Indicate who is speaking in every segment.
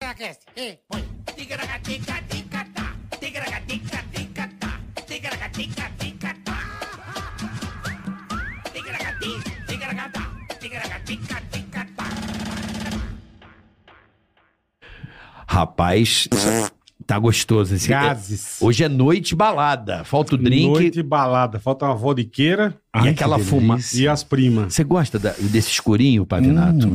Speaker 1: Ticaracast. E põe.
Speaker 2: Ticaracatica-ticatá, ticaracatica-ticatá, ticaracatica-ticatá. Ticaracati, ticaracatá, ticaracatica-ticatá.
Speaker 3: Rapaz, tá gostoso esse.
Speaker 4: Gases.
Speaker 3: Hoje é noite balada. Falta o drink Ah,
Speaker 4: Noite e balada. Falta uma vodiqueira
Speaker 3: e aquela fumaça.
Speaker 4: e as primas.
Speaker 3: Você gosta da- desse escurinho, Pavinato?
Speaker 5: Hum,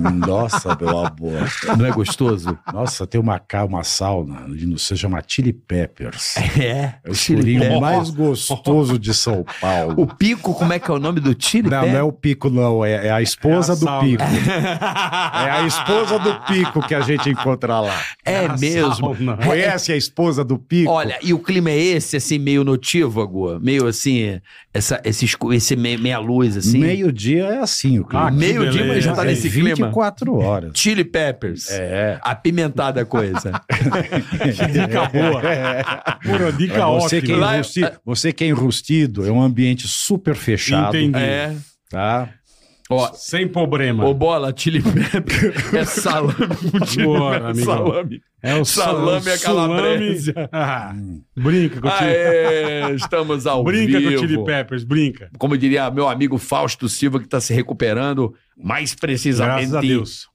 Speaker 5: nossa, meu amor.
Speaker 3: Não é gostoso?
Speaker 5: Nossa, tem uma, ca- uma sauna de não sei, chama Chili Peppers.
Speaker 3: É.
Speaker 5: É o
Speaker 3: Chili
Speaker 5: escurinho
Speaker 3: Pepper.
Speaker 5: mais gostoso de São Paulo.
Speaker 3: O pico, como é que é o nome do Chile?
Speaker 5: Não, não é o pico, não. É, é a esposa
Speaker 4: É a
Speaker 5: do
Speaker 4: sauna.
Speaker 5: pico. É a esposa do pico que a gente encontra lá.
Speaker 3: É mesmo.
Speaker 4: Sauna.
Speaker 5: Conhece a esposa do pico?
Speaker 3: Olha, e o clima é esse, assim, meio notívago? Meio assim, essa, esse, escu- esse me- meia-luz, assim?
Speaker 5: Meio-dia é assim o clima.
Speaker 4: Ah, que
Speaker 3: Meio-dia,
Speaker 4: beleza.
Speaker 3: mas já tá
Speaker 5: É
Speaker 3: nesse clima.
Speaker 5: 24 horas.
Speaker 3: Chili Peppers.
Speaker 5: É.
Speaker 3: Apimentada a coisa.
Speaker 4: Que dica boa. Pura dica
Speaker 5: Pra você, que é
Speaker 4: ótima.
Speaker 3: Lá-
Speaker 5: enrusti- você que é enrustido, é um ambiente super fechado,
Speaker 4: Entendi.
Speaker 3: é.
Speaker 5: tá?
Speaker 3: Ó,
Speaker 4: Sem problema.
Speaker 3: ô bola, Chili Peppers é salame. com Chili
Speaker 4: Bora,
Speaker 3: Peppers,
Speaker 4: amigão.
Speaker 3: salame.
Speaker 4: É o
Speaker 3: Salame
Speaker 4: sa-
Speaker 3: à calabresa.
Speaker 4: salame. Ah, brinca com o Chili,
Speaker 3: Aê, estamos é, ao
Speaker 4: brinca
Speaker 3: vivo.
Speaker 4: com o Chili Peppers, brinca.
Speaker 3: Como diria meu amigo Fausto Silva, que está se recuperando, mais
Speaker 4: Graças a
Speaker 3: precisamente
Speaker 4: Deus.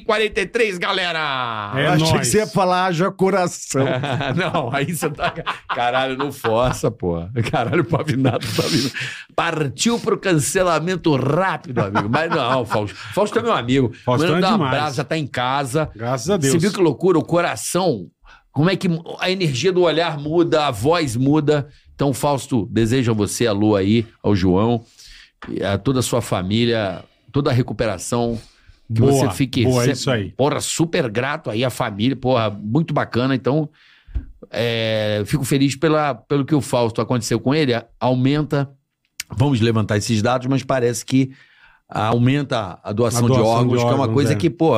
Speaker 3: 8h43, galera!
Speaker 4: É
Speaker 5: Achei
Speaker 4: nóis.
Speaker 5: que você ia falar, haja coração.
Speaker 3: É.
Speaker 4: É.
Speaker 3: não, aí você tá. Caralho, não força, pô. Caralho, o Pavinato tá vindo. Partiu pro cancelamento rápido, amigo. Mas não, Fausto. Fausto é meu amigo.
Speaker 4: Faustão é
Speaker 3: Manda um
Speaker 4: demais.
Speaker 3: abraço, já tá em casa.
Speaker 4: Graças a Deus.
Speaker 3: Você viu que loucura? O coração. Como é que a energia do olhar muda, a voz muda. Então, Fausto, desejo a você, a Lu aí, ao João, e a toda a sua família, toda a recuperação. Que
Speaker 4: Boa,
Speaker 3: você fique
Speaker 4: boa, é
Speaker 3: se-
Speaker 4: isso aí.
Speaker 3: Porra, super grato aí à família, porra, muito bacana. Então, é, fico feliz pela, pelo que o Fausto aconteceu com ele. Aumenta, vamos levantar esses dados, mas parece que aumenta a doação,
Speaker 4: A doação
Speaker 3: de, órgãos,
Speaker 4: de
Speaker 3: que é uma
Speaker 4: órgãos,
Speaker 3: coisa
Speaker 4: é.
Speaker 3: que, pô,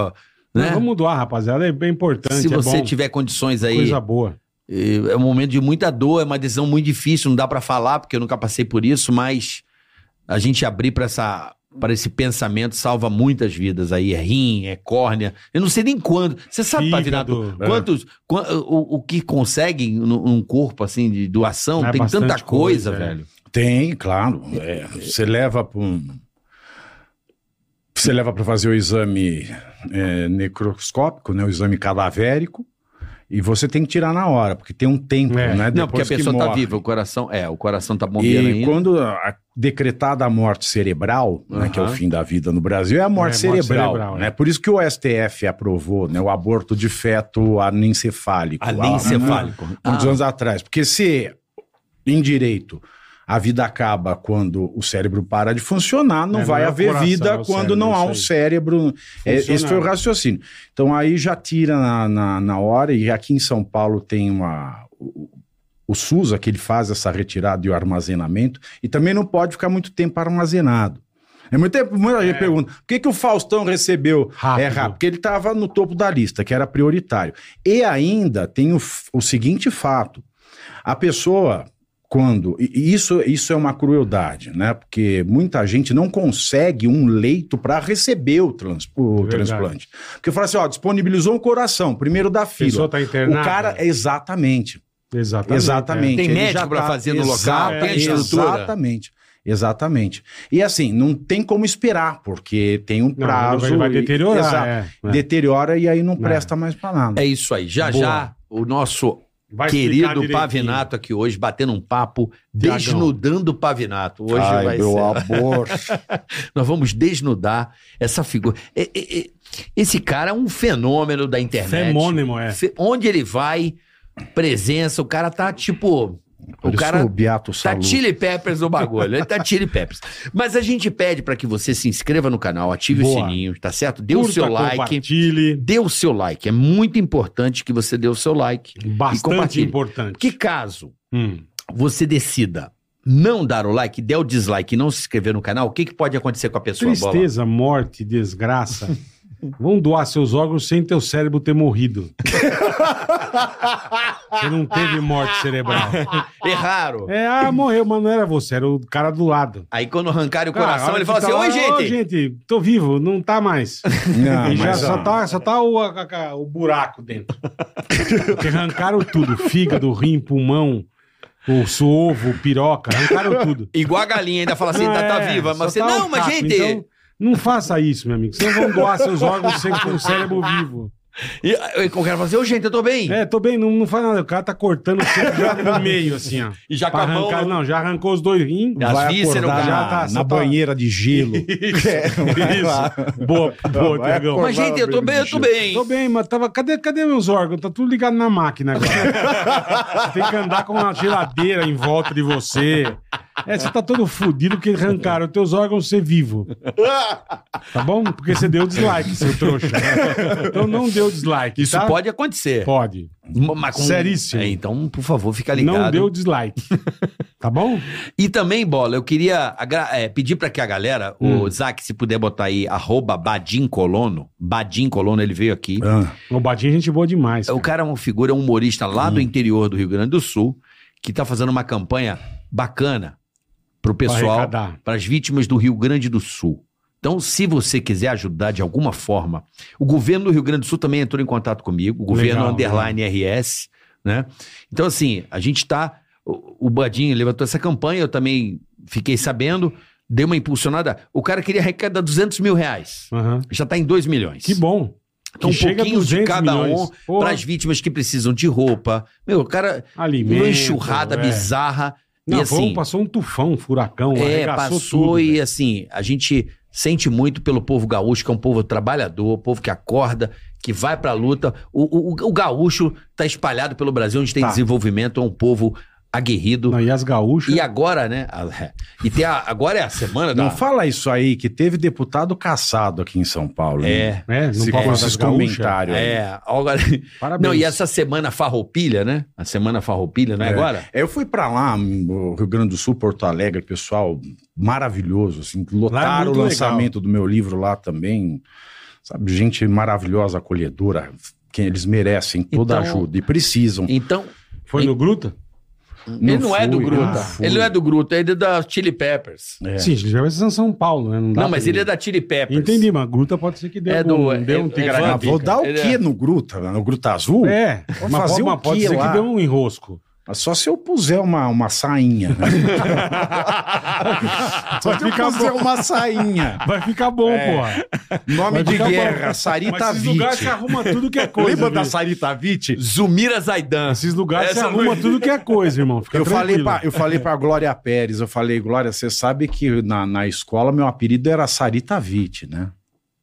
Speaker 4: Mas
Speaker 3: né?
Speaker 4: Vamos doar, rapaziada. É bem importante.
Speaker 3: Se você
Speaker 4: é bom,
Speaker 3: tiver condições aí,
Speaker 4: coisa boa.
Speaker 3: eh, é um momento de muita dor, é uma decisão muito difícil, não dá pra falar, porque eu nunca passei por isso, mas a gente abrir pra essa para esse pensamento salva muitas vidas aí, é rim, é córnea. Eu não sei nem quando. Você sabe, Pavinato,
Speaker 4: Fígado.
Speaker 3: quantos quan- o, o que conseguem num num corpo assim de doação?
Speaker 4: É
Speaker 3: Tem
Speaker 4: bastante
Speaker 3: tanta coisa,
Speaker 4: coisa, é.
Speaker 3: velho.
Speaker 5: Tem, claro. é. você leva para um. Você leva para fazer o exame é, necroscópico, né, o exame cadavérico, e você tem que tirar na hora, porque tem um tempo,
Speaker 4: É.
Speaker 5: né?
Speaker 3: Não, porque a
Speaker 5: depois que
Speaker 3: pessoa tá
Speaker 5: morre.
Speaker 3: viva, o coração, é, o coração tá
Speaker 5: E
Speaker 3: bombeando ainda.
Speaker 5: quando a- decretada a morte cerebral, né, que é o
Speaker 3: Aham.
Speaker 5: fim da vida no Brasil, é a morte
Speaker 4: É, morte
Speaker 5: cerebral.
Speaker 4: cerebral,
Speaker 5: né?
Speaker 4: é.
Speaker 5: Por isso que o STF aprovou né, o aborto de feto anencefálico.
Speaker 4: Uhum.
Speaker 3: Anencefálico.
Speaker 5: há muitos
Speaker 3: Ah.
Speaker 5: anos atrás. Porque se, em direito, a vida acaba quando o cérebro para de funcionar,
Speaker 4: É,
Speaker 5: não
Speaker 4: não
Speaker 5: vai
Speaker 4: é o
Speaker 5: haver
Speaker 4: coração,
Speaker 5: vida
Speaker 4: é o
Speaker 5: quando
Speaker 4: cérebro,
Speaker 5: não há
Speaker 4: isso
Speaker 5: um
Speaker 4: aí.
Speaker 5: cérebro. É, esse foi o raciocínio. Então aí já tira na, na, na hora, e aqui em São Paulo tem uma. o- O SUSA, que ele faz essa retirada e o armazenamento, e também não pode ficar muito tempo armazenado. É muito tempo, muita gente pergunta, por que, que o Faustão recebeu
Speaker 4: Rápido.
Speaker 5: é rápido, porque ele estava no topo da lista, que era prioritário. E ainda tem o, f- o seguinte fato: a pessoa, quando. e- E isso, isso é uma crueldade, né? Porque muita gente não consegue um leito para receber o, trans- o
Speaker 4: É Verdade.
Speaker 5: transplante. Porque fala assim: ó, disponibilizou um coração, primeiro da
Speaker 4: A
Speaker 5: fila.
Speaker 4: pessoa tá
Speaker 5: O
Speaker 4: internada.
Speaker 5: cara, exatamente.
Speaker 4: Exatamente. é.
Speaker 5: Exatamente.
Speaker 3: Tem
Speaker 5: Ele
Speaker 3: médico
Speaker 5: já tá
Speaker 3: pra fazer no
Speaker 5: Exata-
Speaker 3: local, tem a estrutura.
Speaker 5: Exatamente. Exatamente. E assim, não tem como esperar, porque tem um
Speaker 4: é. Não,
Speaker 5: prazo.
Speaker 4: ele vai
Speaker 5: e-
Speaker 4: deteriorar.
Speaker 5: Exato
Speaker 4: é, é.
Speaker 5: deteriora e aí não
Speaker 4: Né.
Speaker 5: presta mais pra nada.
Speaker 3: É isso aí. Já
Speaker 4: Boa.
Speaker 3: já o nosso
Speaker 4: Vai explicar
Speaker 3: Querido
Speaker 4: direitinho.
Speaker 3: Pavinato aqui hoje, batendo um papo,
Speaker 4: Tiagão.
Speaker 3: desnudando o Pavinato. Hoje
Speaker 5: Ai,
Speaker 3: vai
Speaker 5: meu
Speaker 3: ser.
Speaker 5: amor.
Speaker 3: Nós vamos desnudar essa figura. E- e- e- Esse cara é um fenômeno da internet.
Speaker 4: Femônimo, é.
Speaker 3: Fe- Onde ele vai, presença, o cara tá tipo. O cara
Speaker 5: o Beato
Speaker 3: Tá
Speaker 5: Salu.
Speaker 3: Chili Peppers no bagulho, ele tá Chili Peppers. Mas a gente pede pra que você se inscreva no canal, ative
Speaker 4: Boa.
Speaker 3: o sininho, tá certo? Dê
Speaker 4: Curta,
Speaker 3: o seu like.
Speaker 4: Compartilhe.
Speaker 3: Dê o seu like. É muito importante que você dê o seu like.
Speaker 4: Bastante
Speaker 3: compartilhe.
Speaker 4: importante.
Speaker 3: Que caso
Speaker 4: Hum.
Speaker 3: você decida não dar o like, der o dislike e não se inscrever no canal, o que, que pode acontecer com a pessoa, Bola?
Speaker 4: Tristeza, morte, desgraça. Vão doar seus órgãos sem teu cérebro ter morrido. Você não teve morte cerebral.
Speaker 3: Erraram.
Speaker 4: É, ah, morreu, mas não era você, era o cara do lado.
Speaker 3: Aí quando arrancaram o
Speaker 4: Cara, a
Speaker 3: coração,
Speaker 4: hora
Speaker 3: ele
Speaker 4: que
Speaker 3: fala assim:
Speaker 4: tá lá,
Speaker 3: Oi, gente!
Speaker 4: "Ô, gente, tô vivo, não tá mais.
Speaker 5: Não,
Speaker 4: e já
Speaker 5: mas,
Speaker 4: só,
Speaker 5: ó,
Speaker 4: tá, só tá o, a- a- o buraco dentro. Porque arrancaram tudo: fígado, rim, pulmão, osso, ovo, piroca, arrancaram tudo.
Speaker 3: Igual a galinha, ainda fala assim:
Speaker 4: Não,
Speaker 3: ainda tá
Speaker 4: é,
Speaker 3: viva.
Speaker 4: só
Speaker 3: Mas você,
Speaker 4: tá o
Speaker 3: não, mas
Speaker 4: caco.
Speaker 3: gente.
Speaker 4: Então, não faça isso, meu amigo. Vocês vão doar seus órgãos sem com o cérebro vivo.
Speaker 3: E, aí o cara fala assim: Ô, gente, eu tô bem.
Speaker 4: É, tô bem, não, não faz nada. O cara tá cortando o cérebro já no meio, assim, ó.
Speaker 3: E já com
Speaker 4: Pra
Speaker 3: a mão-
Speaker 4: arrancar, não, já arrancou os dois rins.
Speaker 3: As
Speaker 5: vai
Speaker 3: vísceras,
Speaker 5: acordar
Speaker 3: o cara.
Speaker 5: na,
Speaker 4: Já tá, só
Speaker 5: na
Speaker 4: tá-
Speaker 5: banheira de gelo.
Speaker 3: É,
Speaker 5: vai lá.
Speaker 4: Isso. Boa, boa,
Speaker 5: Vai
Speaker 4: Tiagão.
Speaker 5: acordar.
Speaker 3: Mas, gente, eu tô bem, eu tô bem.
Speaker 4: Tô bem, mas tava. Cadê, cadê meus órgãos? Tá tudo ligado na máquina agora. Tem que andar com uma geladeira em volta de você. É, você tá todo fudido que arrancaram os teus órgãos ser vivo. Tá bom? Porque você deu dislike, seu trouxa. Então não deu dislike.
Speaker 3: Isso
Speaker 4: tá?
Speaker 3: pode acontecer.
Speaker 4: Pode.
Speaker 3: Mas com-
Speaker 4: Seríssimo.
Speaker 3: É, então, por favor, fica ligado.
Speaker 4: Não deu dislike. Tá bom?
Speaker 3: E também, Bola, eu queria agra- é, pedir pra que a galera,
Speaker 4: Hum.
Speaker 3: o Zac, se puder botar aí, arroba Badim Colono. Badim Colono, ele veio aqui.
Speaker 5: Ah,
Speaker 4: O Badinho é gente boa demais.
Speaker 3: O
Speaker 4: cara.
Speaker 3: cara é uma figura, um humorista lá
Speaker 4: Hum.
Speaker 3: do interior do Rio Grande do Sul, que tá fazendo uma campanha bacana pro pessoal,
Speaker 4: arrecadar.
Speaker 3: para as vítimas do Rio Grande do Sul. Então, se você quiser ajudar de alguma forma, o governo do Rio Grande do Sul também entrou em contato comigo, o governo
Speaker 4: Legal,
Speaker 3: underline RS, né? Então, assim, a gente tá. O o Badinho levantou essa campanha, eu também fiquei sabendo, deu uma impulsionada. O cara queria arrecadar 200 mil reais.
Speaker 4: Aham.
Speaker 3: Já tá em 2 milhões.
Speaker 4: Que bom.
Speaker 3: Então, um
Speaker 4: que chega a
Speaker 3: pouquinho de
Speaker 4: 200
Speaker 3: cada
Speaker 4: milhões.
Speaker 3: um
Speaker 4: Porra.
Speaker 3: para as vítimas que precisam de roupa. Meu, o cara,
Speaker 4: Alimento.
Speaker 3: uma enxurrada
Speaker 4: é.
Speaker 3: bizarra.
Speaker 4: Não,
Speaker 3: e
Speaker 4: foi-
Speaker 3: assim,
Speaker 4: passou um tufão, um furacão,
Speaker 3: é,
Speaker 4: arregaçou
Speaker 3: passou
Speaker 4: tudo. né?
Speaker 3: e
Speaker 4: velho.
Speaker 3: assim, a gente sente muito pelo povo gaúcho, que é um povo trabalhador, povo que acorda, que vai pra luta. O, o- o gaúcho tá espalhado pelo Brasil, onde tem
Speaker 4: Tá.
Speaker 3: desenvolvimento, é um povo aguerrido.
Speaker 4: Não, e as gaúchas.
Speaker 3: E agora, né? a- E tem a- agora é a semana da...
Speaker 5: Não fala isso aí, que teve deputado caçado aqui em São Paulo. né?
Speaker 3: É,
Speaker 4: É, não
Speaker 5: Se
Speaker 4: pode
Speaker 5: com
Speaker 4: falar
Speaker 5: esses
Speaker 4: das gaúchas.
Speaker 5: comentários. aí.
Speaker 3: é. Agora...
Speaker 4: Parabéns.
Speaker 3: Não, e essa semana farroupilha, né? A semana farroupilha, não é,
Speaker 5: É.
Speaker 3: agora?
Speaker 5: Eu fui pra lá, no Rio Grande do Sul, Porto Alegre, pessoal maravilhoso, assim,
Speaker 4: Lá é
Speaker 5: lotaram
Speaker 4: muito
Speaker 5: o lançamento do meu livro lá também, sabe, gente maravilhosa, acolhedora, que eles merecem toda
Speaker 3: Então-
Speaker 5: ajuda e precisam.
Speaker 3: Então,
Speaker 4: Foi no Gruta?
Speaker 3: ele não é do
Speaker 5: fui,
Speaker 3: Gruta.
Speaker 5: fui.
Speaker 3: ele não é do Gruta, ele é da Chili Peppers.
Speaker 5: É.
Speaker 4: Sim, ele já vai ser em São Paulo, né? Não, dá
Speaker 3: Não, mas
Speaker 4: pra-
Speaker 3: ele é da Chili Peppers.
Speaker 4: Entendi, mas Gruta pode ser que dê
Speaker 3: É
Speaker 4: algum-
Speaker 3: do- é-
Speaker 4: dê um
Speaker 3: é-
Speaker 4: tigracá.
Speaker 5: Ah,
Speaker 3: Vampiro.
Speaker 5: vou dar o
Speaker 3: Ele é-
Speaker 5: quê no Gruta? No Gruta Azul?
Speaker 4: É,
Speaker 5: Vamos
Speaker 4: mas pode,
Speaker 5: fazer o
Speaker 4: mas pode
Speaker 5: quê
Speaker 4: ser
Speaker 5: lá?
Speaker 4: que dê um enrosco.
Speaker 5: Só se eu puser uma, uma sainha, né? Só se eu
Speaker 4: Fica
Speaker 5: puser
Speaker 4: bom.
Speaker 5: uma sainha.
Speaker 4: Vai ficar bom, porra. Vai
Speaker 5: Nome É. Tá de
Speaker 4: ficar bom. Mas
Speaker 5: guerra,
Speaker 4: esses lugares se
Speaker 5: Saritavite.
Speaker 4: arruma tudo que é coisa.
Speaker 5: Lembra da
Speaker 4: viu?
Speaker 5: Saritavite?
Speaker 3: Zumira Zaidan.
Speaker 4: Esses lugares se
Speaker 3: Essa
Speaker 4: arruma
Speaker 3: foi-
Speaker 4: tudo que é coisa, irmão. Fica
Speaker 5: Eu falei,
Speaker 4: tranquilo.
Speaker 5: pra, eu falei pra Glória Pérez, eu falei, Glória, você sabe que na, na escola meu apelido era Saritavite, né?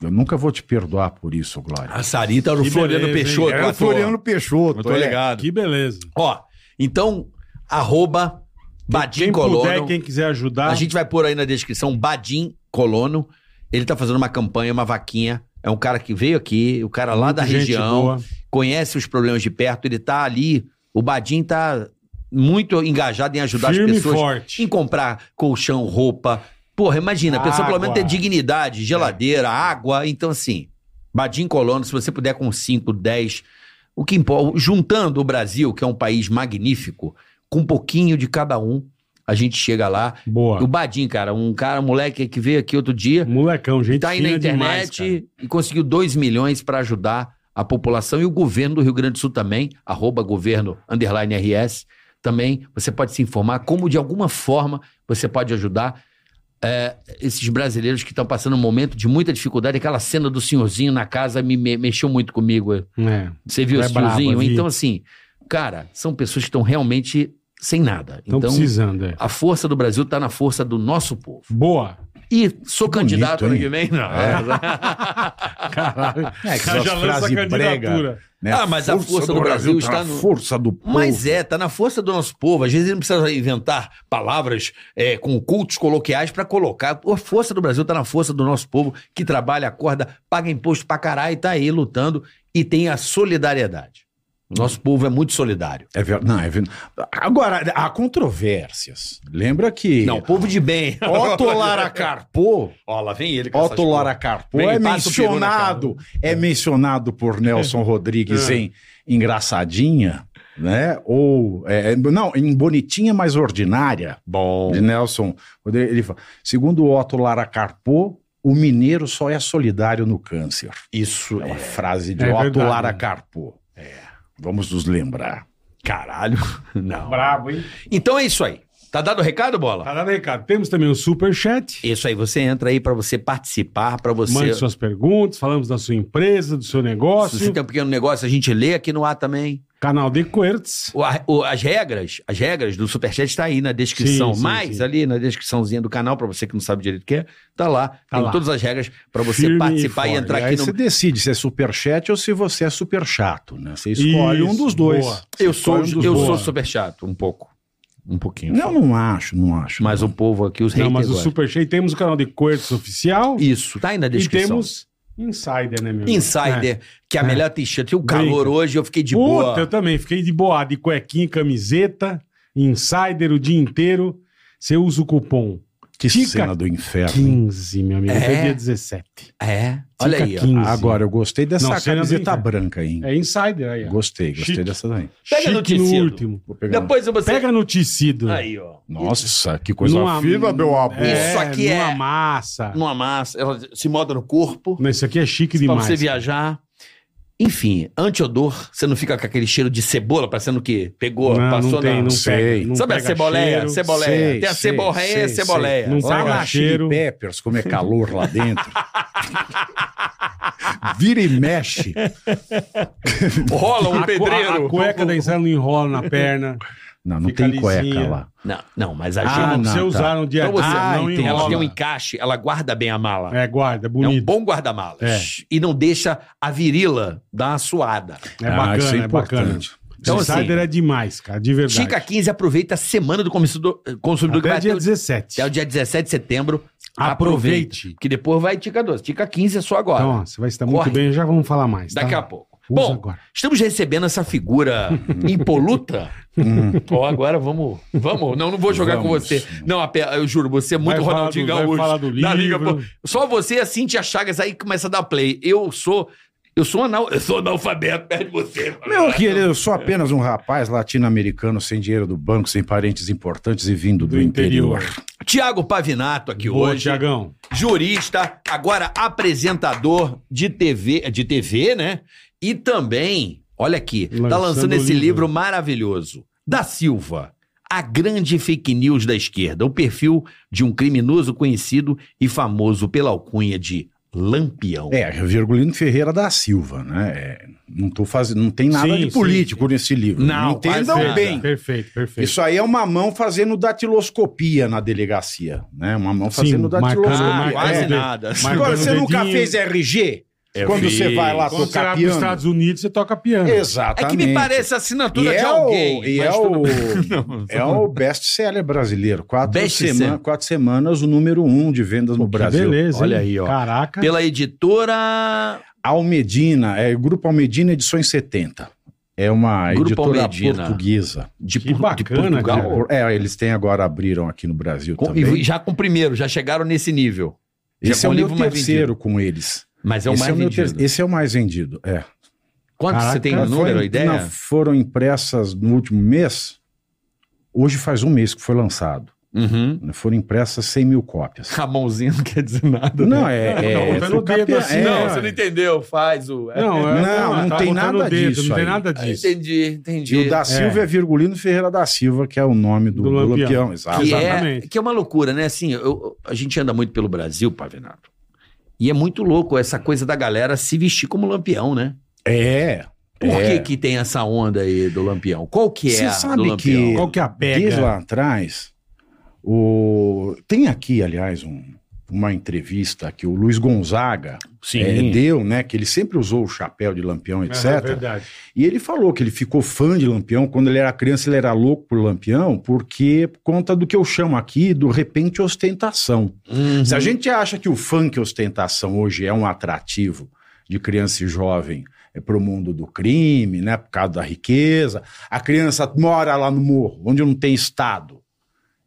Speaker 5: Eu nunca vou te perdoar por isso, Glória.
Speaker 3: A Sarita era o
Speaker 4: Que
Speaker 3: Floriano
Speaker 4: beleza, hein?
Speaker 3: Peixoto.
Speaker 4: Era
Speaker 3: ator.
Speaker 5: Peixoto.
Speaker 3: Eu tô
Speaker 5: é.
Speaker 3: ligado.
Speaker 4: Que beleza.
Speaker 3: Ó, então, arroba Badim
Speaker 4: Quem puder,
Speaker 3: Colono.
Speaker 4: quem tá. quiser ajudar.
Speaker 3: A gente vai pôr aí na descrição Badim Colono. Ele tá fazendo uma campanha, uma vaquinha. É um cara que veio aqui, o cara
Speaker 5: é
Speaker 3: lá da
Speaker 4: gente
Speaker 3: região,
Speaker 4: boa.
Speaker 3: conhece os problemas de perto, ele tá ali. O Badim tá muito engajado em ajudar
Speaker 4: Firme e
Speaker 3: as pessoas
Speaker 4: forte.
Speaker 3: em comprar colchão, roupa. Porra, imagina, a pessoa pelo menos
Speaker 4: Água.
Speaker 3: tem dignidade, geladeira, água. Então, assim, Badim Colono, se você puder com 5, 10, o que importa, juntando o Brasil, que é um país magnífico, com um pouquinho de cada um, a gente chega lá.
Speaker 4: Boa.
Speaker 3: O Badim, cara, um cara, um moleque que veio aqui outro dia,
Speaker 4: Molecão, gente
Speaker 3: tá aí na
Speaker 4: fina demais,
Speaker 3: internet
Speaker 4: cara.
Speaker 3: e conseguiu 2 milhões para ajudar a população e o governo do Rio Grande do Sul também, arroba governo underline RS, também você pode se informar como de alguma forma você pode ajudar é, esses brasileiros que estão passando um momento de muita dificuldade. Aquela cena do senhorzinho na casa me, me- mexeu muito comigo.
Speaker 4: É.
Speaker 3: Você viu
Speaker 4: É
Speaker 3: esse
Speaker 4: brabo,
Speaker 3: senhorzinho?
Speaker 4: vi.
Speaker 3: Então, assim, cara, são pessoas que estão realmente sem nada.
Speaker 4: Estão
Speaker 3: Então,
Speaker 4: precisando, é.
Speaker 3: a força do Brasil está na força do nosso povo.
Speaker 4: Boa.
Speaker 3: E sou candidato ano
Speaker 5: hein?
Speaker 3: que É. vem, não.
Speaker 4: Caralho.
Speaker 5: É, que já frase brega, né?
Speaker 3: Ah, mas a força do Brasil
Speaker 5: tá
Speaker 3: está
Speaker 5: na
Speaker 3: no-
Speaker 5: força do povo.
Speaker 3: Mas é, tá na força do nosso povo. Às vezes ele não precisa inventar palavras é, com cultos coloquiais pra colocar. A força do Brasil tá na força do nosso povo que trabalha, acorda, paga imposto pra caralho, tá aí lutando e tem a solidariedade. Nosso povo é muito solidário.
Speaker 5: É ver- Não, é ver- Agora, há controvérsias. Lembra que.
Speaker 3: Não, povo de bem.
Speaker 5: Otto Lara Carpo,
Speaker 3: Ó, lá vem ele. com essas
Speaker 5: Otto Lara
Speaker 3: porra.
Speaker 5: Carpo
Speaker 3: Vem,
Speaker 5: é
Speaker 3: passa o peru né, na
Speaker 5: mencionado, é mencionado por
Speaker 3: É.
Speaker 5: Nelson Rodrigues em Engraçadinha, né? Ou é, não, em Bonitinha mais ordinária
Speaker 3: Bom.
Speaker 5: de Nelson Rodrigues. Ele fala, segundo Otto Lara Carpo, o mineiro só é solidário no câncer.
Speaker 3: Isso é.
Speaker 5: É
Speaker 3: né?
Speaker 5: uma frase de
Speaker 4: É
Speaker 5: Otto
Speaker 4: verdade.
Speaker 5: Lara Carpo. Vamos nos lembrar.
Speaker 3: Caralho. Não.
Speaker 4: Brabo, hein?
Speaker 3: Então é isso aí. Tá dado o recado, bola?
Speaker 4: Tá dando recado. Temos também o Superchat.
Speaker 3: Isso aí, você entra aí pra você participar, pra você.
Speaker 4: Mande suas perguntas, falamos da sua empresa, do seu
Speaker 3: Se
Speaker 4: negócio.
Speaker 3: você tem um pequeno negócio, a gente lê aqui no ar também.
Speaker 4: Canal de Quertz.
Speaker 3: O- a- o- as regras, as regras do Superchat tá aí na descrição.
Speaker 4: Sim, sim,
Speaker 3: mais
Speaker 4: sim.
Speaker 3: ali na descriçãozinha do canal, pra você que não sabe direito o que é, tá lá. tem
Speaker 4: lá.
Speaker 3: todas as regras pra você
Speaker 4: Firme e
Speaker 3: participar e,
Speaker 4: forte.
Speaker 3: entrar
Speaker 5: e
Speaker 3: aqui
Speaker 5: aí
Speaker 3: no.
Speaker 5: você decide se é superchat ou se você é super chato, né? Você escolhe um dos dois.
Speaker 4: boa.
Speaker 3: Eu sou,
Speaker 5: Escolhe um dos
Speaker 3: eu
Speaker 5: dois.
Speaker 3: sou super chato, um pouco. Um pouquinho.
Speaker 5: Não, não acho, não acho.
Speaker 3: Mas
Speaker 5: não.
Speaker 3: o povo aqui, os
Speaker 4: Não,
Speaker 3: haters
Speaker 4: mas o
Speaker 3: gostam.
Speaker 4: Superchat temos o canal de Quertz oficial.
Speaker 3: Isso, tá aí na
Speaker 4: E
Speaker 3: descrição.
Speaker 4: temos Insider, né, meu? irmão? É.
Speaker 3: Insider, que é a
Speaker 4: É.
Speaker 3: melhor t-shirt. E o
Speaker 4: Brinca.
Speaker 3: calor hoje, eu fiquei de
Speaker 4: Puta,
Speaker 3: boa.
Speaker 4: eu também. Fiquei de boa, de cuequinha, e camiseta, Insider o dia inteiro. Você usa o cupom
Speaker 5: que
Speaker 4: Tica-
Speaker 5: cena do inferno.
Speaker 4: 15, meu amigo.
Speaker 3: É?
Speaker 4: Até dia 17.
Speaker 3: É, olha aí. ó.
Speaker 4: 15.
Speaker 5: Agora, eu gostei dessa
Speaker 4: Não, cena do
Speaker 5: camiseta
Speaker 4: inferno.
Speaker 5: branca aí.
Speaker 4: É Insider aí, ó.
Speaker 5: Gostei, gostei
Speaker 4: Chique.
Speaker 5: dessa daí.
Speaker 3: Pega
Speaker 4: Chique
Speaker 3: no tecido.
Speaker 4: último.
Speaker 5: Vou pegar. um.
Speaker 3: Depois você...
Speaker 4: Pega no tecido.
Speaker 3: Aí, ó.
Speaker 5: Nossa, que coisa
Speaker 4: Numa-
Speaker 5: fina, meu amor.
Speaker 4: É,
Speaker 3: Isso aqui
Speaker 4: numa
Speaker 3: é-
Speaker 4: massa.
Speaker 3: Não amassa, ela se molda no corpo
Speaker 4: Não, isso aqui é chique
Speaker 3: pra
Speaker 4: demais.
Speaker 3: você viajar. Enfim, antiodor, você não fica com aquele cheiro de cebola, parecendo que pegou,
Speaker 4: Não,
Speaker 3: passou
Speaker 4: não tem,
Speaker 3: na...
Speaker 4: não
Speaker 5: Sei.
Speaker 4: pega. Não
Speaker 3: Sabe a
Speaker 4: pega
Speaker 3: ceboleia?
Speaker 4: cheiro.
Speaker 3: Ceboleia.
Speaker 5: Sei,
Speaker 3: tem a
Speaker 5: sei,
Speaker 3: ceboleia,
Speaker 5: sei,
Speaker 3: ceboleia.
Speaker 4: sei. Não
Speaker 5: Lá
Speaker 4: pega
Speaker 5: na Chili
Speaker 4: cheiro.
Speaker 5: Peppers, como é calor lá dentro. Vira e mexe.
Speaker 3: Rola um
Speaker 4: A cu-
Speaker 3: pedreiro.
Speaker 4: A cueca da Insider não enrola na perna.
Speaker 5: Não, não
Speaker 4: Fica
Speaker 5: tem cueca
Speaker 4: lisinha.
Speaker 5: lá.
Speaker 3: Não, não, mas a
Speaker 5: Ah,
Speaker 3: gente...
Speaker 5: não,
Speaker 4: Se você
Speaker 5: tá.
Speaker 4: usar no dia a
Speaker 3: Então você,
Speaker 4: dia,
Speaker 5: Ah,
Speaker 4: não
Speaker 5: entendi.
Speaker 4: enrola.
Speaker 3: ela tem um encaixe, ela guarda bem a mala.
Speaker 4: É, guarda,
Speaker 3: É um
Speaker 4: bonito.
Speaker 3: bom guarda-malas. E não deixa a virila dar uma suada.
Speaker 4: É,
Speaker 5: Ah,
Speaker 4: bacana,
Speaker 5: isso é
Speaker 4: é, bacana.
Speaker 5: importante.
Speaker 3: Então, assim,
Speaker 4: Insider é demais, cara, de verdade.
Speaker 3: Tica 15 aproveita a semana do consumidor, eh, consumidor que
Speaker 4: Até
Speaker 3: vai
Speaker 4: dia
Speaker 3: até, o-
Speaker 4: 17.
Speaker 3: até o dia 17 de setembro.
Speaker 4: Aproveite.
Speaker 3: Que depois vai Tica 12. Tica 15 é só agora.
Speaker 4: Então, ó, você vai estar
Speaker 3: Corre.
Speaker 4: muito bem, já vamos falar mais.
Speaker 3: Daqui
Speaker 4: tá?
Speaker 3: a pouco.
Speaker 4: Usa
Speaker 3: Bom,
Speaker 4: agora.
Speaker 3: estamos recebendo essa figura impoluta.
Speaker 4: Hum.
Speaker 3: Ó, agora vamos. Vamos. Não, não vou jogar com
Speaker 5: Vamos.
Speaker 3: você. Não, a pe- eu juro, você é muito
Speaker 4: Vai falar
Speaker 3: Ronaldinho
Speaker 4: do- vai
Speaker 3: Gaúcho.
Speaker 4: falar do
Speaker 3: da Liga,
Speaker 4: livro.
Speaker 3: pô. Só você e a Cintia Chagas aí começa a dar play. Eu sou. Eu sou anal, eu sou analfabeto perto de você.
Speaker 5: Meu querido, eu sou apenas um rapaz latino-americano sem dinheiro do banco, sem parentes importantes e vindo do,
Speaker 4: Do
Speaker 5: interior.
Speaker 4: interior.
Speaker 3: Tiago Pavinato aqui
Speaker 4: Boa,
Speaker 3: hoje,
Speaker 4: Tiagão.
Speaker 3: jurista, agora apresentador de TV, de TV, né? E também, olha aqui, tá
Speaker 4: Lançando
Speaker 3: lançando esse
Speaker 4: livro.
Speaker 3: livro maravilhoso da Silva. A grande fake news da esquerda, o perfil de um criminoso conhecido e famoso pela alcunha de Lampião.
Speaker 5: É, Virgulino Ferreira da Silva, né? É, não tô fazendo, não tem nada
Speaker 4: Sim,
Speaker 5: de político nesse livro.
Speaker 3: Não,
Speaker 5: entendam
Speaker 3: quase nada.
Speaker 5: bem.
Speaker 4: Perfeito, perfeito.
Speaker 5: Isso aí é uma mão fazendo datiloscopia na delegacia, né? Uma mão
Speaker 4: Sim,
Speaker 5: fazendo datiloscopia.
Speaker 4: marcando, marcando
Speaker 3: Ah, quase
Speaker 5: É.
Speaker 4: o dedo.
Speaker 3: nada.
Speaker 4: Marcando
Speaker 5: Agora, você
Speaker 4: o
Speaker 5: nunca
Speaker 4: dedinho.
Speaker 5: fez RG?
Speaker 3: Eu
Speaker 5: quando você
Speaker 3: fiz.
Speaker 5: vai lá
Speaker 4: Quando você
Speaker 5: tocar
Speaker 4: vai para os
Speaker 5: piano?
Speaker 4: Estados Unidos, você toca piano.
Speaker 3: É
Speaker 5: Exatamente.
Speaker 3: que me parece a
Speaker 5: E
Speaker 3: assinatura de
Speaker 5: é, o,
Speaker 3: alguém.
Speaker 5: e
Speaker 3: mas
Speaker 5: é,
Speaker 3: tudo
Speaker 5: o,
Speaker 3: bem. tá
Speaker 5: é o best-seller brasileiro. Quatro,
Speaker 3: Best-seller.
Speaker 5: sema- quatro semanas, o número um de vendas no
Speaker 4: Que
Speaker 5: Brasil.
Speaker 4: Beleza,
Speaker 3: Olha
Speaker 4: hein?
Speaker 3: aí, ó.
Speaker 4: Caraca.
Speaker 3: Pela editora
Speaker 5: Almedina, é Grupo Almedina Edições 70. É uma
Speaker 3: Grupo
Speaker 5: editora
Speaker 3: Almedina.
Speaker 5: portuguesa.
Speaker 3: de,
Speaker 4: Que
Speaker 3: Por- de
Speaker 4: bacana,
Speaker 3: Portugal.
Speaker 4: cara.
Speaker 5: É, eles têm agora, abriram aqui no Brasil
Speaker 3: Com-
Speaker 5: também.
Speaker 3: e já com o primeiro, já chegaram nesse nível. já com
Speaker 5: Esse é o
Speaker 3: o
Speaker 5: meu
Speaker 3: livro mais
Speaker 5: terceiro com eles.
Speaker 3: Mas é o
Speaker 5: Esse
Speaker 3: mais
Speaker 5: meu
Speaker 3: vendido.
Speaker 5: ter- Esse é o mais vendido, é.
Speaker 3: Quanto
Speaker 4: Caraca,
Speaker 3: você tem o
Speaker 5: Cara,
Speaker 3: número,
Speaker 5: foi-
Speaker 3: a ideia?
Speaker 5: não, foram impressas no último mês. Hoje faz um mês que foi lançado.
Speaker 3: Uhum.
Speaker 5: né? Foram impressas 100 mil cópias.
Speaker 3: Ramãozinho não quer dizer nada. né?
Speaker 5: Não, é. é,
Speaker 4: Não, tá no
Speaker 5: fica-
Speaker 4: dedo assim,
Speaker 3: não,
Speaker 4: é.
Speaker 3: você não entendeu. Faz o. é.
Speaker 4: Não,
Speaker 5: Não,
Speaker 4: é,
Speaker 5: não
Speaker 4: tá
Speaker 5: tem
Speaker 4: botando
Speaker 5: nada
Speaker 4: o dedo,
Speaker 5: é disso
Speaker 4: Não tem
Speaker 5: aí.
Speaker 4: nada
Speaker 3: Ah,
Speaker 4: disso.
Speaker 3: entendi,
Speaker 5: E
Speaker 3: entendi.
Speaker 5: o da Silva é. Virgulino Ferreira da Silva, que é o nome do,
Speaker 4: Do
Speaker 5: do Lampião.
Speaker 4: Lampião,
Speaker 5: exato.
Speaker 3: que, é,
Speaker 4: Exatamente.
Speaker 3: que é uma loucura, né? Assim, eu- eu- a gente anda muito pelo Brasil, Pavinato. E é muito louco essa coisa da galera se vestir como lampião, né?
Speaker 5: É.
Speaker 3: Por
Speaker 5: É.
Speaker 3: que, que tem essa onda aí do lampião? Qual que é
Speaker 5: Você
Speaker 3: a
Speaker 5: sabe
Speaker 3: do
Speaker 5: que-
Speaker 3: lampião?
Speaker 4: Qual que é a
Speaker 5: Diz
Speaker 4: pega?
Speaker 5: lá atrás, o... tem aqui, aliás, um- uma entrevista que o Luiz Gonzaga
Speaker 3: Sim.
Speaker 5: eh, deu, né? Que ele sempre usou o chapéu de Lampião, etc.
Speaker 4: É verdade.
Speaker 5: E ele falou que ele ficou fã de Lampião. Quando ele era criança, ele era louco por Lampião, porque por conta do que eu chamo aqui do repente ostentação.
Speaker 3: Uhum.
Speaker 5: Se a gente acha que o funk ostentação hoje é um atrativo de criança e jovem para o mundo do crime, né? Por causa da riqueza. A criança mora lá no morro, onde não tem Estado.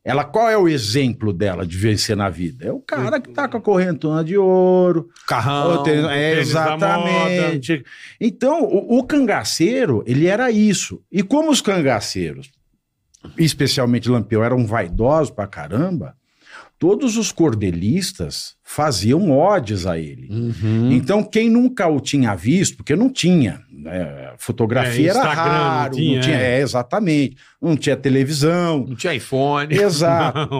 Speaker 5: Ela, qual é o exemplo dela de vencer na vida? É o cara que tá com a correntona de ouro,
Speaker 3: Carrão.
Speaker 5: o tênis- é,
Speaker 4: tênis da
Speaker 5: exatamente. Então, o, o cangaceiro, ele era isso. E como os cangaceiros, especialmente Lampião, eram vaidosos pra caramba, todos os cordelistas faziam odes a ele.
Speaker 3: Uhum.
Speaker 5: Então, quem nunca o tinha visto, porque não tinha, né, fotografia
Speaker 4: É,
Speaker 5: era
Speaker 4: Instagram não
Speaker 5: raro, não tinha,
Speaker 4: tinha, é.
Speaker 5: é, exatamente, não tinha televisão,
Speaker 3: Não tinha iPhone.
Speaker 5: exato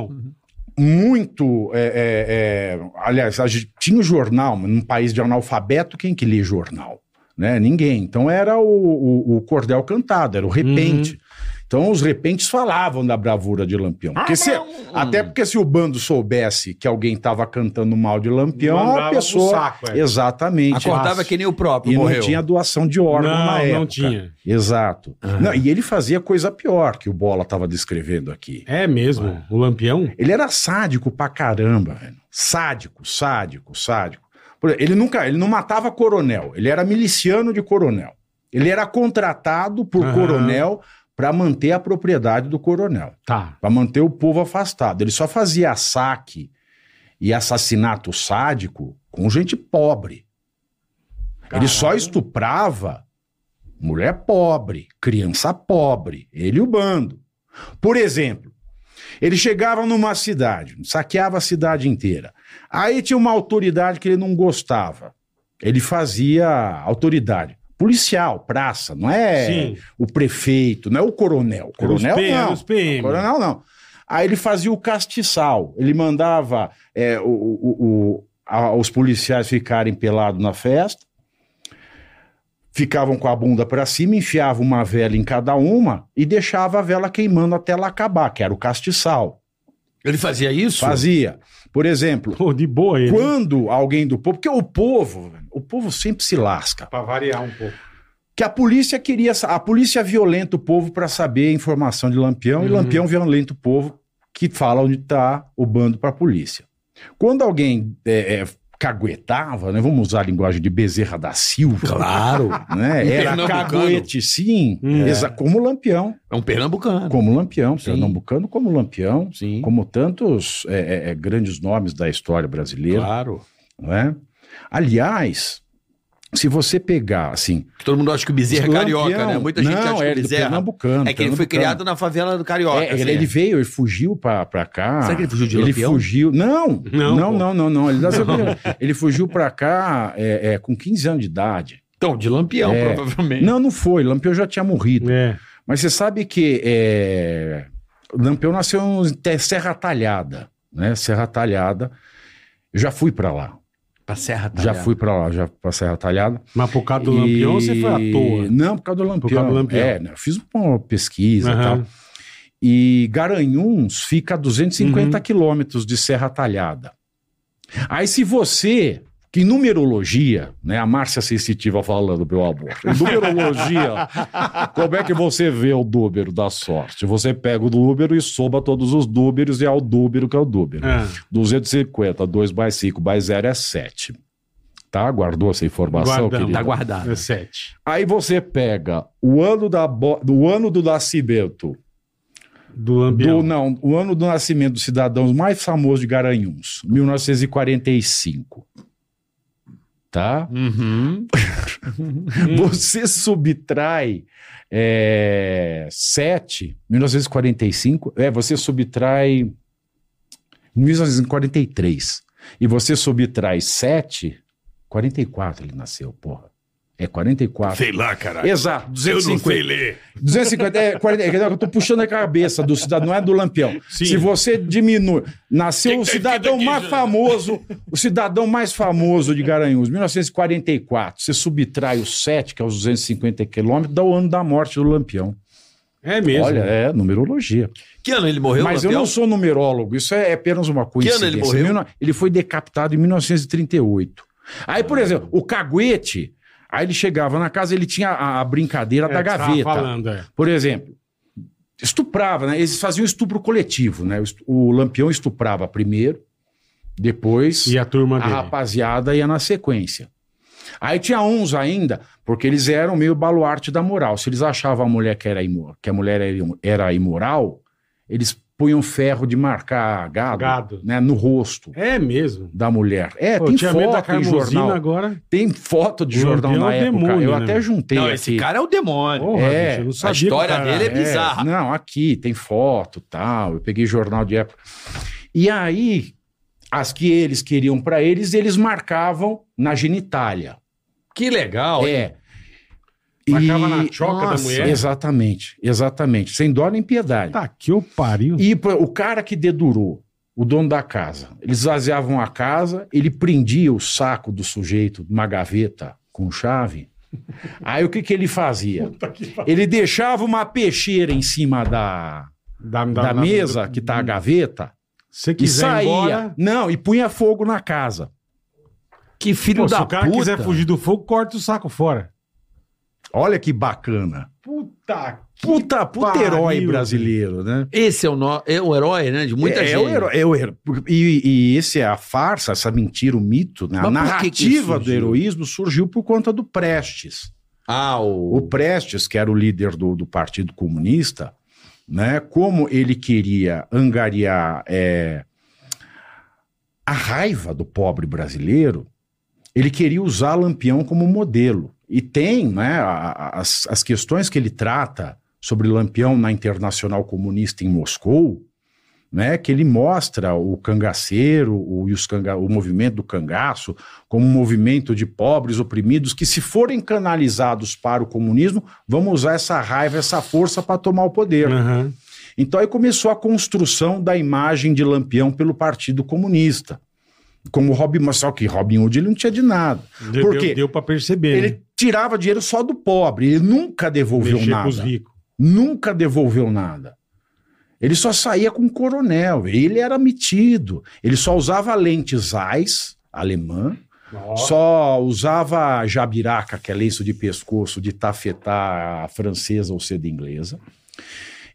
Speaker 4: Não.
Speaker 5: muito. é, é, é, aliás, a gente tinha o jornal, mas num país de analfabeto, quem que lê jornal? Né? Ninguém. Então era o, o- o cordel cantado, era o
Speaker 4: Uhum.
Speaker 5: repente. Então os repentes falavam da bravura de Lampião.
Speaker 4: Ah,
Speaker 5: Porque se- até porque se o bando soubesse que alguém estava cantando mal de Lampião,
Speaker 4: Mandava
Speaker 5: a
Speaker 4: pro
Speaker 5: pessoa.
Speaker 4: saco, é.
Speaker 5: Exatamente.
Speaker 3: Acordava que nem o próprio,
Speaker 5: E
Speaker 3: morreu.
Speaker 5: não tinha doação de órgão
Speaker 4: Não,
Speaker 5: na
Speaker 4: não
Speaker 5: época.
Speaker 4: tinha. Ah.
Speaker 5: Exato. Não, e ele fazia coisa pior que o Bola estava descrevendo aqui.
Speaker 4: É mesmo, o Lampião?
Speaker 5: Ele era sádico pra caramba, velho. Sádico, sádico, sádico. Por exemplo, Ele nunca, ele não matava coronel, ele era miliciano de coronel. Ele era contratado por
Speaker 4: Aham.
Speaker 5: coronel pra manter a propriedade do coronel,
Speaker 4: Tá.
Speaker 5: Pra manter o povo afastado. Ele só fazia saque e assassinato sádico com gente pobre. Ele só estuprava mulher pobre, criança pobre, ele e o bando. Por exemplo, ele chegava numa cidade, saqueava a cidade inteira. Aí tinha uma autoridade que ele não gostava. Ele fazia autoridade. Policial, praça, não é
Speaker 4: Sim.
Speaker 5: o prefeito, não é o coronel.
Speaker 4: Era
Speaker 5: Coronel
Speaker 4: os P- era
Speaker 5: não.
Speaker 4: os PM.
Speaker 5: Coronel não. Aí ele fazia o castiçal. Ele mandava é, o- o- o- a- os policiais ficarem pelados na festa, ficavam com a bunda para cima, enfiava uma vela em cada uma e deixava a vela queimando até ela acabar, que era o castiçal.
Speaker 3: Ele fazia isso?
Speaker 5: Fazia. Por exemplo,
Speaker 4: Pô, de boa ele.
Speaker 5: quando alguém do povo. Porque o povo, o povo sempre se lasca.
Speaker 4: Pra variar um pouco.
Speaker 5: que a polícia queria. sa- A polícia violenta o povo para saber a informação de Lampião, e
Speaker 4: Uhum.
Speaker 5: Lampião violenta o povo que fala onde está o bando para a polícia. Quando alguém é, é, caguetava, né, vamos usar a linguagem de Bezerra da Silva.
Speaker 3: Claro.
Speaker 5: Né?
Speaker 3: Um
Speaker 5: Era
Speaker 3: pernambucano.
Speaker 5: caguete, sim.
Speaker 4: Hum.
Speaker 5: exa- Como Lampião.
Speaker 3: É um pernambucano.
Speaker 5: Como assim? Lampião.
Speaker 3: Sim.
Speaker 5: Pernambucano como Lampião.
Speaker 3: Sim.
Speaker 5: Como tantos é, é, é, grandes nomes da história brasileira.
Speaker 3: Claro.
Speaker 5: não é? Aliás, se você pegar, assim,
Speaker 3: Que todo mundo acha que o Bezerra é
Speaker 5: Lampião-
Speaker 3: carioca, né? Muita gente
Speaker 5: Não,
Speaker 3: acha
Speaker 5: é
Speaker 3: que o
Speaker 5: do
Speaker 3: Bezerra...
Speaker 5: Pernambucano.
Speaker 3: É que ele foi
Speaker 5: pernambucano.
Speaker 3: criado na favela do Carioca.
Speaker 5: É, ele,
Speaker 3: assim.
Speaker 5: ele veio, ele fugiu pra, pra cá.
Speaker 3: Será que ele fugiu de
Speaker 5: Ele
Speaker 3: Lampião?
Speaker 5: fugiu. Não,
Speaker 4: Não,
Speaker 5: não, não,
Speaker 4: pô.
Speaker 5: não, não. Ele, tá ele fugiu pra cá é, é, com 15 anos de idade.
Speaker 3: Então, de Lampião,
Speaker 5: É.
Speaker 3: provavelmente.
Speaker 5: Não, não foi. Lampião já tinha morrido.
Speaker 4: É.
Speaker 5: Mas você sabe que é, Lampião nasceu em Te- Serra Talhada, né? Serra Talhada. Eu já fui pra lá.
Speaker 3: Pra Serra
Speaker 5: Já
Speaker 3: Talhada.
Speaker 5: fui pra lá, já pra Serra Talhada.
Speaker 4: Mas por causa do
Speaker 5: E-
Speaker 4: Lampião você foi à toa.
Speaker 5: Não, por causa do Lampião.
Speaker 4: Por causa do Lampião.
Speaker 5: É, né? Eu fiz uma pesquisa e
Speaker 4: Aham.
Speaker 5: tal. E Garanhuns fica a 250
Speaker 4: Uhum.
Speaker 5: quilômetros de Serra Talhada. Aí se você, que numerologia, né? A Márcia Sensitiva falando, meu amor. Numerologia, como é que você vê o número da sorte? Você pega o número e soma todos os números e é o número que é o número.
Speaker 4: Ah,
Speaker 5: 250, 2 mais 5 mais 0 é 7. Tá? Guardou essa informação,
Speaker 4: Guardamos.
Speaker 5: querido?
Speaker 3: Tá guardado.
Speaker 4: é sete.
Speaker 5: Aí você pega o ano, da bo- do ano do nascimento.
Speaker 4: Do
Speaker 5: Do,
Speaker 4: Lampião.
Speaker 5: não, o ano do nascimento do cidadão mais famoso de Garanhuns, 1945. Tá?
Speaker 3: Uhum.
Speaker 5: Você subtrai eh, 7, 1945. É, você subtrai 1943. E você subtrai 7, 44 ele nasceu, porra. É 44.
Speaker 2: Sei lá, cara.
Speaker 5: Exato, 250.
Speaker 2: ler.
Speaker 5: 250, é, 40, é que eu tô puxando a cabeça do cidadão, não é do Lampião.
Speaker 4: Sim.
Speaker 5: Se você diminui, nasceu
Speaker 2: Que que
Speaker 5: o
Speaker 2: tá
Speaker 5: cidadão
Speaker 2: escrito aqui,
Speaker 5: mais
Speaker 2: Júlio?
Speaker 5: famoso, o cidadão mais famoso de Garanhuns, 1944. Você subtrai o 7, que é os 250 quilômetros, dá o ano da morte do Lampião.
Speaker 4: É mesmo.
Speaker 5: Olha, é numerologia.
Speaker 3: Que ano ele morreu,
Speaker 5: Mas eu
Speaker 3: Lampião?
Speaker 5: não sou numerólogo, isso é apenas uma coincidência.
Speaker 3: ele morreu?
Speaker 5: Mil- Ele foi decapitado em 1938. Aí, por exemplo, o caguete, aí ele chegava na casa, ele tinha a, a brincadeira
Speaker 4: É,
Speaker 5: da
Speaker 4: que você tava
Speaker 5: gaveta.
Speaker 4: falando, é.
Speaker 5: Por exemplo, estuprava, né? Eles faziam estupro coletivo, né? O estu- O Lampião estuprava primeiro, depois
Speaker 4: E a turma
Speaker 5: a
Speaker 4: dele.
Speaker 5: rapaziada ia na sequência. Aí tinha uns ainda, porque eles eram meio baluarte da moral. Se eles achavam a mulher que era imo- que a mulher era imo- era imoral, eles punham ferro de marcar gado,
Speaker 4: Gado.
Speaker 5: Né, no rosto
Speaker 4: É mesmo.
Speaker 5: da mulher. É,
Speaker 4: Pô,
Speaker 5: tem
Speaker 4: tinha medo da
Speaker 5: foto em jornal.
Speaker 4: Carmozina agora.
Speaker 5: Tem foto de
Speaker 4: O
Speaker 5: jornal
Speaker 4: Lampião
Speaker 5: na
Speaker 4: é o
Speaker 5: época.
Speaker 4: demônio,
Speaker 5: eu
Speaker 4: né,
Speaker 5: até
Speaker 4: meu?
Speaker 5: juntei
Speaker 3: Não,
Speaker 5: aqui.
Speaker 3: esse cara é o demônio.
Speaker 4: Porra,
Speaker 5: É,
Speaker 4: bicho, eu não
Speaker 3: a
Speaker 4: sabia que o
Speaker 3: história
Speaker 4: cara-
Speaker 3: dele é bizarra.
Speaker 5: Não, aqui tem foto, tal. Eu peguei jornal de época. E aí, as que eles queriam pra eles, eles marcavam na genitália.
Speaker 3: Que legal.
Speaker 5: É.
Speaker 4: Marcava na choca da
Speaker 5: Nossa,
Speaker 4: mulher?
Speaker 5: Exatamente, exatamente. Sem dó nem piedade.
Speaker 4: Tá que eu pariu.
Speaker 5: E pô, o cara que dedurou, o dono da casa, eles esvaziavam a casa, ele prendia o saco do sujeito numa gaveta com chave. Aí o que, que ele fazia? Ele deixava uma peixeira em cima da,
Speaker 4: Da,
Speaker 5: da, mesa, que tá a gaveta,
Speaker 4: Se
Speaker 5: e
Speaker 4: quiser
Speaker 5: saía.
Speaker 4: ir embora...
Speaker 5: Não, e punha fogo na casa.
Speaker 3: Que filho
Speaker 4: Pô,
Speaker 3: da
Speaker 4: se o cara
Speaker 3: puta.
Speaker 4: quiser fugir do fogo, corta o saco fora.
Speaker 5: Olha que bacana.
Speaker 4: Puta
Speaker 5: Puta, puta
Speaker 4: pariu,
Speaker 5: herói
Speaker 4: velho.
Speaker 5: brasileiro, né?
Speaker 3: Esse é o, no... é o herói, né? De muita
Speaker 5: é,
Speaker 3: gente.
Speaker 5: É o herói. é o herói. E, e esse é a farsa, essa mentira, o mito, né? a
Speaker 3: Mas por que que isso
Speaker 5: narrativa do
Speaker 3: surgiu?
Speaker 5: heroísmo surgiu por conta do Prestes.
Speaker 3: Ah,
Speaker 5: O
Speaker 3: o...
Speaker 5: Prestes, que era o líder do, do Partido Comunista, né? Como ele queria angariar é, a raiva do pobre brasileiro, ele queria usar Lampião como modelo. E tem né, a- a- as, as questões que ele trata sobre Lampião na Internacional Comunista em Moscou, né, que ele mostra o cangaceiro o, e os canga- o movimento do cangaço como um movimento de pobres oprimidos que, se forem canalizados para o comunismo, vão usar essa raiva, essa força para tomar o poder.
Speaker 4: Aham.
Speaker 5: Então aí começou a construção da imagem de Lampião pelo Partido Comunista. Como Robin, mas só que Robin Hood ele não tinha de nada.
Speaker 4: Deu,
Speaker 5: Por
Speaker 4: deu-
Speaker 5: quê?
Speaker 4: Deu pra perceber. né?
Speaker 5: Ele tirava dinheiro só do pobre, ele nunca devolveu
Speaker 4: Mexer com os
Speaker 5: nada.
Speaker 4: ricos.
Speaker 5: Nunca devolveu nada. Ele só saía com coronel, ele era metido, ele só usava lente Zeiss, alemã, só usava jabiraca, que é lenço de pescoço, de tafetá francesa ou seda inglesa.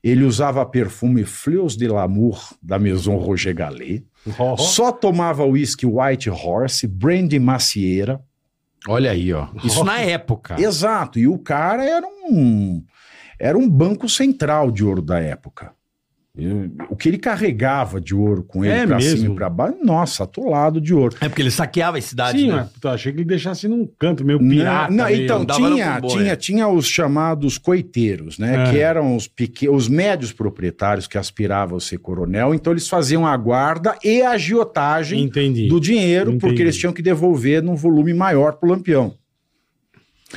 Speaker 5: Ele usava perfume Fleurs de Lamour, da Maison Roger Gallet.
Speaker 4: Ó.
Speaker 5: Só tomava uísque White Horse, Brandy Macieira.
Speaker 3: Olha aí, ó. Isso na época.
Speaker 5: Exato, e o cara era um, era um banco central de ouro da época. E O que ele carregava de ouro com ele
Speaker 4: É
Speaker 5: pra cima
Speaker 4: mesmo?
Speaker 5: e pra baixo, nossa, atolado de ouro.
Speaker 3: É porque ele saqueava as cidades,
Speaker 4: Sim,
Speaker 3: né?
Speaker 4: mas puta, achei que ele deixasse num canto meio pirata.
Speaker 5: Não, não,
Speaker 4: meio-
Speaker 5: então,
Speaker 3: Andava no
Speaker 5: tinha,
Speaker 3: comboio.
Speaker 5: tinha, tinha os chamados coiteiros, né?
Speaker 4: É.
Speaker 5: Que eram os, peque... os médios proprietários que aspiravam a ser coronel, então eles faziam a guarda e a agiotagem
Speaker 4: Entendi.
Speaker 5: do dinheiro, porque
Speaker 4: Entendi.
Speaker 5: eles tinham que devolver num volume maior pro Lampião.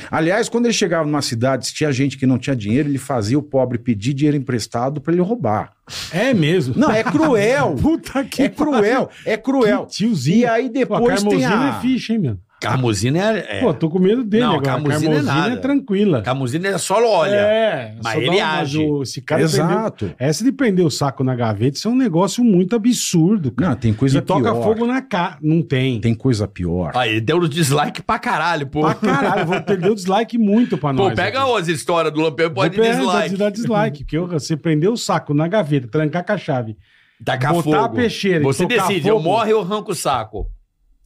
Speaker 5: Aliás, quando ele chegava numa cidade, se tinha gente que não tinha dinheiro, ele fazia o pobre pedir dinheiro emprestado para ele roubar.
Speaker 4: É mesmo.
Speaker 5: Não, é cruel.
Speaker 4: Puta que
Speaker 5: é cruel, é
Speaker 4: pariu.
Speaker 5: cruel.
Speaker 4: Que tiozinho.
Speaker 5: E aí depois
Speaker 4: Pô, a
Speaker 5: tem
Speaker 4: Carmozina
Speaker 5: a...
Speaker 4: é ficha, hein, meu?
Speaker 3: Carmozina era. é.
Speaker 4: Pô, tô com medo dele
Speaker 3: Não,
Speaker 4: agora.
Speaker 3: Carmozina é nada.
Speaker 4: tranquila.
Speaker 3: Carmozina era só olha.
Speaker 4: É,
Speaker 3: mas
Speaker 4: só dá
Speaker 3: ele
Speaker 4: uma-
Speaker 3: age.
Speaker 4: o- Esse cara prendeu-
Speaker 5: Exato.
Speaker 4: Essa de prender o saco na gaveta, isso é um negócio muito absurdo, cara.
Speaker 5: Não, tem coisa
Speaker 4: e toca
Speaker 5: pior.
Speaker 4: fogo na cara. Não tem.
Speaker 5: Tem coisa pior.
Speaker 3: Aí ele deu dislike pra caralho, pô.
Speaker 4: Pra caralho, vou perder o dislike muito pra
Speaker 3: Pô,
Speaker 4: nós.
Speaker 3: pega
Speaker 4: aqui.
Speaker 3: as histórias do Lampião e pode
Speaker 4: Vou
Speaker 3: dar
Speaker 4: pe-
Speaker 3: dislike.
Speaker 4: Dá, dá dislike, porque eu- você prender o saco na gaveta, trancar com a chave.
Speaker 3: Tacar
Speaker 4: botar
Speaker 3: fogo.
Speaker 4: a peixeira e
Speaker 3: Você
Speaker 4: tocar
Speaker 3: decide,
Speaker 4: fogo.
Speaker 3: eu morro ou eu arranco o saco.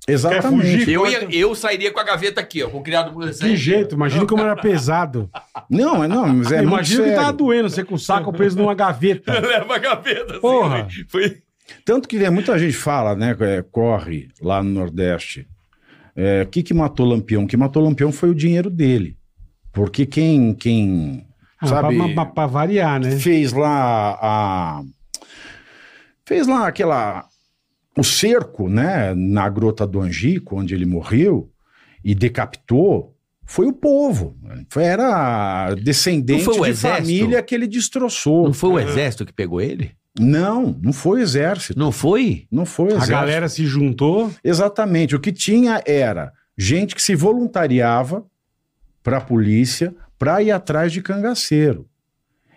Speaker 5: Exatamente.
Speaker 4: fugir?
Speaker 3: Eu,
Speaker 4: quanto-
Speaker 3: ia- eu sairia com a gaveta aqui, ó, com o criado por
Speaker 4: Que jeito, imagina como era pesado.
Speaker 5: Não, é não, mas é
Speaker 4: imagina
Speaker 5: muito
Speaker 4: Ah, que tá
Speaker 5: sério.
Speaker 4: tava doendo você com o saco preso numa gaveta.
Speaker 3: Leva a gaveta. assim,
Speaker 4: Porra.
Speaker 3: foi...
Speaker 5: Tanto que né, muita gente fala, né? é, corre lá no Nordeste. É, O que, que matou Lampião? O que matou Lampião foi o dinheiro dele. Porque quem, quem
Speaker 4: Ah,
Speaker 5: sabe,
Speaker 4: pra, pra- pra variar, né?
Speaker 5: fez lá a. Fez lá aquela. O cerco, né? Na grota do Angico, onde ele morreu, e decapitou, foi o povo. Foi, era descendente
Speaker 3: Não foi o
Speaker 5: de
Speaker 3: exército?
Speaker 5: família que ele destroçou.
Speaker 3: Não foi o exército que pegou ele?
Speaker 5: Não, não foi exército.
Speaker 3: Não foi?
Speaker 5: Não foi
Speaker 4: A
Speaker 5: exército.
Speaker 4: galera se juntou.
Speaker 5: Exatamente. O que tinha era gente que se voluntariava para a polícia para ir atrás de cangaceiro.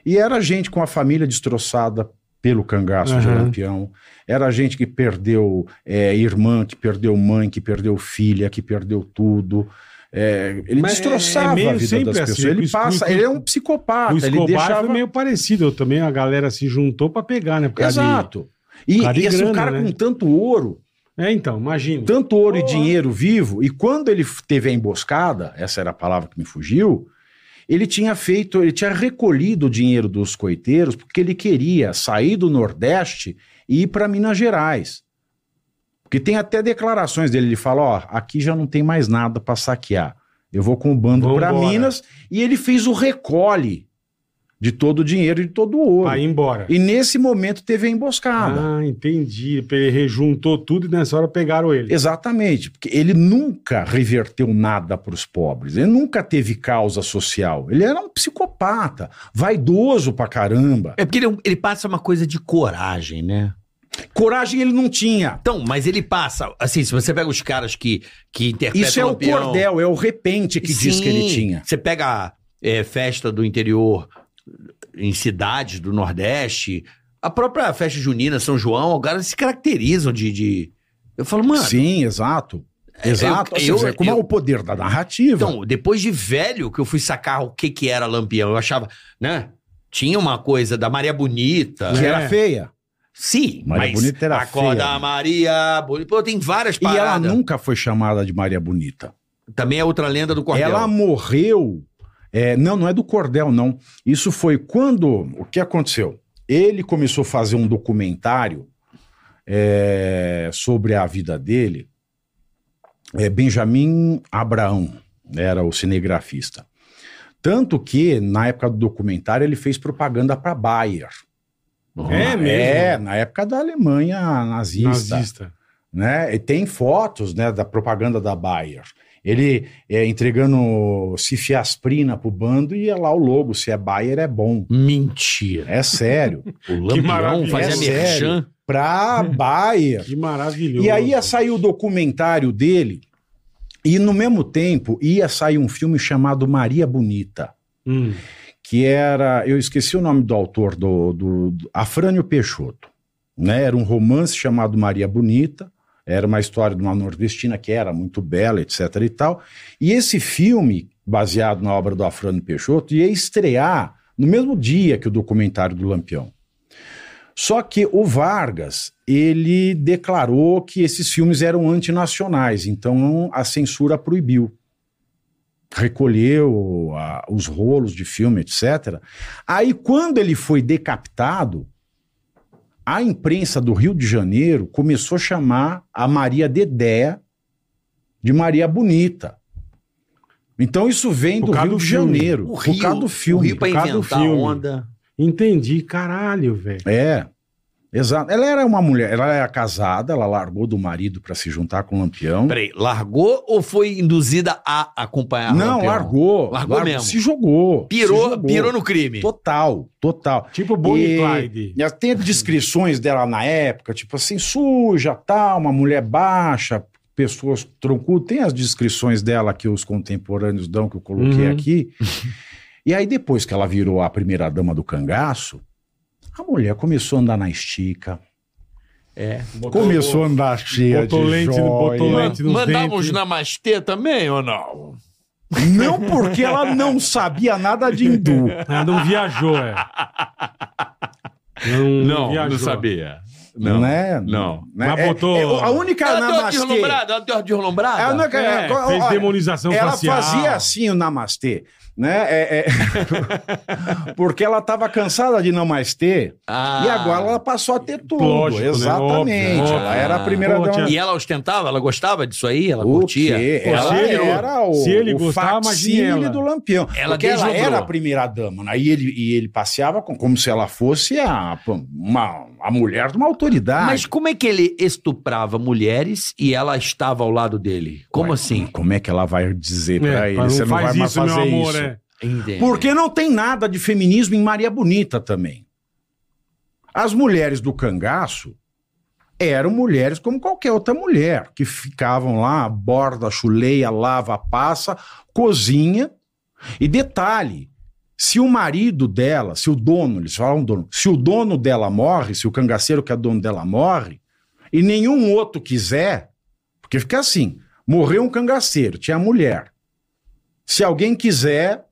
Speaker 5: E era gente com a família destroçada pelo cangaço de
Speaker 4: Aham.
Speaker 5: Lampião. Era gente que perdeu é, irmã, que perdeu mãe, que perdeu filha, que perdeu tudo. É, ele
Speaker 4: Mas é- é
Speaker 5: destroçava
Speaker 4: meio
Speaker 5: a vida
Speaker 4: sempre
Speaker 5: das
Speaker 4: assim,
Speaker 5: pessoas.
Speaker 4: o
Speaker 5: Ele
Speaker 4: escu-
Speaker 5: passa, ele é um psicopata.
Speaker 4: o
Speaker 5: ele
Speaker 4: Escobar
Speaker 5: deixava
Speaker 4: foi é meio parecido também. A galera se juntou pra pegar, né? Por causa de-
Speaker 5: Exato. E,
Speaker 4: por causa de
Speaker 5: e assim, o
Speaker 4: grana,
Speaker 5: cara
Speaker 4: né?
Speaker 5: com tanto ouro,
Speaker 4: É, então, imagina.
Speaker 5: tanto ouro e dinheiro vivo, e quando ele f- teve a emboscada, essa era a palavra que me fugiu, ele tinha feito, ele tinha recolhido o dinheiro dos coiteiros porque ele queria sair do Nordeste e ir para Minas Gerais. Porque tem até declarações dele, ele fala, ó, aqui já não tem mais nada para saquear. Eu vou com o bando para
Speaker 4: Vambora.
Speaker 5: Minas e ele fez o recolhe de todo o dinheiro e de todo o ouro.
Speaker 4: Pra ir embora.
Speaker 5: E nesse momento teve a emboscada.
Speaker 4: Ah, entendi. Ele rejuntou tudo e nessa hora pegaram ele.
Speaker 5: Exatamente, porque ele nunca reverteu nada para os pobres, ele nunca teve causa social, ele era um psicopata, vaidoso pra caramba.
Speaker 3: É porque ele, é um- ele passa uma coisa de coragem, né?
Speaker 5: Coragem ele não tinha.
Speaker 3: Então, mas ele passa. Assim, se você pega os caras que, que interpretam.
Speaker 5: Isso é o
Speaker 3: Lampião-
Speaker 5: cordel, é o repente que diz
Speaker 3: Sim.
Speaker 5: que ele tinha.
Speaker 3: Você pega é, festa do interior em cidades do Nordeste, a própria festa junina, São João, os caras se caracterizam de. de- Eu falo, mano. É,
Speaker 5: Sim, exato.
Speaker 3: eu-
Speaker 5: Exato. Ou
Speaker 3: eu-
Speaker 5: seja, como
Speaker 3: eu-
Speaker 5: é o poder da narrativa?
Speaker 3: Então, depois de velho que eu fui sacar o que que era Lampião, eu achava, né? Tinha uma coisa da Maria Bonita.
Speaker 5: que
Speaker 4: É.
Speaker 5: era feia.
Speaker 3: Sim,
Speaker 5: Maria
Speaker 3: mas
Speaker 5: Bonita era
Speaker 3: acorda
Speaker 5: feia.
Speaker 3: Maria Bonita. Pô, tem várias
Speaker 5: E ela
Speaker 3: paradas.
Speaker 5: nunca foi chamada de Maria Bonita.
Speaker 3: Também é outra lenda do cordel.
Speaker 5: Ela morreu. é, não, não é do Cordel, não. Isso foi quando. O que aconteceu? Ele começou a fazer um documentário é, sobre a vida dele. É, Benjamin Abraão era o cinegrafista. Tanto que, na época do documentário, ele fez propaganda para Bayer.
Speaker 4: É mesmo?
Speaker 5: É, na época da Alemanha nazista
Speaker 4: Nazista.
Speaker 5: né? E tem fotos, né, da propaganda da Bayer. Ele é, entregando cifiaspirina pro bando e é lá o logo, se é Bayer é bom.
Speaker 3: Mentira.
Speaker 5: É sério.
Speaker 3: O Lampião
Speaker 4: maravilha.
Speaker 3: fazia
Speaker 5: É sério.
Speaker 3: merchan.
Speaker 5: Pra Bayer.
Speaker 4: Que maravilhoso.
Speaker 5: E aí ia sair o documentário dele e no mesmo tempo ia sair um filme chamado Maria Bonita,
Speaker 4: Hum,
Speaker 5: que era, eu esqueci o nome do autor do, do, do Afrânio Peixoto, né? Era um romance chamado Maria Bonita. Era uma história de uma nordestina que era muito bela, etc e tal. E esse filme, baseado na obra do Afrânio Peixoto, ia estrear no mesmo dia que o documentário do Lampião. Só que o Vargas, ele declarou que esses filmes eram antinacionais, então a censura proibiu. Recolheu a- os rolos de filme, etc. Aí, quando ele foi decapitado, a imprensa do Rio de Janeiro começou a chamar a Maria Dedéia de Maria Bonita. Então, isso vem
Speaker 4: Por
Speaker 5: do
Speaker 4: causa
Speaker 5: Rio
Speaker 4: do
Speaker 5: de
Speaker 4: filme.
Speaker 5: Janeiro.
Speaker 3: O
Speaker 5: por
Speaker 3: Rio,
Speaker 5: causa do filme.
Speaker 3: O Rio é pra
Speaker 4: por causa do
Speaker 3: inventar
Speaker 4: filme.
Speaker 3: onda.
Speaker 4: Entendi, caralho, velho.
Speaker 5: É, exato. Ela era uma mulher, ela era casada, ela largou do marido para se juntar com o Lampião.
Speaker 3: Peraí, largou ou foi induzida a acompanhar
Speaker 5: Não,
Speaker 3: ah, Lampião?
Speaker 5: largou.
Speaker 3: Largou mesmo.
Speaker 5: Se jogou. se
Speaker 3: Pirou,
Speaker 5: jogou.
Speaker 3: pirou no crime.
Speaker 5: Total, total.
Speaker 4: Tipo Bonnie
Speaker 5: E-
Speaker 4: Clyde.
Speaker 5: E tem descrições dela na época, tipo assim, suja, tal, uma mulher baixa, pessoas troncudas. Tem as descrições dela que os contemporâneos dão, que eu coloquei
Speaker 4: Uhum.
Speaker 5: aqui. E aí, depois que ela virou a primeira dama do cangaço, a mulher começou a andar na estica. Começou a andar cheia
Speaker 4: botou
Speaker 5: de
Speaker 4: lente no-
Speaker 5: joia.
Speaker 4: botou lente nos dentes.
Speaker 3: namastê também ou não?
Speaker 5: Não porque ela não sabia nada de hindu.
Speaker 4: Ah, não viajou, é. Não,
Speaker 3: Não, não
Speaker 4: viajou.
Speaker 3: sabia.
Speaker 5: Não. Né?
Speaker 3: Não.
Speaker 5: Né?
Speaker 4: Mas
Speaker 5: É-
Speaker 4: botou-
Speaker 5: é, a única namastê...
Speaker 3: ela deu uma deslumbrada.
Speaker 5: É, a única-
Speaker 4: É,
Speaker 5: ó,
Speaker 4: fez
Speaker 5: ó,
Speaker 4: demonização
Speaker 5: Ela
Speaker 4: facial.
Speaker 5: fazia assim o namastê, né? É- é- porque ela estava cansada de namastê
Speaker 3: Ah.
Speaker 5: e agora ela passou a ter tudo.
Speaker 4: Lógico, né?
Speaker 5: Exatamente.
Speaker 4: Óbvio,
Speaker 5: Ela era a
Speaker 3: óbvio.
Speaker 5: primeira
Speaker 4: Pô,
Speaker 5: dama.
Speaker 4: tinha-
Speaker 3: E ela ostentava? Ela gostava disso aí? Ela
Speaker 5: O
Speaker 3: curtia?
Speaker 5: quê? É
Speaker 4: Pô,
Speaker 5: Ela
Speaker 4: se ele-
Speaker 5: era o,
Speaker 4: se ele
Speaker 5: o
Speaker 4: gostar,
Speaker 5: facsímile
Speaker 4: imagine ela.
Speaker 5: do Lampião.
Speaker 3: Ela
Speaker 5: porque ela
Speaker 3: desdobrou.
Speaker 5: era a primeira dama, né? E ele, e ele passeava com- como se ela fosse a, uma, a mulher de uma autoridade.
Speaker 3: Mas como é que ele estuprava mulheres e ela estava ao lado dele? Como
Speaker 5: Ué,
Speaker 3: assim?
Speaker 5: Como é que ela vai dizer
Speaker 4: É,
Speaker 5: pra ele?
Speaker 4: mas
Speaker 5: Você
Speaker 4: não
Speaker 5: não vai
Speaker 4: faz
Speaker 5: mais
Speaker 4: isso, meu
Speaker 5: fazer
Speaker 4: amor,
Speaker 5: isso.
Speaker 4: é.
Speaker 3: Entendi.
Speaker 5: Porque não tem nada de feminismo em Maria Bonita também. As mulheres do cangaço eram mulheres como qualquer outra mulher, que ficavam lá, borda, chuleia, lava, passa, cozinha. E detalhe, se o marido dela, se o dono, eles falam dono, se o dono dela morre, se o cangaceiro que é dono dela morre, e nenhum outro quiser, porque fica assim, morreu um cangaceiro, tinha mulher. Se alguém quiser,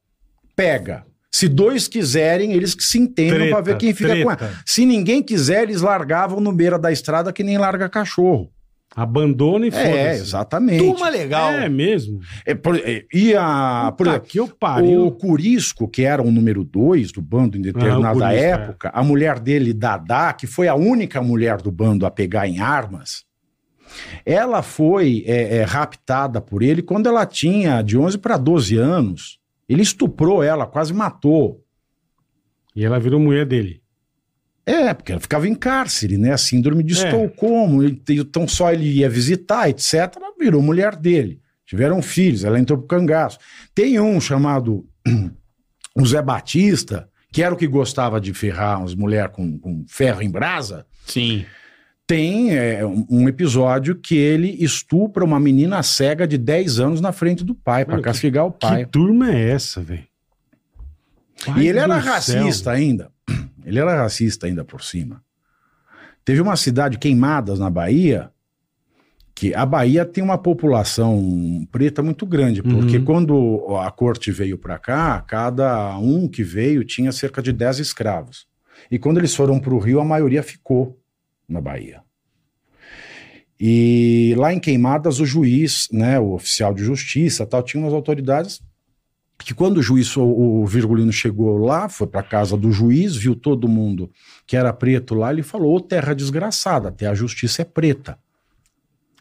Speaker 5: pega. Se dois quiserem, eles que se entendam
Speaker 4: Treta,
Speaker 5: para ver quem fica com
Speaker 4: treta.
Speaker 5: ela. Se ninguém quiser, eles largavam no beira da estrada que nem larga cachorro.
Speaker 4: Abandona e
Speaker 5: É,
Speaker 4: foda-se.
Speaker 5: exatamente.
Speaker 3: Turma legal.
Speaker 4: É mesmo.
Speaker 5: É, por- é, e a. por
Speaker 4: Puta
Speaker 5: exemplo,
Speaker 4: que eu pariu.
Speaker 5: O Curisco, que era o número dois do bando em determinada
Speaker 4: Ah, o Curisco,
Speaker 5: época, a mulher dele, Dadá, que foi a única mulher do bando a pegar em armas, ela foi é, é, raptada por ele quando ela tinha de 11 para 12 anos. Ele estuprou ela, quase matou.
Speaker 4: E ela virou mulher dele.
Speaker 5: É, porque ela ficava em cárcere, né? Síndrome de
Speaker 4: É.
Speaker 5: Estocolmo. Então só ele ia visitar, etc. Ela virou mulher dele. Tiveram filhos, ela entrou pro cangaço. Tem um chamado o Zé Batista, que era o que gostava de ferrar umas mulheres com, com ferro em brasa.
Speaker 3: Sim.
Speaker 5: Tem é, um um episódio que ele estupra uma menina cega de 10 anos na frente do pai, para
Speaker 4: Mano, que-
Speaker 5: castigar o pai.
Speaker 4: Que turma é essa, velho? Pai
Speaker 5: E ele era
Speaker 4: do céu.
Speaker 5: racista ainda. Ele era racista ainda por cima. Teve uma cidade queimadas na Bahia, que a Bahia tem uma população preta muito grande, porque
Speaker 4: Uhum.
Speaker 5: quando a corte veio para cá, cada um que veio tinha cerca de 10 escravos. E quando eles foram para o Rio, a maioria ficou na Bahia. E lá em Queimadas, o juiz, né, o oficial de justiça, tal, tinha umas autoridades que quando o juiz, o, o Virgulino chegou lá, foi para casa do juiz, viu todo mundo que era preto lá, ele falou: "Ô terra desgraçada, até a justiça é preta".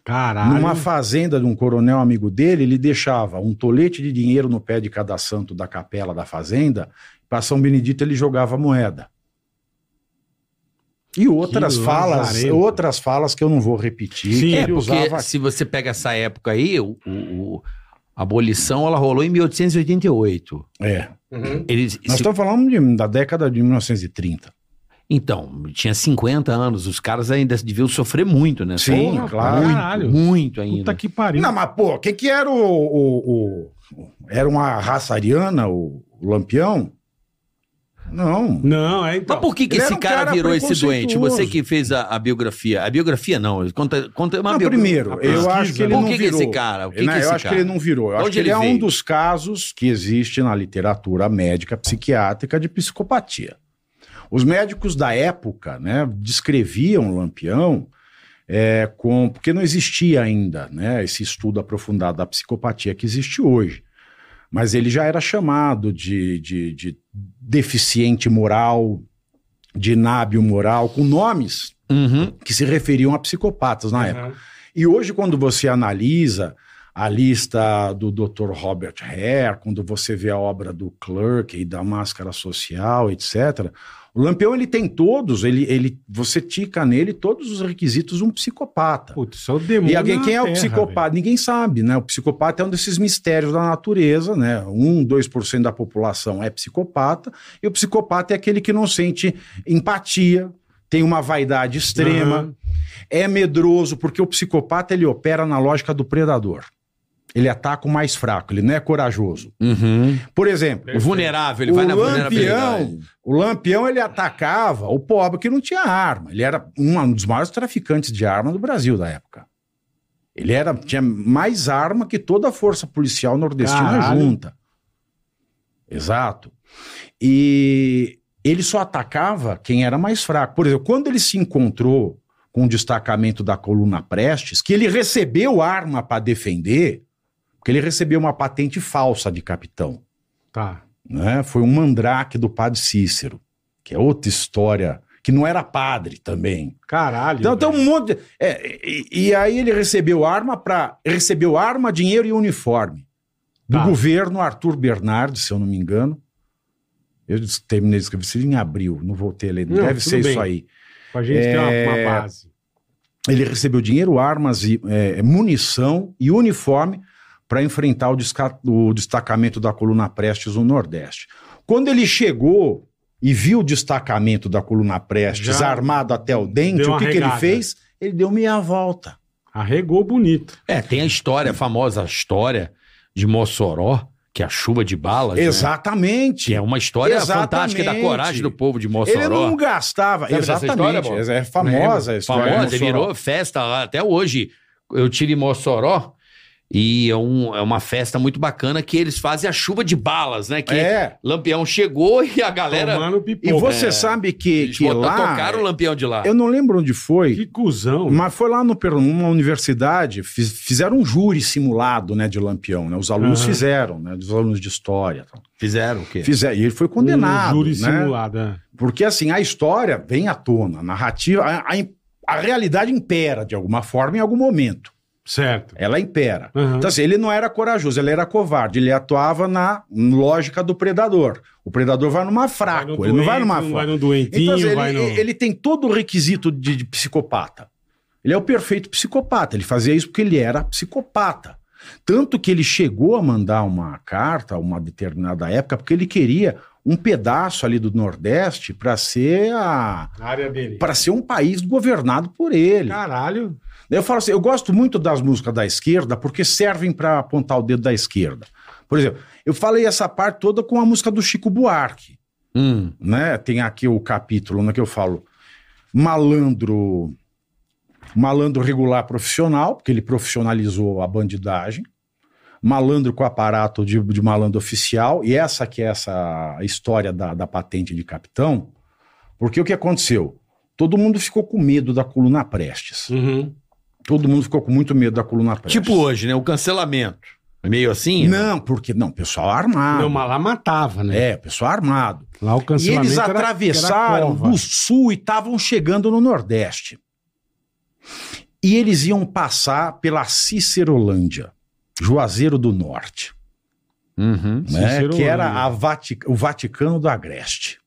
Speaker 4: Caralho.
Speaker 5: Numa fazenda de um coronel amigo dele, ele deixava um tolete de dinheiro no pé de cada santo da capela da fazenda, para São Benedito ele jogava moeda. E outras falas,
Speaker 4: lazarento.
Speaker 5: outras falas que eu não vou repetir,
Speaker 4: Sim,
Speaker 5: que
Speaker 4: é
Speaker 5: ele
Speaker 3: É,
Speaker 5: usava
Speaker 3: porque se você pega essa época aí, o, o- o- a abolição ela rolou em 1888.
Speaker 5: É.
Speaker 3: Eles,
Speaker 5: Nós
Speaker 3: se-
Speaker 5: estamos falando de- da década de 1930.
Speaker 3: Então, tinha 50 anos, os caras ainda deviam sofrer muito, né?
Speaker 5: Sim,
Speaker 3: Porra,
Speaker 5: claro.
Speaker 3: Muito,
Speaker 4: Caralho.
Speaker 3: muito
Speaker 4: Puta
Speaker 3: ainda.
Speaker 4: que pariu.
Speaker 5: Não, mas pô, o que que era o, o- o- Era uma raça ariana, o, o Lampião? Não.
Speaker 4: Não, é então.
Speaker 3: Mas por que, que
Speaker 5: Ele
Speaker 3: esse
Speaker 5: era um
Speaker 3: cara,
Speaker 5: cara
Speaker 3: virou esse doente?
Speaker 5: preconceituoso.
Speaker 3: Você que fez a, a biografia. A biografia não, conta, conta uma
Speaker 5: Não,
Speaker 3: bio-
Speaker 5: primeiro,
Speaker 4: a
Speaker 5: eu
Speaker 4: pesquisa,
Speaker 5: acho que ele
Speaker 4: né?
Speaker 5: não
Speaker 3: Por que, que
Speaker 5: virou.
Speaker 3: esse cara? O que,
Speaker 5: Não,
Speaker 3: que esse
Speaker 5: eu acho
Speaker 3: cara?
Speaker 5: que ele não virou. Eu
Speaker 3: De
Speaker 5: acho
Speaker 3: onde
Speaker 5: que ele,
Speaker 3: ele
Speaker 5: é um
Speaker 3: veio?
Speaker 5: dos casos que existe na literatura médica psiquiátrica de psicopatia. Os médicos da época né, descreviam o Lampião é, com. Porque não existia ainda né, esse estudo aprofundado da psicopatia que existe hoje. Mas ele já era chamado de, de- de deficiente moral, de nábio moral, com nomes
Speaker 3: Uhum.
Speaker 5: que se referiam a psicopatas na época.
Speaker 4: Aham.
Speaker 5: E hoje, quando você analisa a lista do Dr. Robert Hare, quando você vê a obra do Clerk e da Máscara Social, etc., o Lampião ele tem todos, ele, ele, você tica nele todos os requisitos de um psicopata.
Speaker 4: Putz, isso é o demônio.
Speaker 5: E alguém,
Speaker 4: na
Speaker 5: quem é o
Speaker 4: terra,
Speaker 5: psicopata? Ninguém sabe, né? O psicopata é um desses mistérios da natureza, né? 1, 2% da população é psicopata, e o psicopata é aquele que não sente empatia, tem uma vaidade
Speaker 4: velho.
Speaker 5: extrema,
Speaker 4: Aham.
Speaker 5: é medroso, porque o psicopata ele opera na lógica do predador. Ele ataca o mais fraco, ele não é corajoso.
Speaker 3: Uhum.
Speaker 5: Por exemplo,
Speaker 3: O vulnerável, ele
Speaker 5: O
Speaker 3: vai na
Speaker 5: Lampião-
Speaker 3: vulnerabilidade.
Speaker 5: o Lampião ele atacava o pobre que não tinha arma. Ele era um um dos maiores traficantes de arma do Brasil da época. Ele era, tinha mais arma que toda a força policial nordestina
Speaker 4: Caralho.
Speaker 5: junta. Exato. E ele só atacava quem era mais fraco. Por exemplo, quando ele se encontrou com o destacamento da coluna Prestes, que ele recebeu arma para defender, porque ele recebeu uma patente falsa de capitão
Speaker 4: Tá.
Speaker 5: né? Foi um mandrake do padre Cícero, que é outra história, que não era padre também.
Speaker 4: Caralho.
Speaker 5: Então tem
Speaker 4: velho.
Speaker 5: um monte. de- é, e, e aí ele recebeu arma para recebeu arma, dinheiro e uniforme do
Speaker 4: Tá.
Speaker 5: governo Arthur Bernardes, se eu não me engano. Eu des- terminei de escrever isso em abril, não voltei a ler.
Speaker 4: Não,
Speaker 5: Deve
Speaker 4: tudo
Speaker 5: ser isso
Speaker 4: bem.
Speaker 5: aí.
Speaker 4: Pra gente ter uma,
Speaker 5: É,
Speaker 4: uma base.
Speaker 5: Ele recebeu dinheiro, armas, e, é, munição e uniforme para enfrentar o, desca- o destacamento da coluna Prestes no Nordeste. Quando ele chegou e viu o destacamento da coluna Prestes
Speaker 4: Já
Speaker 5: armado até o dente,
Speaker 4: deu uma
Speaker 5: o que, que ele
Speaker 4: regada.
Speaker 5: fez? Ele deu meia volta.
Speaker 4: Arregou bonito.
Speaker 3: É, tem a história, a famosa história de Mossoró, que é a chuva de balas. né? Que
Speaker 5: Exatamente.
Speaker 3: é uma história
Speaker 5: Exatamente.
Speaker 3: fantástica da coragem do povo de
Speaker 5: Ele
Speaker 3: Mossoró.
Speaker 5: não gastava.
Speaker 3: Sabe dessa história,
Speaker 5: Exatamente.
Speaker 3: Bola?
Speaker 5: é famosa a história.
Speaker 3: Famosa, é
Speaker 5: Mossoró.
Speaker 3: virou festa lá. Até hoje, eu tive em Mossoró E é, um- é uma festa muito bacana que eles fazem a chuva de balas, né? Que é.
Speaker 5: É.
Speaker 3: Lampião chegou e a galera.
Speaker 4: Tomando
Speaker 5: E
Speaker 4: pipoca.
Speaker 5: você sabe que,
Speaker 3: eles
Speaker 5: que
Speaker 3: botam-
Speaker 5: lá.
Speaker 3: tocaram o Lampião de lá.
Speaker 5: Eu não lembro onde foi.
Speaker 4: Que cuzão.
Speaker 5: Mas foi lá no Peru, numa universidade, fiz- fizeram um júri simulado, né, de Lampião, né? Os alunos
Speaker 4: Aham. É.
Speaker 5: fizeram, né, dos alunos de história, e tal.
Speaker 3: Fizeram o quê?
Speaker 5: Fizeram, e ele foi condenado,
Speaker 4: Um júri
Speaker 5: né?
Speaker 4: simulado. é.
Speaker 5: Porque assim, a história vem à tona, a narrativa, a, a im- a realidade impera de alguma forma em algum momento.
Speaker 4: Certo.
Speaker 5: Ela impera.
Speaker 4: Aham.
Speaker 5: Então, assim, ele não era corajoso, ele era covarde, ele atuava na lógica do predador. O predador vai numa
Speaker 4: Vai
Speaker 5: fraco,
Speaker 4: no
Speaker 5: ele não vai
Speaker 4: doente,
Speaker 5: numa
Speaker 4: Não
Speaker 5: fraco.
Speaker 4: vai no doentinho,
Speaker 5: Então, assim, ele,
Speaker 4: vai no...
Speaker 5: ele tem todo o requisito de, de psicopata. Ele é o perfeito psicopata. Ele fazia isso porque ele era psicopata. Tanto que ele chegou a mandar uma carta a uma determinada época, porque ele queria um pedaço ali do Nordeste para ser a.
Speaker 4: Na área dele.
Speaker 5: Para ser um país governado por ele.
Speaker 4: Caralho.
Speaker 5: Daí Eu falo assim, eu gosto muito das músicas da esquerda porque servem para apontar o dedo da esquerda. Por exemplo, eu falei essa parte toda com a música do Chico Buarque
Speaker 3: Hum.
Speaker 5: né? Tem aqui o capítulo no que eu falo malandro malandro regular profissional, porque ele profissionalizou a bandidagem, malandro com aparato de, de malandro oficial, e essa que é essa história da, da patente de capitão, porque o que aconteceu? Todo mundo ficou com medo da coluna Prestes.
Speaker 4: Uhum.
Speaker 5: Todo mundo ficou com muito medo da coluna Prestes.
Speaker 3: Tipo hoje, né? O cancelamento. É Meio assim? né?
Speaker 5: não, porque não, pessoal armado.
Speaker 4: Não, mas lá matava, né?
Speaker 5: É, pessoal armado.
Speaker 4: Lá o
Speaker 5: E
Speaker 4: cancelamento
Speaker 5: eles
Speaker 4: era- era
Speaker 5: atravessaram
Speaker 4: cova.
Speaker 5: do sul e estavam chegando no Nordeste. E eles iam passar pela Cicerolândia, Juazeiro do Norte,
Speaker 3: Uhum.
Speaker 5: né, que
Speaker 4: Cicerolândia.
Speaker 5: era a Vati- o Vaticano do Agreste.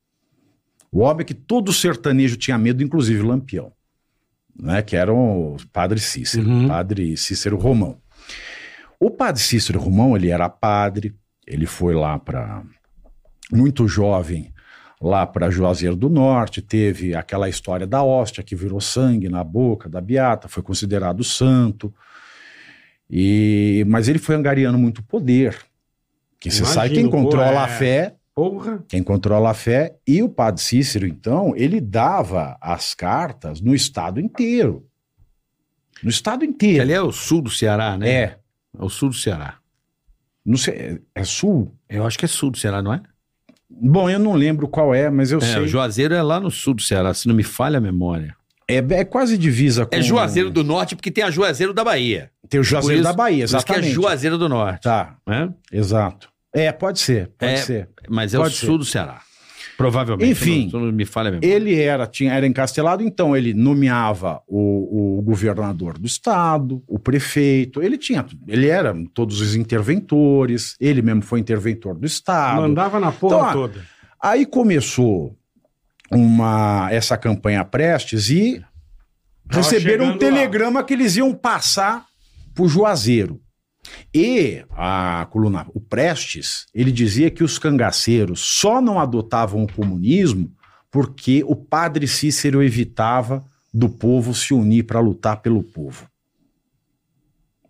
Speaker 5: O homem que todo sertanejo tinha medo, inclusive Lampião, né, que era o padre Cícero,
Speaker 4: Uhum.
Speaker 5: padre Cícero Romão. O padre Cícero Romão, ele era padre, ele foi lá para muito jovem lá para Juazeiro do Norte, teve aquela história da hóstia que virou sangue na boca da beata, foi considerado santo. E mas ele foi angariando muito poder. Que você
Speaker 4: Imagino,
Speaker 5: sabe quem
Speaker 4: pô,
Speaker 5: controla
Speaker 4: é.
Speaker 5: a fé,
Speaker 4: Porra.
Speaker 5: quem controla a fé e o padre Cícero então, ele dava as cartas no estado inteiro. No estado
Speaker 3: Que
Speaker 5: inteiro.
Speaker 3: Ali é o sul do Ceará, né?
Speaker 5: É,
Speaker 3: É o sul do Ceará.
Speaker 5: não sei, é sul.
Speaker 3: Eu acho que é sul do Ceará, não é?
Speaker 5: Bom, eu não lembro qual é, mas eu
Speaker 3: é,
Speaker 5: sei.
Speaker 3: o Juazeiro é lá no sul do Ceará, se não me falha a memória.
Speaker 5: É, é quase divisa com
Speaker 3: É Juazeiro
Speaker 5: Hum.
Speaker 3: do Norte, porque tem a Juazeiro da Bahia.
Speaker 5: Tem o Juazeiro
Speaker 3: Por isso-
Speaker 5: da Bahia,
Speaker 3: Mas que é
Speaker 5: exatamente.
Speaker 3: Juazeiro do Norte.
Speaker 5: Tá,
Speaker 3: né?
Speaker 5: exato. É, pode ser, pode
Speaker 3: É.
Speaker 5: ser.
Speaker 3: Mas é
Speaker 5: Pode
Speaker 3: o
Speaker 5: ser.
Speaker 3: sul do Ceará. Provavelmente.
Speaker 5: Enfim.
Speaker 3: se não, se não me falha a memória.
Speaker 5: Ele era, tinha, era encastelado, então ele nomeava o, o governador do estado, o prefeito, ele tinha, ele era todos os interventores, ele mesmo foi interventor do estado.
Speaker 4: Mandava na porra
Speaker 5: Então, ó,
Speaker 4: toda.
Speaker 5: Aí começou uma essa campanha Prestes e
Speaker 4: Tava
Speaker 5: receberam um
Speaker 4: chegando
Speaker 5: telegrama que eles iam passar pro Juazeiro. E a coluna, o Prestes, ele dizia que os cangaceiros só não adotavam o comunismo porque o padre Cícero evitava do povo se unir para lutar pelo povo.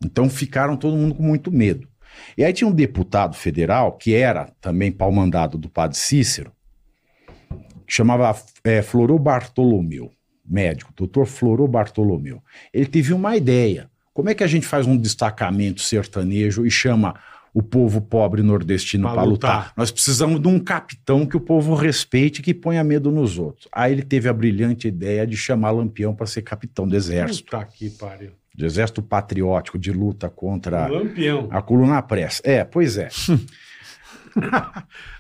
Speaker 5: Então ficaram todo mundo com muito medo. E aí tinha um deputado federal que era também pau-mandado do padre Cícero, que chamava eh, Florô Bartolomeu, médico, doutor Florô Bartolomeu. Ele teve uma ideia. Como é que a gente faz um destacamento sertanejo e chama o povo pobre nordestino
Speaker 4: Pra
Speaker 5: para lutar?
Speaker 4: lutar.
Speaker 5: Nós precisamos de um capitão que o povo respeite e que ponha medo nos outros. Aí ele teve a brilhante ideia de chamar Lampião para ser capitão do exército,
Speaker 4: Puta que pariu. Um
Speaker 5: do exército patriótico de luta contra
Speaker 4: Lampião.
Speaker 5: a coluna pressa. É, pois é.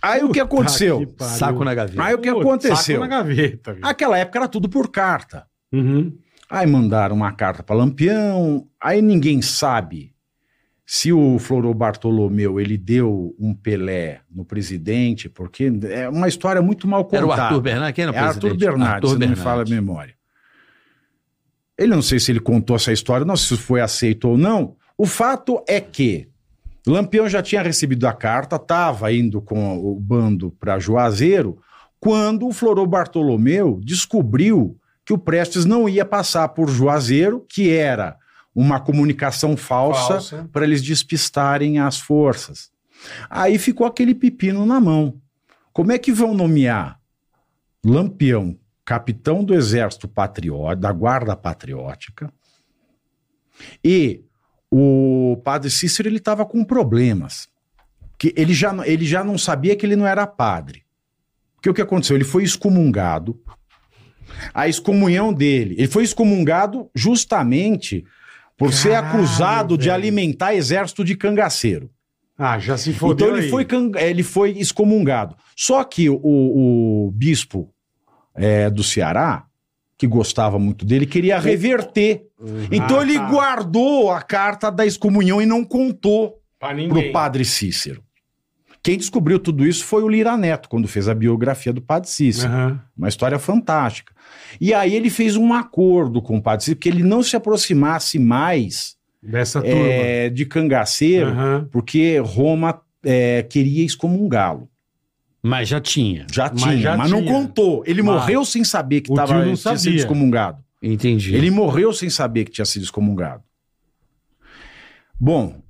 Speaker 5: Aí o
Speaker 4: Puta
Speaker 5: que aconteceu?
Speaker 4: que pariu.
Speaker 3: Saco na gaveta.
Speaker 5: Aí o que
Speaker 4: Pô,
Speaker 5: aconteceu?
Speaker 4: Saco na gaveta. viu?
Speaker 5: Aquela época era tudo por carta.
Speaker 4: Uhum.
Speaker 5: Aí mandaram uma carta para Lampião, aí ninguém sabe se o Florô Bartolomeu ele deu um Pelé no presidente, porque é uma história muito mal
Speaker 3: Era
Speaker 5: contada.
Speaker 3: o Arthur Bernard? Quem era o
Speaker 5: É Arthur
Speaker 3: presidente?
Speaker 5: Bernardes,
Speaker 3: Arthur
Speaker 5: se não me
Speaker 3: Bernardes.
Speaker 5: fala a memória. Ele não sei se ele contou essa história, não sei se foi aceito ou não. O fato é que Lampião já tinha recebido a carta, estava indo com o bando para Juazeiro, quando o Florô Bartolomeu descobriu que o Prestes não ia passar por Juazeiro, que era uma comunicação falsa
Speaker 4: Falsa.
Speaker 5: para eles despistarem as forças. Aí ficou aquele pepino na mão. Como é que vão nomear Lampião, capitão do Exército Patriótico, da Guarda Patriótica, e o, o padre Cícero ele estava com problemas. que ele já, não- ele já não sabia que ele não era padre. Porque o que aconteceu? Ele foi excomungado. A excomunhão dele. Ele foi excomungado justamente por ser
Speaker 4: Caralho,
Speaker 5: acusado de
Speaker 4: velho.
Speaker 5: alimentar exército de cangaceiro.
Speaker 4: Ah, já se fodeu.
Speaker 5: então ele
Speaker 4: aí.
Speaker 5: foi, can- ele foi excomungado. Só que o, o bispo é, do Ceará, que gostava muito dele, queria reverter. Então
Speaker 4: Ah,
Speaker 5: ele
Speaker 4: tá.
Speaker 5: guardou a carta da excomunhão e não contou
Speaker 4: Pra
Speaker 5: pro
Speaker 4: ninguém.
Speaker 5: padre Cícero. Quem descobriu tudo isso foi o Lira Neto, quando fez a biografia do padre Cícero.
Speaker 4: Aham.
Speaker 5: Uma história fantástica. E aí ele fez um acordo com o padre Cícero, que ele não se aproximasse mais
Speaker 4: Dessa turma.
Speaker 5: é, de cangaceiro,
Speaker 4: Aham.
Speaker 5: porque Roma é, queria excomungá-lo.
Speaker 3: Mas já tinha.
Speaker 5: Já
Speaker 4: Mas
Speaker 5: tinha,
Speaker 4: já
Speaker 5: mas não
Speaker 4: tinha.
Speaker 5: contou. Ele
Speaker 4: Mas
Speaker 5: morreu sem saber que
Speaker 4: o
Speaker 5: tava,
Speaker 4: tio não
Speaker 5: tinha
Speaker 4: sabia.
Speaker 5: sido excomungado.
Speaker 3: Entendi.
Speaker 5: Ele morreu sem saber que tinha sido excomungado. Bom,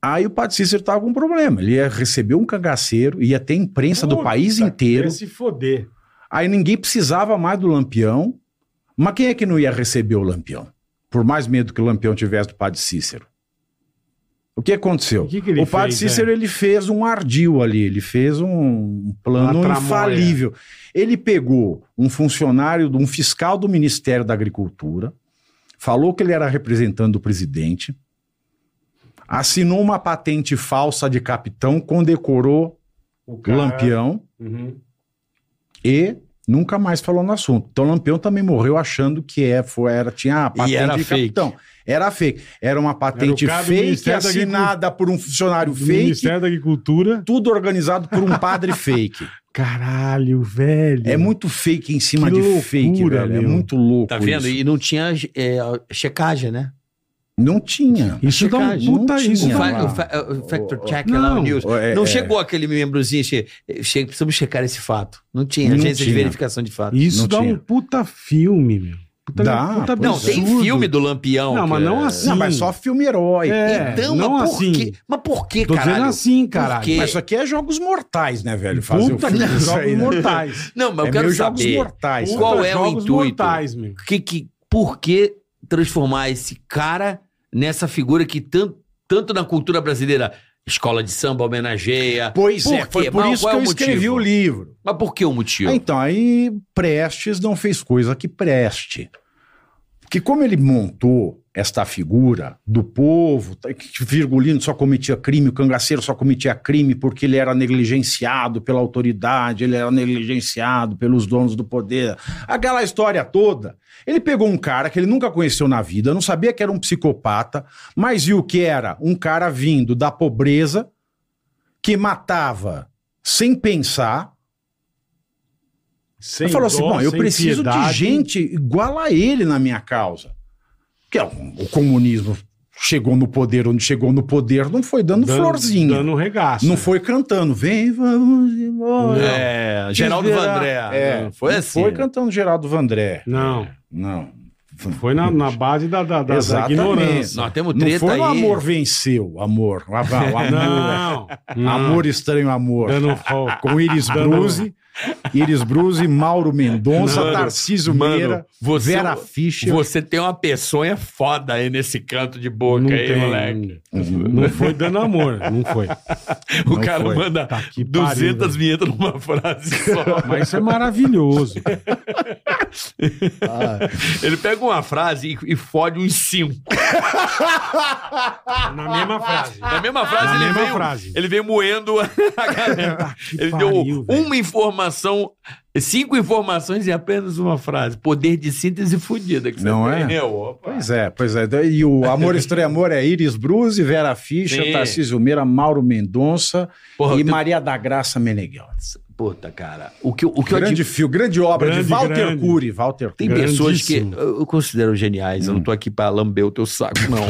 Speaker 5: aí o Padre Cícero estava com um problema. Ele ia receber um cangaceiro, ia ter imprensa do
Speaker 4: Puta,
Speaker 5: país inteiro.
Speaker 4: Ia se foder.
Speaker 5: Aí ninguém precisava mais do Lampião. Mas quem é que não ia receber o Lampião? Por mais medo que o Lampião tivesse do Padre Cícero. O que aconteceu?
Speaker 4: O que que ele
Speaker 5: o Padre
Speaker 4: fez, é?
Speaker 5: Cícero ele fez um ardil ali, ele fez um plano
Speaker 4: Uma tramóia.
Speaker 5: infalível. Ele pegou um funcionário, um fiscal do Ministério da Agricultura, falou que ele era representante do presidente, assinou uma patente falsa de capitão, condecorou
Speaker 4: O cara-
Speaker 5: Lampião
Speaker 4: Uhum.
Speaker 5: e nunca mais falou no assunto. Então, o Lampião também morreu achando que é, foi, era, tinha a patente
Speaker 3: E era
Speaker 5: de
Speaker 3: fake.
Speaker 5: capitão. Era fake. Era uma patente
Speaker 4: cara do
Speaker 5: fake,
Speaker 4: Ministério da
Speaker 5: assinada por um funcionário
Speaker 4: Do
Speaker 5: fake,
Speaker 4: Ministério da Agricultura.
Speaker 5: tudo organizado por um padre fake.
Speaker 4: Caralho, velho.
Speaker 5: É muito fake em cima
Speaker 4: Que
Speaker 5: de
Speaker 4: loucura,
Speaker 5: fake, velho. É
Speaker 4: meu.
Speaker 5: muito louco
Speaker 3: Tá vendo?
Speaker 5: isso.
Speaker 3: E não tinha é, a checagem, né?
Speaker 5: Não tinha.
Speaker 4: Isso dá um
Speaker 3: Checagem,
Speaker 4: puta
Speaker 5: não
Speaker 4: isso.
Speaker 5: tinha.
Speaker 4: dá um-
Speaker 3: Fa-
Speaker 5: lá.
Speaker 3: o, fa- o factor
Speaker 5: Não.
Speaker 3: check lá, o news.
Speaker 5: É,
Speaker 3: não
Speaker 5: é,
Speaker 3: chegou aquele membrozinho, che, che- precisamos checar esse fato. Não tinha,
Speaker 5: Não
Speaker 3: agência de
Speaker 5: tinha.
Speaker 3: verificação de fato.
Speaker 4: Isso
Speaker 5: Não
Speaker 4: dá
Speaker 5: tinha.
Speaker 4: um puta filme, meu. Puta, um
Speaker 5: Dá,
Speaker 4: puta
Speaker 5: pois
Speaker 3: Não,
Speaker 5: é.
Speaker 3: tem
Speaker 4: absurdo.
Speaker 3: filme do Lampião.
Speaker 4: Não, mas
Speaker 3: que- é.
Speaker 4: não assim.
Speaker 5: Não, mas só filme herói.
Speaker 4: É,
Speaker 3: Então,
Speaker 4: não
Speaker 3: mas por
Speaker 4: assim.
Speaker 3: quê? Mas por que,
Speaker 4: Tô dizendo
Speaker 3: caralho?
Speaker 4: assim, caralho. um
Speaker 3: quê?
Speaker 5: Mas isso aqui é jogos mortais, né, velho? Fazer
Speaker 4: Puta
Speaker 5: o filme
Speaker 4: que
Speaker 5: disso
Speaker 4: jogos
Speaker 5: aí, né?
Speaker 4: mortais.
Speaker 3: Não, mas
Speaker 5: é
Speaker 3: eu quero
Speaker 5: meio jogos
Speaker 3: saber
Speaker 5: mortais.
Speaker 3: Qual
Speaker 5: né?
Speaker 4: Puta
Speaker 3: é o
Speaker 4: jogos
Speaker 3: intuito?
Speaker 4: Mortais, meu.
Speaker 3: que, que, por que transformar esse cara nessa figura que tanto, tanto na cultura brasileira, escola de samba homenageia.
Speaker 5: Pois é,
Speaker 3: Por
Speaker 5: foi
Speaker 3: quê?
Speaker 5: por
Speaker 3: Mas
Speaker 5: isso
Speaker 3: qual
Speaker 5: que
Speaker 3: é o
Speaker 5: eu escrevi
Speaker 3: motivo?
Speaker 5: o livro.
Speaker 3: Mas por que o motivo?
Speaker 5: Ah,
Speaker 4: É
Speaker 5: Então, aí Prestes não fez coisa que preste. Porque como ele montou esta figura do povo, tá, que Virgulino só cometia crime, o cangaceiro só cometia crime porque ele era negligenciado pela autoridade, ele era negligenciado pelos donos do poder, aquela história toda. Ele pegou um cara que ele nunca conheceu na vida, não sabia que era um psicopata, mas viu que era um cara vindo da pobreza, que matava sem pensar,
Speaker 4: Sem
Speaker 5: ele falou assim:
Speaker 4: dó,
Speaker 5: bom, eu
Speaker 4: sem
Speaker 5: preciso
Speaker 4: piedade.
Speaker 5: de gente igual a ele na minha causa. Porque ó, o comunismo chegou no poder onde chegou no poder, não foi dando, florzinha.
Speaker 4: Dando regaço.
Speaker 5: Não foi cantando, vem, vamos embora.
Speaker 4: Não.
Speaker 3: É, Geraldo
Speaker 5: Desvirar.
Speaker 3: Vandré.
Speaker 5: É,
Speaker 3: né? Foi
Speaker 5: não
Speaker 3: assim.
Speaker 5: Foi cantando Geraldo Vandré.
Speaker 4: Não.
Speaker 5: Não.
Speaker 4: Foi na, na base da, da, da, da
Speaker 5: Exatamente.
Speaker 4: ignorância.
Speaker 3: Nós temos
Speaker 5: Não
Speaker 4: um
Speaker 3: treta
Speaker 5: foi
Speaker 3: aí.
Speaker 5: o amor venceu, amor. Lá vai, o amor.
Speaker 4: Não.
Speaker 5: amor estranho, amor.
Speaker 4: Dando foco.
Speaker 5: Com Iris
Speaker 4: Dando-
Speaker 5: Bruzi, Iris Bruzi, Mauro Mendonça,
Speaker 3: Mano,
Speaker 5: Tarcísio
Speaker 3: mano,
Speaker 5: Meira,
Speaker 3: você- é um
Speaker 5: Vera Fischer.
Speaker 3: Você tem uma peçonha foda aí nesse canto de boca
Speaker 4: Não,
Speaker 3: aí,
Speaker 4: tem,
Speaker 3: moleque.
Speaker 4: não foi dando amor, não foi.
Speaker 3: O
Speaker 5: não
Speaker 3: cara
Speaker 5: foi.
Speaker 3: manda
Speaker 4: Tá que pariu,
Speaker 3: 200
Speaker 4: velho.
Speaker 3: vinhetas numa frase só.
Speaker 4: Mas isso é maravilhoso.
Speaker 3: Ele pega uma frase e, e fode uns cinco.
Speaker 4: Na mesma frase.
Speaker 3: Na É mesma frase,
Speaker 4: Na
Speaker 3: ele,
Speaker 4: Ah, mesma
Speaker 3: veio,
Speaker 4: frase. Tá,
Speaker 3: ele veio moendo a galera.
Speaker 4: Que
Speaker 3: Ele
Speaker 4: pariu,
Speaker 3: deu um
Speaker 4: velho.
Speaker 3: uma informação, cinco informações e apenas uma frase. Poder de síntese fodida que você
Speaker 5: Não
Speaker 3: tem.
Speaker 5: é?
Speaker 3: né? Opa.
Speaker 5: Pois é, pois é. E o Amor Estranho Amor é Iris Bruzi, Vera Fischer,
Speaker 3: Sim.
Speaker 5: Tarcísio Meira, Mauro Mendonça
Speaker 4: é.
Speaker 3: Porra,
Speaker 5: e
Speaker 3: eu tenho-
Speaker 5: Maria da Graça Meneghel.
Speaker 3: Puta, cara. O que, eu- o que eu
Speaker 5: Grande
Speaker 3: admiro.
Speaker 5: fio, grande obra
Speaker 4: Grande,
Speaker 5: de Walter
Speaker 4: grande.
Speaker 5: Cury. Walter
Speaker 3: Tem
Speaker 5: Cury.
Speaker 3: pessoas que
Speaker 4: Grandíssimo. Hum.
Speaker 3: eu eu considero geniais, eu não tô aqui pra lamber o teu saco, não.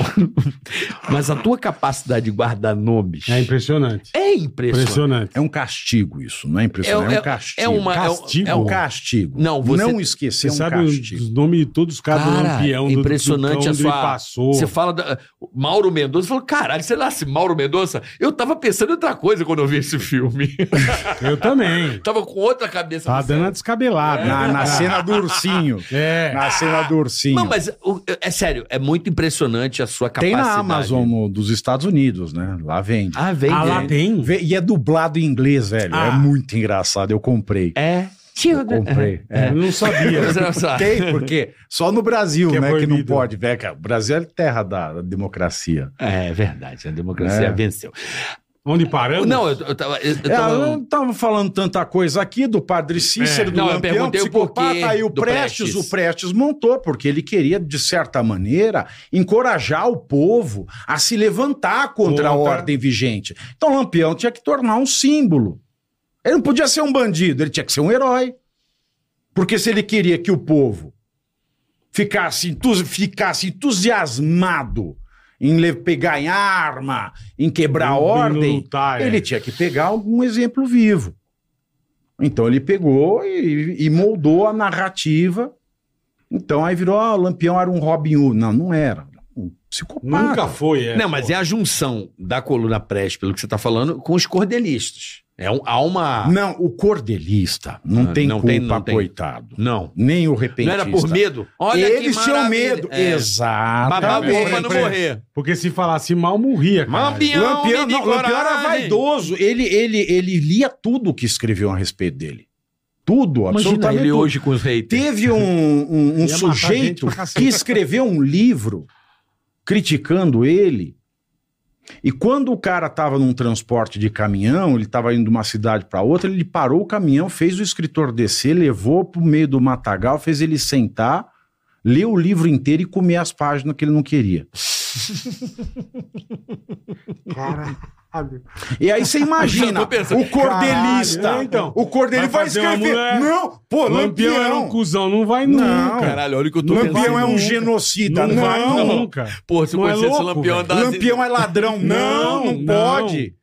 Speaker 3: Mas a tua capacidade de guardar nomes
Speaker 4: É impressionante.
Speaker 3: é impressionante.
Speaker 4: Impressionante.
Speaker 5: É um castigo isso, não é impressionante? É, um castigo.
Speaker 3: é uma. é um-
Speaker 4: Castigo?
Speaker 3: é
Speaker 5: É um
Speaker 3: um-
Speaker 5: castigo.
Speaker 3: Não, você-
Speaker 5: não
Speaker 4: Você
Speaker 5: esquecer é um
Speaker 4: sabe
Speaker 5: castigo.
Speaker 4: os nomes de todos os caras do
Speaker 3: Cara,
Speaker 4: Lampião,
Speaker 3: é
Speaker 4: do- do
Speaker 3: impressionante
Speaker 4: Tucão,
Speaker 3: a
Speaker 4: do
Speaker 3: sua.
Speaker 4: Ele Passou.
Speaker 3: Você fala da... Mauro Mendonça, falou, caralho, sei lá, se Mauro Mendonça, eu tava pensando em outra coisa quando eu vi esse filme.
Speaker 4: Eu também. Tem.
Speaker 1: Tava com outra cabeça.
Speaker 4: Tá
Speaker 1: no céu.
Speaker 4: dando a descabelada.
Speaker 5: Na, na cena do ursinho.
Speaker 4: É.
Speaker 5: Na cena do ursinho.
Speaker 3: Não, mas o- é sério, é muito impressionante a sua
Speaker 5: Tem
Speaker 3: capacidade.
Speaker 5: na Amazon no- dos Estados Unidos, né? Lá vende.
Speaker 3: Ah, vem.
Speaker 4: Ah, lá
Speaker 3: vem.
Speaker 4: tem?
Speaker 5: Vê- E é dublado em inglês, velho.
Speaker 4: Ah.
Speaker 5: É muito engraçado. Eu comprei.
Speaker 3: É.
Speaker 5: Eu comprei. É.
Speaker 4: Eu não sabia.
Speaker 3: Você não sabe.
Speaker 5: Tem, porque só no Brasil,
Speaker 4: Que é
Speaker 5: né? que não
Speaker 4: proibido.
Speaker 5: pode. Velho, cara, o Brasil é terra da democracia.
Speaker 3: É verdade, a democracia
Speaker 5: É.
Speaker 3: venceu.
Speaker 4: Onde paramos?
Speaker 3: Não, eu, eu tava. Eu, eu
Speaker 5: É,
Speaker 3: tava-
Speaker 5: eu não tava falando tanta coisa aqui do padre Cícero,
Speaker 4: É.
Speaker 5: do
Speaker 3: Não, eu
Speaker 5: Lampião,
Speaker 3: perguntei o
Speaker 5: psicopata,
Speaker 3: porquê
Speaker 5: aí o
Speaker 3: do
Speaker 5: Prestes,
Speaker 3: Prestes.
Speaker 5: o Prestes montou, porque ele queria, de certa maneira, encorajar o povo a se levantar contra a
Speaker 4: Contra.
Speaker 5: ordem vigente. Então Lampião tinha que tornar um símbolo. Ele não podia ser um bandido, ele tinha que ser um herói. Porque se ele queria que o povo ficasse, entus- ficasse entusiasmado em le- pegar em arma, em quebrar a
Speaker 4: Indo
Speaker 5: ordem,
Speaker 3: Ah,
Speaker 4: lutar, é.
Speaker 5: ele tinha que pegar algum exemplo vivo. Então ele pegou e, e moldou a narrativa. Então aí virou, ah, o Lampião era um Robin Hood. Não, não era. Um psicopata.
Speaker 4: Nunca foi, é.
Speaker 3: não, mas é a junção da coluna preste, pelo que você tá falando, com os cordelistas. É um, há uma.
Speaker 5: Não, o cordelista não
Speaker 3: Ah,
Speaker 5: tem
Speaker 3: não
Speaker 5: culpa,
Speaker 3: tem- não tem.
Speaker 5: coitado.
Speaker 3: Não.
Speaker 5: Nem o
Speaker 3: Não
Speaker 5: repentista.
Speaker 3: era por medo? Olha
Speaker 5: Eles
Speaker 3: que
Speaker 5: tinham
Speaker 3: maravilha.
Speaker 5: medo.
Speaker 3: É. Babava o ovo pra não
Speaker 5: Exatamente.
Speaker 3: morrer.
Speaker 4: Porque se falasse mal, morria, cara.
Speaker 3: Mambi-
Speaker 5: Lampião, não,
Speaker 3: menino
Speaker 5: Lampião era
Speaker 3: coragem.
Speaker 5: vaidoso. Ele, ele, ele lia tudo o que escreviam a respeito dele. Tudo,
Speaker 3: Imagina
Speaker 5: absolutamente
Speaker 3: ele
Speaker 5: tudo.
Speaker 3: hoje com os haters.
Speaker 5: Teve um, um-
Speaker 4: Ia
Speaker 5: um
Speaker 4: matar gente
Speaker 5: sujeito
Speaker 4: pra cacete.
Speaker 5: que escreveu um livro criticando ele. E quando o cara estava num transporte de caminhão, ele estava indo de uma cidade para outra, ele parou o caminhão, fez o escritor descer, levou para o meio do matagal, fez ele sentar, ler o livro inteiro e comer as páginas que ele não queria.
Speaker 4: Caralho.
Speaker 5: E aí você
Speaker 3: Eu já
Speaker 5: imagina,
Speaker 3: tô pensando,
Speaker 5: o cordelista,
Speaker 4: caralho, é, então.
Speaker 5: o cordelista
Speaker 4: Vai
Speaker 5: vai,
Speaker 4: fazer uma
Speaker 5: escrever,
Speaker 4: mulher-
Speaker 5: não, pô,
Speaker 4: Lampião era um
Speaker 5: Lampião,
Speaker 4: cuzão, não vai
Speaker 5: Não,
Speaker 4: nunca.
Speaker 1: Caralho, olha o que eu tô
Speaker 5: Lampião
Speaker 1: pensando.
Speaker 5: é um
Speaker 4: nunca.
Speaker 5: genocida,
Speaker 4: não, vai
Speaker 5: não.
Speaker 4: nunca.
Speaker 1: Pô, se eu
Speaker 4: Não é
Speaker 1: conhecesse
Speaker 4: louco,
Speaker 1: Lampião,
Speaker 4: velho.
Speaker 1: dá-
Speaker 5: Lampião é ladrão. Não,
Speaker 4: Não,
Speaker 5: não,
Speaker 4: não.
Speaker 5: pode.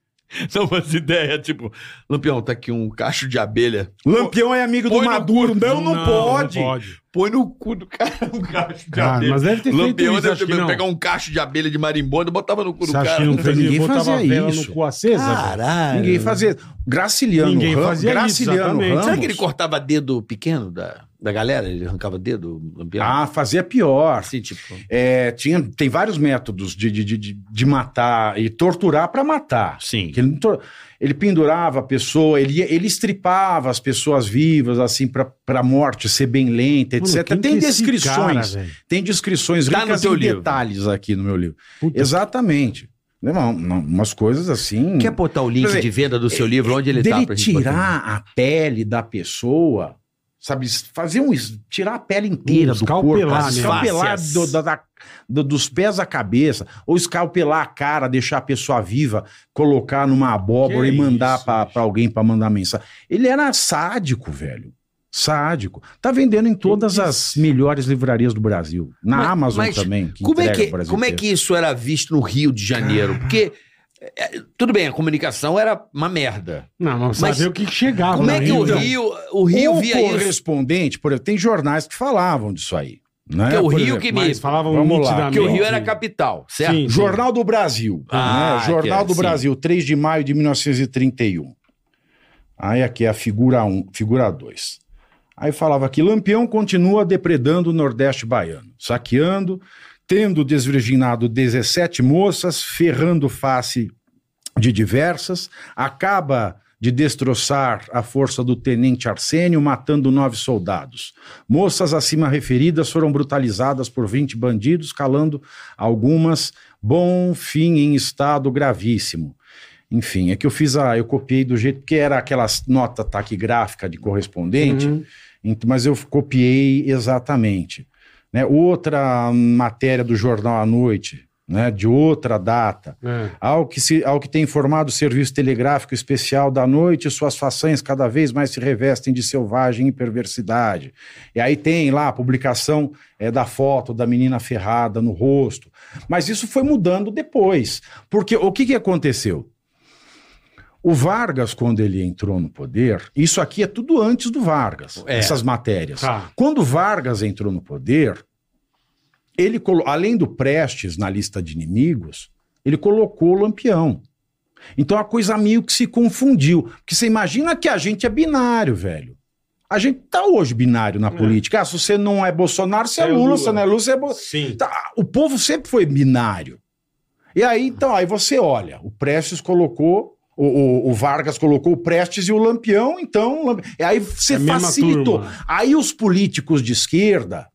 Speaker 1: Não faz ideia, tipo, Lampião, tá aqui um cacho de abelha.
Speaker 5: Lampião é amigo do
Speaker 1: Põe no
Speaker 5: Maduro. Não, não, pode.
Speaker 4: Não pode.
Speaker 1: Põe no cu do cara um cacho de
Speaker 4: Cara,
Speaker 1: abelha.
Speaker 4: Ah, mas deve ter feito
Speaker 1: Lampião
Speaker 4: isso,
Speaker 1: deve
Speaker 4: acho
Speaker 1: ter
Speaker 4: que não.
Speaker 1: pegar um cacho de abelha de marimbondo e botava no cu do
Speaker 4: Você acha que
Speaker 1: cara.
Speaker 4: não fez
Speaker 5: Ninguém
Speaker 4: isso? Botava a
Speaker 5: fazia
Speaker 4: vela
Speaker 5: isso.
Speaker 4: no cu acesa? velho?
Speaker 3: Caralho.
Speaker 5: Ninguém fazia. Graciliano
Speaker 4: Ninguém
Speaker 5: Ramos.
Speaker 4: fazia isso,
Speaker 5: Graciliano
Speaker 4: exatamente.
Speaker 5: Ramos.
Speaker 3: Será que ele cortava dedo pequeno da, da galera? Ele arrancava dedo? Lampião?
Speaker 5: Ah, fazia pior.
Speaker 3: assim, tipo.
Speaker 5: É, tinha, tem vários métodos de, de, de- de, de matar e torturar para matar.
Speaker 3: Sim.
Speaker 5: Que Ele, não tor- ele pendurava a pessoa, ele, ia- ele estripava as pessoas vivas, assim, para a morte ser bem lenta,
Speaker 4: Mano,
Speaker 5: etc.
Speaker 4: quem que
Speaker 5: tem,
Speaker 4: é esse cara,
Speaker 5: descrições,
Speaker 4: velho?
Speaker 5: tem descrições.
Speaker 3: Tá no
Speaker 5: ricas
Speaker 3: teu
Speaker 5: em
Speaker 3: livro.
Speaker 5: detalhes aqui no meu livro.
Speaker 4: Puta,
Speaker 5: Exatamente. Né, uma- uma- umas coisas assim.
Speaker 3: Quer botar o link
Speaker 5: Quer dizer,
Speaker 3: de venda do seu livro? Onde ele
Speaker 5: dele
Speaker 3: é tá pra gente botar?
Speaker 5: tirar a pele da pessoa, sabe? Fazer um. es- Tirar a pele inteira
Speaker 4: Um
Speaker 5: do corpo,
Speaker 4: escalpelar, né?
Speaker 5: escalpelar
Speaker 3: Fáscias.
Speaker 5: do- da- da- do- dos pés à cabeça, ou escalpelar a cara, deixar a pessoa viva, colocar numa abóbora
Speaker 4: Que
Speaker 5: e mandar
Speaker 4: isso,
Speaker 5: pra
Speaker 4: bicho.
Speaker 5: pra alguém pra mandar mensagem. Ele era sádico, velho. Sádico. Tá vendendo em todas
Speaker 4: Que
Speaker 5: as melhores livrarias do Brasil. Na
Speaker 3: Mas-
Speaker 5: Amazon
Speaker 3: mas
Speaker 5: também. que
Speaker 3: Como é,
Speaker 5: entrega
Speaker 3: que,
Speaker 5: o Brasil
Speaker 3: como é
Speaker 5: inteiro.
Speaker 3: que isso era visto no Rio de Janeiro? Porque, é, é, tudo bem, a comunicação era uma merda.
Speaker 4: Não, mas
Speaker 3: Mas
Speaker 4: saber o que que chegava.
Speaker 3: Como é
Speaker 4: né?
Speaker 3: que o
Speaker 4: Então,
Speaker 3: Rio, o Rio
Speaker 5: o
Speaker 3: via isso?
Speaker 5: correspondente, por exemplo, tem jornais que falavam disso aí. Né?
Speaker 3: Porque o
Speaker 5: Por
Speaker 3: Rio
Speaker 5: exemplo,
Speaker 3: que me.
Speaker 4: Mas falavam
Speaker 5: Vamos lá,
Speaker 4: nitidamente.
Speaker 3: Porque o Rio era a capital, certo?
Speaker 4: Sim, sim.
Speaker 5: Jornal do Brasil.
Speaker 3: Ah,
Speaker 5: né? Jornal
Speaker 3: que é,
Speaker 5: do
Speaker 3: sim.
Speaker 5: Brasil, 3 de maio de 1931. Aí aqui é a figura 1, figura 2. Aí falava que Lampião continua depredando o Nordeste baiano, saqueando, tendo desvirginado 17 moças, ferrando face de diversas, acaba de destroçar a força do tenente Arsênio, matando nove soldados. Moças acima referidas foram brutalizadas por 20 bandidos, calando algumas, bom fim em estado gravíssimo. Enfim, é que eu fiz a. Eu copiei do jeito que era aquelas nota taquigráfica de correspondente,
Speaker 4: Uhum.
Speaker 5: ent- mas eu copiei exatamente. né? Outra matéria do Jornal à Noite, né? de outra data.
Speaker 4: É.
Speaker 5: Ao que, se- ao que tem informado o Serviço Telegráfico Especial da Noite, suas façanhas cada vez mais se revestem de selvagem e perversidade. E aí tem lá a publicação eh, da foto da menina ferrada no rosto. Mas isso foi mudando depois. Porque o que, que aconteceu? O Vargas, quando ele entrou no poder, isso aqui é tudo antes do Vargas,
Speaker 3: É.
Speaker 5: essas matérias.
Speaker 4: Tá.
Speaker 5: Quando Vargas entrou no poder, ele colo- além do Prestes na lista de inimigos, ele colocou o Lampião. Então a coisa meio que se confundiu. Porque você imagina que a gente é binário, velho. A gente tá hoje binário na política. Ah, se você não é Bolsonaro, você é,
Speaker 4: É
Speaker 5: Lula.
Speaker 4: Lula.
Speaker 5: Se não é Lula, você é Bolsonaro.
Speaker 4: Sim.
Speaker 5: Tá, o povo sempre foi binário. E aí, então, aí você olha, o Prestes colocou, o, o- o Vargas colocou o Prestes e o Lampião, então. o Lamp- E aí você
Speaker 4: É a mesma
Speaker 5: facilitou.
Speaker 4: turma.
Speaker 5: Aí os políticos de esquerda,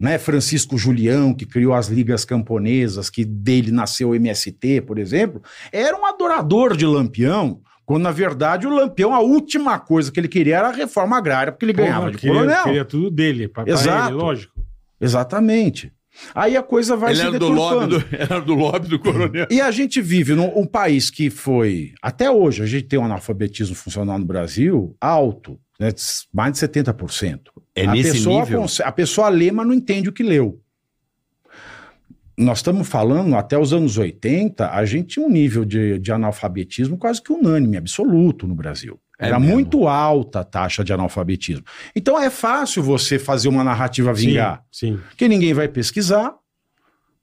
Speaker 5: né, Francisco Julião, que criou as ligas camponesas, que dele nasceu o MST, por exemplo, era um adorador de Lampião. Quando, na verdade, o Lampião, a última coisa que ele queria era a reforma agrária, porque ele ganhava
Speaker 4: Porra,
Speaker 5: de
Speaker 4: queria,
Speaker 5: coronel.
Speaker 4: queria tudo dele, pra, pra
Speaker 5: Exato.
Speaker 4: ele, lógico.
Speaker 5: Exatamente. Aí a coisa vai
Speaker 1: Ele
Speaker 5: se
Speaker 1: era do, lobby
Speaker 5: deturpando.
Speaker 1: do, era do lobby do coronel.
Speaker 5: E a gente vive num um país que foi, até hoje, a gente tem um analfabetismo funcional no Brasil alto, né, mais de 70%.
Speaker 3: É
Speaker 5: a,
Speaker 3: nesse
Speaker 5: pessoa
Speaker 3: nível?
Speaker 5: conse- a pessoa lê, mas não entende o que leu. Nós estamos falando, até os anos 80, a gente tinha um nível de, de analfabetismo quase que unânime, absoluto no Brasil.
Speaker 3: É
Speaker 5: Era
Speaker 3: mesmo?
Speaker 5: muito alta a taxa de analfabetismo. Então é fácil você fazer uma narrativa vingar
Speaker 4: Sim, sim.
Speaker 5: que ninguém vai pesquisar.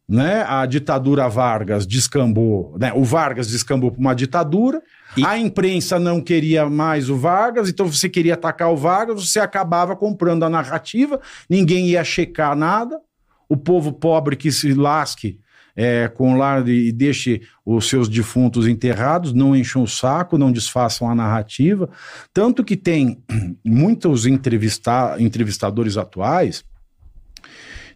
Speaker 5: Né? A ditadura Vargas descambou, né? o Vargas descambou para uma ditadura,
Speaker 3: E-
Speaker 5: a imprensa não queria mais o Vargas, então você queria atacar o Vargas, você acabava comprando a narrativa, ninguém ia checar nada, o povo pobre que se lasque é, com lá e e deixe os seus defuntos enterrados, não encham o saco, não desfaçam a narrativa. Tanto que tem muitos entrevista- entrevistadores atuais.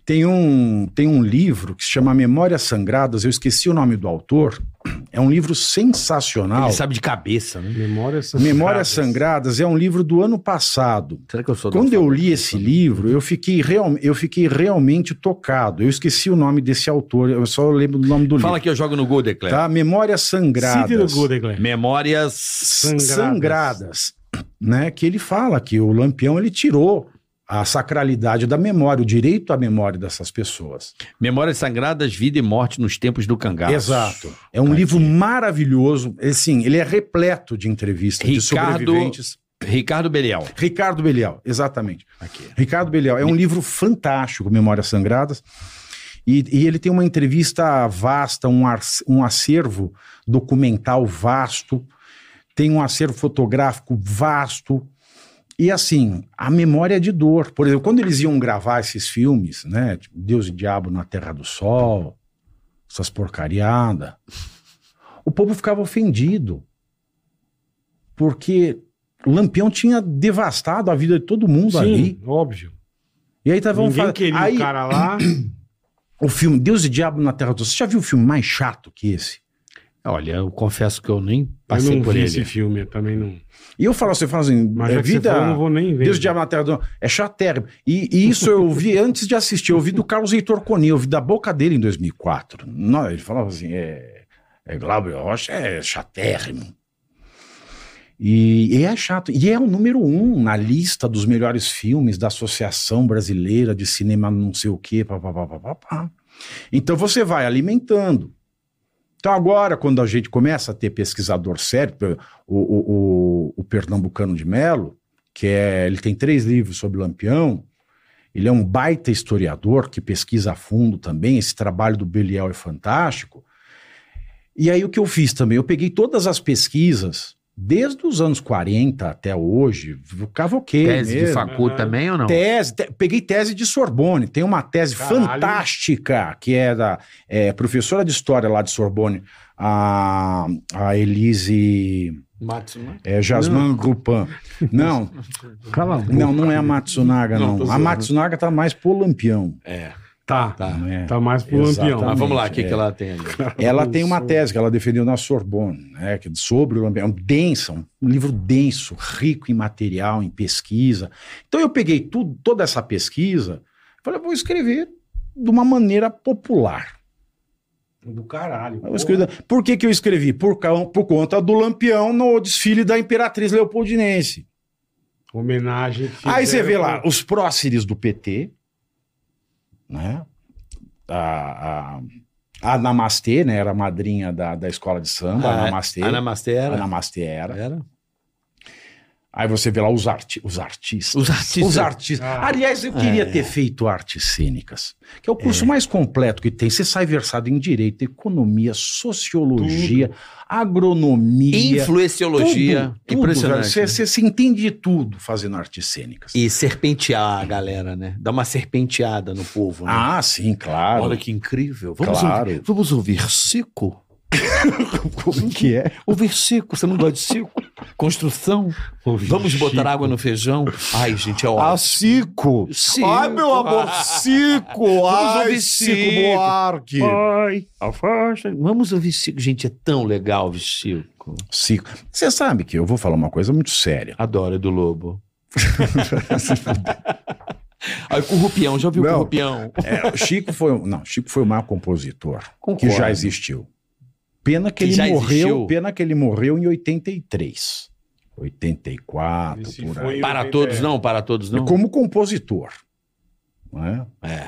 Speaker 5: Tem um, tem um livro que se chama Memórias Sangradas, eu esqueci o nome do autor. É um livro sensacional.
Speaker 3: Ele sabe de cabeça, né?
Speaker 4: Memórias sangradas.
Speaker 5: Memórias Sangradas é um livro do ano passado.
Speaker 3: Será que eu sou
Speaker 5: Quando eu li esse livro, eu fiquei, real, eu fiquei realmente tocado. Eu esqueci o nome desse autor, eu só lembro do nome do
Speaker 3: Fala
Speaker 5: livro.
Speaker 3: que eu jogo no gol, Declare.
Speaker 5: Tá? Memórias Sangradas.
Speaker 4: Cite do Goodegler.
Speaker 3: Tá. Memórias.
Speaker 5: sangradas. né? Que ele fala que o Lampião ele tirou a sacralidade da memória, o direito à memória dessas pessoas.
Speaker 3: Memórias sangradas, vida e morte nos tempos do cangaço.
Speaker 5: Exato. É um livro maravilhoso. Assim, ele é repleto de entrevistas de
Speaker 3: Ricardo-
Speaker 5: sobreviventes.
Speaker 3: Ricardo Belial.
Speaker 5: Ricardo Belial, exatamente. Ricardo Belial. É um livro fantástico, Memórias Sangradas. E, e ele tem uma entrevista vasta, um, ar- um acervo documental vasto, tem um acervo fotográfico vasto. E assim, a memória é de dor. Por exemplo, quando eles iam gravar esses filmes, né? tipo, Deus e Diabo na Terra do Sol, essas porcariadas, o povo ficava ofendido. Porque o Lampião tinha devastado a vida de todo mundo
Speaker 4: Sim,
Speaker 5: ali.
Speaker 4: óbvio.
Speaker 5: E aí estavam
Speaker 4: Ninguém
Speaker 5: falando.
Speaker 4: queria
Speaker 5: Aí,
Speaker 4: o cara lá.
Speaker 5: o filme Deus e Diabo na Terra do Sol. Você já viu um filme mais chato que esse?
Speaker 3: Olha, eu confesso que eu nem
Speaker 4: eu
Speaker 3: passei
Speaker 4: não
Speaker 3: por
Speaker 4: vi
Speaker 3: ele.
Speaker 4: esse filme, eu também não.
Speaker 5: E eu falo, você fala assim,
Speaker 4: Mas
Speaker 5: é
Speaker 4: já que você
Speaker 5: vida.
Speaker 4: falou, eu não vou nem ver.
Speaker 5: Deus e Diabo na Terra do Sol. É chatérrimo. E, e isso eu vi antes de assistir. Eu vi do Carlos Heitor Coni, eu vi da boca dele em 2004. Não, ele falava assim, é. É Glauber Rocha, é chatérrimo. E, e é chato. E é o número um na lista dos melhores filmes da Associação Brasileira de Cinema não sei o quê, papapá. Pá, pá, pá. Então você vai alimentando. Então agora, quando a gente começa a ter pesquisador sério, pe- o, o, o, o Pernambucano de Melo, que é, ele tem três livros sobre Lampião, ele é um baita historiador que pesquisa a fundo também, esse trabalho do Belial é fantástico. E aí o que eu fiz também? Eu peguei todas as pesquisas, desde os anos 40 até hoje, o cavoqueiro
Speaker 3: Tese de
Speaker 5: mesmo.
Speaker 3: facu
Speaker 4: Aham.
Speaker 3: também ou não?
Speaker 5: Tese, te- peguei tese de Sorbonne. Tem uma tese
Speaker 4: Caralho.
Speaker 5: fantástica que é da é, professora de história lá de Sorbonne, a, a Elise é, Jasmin Grupin. Não,
Speaker 4: Cala a boca.
Speaker 5: não, não é a Matsunaga,
Speaker 1: Não,
Speaker 5: não.
Speaker 1: tô
Speaker 5: A
Speaker 1: zoando.
Speaker 5: Matsunaga tá mais pro Lampião.
Speaker 4: Tá, tá,
Speaker 5: não é?
Speaker 4: mais pro
Speaker 5: Exatamente.
Speaker 4: Lampião.
Speaker 1: Mas vamos lá, o que,
Speaker 5: é.
Speaker 1: que ela tem ali?
Speaker 5: Ela tem uma
Speaker 4: Isso.
Speaker 5: tese que ela defendeu na Sorbonne, né, que é sobre o Lampião, densa, um livro denso, rico em material, em pesquisa. Então eu peguei tudo, toda essa pesquisa, falei, eu vou escrever de uma maneira popular.
Speaker 4: Do caralho.
Speaker 5: Eu escrevi- por que, que eu escrevi? Por, cau- por conta do Lampião no desfile da Imperatriz Leopoldinense.
Speaker 4: Homenagem. que
Speaker 5: Aí você
Speaker 4: fizeram
Speaker 5: vê lá
Speaker 4: pro-
Speaker 5: os próceres do PT, né? A, a, a Namastê, né? Era a madrinha da, da escola de samba, a Namastê.
Speaker 3: Anamastê era.
Speaker 5: A Namastê era.
Speaker 3: Era.
Speaker 5: Aí você vê lá os, arti os artistas.
Speaker 3: Os artistas. É.
Speaker 5: Os artistas.
Speaker 4: Ah.
Speaker 5: Aliás, eu queria ter feito artes cênicas, que é o curso mais completo que tem. Você sai versado em direito, economia, sociologia, agronomia.
Speaker 3: Influenciologia.
Speaker 5: tudo, tudo,
Speaker 3: impressionante. né?
Speaker 5: velho. Você, você se entende de tudo fazendo artes cênicas.
Speaker 3: E serpentear a galera, né? Dar uma serpenteada no povo, né?
Speaker 5: Ah, sim, claro.
Speaker 3: Olha que incrível. Vamos,
Speaker 5: Claro.
Speaker 3: ouvir, vamos ouvir Cico?
Speaker 5: como que é.
Speaker 3: Ouvir Cico, você não gosta de Cico? Construção? Vamos botar água no feijão? Ai, gente, é
Speaker 6: Ah,
Speaker 3: ótimo.
Speaker 6: Cico.
Speaker 3: Cico.
Speaker 6: Ai, meu amor, Cico.
Speaker 3: Vamos
Speaker 6: Ai,
Speaker 3: ouvir
Speaker 6: Cico
Speaker 3: Cico.
Speaker 6: Buarque.
Speaker 3: Ai, afasta. Vamos ouvir Cico. Gente, é tão legal ouvir Cico.
Speaker 5: Cico. Você sabe que eu vou falar uma coisa muito séria.
Speaker 3: Adoro é do Lobo. Ai, Currupião, já ouviu
Speaker 5: Não.
Speaker 3: Currupião?
Speaker 5: É, o Chico foi, um- não, Chico foi o maior compositor
Speaker 3: Concordo.
Speaker 5: que já existiu. Pena que,
Speaker 3: Que já
Speaker 5: ele morreu,
Speaker 3: existiu?
Speaker 5: pena que ele morreu em 83, 84,
Speaker 4: Esse
Speaker 5: por
Speaker 4: foi
Speaker 5: aí.
Speaker 3: Para todos não, para todos não.
Speaker 5: Como compositor, não é?
Speaker 3: É.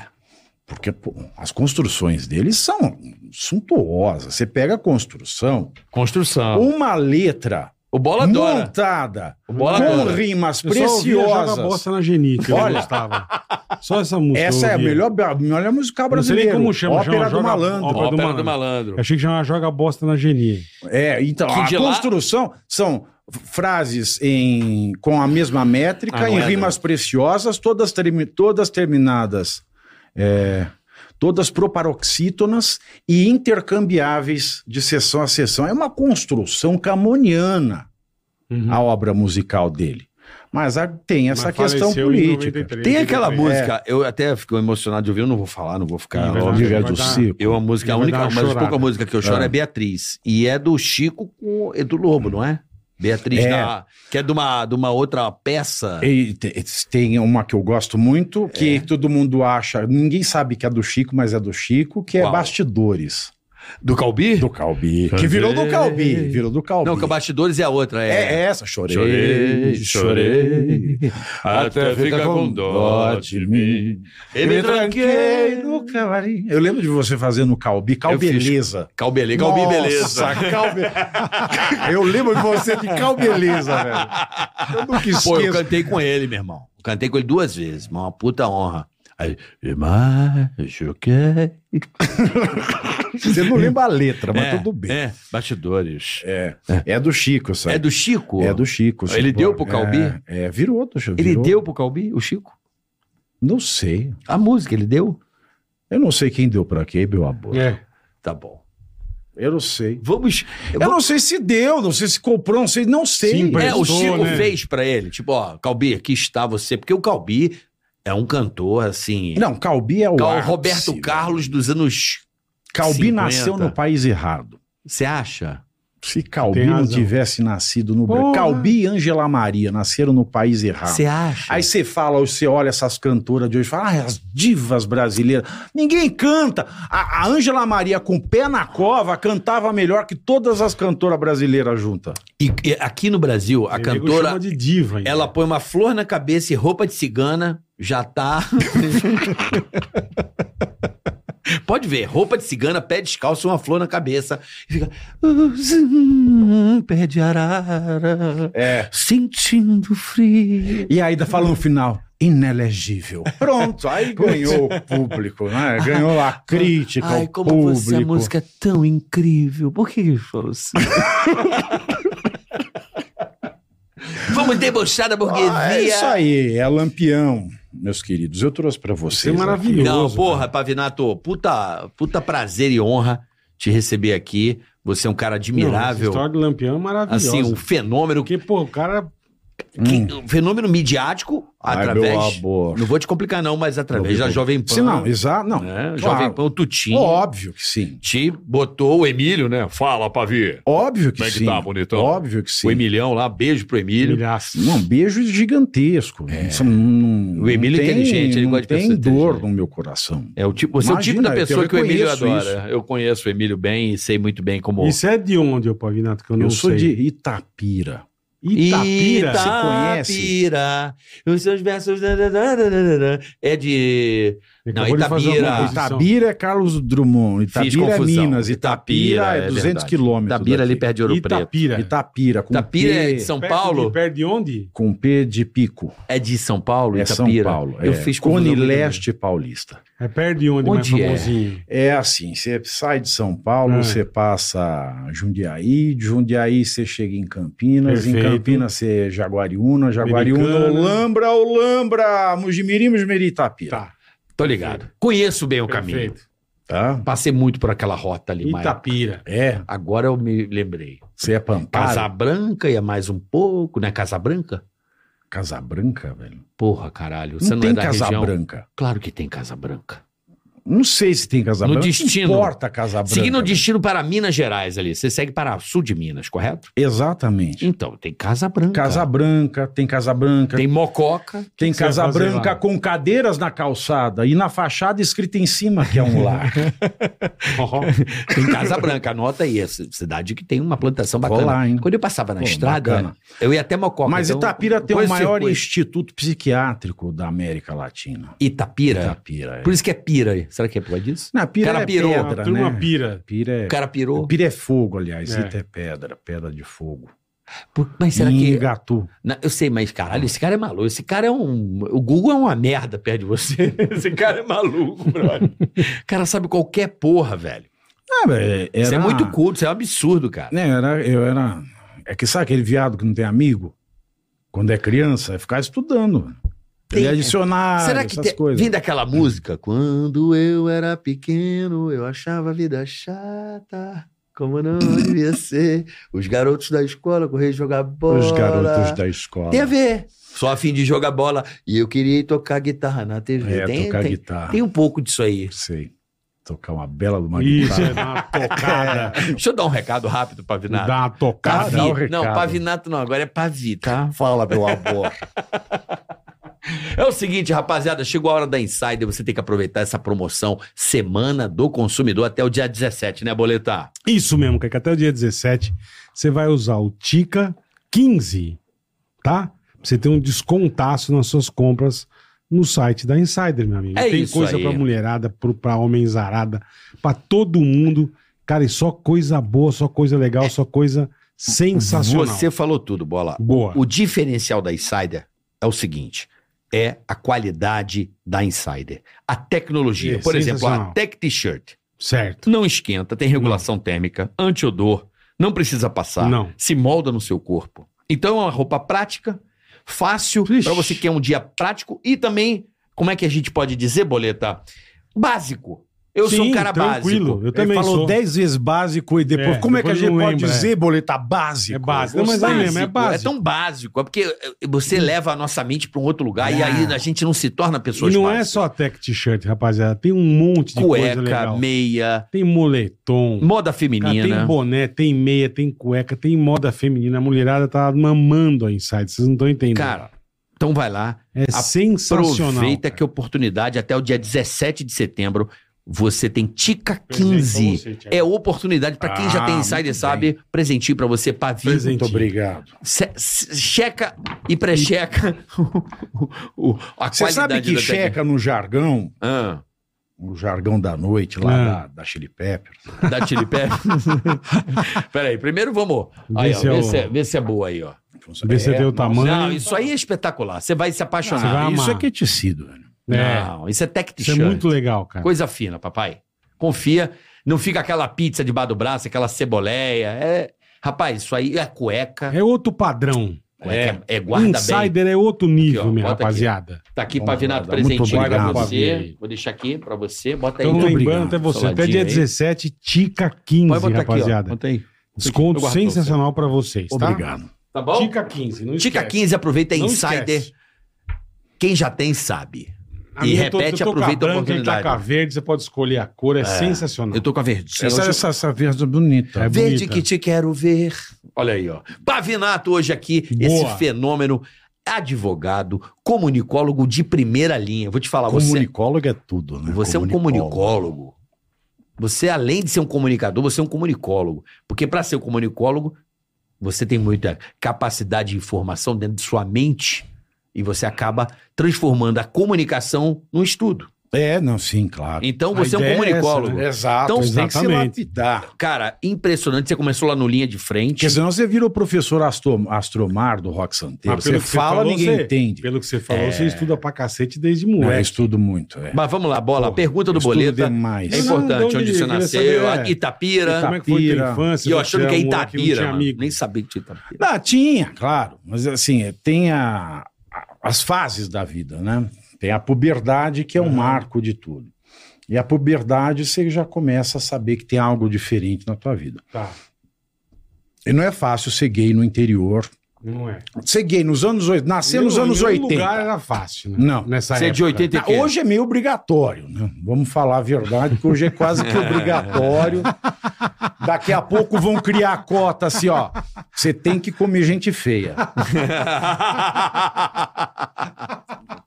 Speaker 5: Porque pô, as construções dele são suntuosas. Você pega a construção,
Speaker 3: Construção.
Speaker 5: uma letra
Speaker 3: O Ah. Bola adora.
Speaker 5: montada
Speaker 3: O Bola
Speaker 5: com
Speaker 3: adora.
Speaker 5: rimas
Speaker 4: Eu só ouvia Joga
Speaker 5: preciosas.
Speaker 4: Bosta na Genite, eu
Speaker 5: Olha.
Speaker 4: gostava. Só essa música.
Speaker 5: Essa
Speaker 4: eu
Speaker 5: é a
Speaker 4: ouvia.
Speaker 5: melhor, a melhor musical
Speaker 4: Não sei nem
Speaker 5: brasileira.
Speaker 4: como chama,
Speaker 5: Ópera
Speaker 4: chama
Speaker 5: do
Speaker 4: Joga-
Speaker 5: Malandro.
Speaker 4: Ópera do
Speaker 3: Ópera do
Speaker 4: Malandro.
Speaker 3: Malandro.
Speaker 4: Eu achei que chamava Joga Bosta na Genite.
Speaker 5: É, então,
Speaker 3: Que de
Speaker 5: a
Speaker 3: lá-
Speaker 5: construção são frases em, com a mesma métrica,
Speaker 3: Ah, não
Speaker 5: em
Speaker 3: é,
Speaker 5: rimas preciosas, todas, termi- todas terminadas, é, todas proparoxítonas e intercambiáveis de sessão a sessão. É uma construção camoniana
Speaker 4: Uhum.
Speaker 3: Hum.
Speaker 5: a obra musical dele. Mas a- tem essa
Speaker 4: Mas
Speaker 5: questão
Speaker 4: faleceu em
Speaker 5: política.
Speaker 4: 93,
Speaker 3: Tem aquela
Speaker 4: 93.
Speaker 3: música, eu até fico emocionado de ouvir, eu não vou falar, não vou ficar.
Speaker 5: É
Speaker 4: Ih, vai
Speaker 3: óbvio.
Speaker 4: dar-
Speaker 5: Olivia
Speaker 4: vai
Speaker 5: do
Speaker 4: dar-
Speaker 5: Circo.
Speaker 3: Eu, a música, a
Speaker 4: Vai
Speaker 3: única,
Speaker 4: dar uma
Speaker 3: mas a
Speaker 4: chorada.
Speaker 3: pouca música que eu choro é.
Speaker 5: É.
Speaker 3: Beatriz. E é do Chico com é do Lobo, não é? Beatriz,
Speaker 5: É.
Speaker 3: da- que é de uma, de uma outra peça.
Speaker 5: E te- tem uma que eu gosto muito, que todo mundo acha, ninguém sabe que é do Chico, mas é do Chico, que é
Speaker 3: Qual?
Speaker 5: Bastidores.
Speaker 3: Do Calbi?
Speaker 5: Do Calbi. Que virou do Calbi. Virou do Calbi.
Speaker 3: Não, que é Bastidores e a outra
Speaker 5: É
Speaker 3: é.
Speaker 5: essa, chorei, chorei, até fica com dó de mim.
Speaker 3: Eu me tranquei no
Speaker 5: camarim. Eu lembro de você fazendo Calbi, Calbeleza.
Speaker 3: Calbele, Calbi, beleza.
Speaker 5: Calbe... eu lembro de você de Calbeleza, velho. Eu nunca
Speaker 3: Pô, eu
Speaker 5: esqueço.
Speaker 3: cantei com ele, meu irmão. Eu cantei com ele duas vezes, mas uma puta honra. Aí, mas eu quero.
Speaker 5: Você não lembra a letra, Tá, mas
Speaker 3: É,
Speaker 5: tudo bem.
Speaker 3: É, Bastidores.
Speaker 5: É, é do Chico, sabe?
Speaker 3: É do Chico?
Speaker 5: É do Chico.
Speaker 3: Ele
Speaker 5: Chico.
Speaker 3: deu pro Calbi?
Speaker 5: É, é, virou do Chico.
Speaker 3: Ele
Speaker 5: virou.
Speaker 3: deu pro Calbi, o Chico?
Speaker 5: Não sei.
Speaker 3: A música ele deu?
Speaker 5: Eu não sei quem deu pra quem, meu amor.
Speaker 4: É.
Speaker 3: Tá bom.
Speaker 5: Eu não sei.
Speaker 3: Vamos.
Speaker 5: Eu não sei se deu, não sei se comprou, não sei, não sei.
Speaker 4: Sim,
Speaker 3: É, o
Speaker 4: Prestou,
Speaker 3: Chico
Speaker 4: né?
Speaker 3: fez pra ele, tipo, ó, Calbi, aqui está você. Porque o Calbi é um cantor, assim.
Speaker 5: Não, Calbi é o
Speaker 3: Cal-
Speaker 5: ápice,
Speaker 3: Roberto
Speaker 5: né?
Speaker 3: Carlos dos anos.
Speaker 5: Calbi
Speaker 3: 50.
Speaker 5: nasceu no país errado.
Speaker 3: Você acha?
Speaker 5: Se
Speaker 4: Tem
Speaker 5: Calbi não
Speaker 4: razão.
Speaker 5: tivesse nascido no
Speaker 4: Porra.
Speaker 5: Brasil, Calbi e Angela Maria nasceram no país errado.
Speaker 3: Você acha?
Speaker 5: Ah. Aí você fala, você olha essas cantoras de hoje, fala, ah, as divas brasileiras. Ninguém canta. A, a Angela Maria, com o pé na cova, cantava melhor que todas as cantoras brasileiras juntas.
Speaker 3: E, e aqui no Brasil, a
Speaker 4: Nego
Speaker 3: cantora,
Speaker 4: chama de diva. ainda.
Speaker 3: ela é põe uma flor na cabeça e roupa de cigana, já tá. Pode ver, roupa de cigana, pé descalço, uma flor na cabeça. E fica. "Uhum, Pé de arara,
Speaker 5: É.
Speaker 3: sentindo frio.
Speaker 5: E ainda fala no final, inelegível. Pronto, aí ganhou o público, né? Ganhou a crítica,
Speaker 3: Ai,
Speaker 5: o
Speaker 3: como
Speaker 5: público.
Speaker 3: você, a música é tão incrível. Por que que falou assim? Vamos debochar da burguesia.
Speaker 5: Ah, é isso aí, é Lampião, meus queridos. Eu trouxe pra vocês.
Speaker 4: Isso é maravilhoso.
Speaker 3: Não,
Speaker 4: cara.
Speaker 3: porra, Pavinato, puta, puta prazer e honra te receber aqui. Você é um cara
Speaker 4: Não, essa
Speaker 3: admirável.
Speaker 4: história do Lampião é maravilhosa.
Speaker 3: assim, um fenômeno, que,
Speaker 4: Porque, pô, o cara.
Speaker 3: que- um fenômeno midiático
Speaker 5: Ai, meu
Speaker 3: através.
Speaker 5: amor.
Speaker 3: Não vou te complicar, não, mas através da Jovem Pan.
Speaker 5: Se não, exato, não.
Speaker 3: né? Jovem
Speaker 5: claro.
Speaker 3: Pan, o Tutinho.
Speaker 5: Óbvio que sim.
Speaker 3: Te botou o Emílio, né? Fala, Pavi.
Speaker 5: Óbvio que
Speaker 3: Como é que
Speaker 5: sim.
Speaker 3: tá, bonitão?
Speaker 5: Óbvio que sim.
Speaker 3: O Emilhão lá, beijo pro Emílio.
Speaker 4: é Milhaço.
Speaker 5: Um beijo gigantesco. Isso não- não-
Speaker 3: É. O Emílio
Speaker 5: não
Speaker 3: é
Speaker 5: tem-
Speaker 3: inteligente, ele
Speaker 5: não
Speaker 3: gosta de
Speaker 5: tem
Speaker 3: pessoa
Speaker 5: dor
Speaker 3: inteligente.
Speaker 5: no meu coração.
Speaker 3: É o tipo, você é o tipo
Speaker 5: Imagina,
Speaker 3: da
Speaker 5: eu
Speaker 3: pessoa que o
Speaker 5: reconheço
Speaker 3: Emílio adora.
Speaker 5: isso.
Speaker 3: Eu conheço o Emílio bem e sei muito bem como.
Speaker 4: Isso é de onde, ô Pavinato? Que eu não
Speaker 5: eu sou
Speaker 4: sei.
Speaker 5: de Itapira.
Speaker 4: Itapira.
Speaker 5: Ita- se conhece?
Speaker 3: Itapira, Os seus versos. dadadadadadadá. É de.
Speaker 4: Ele
Speaker 3: Não,
Speaker 4: acabou de fazer
Speaker 3: Itabira.
Speaker 4: uma composição.
Speaker 5: Itabira é Carlos Drummond. Itabira é
Speaker 3: confusão.
Speaker 5: Minas. Itapira,
Speaker 3: Itapira, é
Speaker 5: é 200
Speaker 3: verdade.
Speaker 5: quilômetros.
Speaker 3: Itabira ali
Speaker 5: daqui.
Speaker 3: perto de Ouro Preto.
Speaker 4: Itapira.
Speaker 5: Itapira. Com
Speaker 3: Itapira é
Speaker 5: P,
Speaker 3: de São
Speaker 4: Perto
Speaker 3: Paulo?
Speaker 4: De, perto de onde?
Speaker 5: Com P de pico.
Speaker 3: É de São Paulo,
Speaker 5: É São
Speaker 3: Itapira.
Speaker 5: Paulo.
Speaker 3: Eu
Speaker 5: é.
Speaker 3: fiz confusão
Speaker 5: Cone
Speaker 3: com ele.
Speaker 5: Leste Paulista.
Speaker 4: É perto de onde,
Speaker 3: Onde
Speaker 4: mais
Speaker 3: é?
Speaker 4: famosinho?
Speaker 5: É assim, você sai de São Paulo,
Speaker 4: Ah.
Speaker 5: você passa Jundiaí, de Jundiaí você chega em Campinas,
Speaker 4: Perfeito.
Speaker 5: em Campinas você é Jaguariúna, Jaguariúna,
Speaker 4: Americana.
Speaker 5: Olambra, Olambra, Mujimirim, Mujimirim, Itapira.
Speaker 4: Tá.
Speaker 3: Tô ligado. Conheço bem o caminho.
Speaker 4: Perfeito.
Speaker 5: Tá?
Speaker 3: Passei muito por aquela rota ali, mas
Speaker 4: Itapira.
Speaker 5: É,
Speaker 3: agora eu me lembrei.
Speaker 5: você é
Speaker 3: Casa
Speaker 5: Pampara.
Speaker 3: Branca ia mais um pouco, né? Casa Branca?
Speaker 5: Casa Branca, velho.
Speaker 3: Porra, caralho.
Speaker 5: Não
Speaker 3: Você não,
Speaker 5: tem
Speaker 3: é da
Speaker 5: Casa
Speaker 3: região?
Speaker 5: Branca.
Speaker 3: Claro que tem Casa Branca.
Speaker 5: Não sei se tem Casa
Speaker 3: No
Speaker 5: Branca.
Speaker 3: destino.
Speaker 5: Não importa Casa Branca. né?
Speaker 3: Seguindo o
Speaker 5: velho.
Speaker 3: destino para Minas Gerais ali. Você segue para o sul de Minas, correto?
Speaker 5: Exatamente.
Speaker 3: Então, tem Casa Branca.
Speaker 5: Casa Branca, tem Casa Branca, tem,
Speaker 3: Tem Mococa.
Speaker 4: que você vai
Speaker 5: Casa
Speaker 4: fazer
Speaker 5: Branca
Speaker 4: lá?
Speaker 5: com cadeiras na calçada e na fachada escrita em cima que é um lar.
Speaker 3: Tem Casa Branca. Anota aí. Essa cidade que tem uma plantação
Speaker 5: Vou
Speaker 3: bacana.
Speaker 5: lá, hein?
Speaker 3: Quando eu passava na
Speaker 5: Pô,
Speaker 3: estrada,
Speaker 5: bacana.
Speaker 3: eu ia até Mococa.
Speaker 5: Mas
Speaker 3: então,
Speaker 5: Itapira tem o
Speaker 3: conheço
Speaker 5: maior
Speaker 3: circuito.
Speaker 5: instituto psiquiátrico da América Latina.
Speaker 3: Itapira.
Speaker 5: Itapira. É.
Speaker 3: Por isso que é pira. Será que é por causa disso?
Speaker 5: Não, pira
Speaker 3: Cara
Speaker 5: é
Speaker 3: pirou.
Speaker 5: pedra,
Speaker 4: A turma
Speaker 5: né?
Speaker 4: pira.
Speaker 5: Pira é...
Speaker 3: O cara pirou.
Speaker 5: Pira é fogo, aliás.
Speaker 4: É.
Speaker 5: Ita é pedra, pedra de fogo.
Speaker 3: Por- Mas será
Speaker 5: Em
Speaker 3: que.
Speaker 5: Gatu.
Speaker 3: Na- eu sei, mas caralho, esse cara é maluco. Esse cara é um. O Google é uma merda perto de você. Esse cara é maluco, brother. O cara sabe qualquer porra, velho.
Speaker 5: Ah,
Speaker 3: Isso é muito culto, isso é um absurdo, cara.
Speaker 5: Né, era, eu era... É que sabe aquele viado que não tem amigo? Quando é criança, é ficar estudando.
Speaker 3: Tem-
Speaker 5: Ele é dicionário,
Speaker 3: Será que
Speaker 5: essas
Speaker 3: tem-
Speaker 5: coisas.
Speaker 3: vem daquela música? Quando eu era pequeno, eu achava a vida chata. Como não devia ser. Os garotos da escola corriam jogar bola.
Speaker 5: Os garotos da escola.
Speaker 3: Tem a ver. Só a fim de jogar bola. E eu queria ir tocar guitarra na TV.
Speaker 5: É,
Speaker 3: tem,
Speaker 5: tocar
Speaker 3: tem-
Speaker 5: guitarra.
Speaker 3: tem um pouco disso aí.
Speaker 5: Sei. Tocar uma bela de uma
Speaker 4: Isso, é
Speaker 5: guitarra.
Speaker 4: dar uma tocada.
Speaker 3: Deixa eu dar um recado rápido,
Speaker 4: É. Dá
Speaker 3: Pavinato.
Speaker 4: uma tocada.
Speaker 3: Pavi.
Speaker 5: dá um
Speaker 3: não,
Speaker 5: recado.
Speaker 3: Pavinato não, agora é Pavi, tá?
Speaker 6: Fala, meu amor.
Speaker 3: É o seguinte, rapaziada, chegou a hora da Insider, você tem que aproveitar essa promoção Semana do Consumidor até o dia 17, né, Boletar?
Speaker 4: Isso mesmo, que até o dia 17 você vai usar o Tica 15, tá? Pra você ter um descontaço nas suas compras no site da Insider, meu amigo.
Speaker 3: É
Speaker 4: Tem
Speaker 3: isso
Speaker 4: coisa
Speaker 3: aí.
Speaker 4: pra mulherada, pro, pra homenzarada, pra todo mundo. Cara, e só coisa boa, só coisa legal, só coisa sensacional.
Speaker 3: Você falou tudo, Bola.
Speaker 4: Boa.
Speaker 3: O diferencial da Insider é o seguinte, é a qualidade da Insider. A tecnologia,
Speaker 4: É,
Speaker 3: por exemplo, a
Speaker 4: sensacional.
Speaker 3: Tech T-Shirt,
Speaker 4: Certo.
Speaker 3: não esquenta, tem regulação térmica, anti-odor, não precisa passar.
Speaker 4: Não.
Speaker 3: se molda no seu corpo. Então é uma roupa prática, fácil,
Speaker 4: Ixi.
Speaker 3: pra você que é um dia prático e também, como é que a gente pode dizer, Boleta? Básico. Eu sou um
Speaker 4: Sim,
Speaker 3: cara
Speaker 4: tranquilo.
Speaker 3: básico.
Speaker 4: Eu também
Speaker 5: Ele falou
Speaker 4: sou.
Speaker 5: 10 vezes básico e depois.
Speaker 4: É,
Speaker 5: como é que a
Speaker 4: depois
Speaker 5: gente
Speaker 4: não
Speaker 5: pode
Speaker 4: lembra,
Speaker 5: dizer boleta básico?
Speaker 4: É básico. Não, mas é
Speaker 3: Básico,
Speaker 4: mesmo, é básico.
Speaker 3: tão básico, é porque eh, você leva a nossa mente pra um outro lugar e aí a gente não se torna pessoas
Speaker 4: Ah. E não é
Speaker 3: básicas.
Speaker 4: só tech t-shirt, rapaziada. Tem um monte de coisa
Speaker 3: cueca,
Speaker 4: legal.
Speaker 3: meia,
Speaker 4: Tem moletom.
Speaker 3: moda
Speaker 4: Cara, tem
Speaker 3: feminina.
Speaker 4: boné, tem meia, tem cueca, tem moda feminina. A mulherada tá mamando a Inside, vocês não estão entendendo.
Speaker 3: Cara, então vai lá,
Speaker 4: é sensacional.
Speaker 3: Aproveita
Speaker 4: cara.
Speaker 3: que oportunidade até o dia 17 de setembro. Você tem Tica
Speaker 4: Presente pra
Speaker 3: 15.
Speaker 4: você, Thiago.
Speaker 3: É oportunidade pra quem já
Speaker 5: Ah,
Speaker 3: tem
Speaker 5: muito
Speaker 3: insider,
Speaker 5: bem.
Speaker 3: sabe? Presentinho pra você, pavio.
Speaker 4: Presente.
Speaker 5: Muito obrigado.
Speaker 3: Se- se- checa e pré-checa o- o- a
Speaker 5: Você
Speaker 3: qualidade
Speaker 5: sabe que
Speaker 3: da técnica.
Speaker 5: checa no jargão,
Speaker 3: Ah,
Speaker 5: no jargão da noite lá
Speaker 4: Ah.
Speaker 5: da, da Chili Pepper.
Speaker 3: da Chili Peppers. Peraí, primeiro vamos. Aí, ó,
Speaker 4: Vê se é
Speaker 3: vê,
Speaker 4: o-
Speaker 3: se é, vê se é boa aí, ó.
Speaker 4: Vê
Speaker 5: É,
Speaker 4: se tem o tamanho.
Speaker 3: Não, isso aí é espetacular. Você vai se
Speaker 5: Ah,
Speaker 3: apaixonar.
Speaker 4: vai
Speaker 5: isso
Speaker 4: amar.
Speaker 5: é que tecido, velho.
Speaker 4: É,
Speaker 3: Não, isso é tech
Speaker 4: isso é
Speaker 3: t-shirt.
Speaker 4: muito legal, cara.
Speaker 3: Coisa fina, papai. Confia. Não fica aquela pizza debaixo do braço, aquela ceboleia. É... Rapaz, isso aí é cueca.
Speaker 4: É outro padrão.
Speaker 3: Cueca é, é guarda bem.
Speaker 4: Insider é outro nível,
Speaker 3: Aqui, ó,
Speaker 4: minha
Speaker 3: bota aqui.
Speaker 4: rapaziada.
Speaker 3: Tá aqui,
Speaker 5: Vamos
Speaker 3: Pavinato,
Speaker 5: guardar. Muito
Speaker 3: presentinho pra
Speaker 5: obrigado,
Speaker 3: você.
Speaker 4: Pavi.
Speaker 3: Vou deixar aqui pra você. Bota aí.
Speaker 4: Então,
Speaker 5: Muito
Speaker 4: lembrando
Speaker 5: obrigado.
Speaker 4: até você, até
Speaker 3: Soladinho
Speaker 4: dia
Speaker 3: aí.
Speaker 4: 17, Tica 15,
Speaker 3: Pode botar aqui, ó.
Speaker 4: rapaziada.
Speaker 3: Bota aí. Eu
Speaker 4: Desconto
Speaker 3: guardo pra
Speaker 4: sensacional pra vocês, tá?
Speaker 5: Obrigado.
Speaker 3: você. Tá bom?
Speaker 4: Tica 15, não
Speaker 3: Tica
Speaker 4: esquece.
Speaker 3: 15, aproveita
Speaker 4: Não
Speaker 3: Insider.
Speaker 4: esquece.
Speaker 3: Quem já tem, sabe.
Speaker 4: A
Speaker 3: E
Speaker 4: minha é eu tô-
Speaker 3: repete,
Speaker 4: eu tô com
Speaker 3: aproveita a
Speaker 4: branca, ele
Speaker 3: oportunidade.
Speaker 4: Tá com a verde, você pode escolher a cor, é, sensacional.
Speaker 3: Eu tô com a verde.
Speaker 5: Essa, essa, essa verde é bonita.
Speaker 4: É
Speaker 3: Verde
Speaker 4: bonita.
Speaker 3: que te quero ver. Olha aí, ó. Pavinato hoje aqui,
Speaker 4: Boa.
Speaker 3: esse fenômeno. Advogado, comunicólogo de primeira linha. Vou te falar, você,
Speaker 5: Comunicólogo é tudo, né?
Speaker 3: você é um comunicólogo. Você, além de ser um comunicador, você é um comunicólogo. Porque para ser um comunicólogo, Você tem muita capacidade de informação dentro de sua mente e você acaba transformando a comunicação num estudo.
Speaker 5: É, não, sim, claro.
Speaker 3: Então
Speaker 4: A
Speaker 3: você é um
Speaker 4: ideia é essa,
Speaker 3: comunicólogo.
Speaker 4: né?
Speaker 5: Exato,
Speaker 3: Então,
Speaker 5: você tem que se
Speaker 4: exatamente.
Speaker 5: lapidar.
Speaker 3: Cara, impressionante. Você começou lá no Linha de Frente.
Speaker 5: Porque senão você vira o professor Astro- Astromar do Rock Santeiro.
Speaker 4: Mas pelo
Speaker 5: Você
Speaker 4: que você
Speaker 5: fala,
Speaker 4: falou,
Speaker 5: ninguém
Speaker 4: você-
Speaker 5: entende.
Speaker 4: Pelo que você falou,
Speaker 3: É.
Speaker 4: você estuda pra cacete desde
Speaker 5: Eu
Speaker 4: moleque.
Speaker 5: estudo muito, é.
Speaker 3: Mas vamos lá, bola.
Speaker 4: Porra,
Speaker 3: Pergunta do
Speaker 5: Estudo
Speaker 3: Boleta.
Speaker 5: demais.
Speaker 3: É
Speaker 4: Não, não,
Speaker 3: importante
Speaker 4: não,
Speaker 3: onde
Speaker 4: eu
Speaker 3: você
Speaker 4: queria
Speaker 3: nasceu,
Speaker 4: saber, é.
Speaker 3: Itapira.
Speaker 4: Como é que foi a
Speaker 5: Itapira.
Speaker 4: tua infância?
Speaker 3: E eu
Speaker 4: Você
Speaker 3: achando que
Speaker 4: era
Speaker 3: é
Speaker 4: um moleque não tinha
Speaker 3: Itapira. mano.
Speaker 4: amigo.
Speaker 3: Nem sabia que tinha Itapira.
Speaker 5: Ah, tinha, claro. Mas assim, é, tem a- a- as fases da vida, né? Tem a puberdade, que é o marco de tudo. E a puberdade, você já começa a saber que tem algo diferente na tua vida.
Speaker 4: Tá,
Speaker 5: E não é fácil ser gay no interior.
Speaker 4: não é.
Speaker 5: Ser gay nos anos... oit- Nascer é nos
Speaker 4: Em- em
Speaker 5: anos
Speaker 4: um
Speaker 5: 80.
Speaker 4: lugar era fácil, né?
Speaker 5: Não.
Speaker 4: Nessa
Speaker 3: Você é
Speaker 4: época.
Speaker 3: de 80 e
Speaker 5: Ah,
Speaker 3: quê?
Speaker 5: Hoje é meio obrigatório, né? Vamos falar a verdade, que hoje é quase que obrigatório. Daqui a pouco vão criar a cota assim, ó. Você tem que comer gente feia.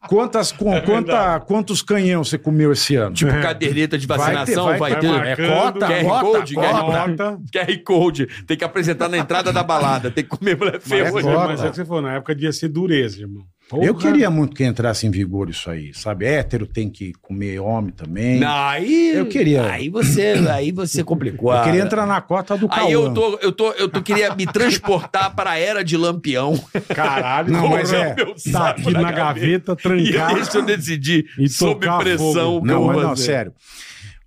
Speaker 5: Quantas, com, quanta, quantos canhão você comeu esse ano?
Speaker 3: Tipo, caderneta de vacinação, um, vai ter.
Speaker 4: vai marcar.
Speaker 5: é cota,
Speaker 3: QR
Speaker 5: cota,
Speaker 3: Code,
Speaker 5: cota.
Speaker 3: QR Code.
Speaker 4: Nota,
Speaker 3: QR Code. Tem que apresentar na entrada da balada. Tem que comer mulher feia
Speaker 5: Mas
Speaker 4: Mas,
Speaker 3: hoje.
Speaker 5: agora-
Speaker 4: mas é o que você falou, na época devia ser dureza, irmão.
Speaker 5: Eu
Speaker 4: Porra.
Speaker 5: queria muito que entrasse em vigor isso aí, sabe? Hétero tem que comer homem também.
Speaker 3: Não, aí.
Speaker 5: Eu queria.
Speaker 3: Aí você, aí você complicou.
Speaker 5: Eu queria entrar na cota do Cauã.
Speaker 3: ah, Aí eu tô, eu tô, eu tô queria me transportar para a era de Lampião.
Speaker 4: Caralho,
Speaker 5: Não,
Speaker 4: porra,
Speaker 5: mas é-
Speaker 4: meu Tá aqui na gaveta,
Speaker 3: né, E
Speaker 4: trancado.
Speaker 3: deixa eu decidir,
Speaker 4: E
Speaker 3: sob
Speaker 4: tocar
Speaker 3: pressão,
Speaker 4: fogo.
Speaker 3: o que
Speaker 5: Não,
Speaker 3: eu
Speaker 5: mas
Speaker 3: vou
Speaker 5: não,
Speaker 3: fazer.
Speaker 5: sério.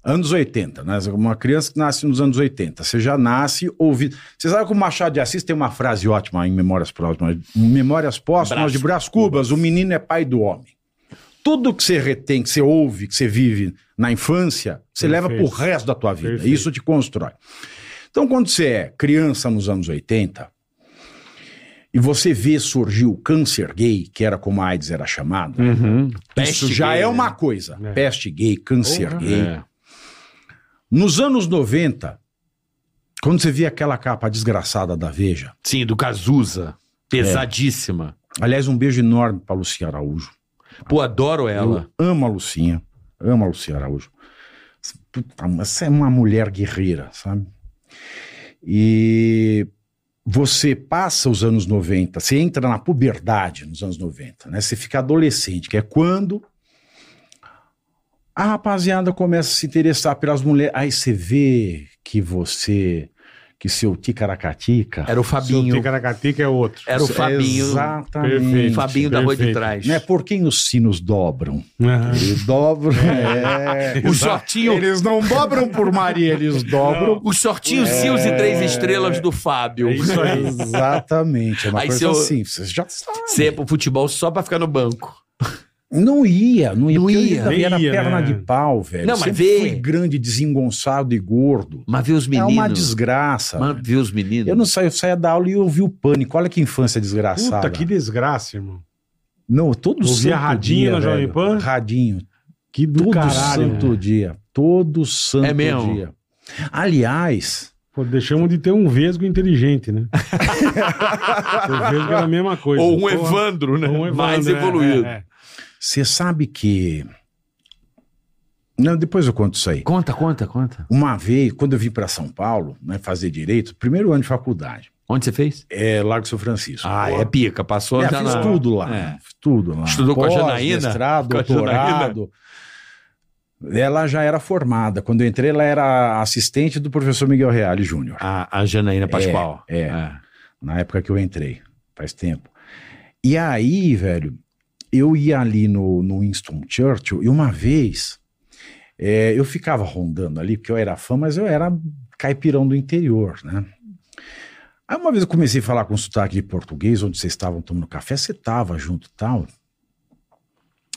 Speaker 5: Anos 80, né? Uma criança que nasce nos anos 80. Você já nasce ouvindo. Você sabe que o Machado de Assis tem uma frase ótima em Memórias Próximas. Memórias Póstumas
Speaker 3: Brás
Speaker 5: de Brás Cubas. O menino é pai do homem. Tudo que você retém, que você ouve, que você vive na infância, você
Speaker 4: Perfeito.
Speaker 5: leva pro resto da tua vida.
Speaker 4: Perfeito.
Speaker 5: Isso te constrói. Então, quando você é criança nos anos 80 e você vê surgir o câncer gay, que era como a AIDS era chamada, isso
Speaker 3: Peste
Speaker 5: já
Speaker 3: gay,
Speaker 5: é
Speaker 3: né? É.
Speaker 5: uma coisa.
Speaker 4: É.
Speaker 5: Peste gay, câncer
Speaker 4: Porra.
Speaker 5: gay. Nos anos 90, quando você via aquela capa desgraçada da Veja,
Speaker 3: Sim, do Cazuza. Pesadíssima.
Speaker 5: aliás, um beijo enorme pra Lucia Araújo.
Speaker 3: Pô, adoro ela.
Speaker 5: Eu amo a Lucinha, amo a Lucia Araújo. Puta, você é uma mulher guerreira, sabe? E você passa os anos 90, você entra na puberdade nos anos 90, né? Você fica adolescente, que é quando a rapaziada começa a se interessar pelas mulheres. Aí você vê que você, que seu ticaracatica...
Speaker 3: Era o
Speaker 4: Seu
Speaker 3: Fabinho.
Speaker 4: ticaracatica é outro.
Speaker 3: Era o
Speaker 5: É
Speaker 3: Fabinho. O
Speaker 5: Exatamente.
Speaker 3: Fabinho da Rua de
Speaker 4: Perfeito.
Speaker 3: Trás.
Speaker 5: Né? Por quem os sinos dobram?
Speaker 4: Aham.
Speaker 5: Eles dobram. É.
Speaker 3: O shortinho,
Speaker 5: Eles não dobram por Maria, eles dobram.
Speaker 3: o shortinho Sils e Três Estrelas do Fábio.
Speaker 4: É isso aí.
Speaker 5: Exatamente. É uma
Speaker 3: Aí
Speaker 5: coisa
Speaker 3: seu-
Speaker 5: assim, vocês já sabem.
Speaker 3: Você ia é pro futebol só pra ficar no banco.
Speaker 5: Não ia, não ia.
Speaker 3: Não
Speaker 5: porque eu
Speaker 3: ia.
Speaker 5: também Era
Speaker 4: Não ia,
Speaker 5: perna
Speaker 4: né?
Speaker 5: de pau, velho.
Speaker 3: Não,
Speaker 5: Eu
Speaker 3: mas
Speaker 5: Sempre
Speaker 3: vê.
Speaker 5: fui grande, desengonçado e gordo.
Speaker 3: Mas ver os
Speaker 5: É uma
Speaker 3: meninos.
Speaker 5: desgraça.
Speaker 3: Mas
Speaker 5: velho.
Speaker 3: ver os meninos.
Speaker 5: Eu não saio, eu saía da aula e eu ouvi o pânico. Olha que infância desgraçada.
Speaker 4: Puta, que desgraça, irmão.
Speaker 5: Não, todo
Speaker 4: Ouvia
Speaker 5: santo
Speaker 4: Radinho
Speaker 5: dia,
Speaker 4: na Jovem
Speaker 5: velho.
Speaker 4: Pan?
Speaker 5: Radinho.
Speaker 4: Que do
Speaker 5: Todo
Speaker 4: caralho. né?
Speaker 5: santo dia. Todo santo
Speaker 3: É mesmo?
Speaker 5: dia. Aliás,
Speaker 4: Pô, deixamos de ter um Vesgo inteligente, né? o Vesgo era a mesma coisa.
Speaker 3: Ou um
Speaker 4: Porra.
Speaker 3: Evandro, né?
Speaker 4: Ou um Evandro,
Speaker 3: Mais
Speaker 4: é,
Speaker 3: evoluído.
Speaker 4: é, é.
Speaker 5: você sabe que. Não, depois eu conto isso aí.
Speaker 3: Conta, conta, conta.
Speaker 5: Uma vez, quando eu vim para São Paulo, né, fazer direito, primeiro ano de faculdade,
Speaker 3: Onde você fez?
Speaker 5: é Largo São Francisco.
Speaker 3: Ah, é pica. Passou
Speaker 5: É,
Speaker 3: já
Speaker 5: fiz
Speaker 3: na-
Speaker 5: tudo lá,
Speaker 3: É.
Speaker 5: fiz tudo lá.
Speaker 3: Estudou com a
Speaker 5: Pós,
Speaker 3: Janaína?
Speaker 5: Mestrado,
Speaker 3: Com a
Speaker 5: doutorado. Ela já era formada. Quando eu entrei, ela era assistente do professor Miguel Reale Júnior.
Speaker 3: A, a Janaína Pascoal.
Speaker 5: é. na época que eu entrei, faz tempo. E aí, velho, eu ia ali no, no Winston Churchill e uma vez é, eu ficava rondando ali, porque eu era fã, mas eu era caipirão do interior, né? Aí uma vez eu comecei a falar com sotaque de português, onde vocês estavam tomando café, você tava junto e tal.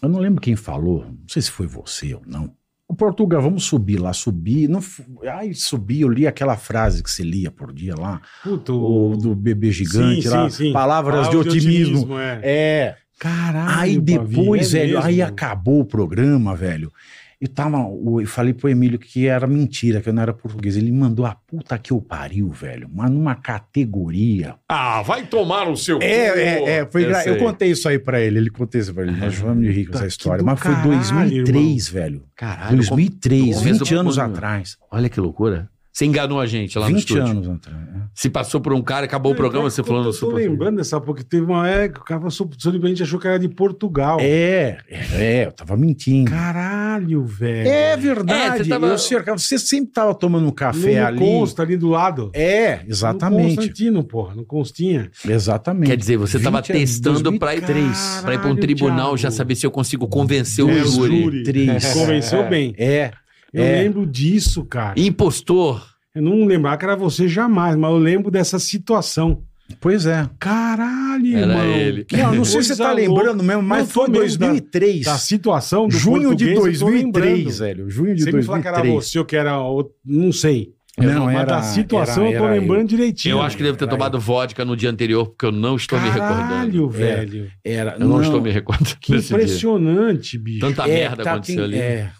Speaker 5: Eu não lembro quem falou, não sei se foi você ou não. O Portugal, vamos subir lá, subir. Não, fu- ai, subi, eu li aquela frase que você lia por dia lá
Speaker 4: Puta,
Speaker 5: o do bebê gigante
Speaker 4: Sim,
Speaker 5: lá.
Speaker 4: sim, Ah, sim.
Speaker 5: Palavras
Speaker 4: Palavra
Speaker 5: de otimismo.
Speaker 4: é.
Speaker 5: É.
Speaker 4: Caralho,
Speaker 5: Aí depois,
Speaker 4: Bavi, é
Speaker 5: velho, aí
Speaker 4: mesmo.
Speaker 5: acabou o programa, velho. Eu, tava, eu falei pro Emílio que era mentira, que eu não era português. Ele mandou a puta que eu pariu, velho. Mas numa categoria.
Speaker 1: Ah, vai tomar o seu. cu.
Speaker 5: É, é, é. Foi
Speaker 1: Eu
Speaker 5: gra- eu,
Speaker 1: sei.
Speaker 5: contei isso aí pra ele. Ele contei isso pra ele. Nós vamos de rir com
Speaker 4: Puta
Speaker 5: essa
Speaker 4: que
Speaker 5: história.
Speaker 4: do
Speaker 5: Mas foi
Speaker 4: caralho,
Speaker 5: 2003, velho.
Speaker 3: Caralho.
Speaker 5: 2003,
Speaker 3: como-
Speaker 5: 20 anos
Speaker 4: né?
Speaker 3: como-
Speaker 5: atrás.
Speaker 3: Olha que loucura. Você enganou a gente lá no
Speaker 5: 20
Speaker 3: estúdio.
Speaker 5: anos atrás. né?
Speaker 3: Se passou por um cara, acabou o programa, você falando
Speaker 4: Eu tô
Speaker 3: super.
Speaker 4: lembrando dessa, porque teve uma época que o cara passou- simplesmente achou que era de Portugal.
Speaker 5: É, é, é, eu tava mentindo.
Speaker 4: Caralho, velho.
Speaker 5: É verdade.
Speaker 3: É, você tava-
Speaker 5: eu cercava- você sempre tava tomando um café
Speaker 4: no,
Speaker 5: ali.
Speaker 4: Consta ali do lado.
Speaker 5: É,
Speaker 4: No
Speaker 5: exatamente.
Speaker 4: Constantino, porra. No Constinha.
Speaker 5: Exatamente. é
Speaker 3: Quer dizer, você estava
Speaker 5: 20 anos,
Speaker 3: testando pra ir,
Speaker 4: 2003.
Speaker 3: pra ir pra um tribunal,
Speaker 4: Caralho,
Speaker 3: já
Speaker 4: Thiago.
Speaker 3: saber se eu consigo convencer
Speaker 4: É,
Speaker 3: o
Speaker 4: o
Speaker 3: júri.
Speaker 4: júri. Convenceu bem.
Speaker 5: É,
Speaker 4: Eu
Speaker 5: É.
Speaker 4: lembro disso, cara.
Speaker 3: Impostor.
Speaker 4: Eu não lembrava que era você jamais, mas eu lembro dessa situação.
Speaker 5: pois é.
Speaker 4: Caralho,
Speaker 3: Era
Speaker 4: irmão.
Speaker 3: ele.
Speaker 5: Não, não sei se você
Speaker 4: Coisa
Speaker 5: tá
Speaker 4: louca.
Speaker 5: lembrando mesmo, mas
Speaker 4: Não,
Speaker 5: foi
Speaker 4: tô mesmo Tá da-
Speaker 5: 2003.
Speaker 4: Da situação do
Speaker 5: junho de
Speaker 4: português, eu tô lembrando.
Speaker 5: 2003, velho. Junho de
Speaker 4: Você me falar que era
Speaker 5: 2003.
Speaker 4: você ou que era outro, não sei.
Speaker 5: Não,
Speaker 4: mas da situação eu tô
Speaker 5: era
Speaker 4: lembrando direitinho.
Speaker 3: eu acho que devo ter
Speaker 5: era
Speaker 3: tomado vodka no dia anterior, porque eu não estou me recordando.
Speaker 4: Caralho,
Speaker 5: É.
Speaker 4: velho.
Speaker 5: Era,
Speaker 3: Eu não, estou me recordando.
Speaker 4: Que
Speaker 3: desse dia.
Speaker 4: impressionante, bicho.
Speaker 3: Tanta
Speaker 5: É,
Speaker 3: merda
Speaker 5: tá
Speaker 3: aconteceu
Speaker 5: quem-
Speaker 3: ali.
Speaker 5: é.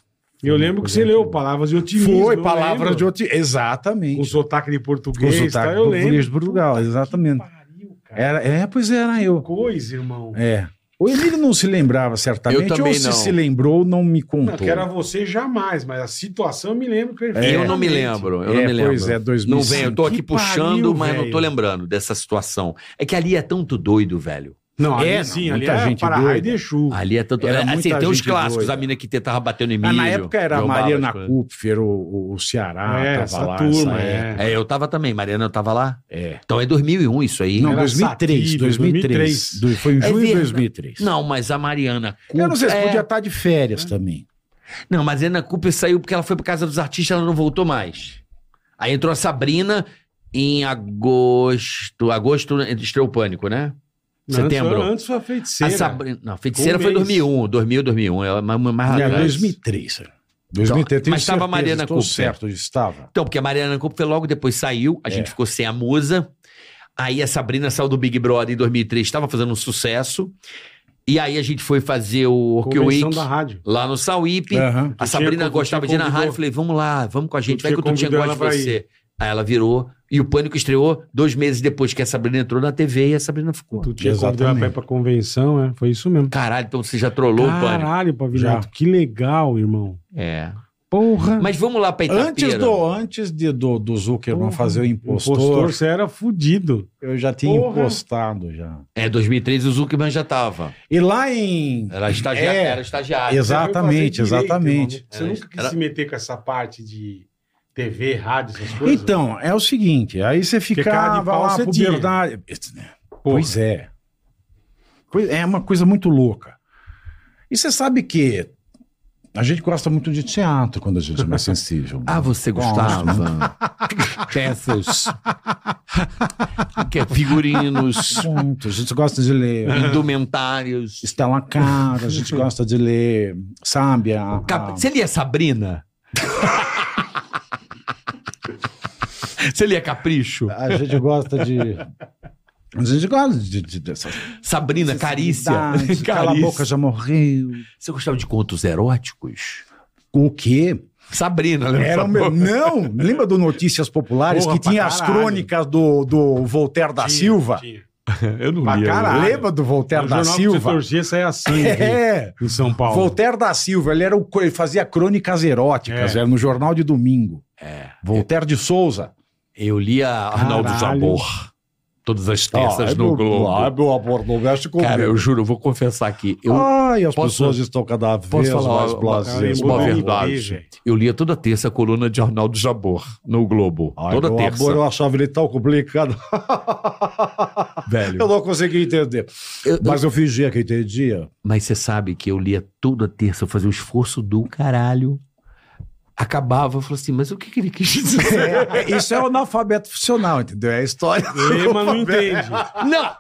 Speaker 4: Eu lembro que você leu palavras de otimismo.
Speaker 5: Foi
Speaker 4: eu
Speaker 5: palavra
Speaker 4: lembro.
Speaker 5: de outro. Exatamente.
Speaker 4: Com sotaque de português,
Speaker 5: Com sotaque
Speaker 4: tá? eu
Speaker 5: do
Speaker 4: lembro.
Speaker 5: português de Portugal,
Speaker 4: Puta que
Speaker 5: exatamente.
Speaker 4: pariu, cara.
Speaker 5: Era, é, pois era eu.
Speaker 4: Coisa, irmão.
Speaker 5: É. O Emílio não se lembrava certamente,
Speaker 3: Eu também
Speaker 5: ou se
Speaker 3: não.
Speaker 5: se lembrou, não me contou.
Speaker 4: Não, que era um- você jamais, mas a situação eu me lembro perfeitamente.
Speaker 3: Eu não me lembro, eu
Speaker 5: É,
Speaker 3: não me lembro.
Speaker 5: Pois é, 2005.
Speaker 3: Não vem, eu tô aqui
Speaker 4: Que
Speaker 3: puxando,
Speaker 4: pariu,
Speaker 3: mas não tô
Speaker 4: velho.
Speaker 3: lembrando dessa situação. É que ali é tanto doido, velho.
Speaker 4: Não, ali
Speaker 5: É,
Speaker 4: sim,
Speaker 5: não,
Speaker 4: ali
Speaker 5: muita
Speaker 4: é
Speaker 5: gente
Speaker 4: para
Speaker 5: doida. Ah,
Speaker 4: raio de chuva.
Speaker 3: Ali é tanto.
Speaker 5: Era
Speaker 3: é, assim,
Speaker 5: muita
Speaker 3: tem os
Speaker 5: gente
Speaker 3: clássicos,
Speaker 5: doida.
Speaker 3: a mina que te- tava batendo em
Speaker 5: Ah,
Speaker 3: milho.
Speaker 5: na época era a
Speaker 3: derrubava
Speaker 5: Mariana
Speaker 3: as coisas.
Speaker 5: Kupfer, o- o, o Ceará,
Speaker 4: É,
Speaker 5: tava
Speaker 4: essa
Speaker 5: tá, lá,
Speaker 4: turma,
Speaker 5: essa
Speaker 4: é.
Speaker 5: época.
Speaker 3: É, eu tava também, Mariana, eu tava lá.
Speaker 5: É.
Speaker 3: Então é 2001 isso aí.
Speaker 5: Não,
Speaker 4: Era
Speaker 5: 2003,
Speaker 4: Satiro,
Speaker 5: 2003.
Speaker 4: 2003.
Speaker 5: Do- Foi em
Speaker 3: É
Speaker 5: junho de
Speaker 3: verdade.
Speaker 5: 2003.
Speaker 3: Não, mas a Mariana Cooper.
Speaker 5: Eu não sei se
Speaker 3: é...
Speaker 5: podia estar de férias também.
Speaker 3: Não, mas a Mariana Cooper saiu porque ela foi pra casa dos artistas, ela não voltou mais. Aí entrou a Sabrina em agosto. Agosto estreou o pânico, né? Setembro.
Speaker 4: Antes, antes foi a
Speaker 3: A
Speaker 4: feiticeira.
Speaker 3: Sabrina. Não, feiticeira
Speaker 4: Um
Speaker 5: é
Speaker 3: foi em
Speaker 4: mês.
Speaker 3: 2001. 2000, 2001. Ela é mais, mais
Speaker 5: Era
Speaker 3: atrás.
Speaker 5: 2003. 2003, tenho
Speaker 3: mas tava a
Speaker 5: certeza,
Speaker 3: Mariana
Speaker 5: estou
Speaker 3: Kupfer.
Speaker 5: certo, estava.
Speaker 3: Então, porque a Mariana Cooper logo depois saiu, a
Speaker 5: É.
Speaker 3: gente ficou sem a musa. Aí a Sabrina saiu do Big Brother em 2003, estava fazendo um sucesso. E aí a gente foi fazer o Orc
Speaker 4: Convenção
Speaker 3: Week
Speaker 4: da rádio.
Speaker 3: lá no Sauípe.
Speaker 5: Aham.
Speaker 3: A
Speaker 4: O
Speaker 3: Sabrina
Speaker 4: Tcheco- o
Speaker 3: gostava de ir na
Speaker 4: Tcheco
Speaker 3: rádio.
Speaker 4: convidou.
Speaker 3: Falei, vamos lá, vamos com a gente.
Speaker 4: O
Speaker 3: Vai que o
Speaker 4: Tcheco
Speaker 3: Tutinha
Speaker 4: convidou
Speaker 3: gosta de
Speaker 4: ela pra
Speaker 3: você. Aí ela virou. E o Pânico estreou dois meses depois que a Sabrina entrou na TV e a Sabrina ficou.
Speaker 4: Tu tinha convidado
Speaker 5: Exatamente.
Speaker 4: pra ir pra convenção, é? Foi isso mesmo.
Speaker 3: Caralho, então você já trollou o Pânico.
Speaker 4: Caralho, Pavinato, que legal, irmão.
Speaker 3: É.
Speaker 4: Porra.
Speaker 3: Mas vamos lá pra Itapira.
Speaker 5: Antes do, antes de, do, do Zuckerman
Speaker 4: Porra.
Speaker 5: fazer o impostor,
Speaker 4: Impostor, você era fudido.
Speaker 5: eu já tinha
Speaker 4: Porra.
Speaker 5: impostado já.
Speaker 3: É, 2003 o Zuckerman já tava.
Speaker 5: E lá em...
Speaker 3: Era estagiário.
Speaker 5: É.
Speaker 3: Era estagiário.
Speaker 5: Exatamente,
Speaker 4: Você foi fazer
Speaker 5: exatamente.
Speaker 4: irmão. Você nunca quis
Speaker 3: Era-
Speaker 4: se meter com essa parte de TV, rádio, essas coisas?
Speaker 5: Então, é o seguinte, aí você
Speaker 4: Porque cara de
Speaker 5: ficava
Speaker 4: pau é
Speaker 5: lá,
Speaker 4: você
Speaker 5: puberdade... Pois é. Pois- É uma coisa muito louca. E você sabe que a gente gosta muito de teatro quando a gente é mais sensível.
Speaker 3: Ah, você gostava. Peças. que é figurinos,
Speaker 5: Assunto, a gente gosta de ler
Speaker 3: indumentários.
Speaker 5: Estela Cara, a gente gosta de ler, sabe? a- a-
Speaker 3: Cap- Você lia Sabrina? Você lia Capricho?
Speaker 5: A gente gosta de. A gente gosta de, de, dessas.
Speaker 3: Sabrina, Carícia?
Speaker 5: Sensibilidades, Cala a
Speaker 3: Carícia.
Speaker 5: boca, já morreu.
Speaker 3: Você gostava de contos eróticos?
Speaker 5: O quê?
Speaker 3: Sabrina, lembra?
Speaker 5: Era um o meu. Não! Lembra do Notícias Populares
Speaker 4: Porra,
Speaker 5: que tinha
Speaker 4: pra
Speaker 5: as
Speaker 4: caralho.
Speaker 5: crônicas do, do Voltaire da
Speaker 4: Tinha,
Speaker 5: Silva?
Speaker 4: tinha.
Speaker 1: Eu não
Speaker 4: Pra
Speaker 1: li.
Speaker 4: caralho.
Speaker 5: Lembra do
Speaker 4: No
Speaker 5: Voltaire da
Speaker 4: jornal que você
Speaker 5: Silva?
Speaker 4: torcia, saia sangue
Speaker 5: É.
Speaker 4: em São Paulo.
Speaker 5: Voltaire da Silva, ele, era o, co- ele fazia crônicas eróticas,
Speaker 4: É.
Speaker 5: era no Jornal de Domingo. Voltaire de Souza.
Speaker 3: Eu lia Arnaldo
Speaker 4: Caralho.
Speaker 3: Jabor. Todas as terças
Speaker 5: Ah,
Speaker 3: no
Speaker 5: meu-
Speaker 3: Globo.
Speaker 5: Ah, meu amor, não mexe comigo.
Speaker 3: Cara, eu juro, eu vou confessar aqui. Eu,
Speaker 5: Ai, as
Speaker 3: Posso-
Speaker 5: pessoas estão cada vez
Speaker 3: Posso falar
Speaker 5: mais
Speaker 3: uma-
Speaker 4: Cara, eu
Speaker 5: blasés.
Speaker 3: uma
Speaker 4: vou
Speaker 3: verdade?
Speaker 4: dormir, velho.
Speaker 3: eu lia toda terça a coluna de Arnaldo Jabor no Globo.
Speaker 5: Ai,
Speaker 3: toda
Speaker 5: meu
Speaker 3: terça.
Speaker 5: amor, eu achava ele tão complicado.
Speaker 3: Velho.
Speaker 5: eu não conseguia entender.
Speaker 3: Eu- eu-
Speaker 5: Mas eu fingia que entendia.
Speaker 3: Mas você sabe que eu lia toda terça, eu fazia um esforço do caralho. Acabava, eu falava assim, mas o que, que ele quis dizer?
Speaker 5: É, isso é o analfabeto funcional, entendeu? É a história.
Speaker 4: Lema não entende.
Speaker 3: não!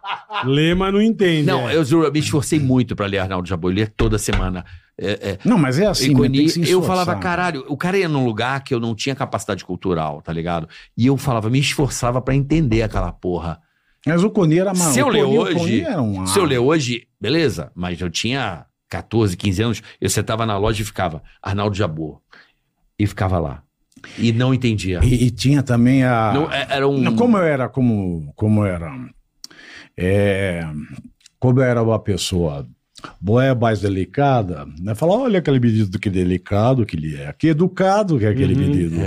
Speaker 4: Lema não entende.
Speaker 3: Não,
Speaker 4: é.
Speaker 3: eu juro, eu me esforcei muito pra ler Arnaldo Jabor, eu lia toda semana. É, é,
Speaker 5: Não, mas é assim.
Speaker 3: Iconi,
Speaker 5: né? Tem que se
Speaker 3: eu
Speaker 5: esforçar.
Speaker 3: falava, caralho, o cara ia num lugar que eu não tinha capacidade cultural, tá ligado? E eu falava, me esforçava pra entender aquela porra.
Speaker 5: Mas o Coni era maluco.
Speaker 3: Se eu
Speaker 5: O
Speaker 3: ler
Speaker 5: Coni- o
Speaker 3: hoje-
Speaker 5: Coni era um-
Speaker 3: Se eu ler hoje, beleza, mas eu tinha 14, 15 anos, eu sentava na loja e ficava, Arnaldo Jabor. E ficava lá. E não entendia.
Speaker 5: E, e tinha também a.
Speaker 3: Não, é- era um.
Speaker 5: Não, Como eu era, como, como eu era. é, como eu era uma pessoa boé mais delicada, né? Fala, olha aquele menino que delicado que ele é, que educado que é
Speaker 4: Uhum.
Speaker 5: aquele menino.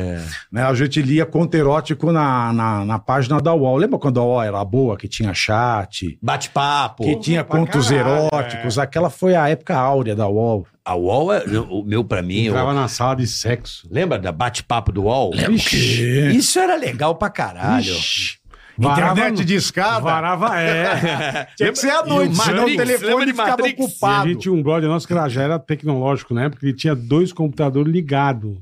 Speaker 5: Né? A gente lia conto erótico na, na, na página da UOL. Lembra quando a UOL era boa, que tinha chat,
Speaker 3: Bate-papo.
Speaker 5: que tinha
Speaker 4: pra
Speaker 5: contos
Speaker 4: caralho,
Speaker 5: eróticos? Aquela foi a época áurea da UOL.
Speaker 3: A UOL, é, o meu pra mim... eu-
Speaker 4: Entrava na sala de sexo.
Speaker 3: Lembra da bate-papo do UOL?
Speaker 5: Ixi.
Speaker 3: Isso era legal pra caralho.
Speaker 4: Varava
Speaker 5: Internet
Speaker 4: no-
Speaker 5: de escada.
Speaker 4: Varava é.
Speaker 5: Tinha que ser à
Speaker 3: E o
Speaker 5: noite, senão o
Speaker 3: Matrix, lembra
Speaker 5: telefone
Speaker 3: de
Speaker 5: ficava
Speaker 3: Matrix?
Speaker 5: ocupado.
Speaker 4: E a gente tinha um brother nosso que era- já era tecnológico, né? Porque ele tinha dois computadores ligados.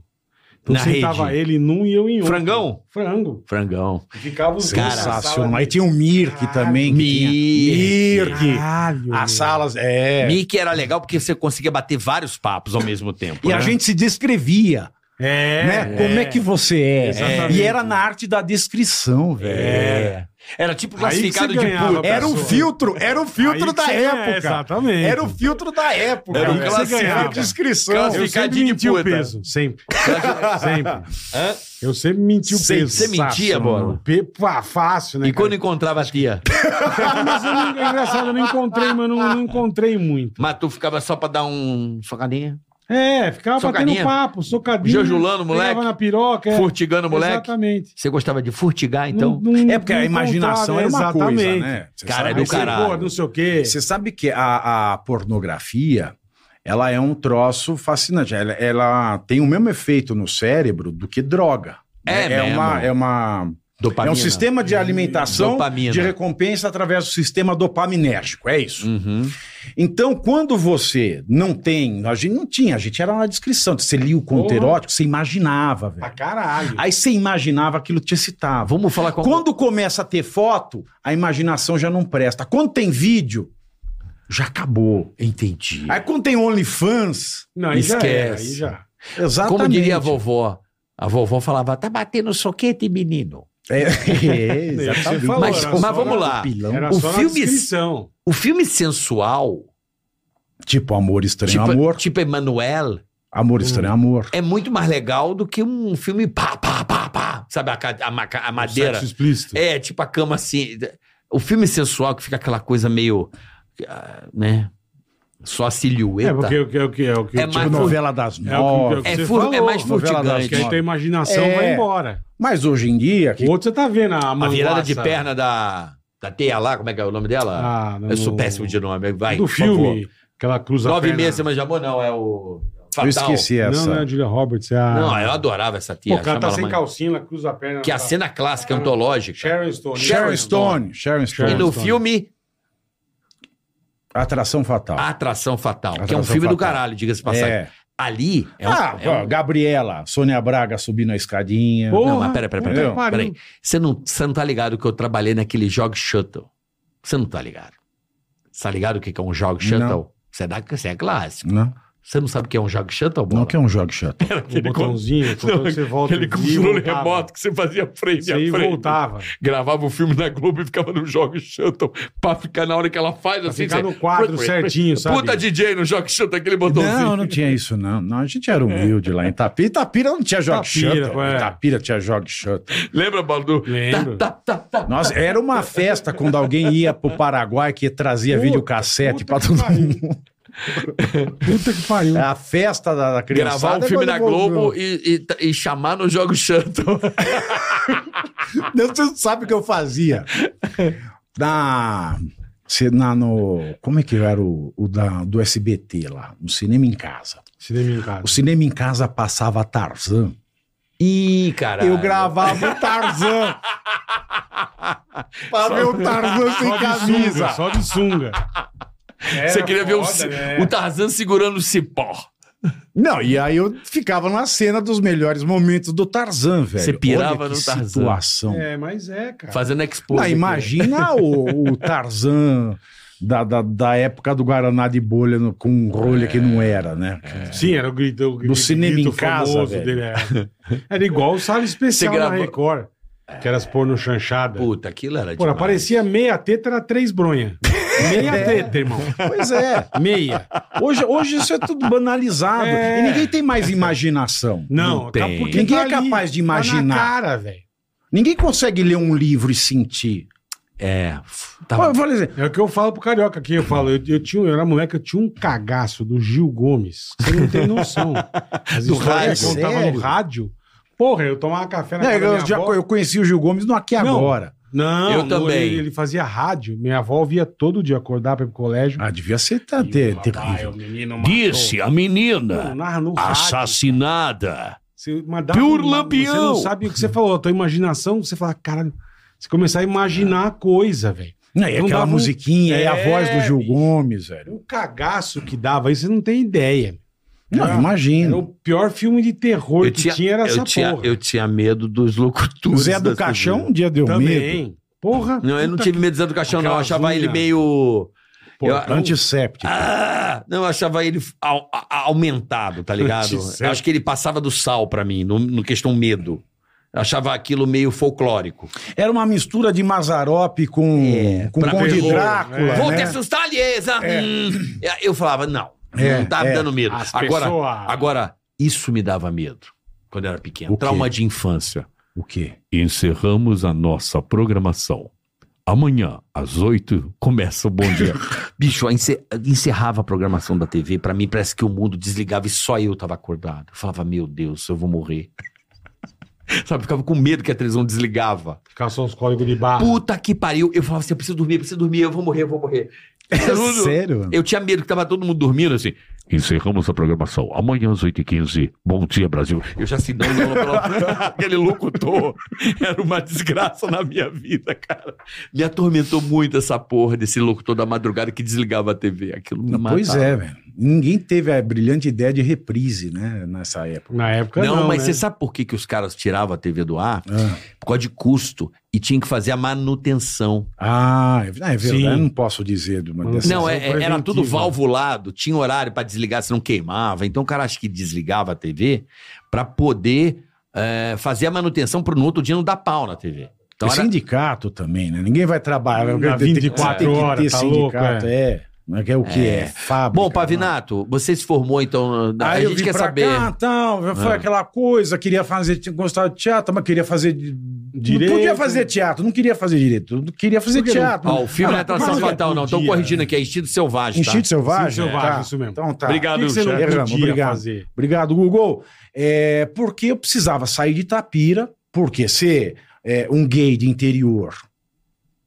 Speaker 4: Então
Speaker 3: Na
Speaker 4: sentava
Speaker 3: rede.
Speaker 4: ele num e eu em outro.
Speaker 3: Frangão?
Speaker 4: Frango.
Speaker 3: Frangão.
Speaker 4: Ficava os dois.
Speaker 5: Sensacional. Aí tinha um o Mirk também. que tinha-
Speaker 3: Mirk.
Speaker 5: é Mirk.
Speaker 4: Caralho,
Speaker 5: As
Speaker 4: meu.
Speaker 5: salas, é.
Speaker 3: Mickey era legal porque você conseguia bater vários papos ao mesmo tempo.
Speaker 5: E a
Speaker 3: né?
Speaker 5: gente se descrevia,
Speaker 4: É.
Speaker 5: né? Como é que você é.
Speaker 4: Exatamente.
Speaker 5: E era na arte da descrição, velho.
Speaker 3: É. Era tipo
Speaker 4: Aí que
Speaker 3: classificado
Speaker 4: você
Speaker 3: de
Speaker 4: ganhava,
Speaker 3: puta.
Speaker 4: É.
Speaker 5: Era um o filtro, era o filtro
Speaker 4: Aí
Speaker 5: da
Speaker 4: você- é,
Speaker 5: época.
Speaker 4: exatamente.
Speaker 5: Era o filtro da época.
Speaker 3: Era o
Speaker 5: velho.
Speaker 3: classificado.
Speaker 5: um Você ganhava descrição.
Speaker 4: Eu sempre
Speaker 3: Ficadinho de
Speaker 4: menti o
Speaker 3: puta.
Speaker 4: peso. Sempre. sempre. Eu sempre menti o
Speaker 3: Sempre.
Speaker 4: peso.
Speaker 3: Você mentia,
Speaker 4: Saço,
Speaker 3: Bola?
Speaker 4: mano. Pe... pá, fácil, né?
Speaker 3: E quando
Speaker 4: cara?
Speaker 3: encontrava assim, a tia?
Speaker 4: Mas eu não... é engraçado, eu não encontrei, mas não, não encontrei muito.
Speaker 3: Mas tu ficava só pra dar um socadinha?
Speaker 4: É, ficava
Speaker 3: Socadinha?
Speaker 4: batendo papo, socadinho.
Speaker 3: Jojulando o moleque?
Speaker 4: Pegava na piroca. é.
Speaker 3: Furtigando o moleque?
Speaker 4: Exatamente.
Speaker 3: Você gostava de furtigar, então?
Speaker 4: Não- não-
Speaker 5: É porque a
Speaker 4: não
Speaker 5: imaginação
Speaker 4: contava,
Speaker 5: era uma coisa,
Speaker 4: exatamente.
Speaker 5: né? Você
Speaker 3: Cara, é
Speaker 5: sabe
Speaker 4: Aí
Speaker 3: do
Speaker 5: que-
Speaker 4: você,
Speaker 3: caralho.
Speaker 4: pô, não sei o quê.
Speaker 5: Você sabe que a, a pornografia ela é um troço fascinante. Ela, ela tem o mesmo efeito no cérebro do que droga.
Speaker 3: É
Speaker 5: é
Speaker 3: mesmo.
Speaker 5: uma é uma
Speaker 3: Dopamina.
Speaker 5: é um sistema de alimentação
Speaker 3: Dopamina.
Speaker 5: de recompensa através do sistema dopaminérgico. É isso.
Speaker 3: Uhum.
Speaker 5: Então, quando você não tem, a gente não tinha, a gente era na descrição. Você lia o conto
Speaker 4: Porra.
Speaker 5: erótico, você imaginava,
Speaker 4: Pra
Speaker 5: velho.
Speaker 4: caralho.
Speaker 5: Aí você imaginava aquilo te excitava.
Speaker 3: Vamos falar com
Speaker 5: Quando começa a ter foto, a imaginação já não presta. Quando tem vídeo, já acabou.
Speaker 3: Entendi.
Speaker 5: Aí quando tem OnlyFans,
Speaker 4: Não, aí já era,
Speaker 3: Esquece.
Speaker 4: aí já.
Speaker 5: exatamente.
Speaker 3: Como diria a vovó? A vovó falava, tá batendo soquete, menino.
Speaker 5: É, é,
Speaker 4: Você
Speaker 5: exatamente.
Speaker 4: falou,
Speaker 3: Mas-
Speaker 4: era
Speaker 3: mas
Speaker 4: só
Speaker 3: vamos
Speaker 4: na-
Speaker 3: lá.
Speaker 5: Pilão.
Speaker 4: Era
Speaker 3: O
Speaker 4: só
Speaker 3: filme-
Speaker 4: na descrição.
Speaker 3: O filme sensual,
Speaker 5: Tipo amor estranho
Speaker 3: tipo,
Speaker 5: amor,
Speaker 3: tipo Emanuel,
Speaker 4: Hum.
Speaker 5: amor estranho amor.
Speaker 3: é muito mais legal do que um filme pá, pá, pá, pá. Sabe a, ca- a maca- a madeira?
Speaker 4: Sexo explícito.
Speaker 3: É, tipo a cama assim. O filme sensual que fica aquela coisa meio. ah, né? Só a silhueta.
Speaker 4: É, porque é o que é o que é o que
Speaker 3: É
Speaker 4: tipo,
Speaker 5: Tipo
Speaker 3: mais-
Speaker 4: não,
Speaker 5: novela das
Speaker 4: é o que- é o
Speaker 5: nove.
Speaker 4: que
Speaker 3: É
Speaker 4: você
Speaker 3: fur-
Speaker 4: falou,
Speaker 3: é mais
Speaker 5: novela das
Speaker 3: furtigante.
Speaker 4: Porque aí tua imaginação
Speaker 5: É.
Speaker 4: vai embora.
Speaker 5: Mas hoje em dia, que
Speaker 4: O outro você tá vendo a
Speaker 3: A
Speaker 4: manguaça.
Speaker 3: virada de perna da. Da Teia lá, como é que é o nome dela?
Speaker 4: Ah, no-
Speaker 3: Eu sou péssimo de nome. Vai.
Speaker 4: Do
Speaker 3: por favor.
Speaker 4: filme, que ela cruza a
Speaker 3: Nove
Speaker 4: perna.
Speaker 3: meses, mas de amor, não, é o. Fatal.
Speaker 5: eu esqueci essa.
Speaker 4: Não, não é a Julia Roberts, é a...
Speaker 3: Não, eu adorava essa tia.
Speaker 4: Pô, o cara tá
Speaker 3: achava
Speaker 4: sem
Speaker 3: ela mãe.
Speaker 4: calcinha, ela cruza a perna.
Speaker 3: Que é a
Speaker 4: tá-
Speaker 3: cena clássica, antológica.
Speaker 4: Sharon Stone.
Speaker 5: Sharon Stone, Sharon
Speaker 3: E
Speaker 5: Stone.
Speaker 3: no
Speaker 4: Stone.
Speaker 3: filme,
Speaker 5: Atração fatal.
Speaker 3: A Atração Fatal, que é
Speaker 5: Atração
Speaker 3: um filme do
Speaker 5: Fatal.
Speaker 3: caralho, diga-se passagem.
Speaker 5: é.
Speaker 3: Ali é um.
Speaker 5: ah,
Speaker 3: é um-
Speaker 5: ó, Gabriela, Sônia Braga subindo a escadinha.
Speaker 4: Porra,
Speaker 3: Não, mas pera, pera, pera,
Speaker 4: puta que
Speaker 5: pera,
Speaker 4: pariu.
Speaker 3: peraí. Você não, você não tá ligado que eu trabalhei naquele jog shuttle. Você não tá ligado. Você tá ligado o que que é um jog shuttle?
Speaker 5: Não.
Speaker 3: Você, é da, você é clássico.
Speaker 5: Não,
Speaker 3: Você não sabe o que é um jog shuttle, bola?
Speaker 5: Né? não que é um jogo chato.
Speaker 4: O botãozinho, quando você volta...
Speaker 1: Aquele
Speaker 4: e
Speaker 1: controle
Speaker 4: voltava.
Speaker 1: remoto que você fazia
Speaker 3: assim,
Speaker 1: frente
Speaker 4: Você
Speaker 1: a
Speaker 4: aí
Speaker 1: frente.
Speaker 4: voltava.
Speaker 3: "Tá,
Speaker 1: Gravava o filme na Globo e ficava no Jogo Shuttle pra ficar na hora que ela faz assim.
Speaker 4: ficar
Speaker 1: você-
Speaker 4: no quadro certinho, sabe?
Speaker 1: Puta DJ no Jogo Shuttle, aquele botãozinho.
Speaker 5: Não, não tinha isso, não. não. A gente era humilde lá em Itapira. Itapira não tinha jogo
Speaker 4: Itapira,
Speaker 5: chato.
Speaker 4: é.
Speaker 5: Itapira tinha jogo chato.
Speaker 1: Lembra, Baldu?
Speaker 4: Lembro.
Speaker 3: Tá, tá, tá.
Speaker 5: Nossa, era uma festa quando alguém ia pro Paraguai que trazia
Speaker 4: Puta,
Speaker 5: videocassete
Speaker 4: puta
Speaker 5: pra
Speaker 4: que
Speaker 5: todo
Speaker 4: pariu.
Speaker 5: mundo. É
Speaker 4: Puta que pariu.
Speaker 5: A festa da, é da criança.
Speaker 1: Gravar um filme na Globo e, e- e chamar no Jogo Shuttle.
Speaker 5: Deus, você não sabe o que eu fazia. Na. se- na no, como é que era o, o da, do SBT lá? No cinema em casa.
Speaker 4: Cinema em casa.
Speaker 5: O cinema em casa passava Tarzan.
Speaker 3: Ih, caralho.
Speaker 5: Eu gravava o Tarzan. pra ver o Tarzan sem camisa.
Speaker 4: Só de sunga.
Speaker 1: você queria ver o, o Tarzan segurando o cipó.
Speaker 5: Não, e aí eu ficava na cena dos melhores momentos do Tarzan, velho.
Speaker 3: Você pirava
Speaker 5: Olha que
Speaker 3: no Tarzan.
Speaker 5: situação.
Speaker 4: É, mas é, cara.
Speaker 3: Fazendo expo.
Speaker 5: Não, imagina o, o Tarzan da, da, da época do Guaraná de bolha no- com um rolha que não
Speaker 4: É.
Speaker 5: era, né?
Speaker 4: Sim, era o grito, o grito,
Speaker 5: cinema
Speaker 4: grito
Speaker 5: em casa,
Speaker 4: famoso
Speaker 5: velho.
Speaker 4: dele. é. Era igual o Sala Especial
Speaker 3: Você
Speaker 4: na
Speaker 3: gravou-
Speaker 4: Record, que era as porno chanchada.
Speaker 3: Puta, aquilo era
Speaker 4: Pô,
Speaker 3: demais.
Speaker 4: aparecia meia teta, era três bronha. Meia
Speaker 5: É.
Speaker 4: teta, irmão.
Speaker 5: Pois é.
Speaker 4: Meia.
Speaker 5: Hoje, hoje isso é tudo banalizado.
Speaker 4: É.
Speaker 5: E ninguém tem mais imaginação.
Speaker 4: Não,
Speaker 3: tem.
Speaker 4: acaba porque
Speaker 5: Ninguém é
Speaker 4: ali,
Speaker 5: capaz de
Speaker 4: Tá na
Speaker 5: imaginar.
Speaker 4: cara, velho.
Speaker 5: Ninguém consegue ler um livro e sentir.
Speaker 3: É. f- Tava...
Speaker 5: Olha, eu falei assim,
Speaker 4: É o que eu falo pro carioca aqui. Eu falo, eu, eu tinha, eu era moleque, eu tinha um cagaço do Gil Gomes. Você não tem noção. As
Speaker 3: Do
Speaker 4: histórias que
Speaker 5: rádio,
Speaker 4: ele contava no
Speaker 5: sério?
Speaker 4: rádio. Porra, eu tomava café na
Speaker 5: né,
Speaker 4: casa da
Speaker 5: eu,
Speaker 4: minha
Speaker 5: já-
Speaker 4: avó.
Speaker 5: eu conheci o Gil Gomes no Aqui
Speaker 4: Não.
Speaker 5: Agora.
Speaker 4: Não,
Speaker 3: Eu
Speaker 4: no-
Speaker 3: também.
Speaker 4: Ele, ele fazia rádio. Minha avó ouvia todo dia acordar para ir pro colégio.
Speaker 5: Ah, devia ser tá, ter, terrível.
Speaker 3: Disse né? a
Speaker 4: Não,
Speaker 3: menina
Speaker 4: na- no rádio.
Speaker 3: assassinada.
Speaker 4: Você mandava
Speaker 3: Pure
Speaker 4: uma-
Speaker 3: Lampião.
Speaker 4: Você não sabe o que você falou. A tua imaginação, você fala, caralho. Você começar a imaginar
Speaker 3: É.
Speaker 4: a coisa, velho.
Speaker 5: Não, e
Speaker 4: Não
Speaker 5: aquela
Speaker 4: dava um-
Speaker 5: musiquinha, e a
Speaker 4: É,
Speaker 5: voz do Gil
Speaker 4: bicho.
Speaker 5: Gomes, velho.
Speaker 4: O cagaço que dava aí, você não tem ideia.
Speaker 5: Não,
Speaker 4: Era- Era
Speaker 5: imagina.
Speaker 4: É o pior filme de terror
Speaker 3: Eu
Speaker 4: que
Speaker 3: tinha-
Speaker 4: tinha era essa
Speaker 3: Eu tinha,
Speaker 4: porra.
Speaker 3: eu tinha medo dos
Speaker 5: O
Speaker 3: locutores.
Speaker 5: Zé do
Speaker 3: das
Speaker 5: Caixão um dia deu medo.
Speaker 4: Também. Porra.
Speaker 3: Não, eu não
Speaker 4: puta
Speaker 3: tive medo do Zé do Caixão, não. Eu
Speaker 4: Aquelas
Speaker 3: achava ele
Speaker 4: unhas.
Speaker 3: meio.
Speaker 5: Pô,
Speaker 3: Eu-
Speaker 5: antisséptico.
Speaker 3: Ah! Não, eu achava ele au- a- aumentado, tá ligado?
Speaker 4: Antissético.
Speaker 3: Eu acho que ele passava do sal pra mim, no, no questão medo. Eu achava aquilo meio folclórico.
Speaker 5: Era uma mistura de Mazarope com, com
Speaker 3: pra-
Speaker 5: Conde
Speaker 3: terror,
Speaker 5: Drácula.
Speaker 4: É,
Speaker 3: Vou
Speaker 5: né?
Speaker 3: te assustar, Liesa! Hum. Eu falava, não,
Speaker 5: É,
Speaker 3: não tá me
Speaker 5: é.
Speaker 3: dando medo.
Speaker 4: As
Speaker 3: Agora,
Speaker 4: pessoas-
Speaker 3: agora, isso me dava medo quando eu era pequeno.
Speaker 5: O quê?
Speaker 3: Trauma de infância.
Speaker 5: O quê?
Speaker 1: Encerramos a nossa programação. Amanhã, às oito, começa o Bom Dia.
Speaker 3: Bicho, a ence- encerrava a programação da TV. Pra mim, parece que o mundo desligava e só eu tava acordado. Eu falava, meu Deus, eu vou morrer. Sabe, eu ficava com medo que a televisão desligava.
Speaker 4: Ficar só os códigos de barra.
Speaker 3: Puta que pariu. Eu falava assim, eu preciso dormir, eu preciso dormir, eu vou morrer, eu vou morrer. Tudo-
Speaker 5: Sério?
Speaker 3: Eu tinha medo que tava todo mundo dormindo, assim.
Speaker 1: Encerramos a programação. Amanhã, às oito e quinze. Bom Dia, Brasil.
Speaker 3: Eu já um se dando aquele locutor. Era uma desgraça na minha vida, cara. Me atormentou muito essa porra desse locutor da madrugada que desligava a TV. Aquilo me
Speaker 5: Não, pois
Speaker 3: matava.
Speaker 5: é, velho. Ninguém teve a brilhante ideia de reprise, né? Nessa época.
Speaker 4: Na época
Speaker 3: Não,
Speaker 4: não,
Speaker 3: mas
Speaker 4: né?
Speaker 3: você sabe por que, que os caras tiravam a TV do ar?
Speaker 5: Ah,
Speaker 3: Por causa de custo. E tinha que fazer a manutenção.
Speaker 5: Ah, é, é verdade.
Speaker 4: Sim.
Speaker 5: Eu não posso dizer de uma
Speaker 4: Não,
Speaker 5: dessas.
Speaker 3: não, é-
Speaker 4: preventiva.
Speaker 3: era tudo valvulado, tinha horário pra desligar, se não queimava. Então o cara acho que desligava a TV pra poder eh, fazer a manutenção pro no outro dia não dar pau na TV. Então
Speaker 5: E
Speaker 3: era-
Speaker 5: sindicato também, né? Ninguém vai trabalhar.
Speaker 4: Na
Speaker 5: Tem que-
Speaker 4: 24
Speaker 5: tem que ter
Speaker 4: horas, tá
Speaker 5: sindicato,
Speaker 4: louco,
Speaker 5: é. Não é que é o que é? Fábrica.
Speaker 3: Bom, Pavinato, você se formou então. na- a
Speaker 5: Aí né? Ah, eu
Speaker 3: gente
Speaker 5: vim
Speaker 3: quer
Speaker 5: pra
Speaker 3: saber.
Speaker 5: cá, tal, foi
Speaker 3: Ah.
Speaker 5: aquela coisa, queria fazer, tinha- gostava de teatro, mas queria fazer di-
Speaker 4: Direito.
Speaker 5: Não podia fazer teatro, não queria fazer direito, não queria fazer
Speaker 4: Por que não?
Speaker 5: teatro.
Speaker 3: Ó, o filme não é atração
Speaker 4: mas-
Speaker 3: fatal, não. Estão
Speaker 4: podia.
Speaker 3: corrigindo aqui, é Instinto Selvagem. Tá?
Speaker 5: Instinto selvagem?
Speaker 4: Instinto Selvagem,
Speaker 5: Tá.
Speaker 4: isso mesmo.
Speaker 5: Então tá.
Speaker 4: Por
Speaker 1: Obrigado,
Speaker 4: que que você não
Speaker 5: chefe.
Speaker 4: podia
Speaker 5: Erramos, obrigado.
Speaker 4: fazer?
Speaker 5: Obrigado, Google. É, porque eu precisava sair de Itapira, porque ser é, um gay de interior,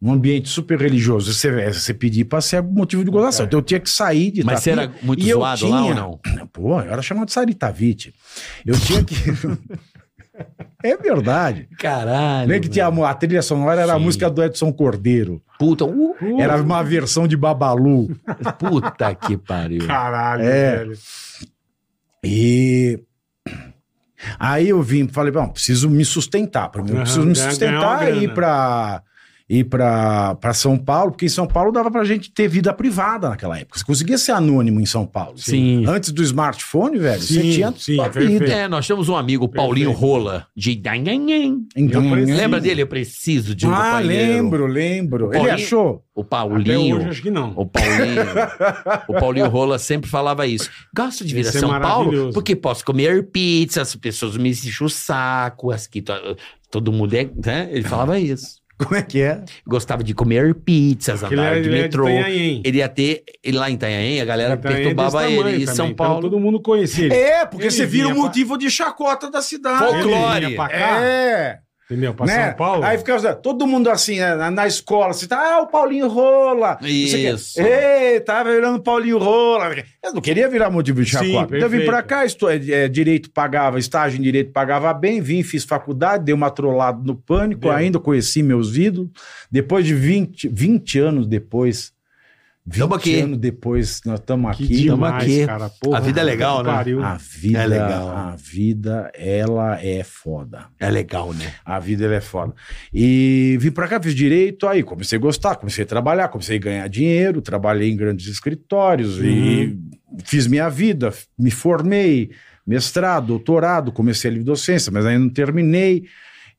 Speaker 5: um ambiente super religioso, você, é, você pedir para ser motivo de gozação. Então eu tinha que sair de Itapira.
Speaker 3: É. Mas você era muito
Speaker 5: E eu
Speaker 3: zoado lá ou
Speaker 5: tinha-
Speaker 3: não?
Speaker 5: Pô, eu era chamado de Saritavite. Eu tinha que. é verdade.
Speaker 3: Caralho.
Speaker 5: Lembra que tinha a, a trilha sonora era a
Speaker 3: É Sim.
Speaker 5: música do Edson Cordeiro.
Speaker 3: Puta, uh,
Speaker 5: Era uma versão de Babalu.
Speaker 3: puta que pariu.
Speaker 4: Caralho,
Speaker 5: É.
Speaker 4: velho.
Speaker 5: E aí eu vim, falei, bom, preciso me sustentar, pra mim, eu
Speaker 4: Aham,
Speaker 5: preciso me
Speaker 4: ganhar-
Speaker 5: sustentar
Speaker 4: ganhar uma
Speaker 5: e ir
Speaker 4: grana.
Speaker 5: para ir para para São Paulo, porque em São Paulo dava pra gente ter vida privada naquela época. Você conseguia ser anônimo em São Paulo. assim,
Speaker 3: Sim.
Speaker 5: Antes do smartphone, velho, você
Speaker 4: Sim,
Speaker 5: tinha
Speaker 4: sim,
Speaker 5: tua
Speaker 4: perfeito.
Speaker 5: vida.
Speaker 3: É, nós temos um amigo, Paulinho Rola, de Itanhanhen.
Speaker 5: Então,
Speaker 4: Eu preciso
Speaker 3: Lembra dele? Eu preciso de um
Speaker 5: Ah,
Speaker 3: companheiro.
Speaker 5: lembro, lembro. Ele
Speaker 3: Paulinho-
Speaker 5: achou.
Speaker 3: O
Speaker 4: Até hoje,
Speaker 3: Paulinho.
Speaker 4: acho que não.
Speaker 3: O Paulinho. o Paulinho Rola sempre falava isso. Gosto de vir
Speaker 4: Esse
Speaker 3: a
Speaker 4: é
Speaker 3: São Paulo
Speaker 4: maravilhoso.
Speaker 3: porque posso comer pizza, as pessoas me enchem o saco, as que to- todo mundo é. né? Ele falava isso.
Speaker 5: Como é que é?
Speaker 3: Gostava de comer pizzas,
Speaker 4: Ele
Speaker 3: andar
Speaker 4: era,
Speaker 3: de
Speaker 4: ele era de
Speaker 3: metrô.
Speaker 4: Itanhaém.
Speaker 3: Ele ia ter. e lá em Itanhaém, a galera
Speaker 4: Itanhaém é
Speaker 3: perturbava
Speaker 4: desse
Speaker 3: ele.
Speaker 4: tamanho
Speaker 3: E
Speaker 4: também,
Speaker 3: São
Speaker 4: então
Speaker 3: Paulo.
Speaker 4: todo mundo conhecia ele.
Speaker 5: É, porque
Speaker 4: Ele
Speaker 5: você vira
Speaker 4: vinha
Speaker 5: um
Speaker 4: pra-
Speaker 5: motivo de chacota da cidade.
Speaker 4: Ele vinha
Speaker 3: Folclore.
Speaker 4: pra cá,
Speaker 5: É.
Speaker 4: Entendeu? Pra
Speaker 5: né?
Speaker 4: São Paulo.
Speaker 5: Aí ficava assim, todo mundo assim, né, na, na escola, assim, tá, ah, o Paulinho Rola. não sei o quê.
Speaker 3: Isso.
Speaker 5: Ei, tá virando Paulinho Rola. Eu não queria virar motivo de
Speaker 4: Sim,
Speaker 5: chacota. Então eu vim
Speaker 4: perfeito.
Speaker 5: pra cá, estu- é, direito pagava, estágio em direito pagava bem, vim, fiz faculdade, dei uma trollada no pânico,
Speaker 4: Deu.
Speaker 5: ainda conheci meus ídolos. Depois de 20, 20 anos depois, 20
Speaker 3: Tamo aqui.
Speaker 5: anos depois, nós estamos
Speaker 4: que
Speaker 5: aqui.
Speaker 4: demais,
Speaker 3: aqui.
Speaker 4: cara. Porra,
Speaker 3: A vida é legal,
Speaker 4: que
Speaker 3: né?
Speaker 4: pariu.
Speaker 5: A vida,
Speaker 3: É legal.
Speaker 5: a vida, ela é foda.
Speaker 3: É legal, né?
Speaker 5: A vida ela é foda. E vim pra cá, fiz direito, aí comecei a gostar, comecei a trabalhar, comecei a ganhar dinheiro, trabalhei em grandes escritórios e
Speaker 4: Uhum.
Speaker 5: fiz minha vida, me formei, mestrado, doutorado, comecei a livre docência, mas ainda não terminei.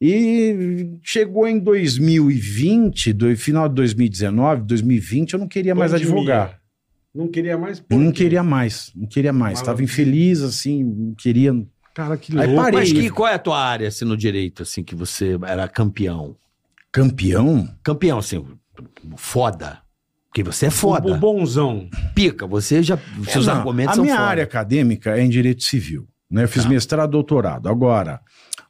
Speaker 5: E chegou em 2020, do final de 2019, 2020, eu não queria mais
Speaker 4: Pandemia.
Speaker 5: advogar.
Speaker 4: Não queria mais. por
Speaker 5: Eu não
Speaker 4: quê?
Speaker 5: queria mais, não queria mais. Estava
Speaker 4: Maravilha.
Speaker 5: infeliz, assim, não queria.
Speaker 4: Cara, que
Speaker 5: Aí
Speaker 4: louco.
Speaker 5: parei.
Speaker 3: Mas que,
Speaker 5: Isso.
Speaker 3: qual é a tua área, assim, no direito, assim, que você era campeão?
Speaker 5: Campeão?
Speaker 3: Campeão, assim, foda. Porque você é foda.
Speaker 4: O bonzão.
Speaker 3: Pica, você já. Seus
Speaker 5: É, Não,
Speaker 3: argumentos
Speaker 5: a
Speaker 3: são
Speaker 5: minha
Speaker 3: foda.
Speaker 5: área acadêmica é em direito civil. Né? Eu
Speaker 4: Tá.
Speaker 5: fiz mestrado, doutorado. Agora,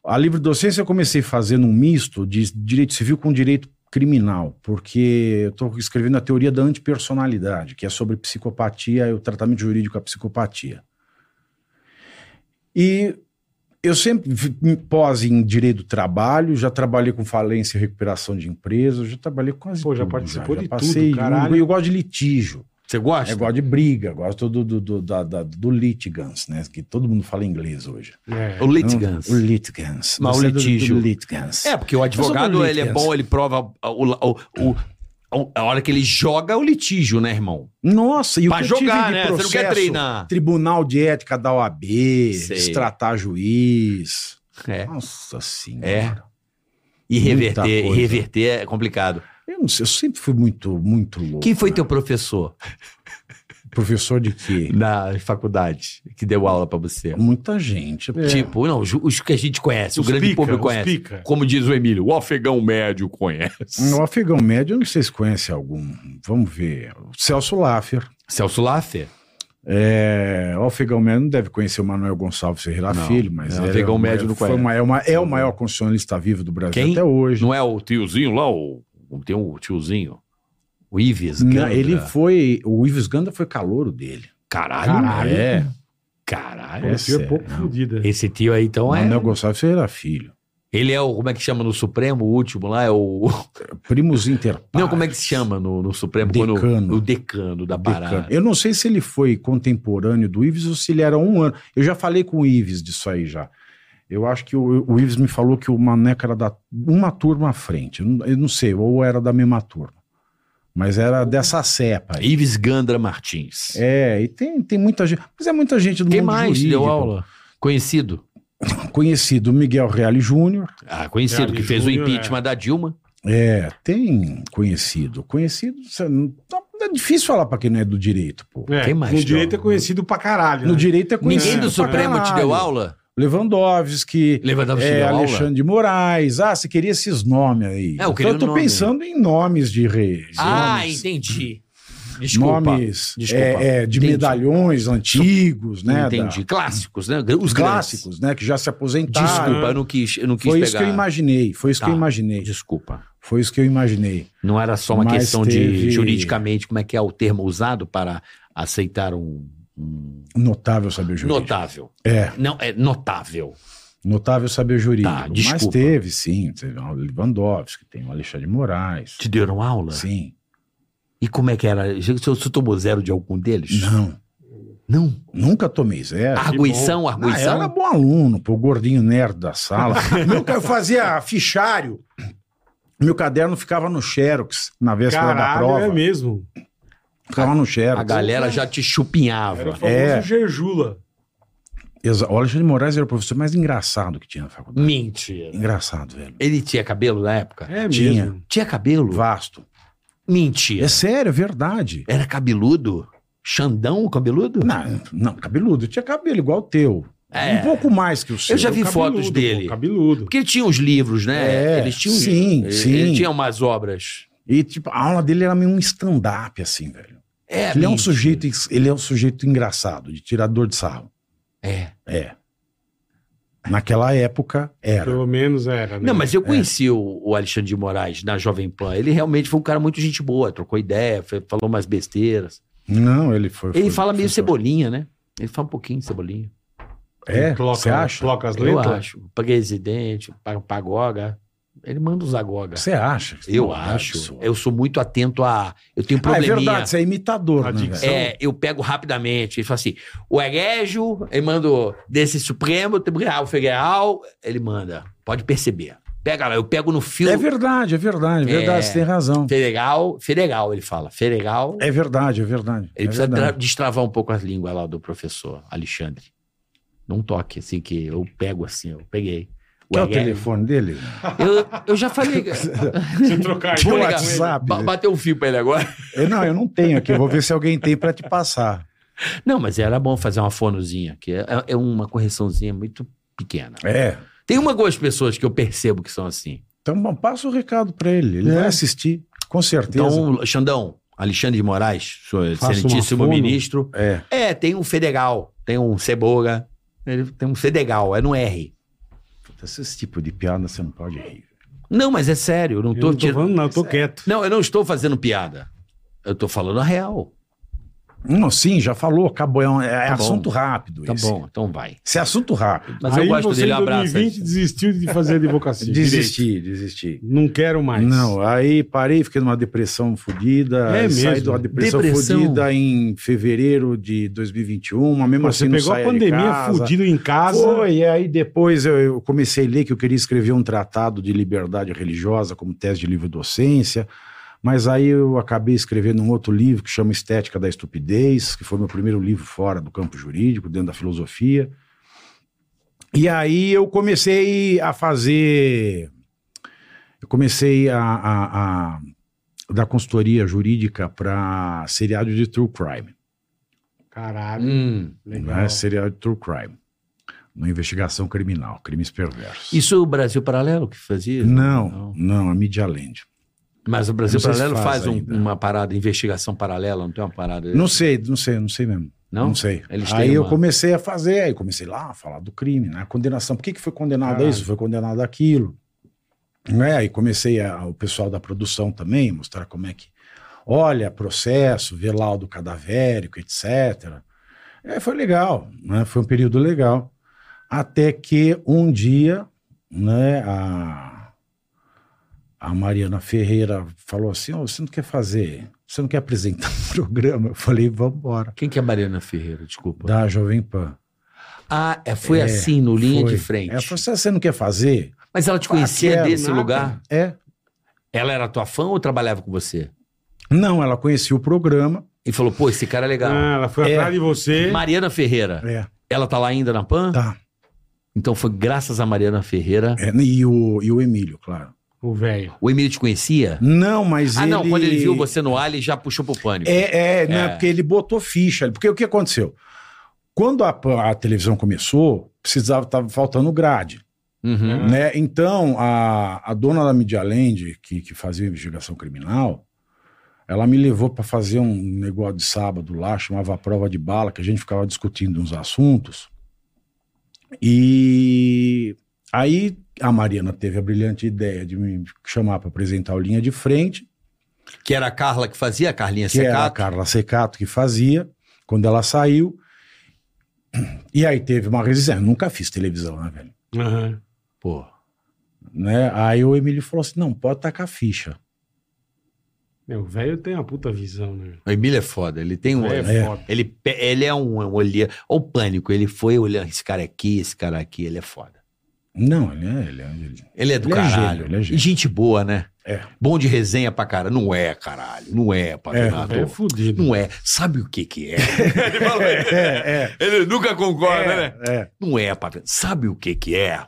Speaker 5: a livre docência eu comecei fazendo um misto de direito civil com direito criminal, porque eu estou escrevendo a teoria da antipersonalidade, que é sobre psicopatia e o tratamento jurídico à psicopatia. E eu sempre vi- me pós em direito do trabalho, já trabalhei com falência e recuperação de empresas, já trabalhei com quase
Speaker 4: Pô, já
Speaker 5: tudo,
Speaker 4: participou de tudo,
Speaker 5: passei,
Speaker 4: caralho.
Speaker 5: E eu gosto de litígio.
Speaker 3: Você gosta?
Speaker 5: Eu gosto é de briga, gosto do, do, do, da, da- do litigans, né? Que todo mundo fala inglês hoje.
Speaker 4: É.
Speaker 3: O litigans.
Speaker 5: O litigans.
Speaker 3: Mas o
Speaker 5: Você é do-
Speaker 3: litígio.
Speaker 5: Do, litigans.
Speaker 3: É, porque o advogado,
Speaker 5: Mas
Speaker 3: ele é
Speaker 5: sobre
Speaker 3: bom, ele prova o, o- o- o- a hora que ele joga é o litígio, né, irmão?
Speaker 5: Nossa, e
Speaker 3: Pra
Speaker 5: o que eu
Speaker 3: jogar,
Speaker 5: tive de
Speaker 3: né? Você não
Speaker 5: processo,
Speaker 3: quer treinar.
Speaker 5: Tribunal de Ética da OAB,
Speaker 3: Sei.
Speaker 5: destratar juiz.
Speaker 3: É.
Speaker 5: Nossa senhora.
Speaker 3: É. E
Speaker 5: Muita
Speaker 3: reverter,
Speaker 5: coisa.
Speaker 3: e reverter é complicado.
Speaker 5: Eu não sei, eu sempre fui muito, muito louco.
Speaker 3: Quem foi
Speaker 5: né?
Speaker 3: teu professor
Speaker 5: Professor de quê?
Speaker 3: na faculdade que deu aula pra você?
Speaker 5: Muita gente.
Speaker 3: Tipo, não, os, os que a gente conhece,
Speaker 4: Os
Speaker 3: o grande
Speaker 4: pica,
Speaker 3: público
Speaker 4: os
Speaker 3: conhece.
Speaker 4: pica.
Speaker 1: Como diz o Emílio, o afegão médio conhece.
Speaker 5: É. O afegão médio, eu não sei se conhece algum. Vamos ver. O Celso Laffer.
Speaker 3: Celso Laffer?
Speaker 5: É, o Afegão Médio não deve conhecer o Manuel Gonçalves Ferreira
Speaker 1: Não,
Speaker 5: Filho, mas
Speaker 1: não,
Speaker 5: era
Speaker 1: Afegão
Speaker 5: um-
Speaker 1: Médio não
Speaker 5: foi
Speaker 1: conhece.
Speaker 5: uma- é, uma- é o maior constitucionalista vivo do Brasil
Speaker 3: Quem?
Speaker 5: até hoje.
Speaker 3: Não é o
Speaker 1: Tiozinho lá, o, tem um tiozinho.
Speaker 3: o Ives?
Speaker 5: Não,
Speaker 3: Gandra?
Speaker 5: ele foi. O Ives Ganda foi calouro dele.
Speaker 3: Caralho,
Speaker 4: Caralho.
Speaker 5: É,
Speaker 3: caralho.
Speaker 5: É
Speaker 4: Esse é
Speaker 5: sério.
Speaker 4: pouco fodida.
Speaker 3: Esse tio aí, então, é...
Speaker 5: Manuel Gonçalves Ferreira Filho.
Speaker 3: Ele é o, como é que chama no Supremo, o último lá, é o...
Speaker 5: Primos Inter.
Speaker 3: Não, como é que se chama no, no Supremo?
Speaker 5: Decano.
Speaker 3: o decano da parada.
Speaker 5: Eu não sei se ele foi contemporâneo do Ives ou se ele era um ano. Eu já falei com o Ives disso aí já. Eu acho que o, o Ives me falou que o Maneco era da uma turma à frente. Eu não, eu não sei, ou era da mesma turma. Mas era dessa cepa aí.
Speaker 3: Ives Gandra Martins.
Speaker 5: É, e tem, tem muita gente. Mas é muita gente do
Speaker 3: Quem
Speaker 5: mundo
Speaker 3: mais
Speaker 5: jurídico.
Speaker 3: deu aula? Conhecido.
Speaker 5: Conhecido Miguel Reale Júnior.
Speaker 3: Ah, conhecido,
Speaker 4: É,
Speaker 3: que fez
Speaker 4: Júnior,
Speaker 3: o impeachment da Dilma.
Speaker 5: É, tem conhecido. Conhecido, você não- tá- é difícil falar pra quem não é do direito, pô.
Speaker 4: É,
Speaker 3: Quem mais,
Speaker 4: No
Speaker 3: Thiago?
Speaker 4: direito é conhecido pra caralho.
Speaker 5: No
Speaker 4: né?
Speaker 5: direito é conhecido.
Speaker 3: Ninguém do
Speaker 5: pra
Speaker 3: Supremo te
Speaker 5: caralho.
Speaker 3: deu aula?
Speaker 5: Lewandowski,
Speaker 3: Levantava te
Speaker 5: é,
Speaker 3: deu
Speaker 5: Alexandre
Speaker 3: aula?
Speaker 5: de Moraes. Ah, você queria esses nomes aí.
Speaker 3: É, eu queria
Speaker 5: então, eu tô
Speaker 3: nome.
Speaker 5: pensando em nomes de reis.
Speaker 3: Ah,
Speaker 5: nomes,
Speaker 3: entendi. Desculpa.
Speaker 5: nomes
Speaker 3: Desculpa.
Speaker 5: é, é, de
Speaker 3: Entendi.
Speaker 5: medalhões antigos, né? da-
Speaker 3: entendi. Clássicos, né? Os
Speaker 5: os
Speaker 3: clássicos.
Speaker 5: clássicos, né? Que já se aposentaram.
Speaker 3: Desculpa, eu não quis, eu não quis
Speaker 5: Foi
Speaker 3: pegar.
Speaker 5: isso que eu imaginei, foi isso
Speaker 3: Tá.
Speaker 5: que eu imaginei.
Speaker 3: Desculpa.
Speaker 5: Foi isso que eu imaginei.
Speaker 3: Não era só uma
Speaker 5: Mas
Speaker 3: questão de
Speaker 5: teve-
Speaker 3: juridicamente, como é que é o termo usado para aceitar um. um
Speaker 5: Notável saber jurídico.
Speaker 3: Notável.
Speaker 5: É,
Speaker 3: Não, é notável.
Speaker 5: notável saber jurídico.
Speaker 3: Tá,
Speaker 5: Mas
Speaker 3: desculpa.
Speaker 5: teve, sim. Teve o Lewandowski, tem o Alexandre de Moraes.
Speaker 3: Te deram aula?
Speaker 5: Sim.
Speaker 3: E como é que era? Você, você tomou zero de algum deles?
Speaker 5: Não,
Speaker 3: Não.
Speaker 5: nunca tomei zero.
Speaker 3: Arguição,
Speaker 5: Ah, eu
Speaker 3: arguição.
Speaker 5: era bom aluno, pô, o gordinho nerd da sala. meu, ca- eu fazia fichário. Meu caderno ficava no Xerox, na véspera da
Speaker 4: Caralho,
Speaker 5: prova.
Speaker 4: é mesmo.
Speaker 5: ficava no Xerox.
Speaker 3: A galera já te chupinhava.
Speaker 4: Era o famoso
Speaker 5: É.
Speaker 4: Gerjula.
Speaker 5: Exa- O Alexandre de Moraes era o professor mais engraçado que tinha na faculdade.
Speaker 3: Mentira.
Speaker 5: Engraçado, velho.
Speaker 3: Ele tinha cabelo na época?
Speaker 4: É
Speaker 5: Tinha.
Speaker 4: mesmo.
Speaker 3: Tinha cabelo?
Speaker 5: Vasto.
Speaker 3: Mentira.
Speaker 5: É sério, é verdade.
Speaker 3: Era cabeludo? Xandão cabeludo?
Speaker 5: Não, não, cabeludo. Eu tinha cabelo igual o teu.
Speaker 3: É.
Speaker 5: Um pouco mais que o seu.
Speaker 3: Eu já vi
Speaker 4: um Cabeludo,
Speaker 3: fotos
Speaker 4: pô,
Speaker 3: dele.
Speaker 4: Cabeludo.
Speaker 3: Porque ele tinha os livros, né?
Speaker 5: É,
Speaker 3: Eles tinham
Speaker 5: sim,
Speaker 3: ele,
Speaker 5: sim.
Speaker 3: Ele tinha umas obras.
Speaker 5: E tipo, a aula dele era meio um stand-up, assim, velho.
Speaker 3: É,
Speaker 5: ele, é um
Speaker 3: mentira.
Speaker 5: sujeito, ele é um sujeito engraçado, de tirador de sarro.
Speaker 3: É.
Speaker 5: É. Naquela época, era.
Speaker 4: Pelo menos era, né?
Speaker 3: Não, mas eu
Speaker 5: É.
Speaker 3: conheci o, o Alexandre de Moraes na Jovem Pan. Ele realmente foi um cara muito gente boa, trocou ideia, fe- falou umas besteiras.
Speaker 5: Não, ele foi...
Speaker 3: Ele
Speaker 5: foi-
Speaker 3: fala meio
Speaker 5: foi-
Speaker 3: cebolinha, né? Ele fala um pouquinho de cebolinha.
Speaker 5: É,
Speaker 4: Coloca- né?
Speaker 5: você acha?
Speaker 4: Coloca as
Speaker 3: Eu
Speaker 4: letras.
Speaker 3: acho. Presidente, pa- Pagoga. Ele manda os agoga.
Speaker 5: Você acha?
Speaker 3: Eu
Speaker 5: Não,
Speaker 3: acho.
Speaker 5: isso.
Speaker 3: Eu sou muito atento a. Eu tenho
Speaker 5: Ah, é
Speaker 3: probleminha.
Speaker 5: verdade, você é imitador, né,
Speaker 4: Adicção.
Speaker 5: velho?
Speaker 3: É, eu pego rapidamente. Ele fala assim: o Egégio, ele manda o- desse Supremo Tribunal Federal, ele manda. Pode perceber. Pega lá, eu pego no fio
Speaker 5: É verdade, é verdade, é verdade,
Speaker 3: É.
Speaker 5: você tem razão.
Speaker 3: federal, federal, ele fala. Federal.
Speaker 5: É verdade, é verdade.
Speaker 3: ele
Speaker 5: é
Speaker 3: precisa
Speaker 5: verdade.
Speaker 3: tra- destravar um pouco as línguas lá do professor Alexandre. Não toque, assim, que eu pego assim, eu peguei. O
Speaker 5: Quer o
Speaker 3: Egégio-
Speaker 5: telefone dele?
Speaker 3: Eu, eu já falei.
Speaker 4: Você trocar
Speaker 3: Deixa eu
Speaker 5: Teu
Speaker 3: ligar.
Speaker 5: WhatsApp.
Speaker 3: Ba- Bateu um fio pra ele agora.
Speaker 5: Eu, não, eu não tenho aqui. Eu vou ver se alguém tem pra te passar.
Speaker 3: Não, mas era bom fazer uma fonozinha, que é, é uma correçãozinha muito pequena.
Speaker 5: É.
Speaker 3: Tem uma ou duas pessoas que eu percebo que são assim.
Speaker 5: Então bom, passa o recado pra ele. Ele vai assistir. Com certeza. um
Speaker 3: Então, Xandão, Alexandre de Moraes, seu
Speaker 4: Faça uma
Speaker 3: excelentíssimo
Speaker 4: fono.
Speaker 3: ministro.
Speaker 5: é.
Speaker 3: É, tem um Fedegal, tem um Ceboga, ele tem um Fedegal, é no R.
Speaker 5: Esse tipo de piada você não pode rir.
Speaker 3: Não, mas é sério, eu não
Speaker 4: Eu
Speaker 3: tô,
Speaker 4: não tô
Speaker 3: tirando.
Speaker 4: falando, não, eu tô quieto.
Speaker 3: Não, eu não estou fazendo piada. Eu tô falando a real.
Speaker 5: Não, sim, já falou, acabou. É, um- é
Speaker 3: Tá bom.
Speaker 5: assunto rápido.
Speaker 3: Tá
Speaker 5: esse.
Speaker 3: bom, então vai.
Speaker 5: Esse é assunto rápido.
Speaker 3: Mas eu gosto
Speaker 4: você,
Speaker 3: dele,
Speaker 4: em
Speaker 3: abraça.
Speaker 4: 2020 desistiu de fazer advocacia.
Speaker 5: Desisti, desisti.
Speaker 4: Não quero mais.
Speaker 5: Não, aí parei, fiquei numa depressão fodida.
Speaker 4: É
Speaker 5: Saí
Speaker 4: mesmo.
Speaker 5: de uma depressão,
Speaker 3: Depressão.
Speaker 5: fodida em fevereiro de 2021. Mas mesmo
Speaker 4: Pô,
Speaker 5: assim,
Speaker 4: você
Speaker 5: não
Speaker 4: pegou a
Speaker 5: saía de
Speaker 4: pandemia
Speaker 5: casa.
Speaker 4: fudido em casa.
Speaker 5: Foi, e aí depois eu, eu comecei a ler que eu queria escrever um tratado de liberdade religiosa como tese de livro docência, mas aí eu acabei escrevendo um outro livro que chama Estética da Estupidez, que foi meu primeiro livro fora do campo jurídico, dentro da filosofia. E aí eu comecei a fazer. Eu comecei a, a- a dar consultoria jurídica para seriado de true crime
Speaker 4: Caralho,
Speaker 3: Hum,
Speaker 4: legal.
Speaker 5: né? Serial True Crime. Uma investigação criminal, crimes perversos.
Speaker 3: isso é o Brasil Paralelo que fazia?
Speaker 5: Não, não, a Media Land.
Speaker 3: Mas o Brasil
Speaker 5: Eu não sei se
Speaker 3: Paralelo
Speaker 5: faz
Speaker 3: faz, um-
Speaker 5: ainda.
Speaker 3: uma parada, investigação paralela, não tem uma parada.
Speaker 5: Não sei, não sei, não sei mesmo. Não,
Speaker 3: Não?
Speaker 5: sei.
Speaker 3: Eles têm
Speaker 5: aí eu
Speaker 3: uma-
Speaker 5: comecei a fazer, aí comecei lá a falar do crime, né? A condenação. Por que, que foi condenado a
Speaker 4: Caralho.
Speaker 3: Ah.
Speaker 5: isso? Foi condenado a aquilo. Né? Aí comecei a- o pessoal da produção também, mostrar como é que. Olha, processo, vê laudo cadavérico, etc. É, foi legal, né? Foi um período legal. Até que um dia, né, a, a Mariana Ferreira falou assim: "Ô, você não quer fazer, você não quer apresentar um programa? Eu falei, vamos embora.
Speaker 3: Quem que é a Mariana Ferreira? Desculpa.
Speaker 5: Da Jovem Pan.
Speaker 3: Ah, é, foi
Speaker 5: É,
Speaker 3: assim, no linha
Speaker 5: Foi.
Speaker 3: de frente.
Speaker 5: Ela falou, "Se você não quer fazer?
Speaker 3: Mas ela te conhecia
Speaker 5: Paquera,
Speaker 3: desse
Speaker 4: nada.
Speaker 3: lugar?
Speaker 5: É.
Speaker 3: Ela era tua fã ou trabalhava com você?
Speaker 5: Não, ela conhecia o programa.
Speaker 3: E falou, pô, esse cara é legal.
Speaker 4: Ah, ela foi
Speaker 5: É.
Speaker 4: atrás de você.
Speaker 3: Mariana Ferreira,
Speaker 5: É.
Speaker 3: ela tá lá ainda na PAN?
Speaker 5: Tá.
Speaker 3: Então foi graças a Mariana Ferreira.
Speaker 5: É, e, o, e o Emílio, claro.
Speaker 4: O velho.
Speaker 3: O Emílio te conhecia?
Speaker 5: Não, mas
Speaker 3: ah,
Speaker 5: ele...
Speaker 3: não, quando ele viu você no ar, ele já puxou pro pânico.
Speaker 5: É, é, né?
Speaker 3: É.
Speaker 5: Porque ele botou ficha. Porque o que aconteceu? Quando a, Pan- a televisão começou, precisava, tava faltando grade.
Speaker 3: Uhum.
Speaker 4: Uhum.
Speaker 5: Né? Então, a, a dona da Media Land, que, que fazia investigação criminal, ela me levou para fazer um negócio de sábado lá, chamava Prova de Bala, que a gente ficava discutindo uns assuntos. E aí a Mariana teve a brilhante ideia de me chamar para apresentar o Linha de Frente,
Speaker 3: Que era a Carla que fazia, a Carlinha
Speaker 5: que era a
Speaker 3: Secato.
Speaker 5: Carla Secato que fazia, quando ela saiu. E aí teve uma resistência. Nunca fiz televisão, né, velho?
Speaker 4: Aham.
Speaker 5: Pô. Né? Aí o Emílio falou assim: não, pode tacar ficha.
Speaker 4: Meu, o velho tem uma puta visão, né?
Speaker 3: O Emílio é foda, ele tem um
Speaker 4: É,
Speaker 3: olho.
Speaker 5: é.
Speaker 4: foda.
Speaker 3: Ele, pe- ele é um, um olheiro. Ou pânico, ele foi olhando, esse cara aqui, esse cara aqui, ele é foda.
Speaker 5: Não, ele é. Ele é, ele-
Speaker 3: Ele é do
Speaker 5: Ele é
Speaker 3: caralho.
Speaker 5: gênio, ele é gênio.
Speaker 3: E gente boa, né?
Speaker 5: É.
Speaker 3: Bom de resenha pra cara. Não é, caralho. Não é,
Speaker 4: O
Speaker 3: Pavinato.
Speaker 4: velho é fudido.
Speaker 3: Não é. Sabe o que que é? ele, fala,
Speaker 5: É, é,
Speaker 3: ele nunca concorda, né?
Speaker 5: é, é.
Speaker 3: Não é, Pavinato. Sabe o que que é?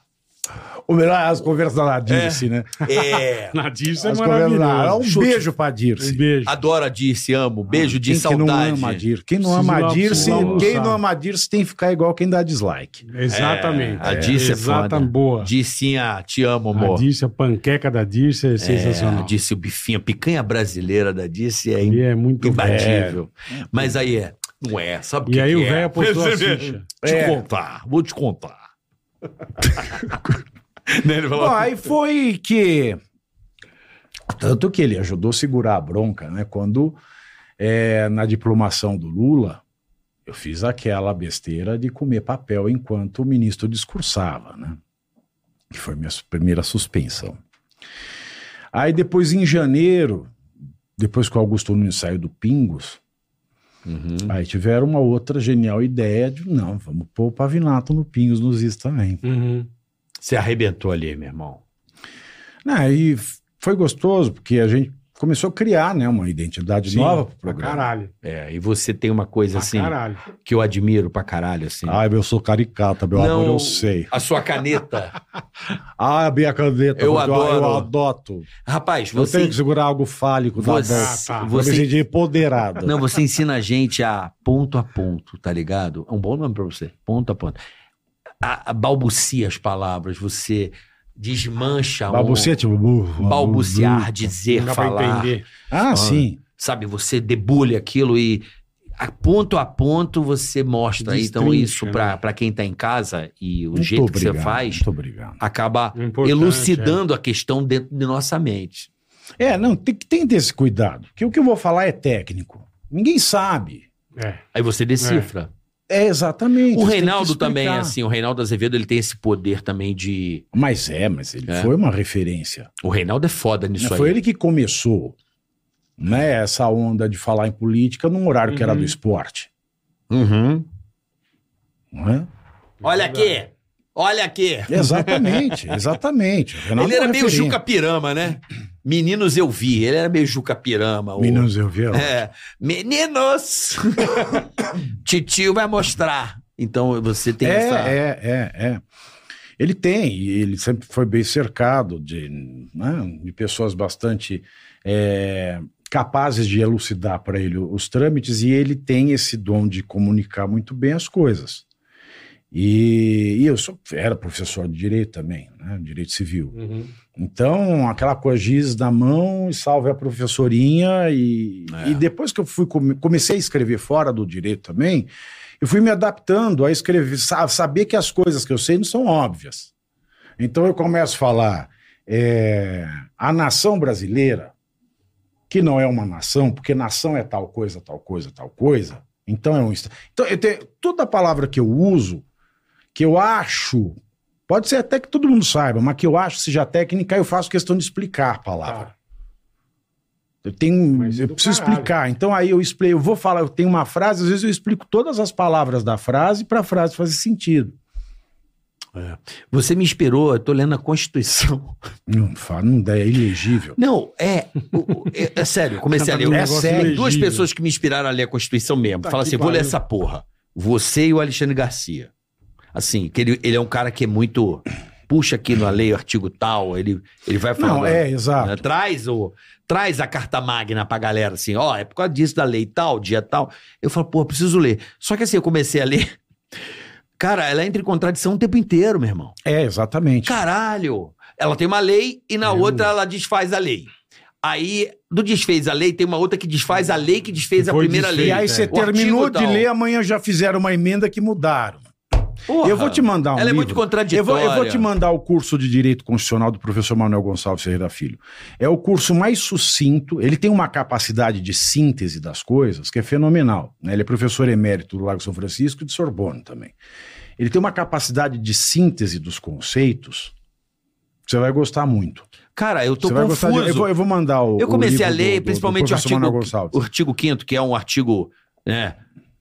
Speaker 5: Ou melhor, é as conversas da Dirce, né?
Speaker 3: É.
Speaker 4: Nadir, isso é
Speaker 5: As conversas da... Um
Speaker 4: maravilhoso.
Speaker 5: beijo pra Dirce.
Speaker 4: Um beijo.
Speaker 3: Adoro a Dirce, amo. Beijo de
Speaker 5: quem que não
Speaker 3: saudade.
Speaker 5: ama a Dirce? Quem não
Speaker 4: Preciso
Speaker 5: ama a
Speaker 4: lá-
Speaker 5: Dirce,
Speaker 4: preciso lá
Speaker 5: quem
Speaker 4: almoçar.
Speaker 5: não ama a Dirce tem que ficar igual quem dá dislike.
Speaker 4: Exatamente.
Speaker 3: a Dirce é
Speaker 4: Exata,
Speaker 3: foda.
Speaker 4: boa.
Speaker 3: Dircinha, te amo,
Speaker 4: A
Speaker 3: amor.
Speaker 4: Dirce, a panqueca da Dirce é
Speaker 3: É,
Speaker 4: sensacional.
Speaker 3: a Dirce, o bifinho, a picanha brasileira da Dirce é
Speaker 4: E é muito velho.
Speaker 3: imbatível. Mas aí é, não é, sabe o que
Speaker 4: E aí
Speaker 3: que
Speaker 4: o
Speaker 3: é?
Speaker 4: velho apostou a
Speaker 3: Percebe?
Speaker 4: ficha.
Speaker 3: Te
Speaker 5: É.
Speaker 3: contar, vou te contar. Né, ele falou,
Speaker 5: Bom, aí foi que. Tanto que ele ajudou a segurar a bronca, né? Quando é, na diplomação do Lula, eu fiz aquela besteira de comer papel enquanto o ministro discursava, né? Que foi minha su- primeira suspensão. Aí depois, em janeiro, depois que o Augusto Nunes saiu do Pingos,
Speaker 3: Uhum.
Speaker 5: aí tiveram uma outra genial ideia de, não, vamos pôr o Pavinato no Pingos nos Is também.
Speaker 4: Uhum.
Speaker 3: Você arrebentou ali, meu irmão.
Speaker 5: Né, e f- foi gostoso, porque a gente começou a criar né, uma identidade
Speaker 4: Sim,
Speaker 5: nova pro
Speaker 4: Pra
Speaker 5: programa.
Speaker 4: caralho.
Speaker 3: É, e você tem uma coisa
Speaker 4: Pra
Speaker 3: assim
Speaker 4: caralho.
Speaker 3: que eu admiro pra caralho, assim.
Speaker 5: Ai, eu sou caricata, meu
Speaker 3: Não.
Speaker 5: amor, eu sei.
Speaker 3: A sua caneta.
Speaker 5: Ah, minha caneta,
Speaker 3: Eu
Speaker 5: eu,
Speaker 3: adoro.
Speaker 5: eu adoto.
Speaker 3: Rapaz,
Speaker 5: Eu
Speaker 3: você.
Speaker 5: tenho que segurar algo fálico da
Speaker 3: Você-
Speaker 5: boca.
Speaker 4: Ah, tá.
Speaker 5: Você...
Speaker 3: Você-
Speaker 5: Eu me senti empoderado.
Speaker 3: Não, você ensina a gente a ponto a ponto, tá ligado? É um bom nome pra você. Ponto a ponto. A, a balbucia as palavras, você desmancha
Speaker 5: Balbucia, tipo...
Speaker 3: um,
Speaker 5: bu- bu-
Speaker 3: balbuciar, dizer,
Speaker 4: Não dá pra
Speaker 3: falar.
Speaker 4: entender.
Speaker 5: Ah, sim.
Speaker 3: Sabe, você debulha aquilo e a ponto a ponto você mostra. Então
Speaker 4: Destrincha,
Speaker 3: isso pra pra quem tá em casa e o
Speaker 5: né? Muito
Speaker 3: jeito que você
Speaker 5: obrigado, é.
Speaker 3: faz
Speaker 5: Muito obrigado.
Speaker 3: acaba
Speaker 4: Importante,
Speaker 3: elucidando a questão dentro de nossa mente.
Speaker 5: É, não, tem que tem que ter esse cuidado. Porque o que eu vou falar é técnico. Ninguém sabe.
Speaker 4: É. É.
Speaker 3: Aí você decifra.
Speaker 5: É exatamente.
Speaker 3: O
Speaker 5: você tem que
Speaker 3: Reinaldo
Speaker 5: explicar.
Speaker 3: também, assim, o Reinaldo Azevedo, ele tem esse poder também de.
Speaker 5: Mas é, mas ele
Speaker 3: É.
Speaker 5: foi uma referência.
Speaker 3: O Reinaldo é foda nisso
Speaker 5: Né, foi
Speaker 3: aí.
Speaker 5: ele que começou né, essa onda de falar em política num horário que era
Speaker 4: Uhum.
Speaker 5: do esporte.
Speaker 3: Uhum.
Speaker 5: Não é?
Speaker 3: Olha aqui! Olha aqui!
Speaker 5: Exatamente, exatamente. O Reinaldo
Speaker 3: Ele era
Speaker 5: é uma
Speaker 3: meio
Speaker 5: referência.
Speaker 3: Juca Pirama, né? Meninos eu vi, ele era meio Juca Pirama. o-
Speaker 5: Meninos, eu vi. ó.
Speaker 3: É. Meninos! Titio vai mostrar. Então você tem
Speaker 5: é,
Speaker 3: essa.
Speaker 5: é, é, é. Ele tem, e ele sempre foi bem cercado de, né, de pessoas bastante é, capazes de elucidar para ele os trâmites, e ele tem esse dom de comunicar muito bem as coisas. E, e eu sou, era professor de direito também, né, direito civil.
Speaker 4: Uhum.
Speaker 5: Então, aquela coisa giz na mão e salve a professorinha. E, e depois que eu fui come- comecei a escrever fora do direito também, eu fui me adaptando a escrever, sa- saber que as coisas que eu sei não são óbvias. Então eu começo a falar é, a nação brasileira, que não é uma nação, porque nação é tal coisa, tal coisa, tal coisa. Então é um. insta- Então, eu tenho, toda palavra que eu uso, que eu acho Pode ser até que todo mundo saiba, mas que eu acho seja técnica, eu faço questão de explicar a palavra.
Speaker 4: Tá.
Speaker 5: Eu tenho,
Speaker 4: Mas
Speaker 5: eu
Speaker 4: do
Speaker 5: preciso
Speaker 4: caralho.
Speaker 5: explicar. Então aí eu explico, eu vou falar, eu tenho uma frase, às vezes eu explico todas as palavras da frase para a frase fazer sentido.
Speaker 3: Você me inspirou, eu tô lendo a Constituição.
Speaker 5: Não, fa- não dá, é ilegível.
Speaker 3: Não, é. o- o- é, é sério, eu comecei a
Speaker 4: Tá
Speaker 3: ler.
Speaker 4: num
Speaker 3: É
Speaker 4: negócio
Speaker 3: sério.
Speaker 4: legível.
Speaker 3: Duas pessoas que me inspiraram a ler a Constituição mesmo.
Speaker 4: Tá
Speaker 3: Fala
Speaker 4: que
Speaker 3: assim: vou ler
Speaker 4: pariu.
Speaker 3: essa porra. Você e o Alexandre Garcia. Assim, que ele, ele é um cara que é muito. Puxa aqui na lei o artigo tal, ele, ele vai falar.
Speaker 5: Não, é, exato.
Speaker 3: Né? Traz, o, traz a carta magna pra galera, assim, ó, é por causa disso, da lei tal, dia tal. Eu falo, pô, preciso ler. Só que assim, eu comecei a ler. Cara, ela entra em contradição o tempo inteiro, meu irmão.
Speaker 5: É, exatamente.
Speaker 3: Caralho! Ela tem uma lei e na outra ela desfaz a lei. Aí, do desfez a lei, tem uma outra que desfaz a lei que desfez a
Speaker 4: Foi
Speaker 3: primeira
Speaker 4: desfeita,
Speaker 3: lei.
Speaker 5: e aí
Speaker 4: é.
Speaker 5: você
Speaker 3: né? O
Speaker 5: terminou
Speaker 3: artigo
Speaker 5: de
Speaker 3: tal.
Speaker 5: ler, amanhã já fizeram uma emenda que mudaram.
Speaker 3: Porra,
Speaker 5: eu vou te mandar um
Speaker 3: Ela é
Speaker 5: livro.
Speaker 3: muito contraditória.
Speaker 5: Eu vou, eu vou te mandar o curso de Direito Constitucional do professor Manuel Gonçalves Ferreira Filho. É o curso mais sucinto, ele tem uma capacidade de síntese das coisas que é fenomenal. né? Ele é professor emérito do Lago São Francisco e de Sorbonne também. Ele tem uma capacidade de síntese dos conceitos que você vai gostar muito.
Speaker 3: Cara, eu tô
Speaker 5: você vai
Speaker 3: confuso.
Speaker 5: gostar de- eu, vou, eu vou mandar o.
Speaker 3: Eu comecei
Speaker 5: o
Speaker 3: a
Speaker 5: livro
Speaker 3: ler,
Speaker 5: do- do- do
Speaker 3: principalmente o
Speaker 5: professor Manuel
Speaker 3: artigo,
Speaker 5: Gonçalves.
Speaker 3: o artigo 5 que é um artigo, né?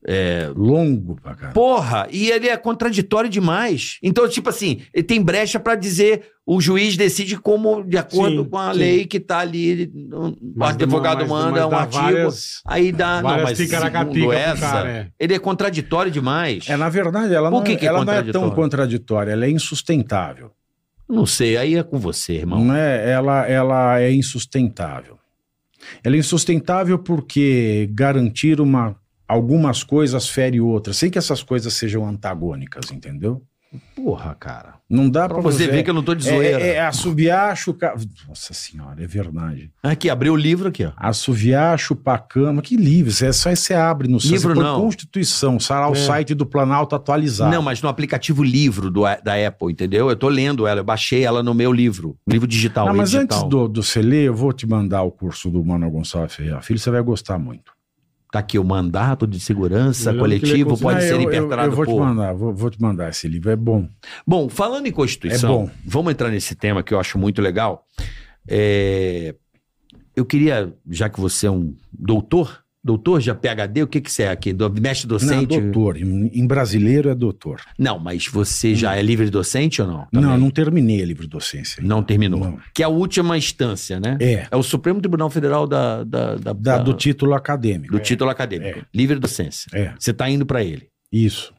Speaker 3: é,
Speaker 5: Longo pra caramba.
Speaker 3: porra, e ele é contraditório demais. Então, tipo assim, ele tem brecha pra dizer, o juiz decide como, de acordo
Speaker 4: Sim,
Speaker 3: com a
Speaker 4: sim.
Speaker 3: lei que tá ali, ele- o
Speaker 4: Mas dá uma-
Speaker 3: advogado
Speaker 4: mas-
Speaker 3: manda
Speaker 4: mas
Speaker 3: um
Speaker 4: dá
Speaker 3: artigo,
Speaker 4: várias-
Speaker 3: aí dá, não,
Speaker 4: várias
Speaker 3: mas segundo
Speaker 4: ticaracatica pro
Speaker 3: essa,
Speaker 4: cara, é.
Speaker 3: ele é contraditório demais.
Speaker 5: É, na verdade, ela,
Speaker 3: Por
Speaker 5: não,
Speaker 3: que que é
Speaker 5: ela não é tão
Speaker 3: contraditória?
Speaker 5: contraditória, ela é insustentável.
Speaker 3: Não sei, aí é com você, irmão.
Speaker 5: Não é, ela, ela é insustentável. Ela é insustentável porque garantir uma, algumas coisas fere outras, sem que essas coisas sejam antagônicas, entendeu?
Speaker 3: Porra, cara.
Speaker 5: Não dá
Speaker 3: Pra
Speaker 5: pra
Speaker 3: você ver que eu não tô de zoeira.
Speaker 5: É, é, é assoviar, chucar... Nossa senhora, é verdade.
Speaker 3: Ah, Aqui, abriu o livro aqui, ó.
Speaker 5: Assoviar, chupar cama, que livro, isso é só você abre no
Speaker 3: Livro
Speaker 5: você põe
Speaker 3: não. É.
Speaker 5: Constituição, será o site do Planalto atualizado.
Speaker 3: Não, mas no aplicativo livro do, da Apple, entendeu? Eu tô lendo ela, eu baixei ela no meu livro, livro digital.
Speaker 5: Ah, mas
Speaker 3: e-digital.
Speaker 5: antes do, do você ler, eu vou te mandar o curso do Mano Gonçalves Ferreira Filho, você vai gostar muito.
Speaker 3: Tá aqui o mandato de segurança
Speaker 4: Eu lembro que ele é
Speaker 3: coletivo pode
Speaker 5: Ah,
Speaker 3: ser
Speaker 5: eu, eu-
Speaker 3: impertrado
Speaker 5: eu, vou te
Speaker 3: por.
Speaker 5: mandar, vou, vou te mandar esse livro, é bom.
Speaker 3: Bom, falando em Constituição,
Speaker 5: É bom.
Speaker 3: vamos entrar nesse tema que eu acho muito legal. É, Eu queria, já que você é um doutor, doutor já PhD, o que, que você é aqui? Do- Mestre
Speaker 5: Não,
Speaker 3: docente? Não,
Speaker 5: doutor, em, em brasileiro é doutor.
Speaker 3: mas você já é livre docente ou não?
Speaker 5: Não,
Speaker 3: Também?
Speaker 5: não terminei a livre docência.
Speaker 3: Não terminou.
Speaker 5: Não.
Speaker 3: Que é a última instância, né?
Speaker 5: É,
Speaker 3: É o Supremo Tribunal Federal da, da, da- da-
Speaker 5: da- do título acadêmico.
Speaker 3: Ah. do título acadêmico. Livre docência.
Speaker 5: É,
Speaker 3: Você tá indo para ele.
Speaker 5: isso.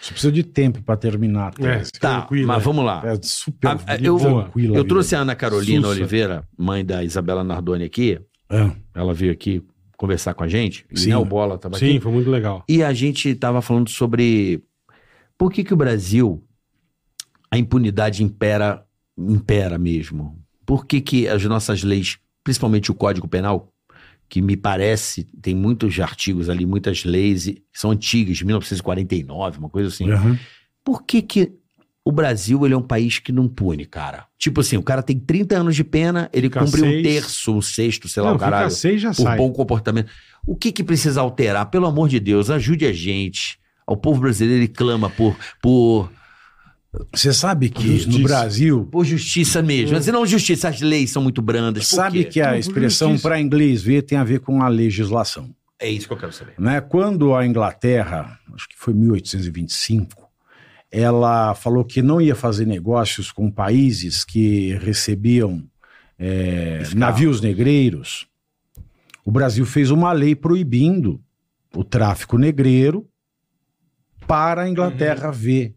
Speaker 5: Você precisa de tempo para terminar a tese.
Speaker 3: Tá,
Speaker 4: Tranquilo,
Speaker 3: mas
Speaker 4: é.
Speaker 3: vamos lá.
Speaker 5: É, super
Speaker 3: Ah, eu-
Speaker 5: tranquila a
Speaker 3: Eu
Speaker 5: vida.
Speaker 3: trouxe a Ana Carolina
Speaker 4: Sussa.
Speaker 3: Oliveira, mãe da Isabela Nardoni aqui.
Speaker 5: Ah,
Speaker 3: Ela veio aqui conversar com a gente.
Speaker 5: Sim.
Speaker 3: Sim. o Bola tava
Speaker 4: Sim,
Speaker 3: aqui.
Speaker 4: foi muito legal.
Speaker 3: E a gente tava falando sobre por que, que o Brasil, a impunidade impera impera mesmo? Por que, que as nossas leis, principalmente o Código Penal, que me parece, tem muitos artigos ali, muitas leis, e são antigas, de 1949, uma coisa assim. Por que que o Brasil ele é um país que não pune, cara? Tipo assim, o cara tem 30 anos de pena, ele
Speaker 4: Fica
Speaker 3: cumpre um
Speaker 4: seis.
Speaker 3: terço, um sexto, sei lá,
Speaker 4: Não,
Speaker 3: o caralho
Speaker 4: fica seis já
Speaker 3: por
Speaker 4: sai.
Speaker 3: bom comportamento. O que que precisa alterar? Pelo amor de Deus, ajude a gente. O povo brasileiro ele clama por, por,
Speaker 5: Você sabe que
Speaker 4: Justiça.
Speaker 5: no Brasil,
Speaker 3: por justiça mesmo. Mas não justiça, as leis são muito brandas. por
Speaker 5: sabe
Speaker 3: quê?
Speaker 5: que a
Speaker 4: Não,
Speaker 5: expressão
Speaker 4: justiça.
Speaker 5: para inglês ver tem a ver com a legislação.
Speaker 3: É isso que eu quero saber.
Speaker 5: Né? Quando a Inglaterra, acho que foi 1825, ela falou que não ia fazer negócios com países que recebiam é, navios negreiros, o Brasil fez uma lei proibindo o tráfico negreiro para a Inglaterra ver.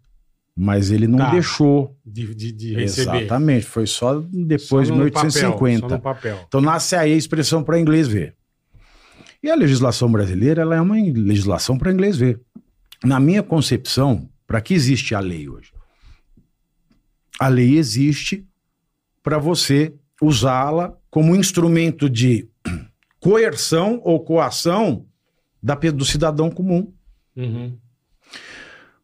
Speaker 5: Mas ele não
Speaker 4: Uhum. Tá.
Speaker 5: deixou.
Speaker 4: De, de, de receber.
Speaker 5: Exatamente, foi só depois de
Speaker 4: Só no papel,
Speaker 5: 1850.
Speaker 4: Só no papel.
Speaker 5: Então nasce aí a expressão para inglês ver. E a legislação brasileira ela é uma in- legislação para inglês ver. Na minha concepção, para que existe a lei hoje? A lei existe para você usá-la como instrumento de coerção ou coação da, pe- do cidadão comum.
Speaker 4: Uhum.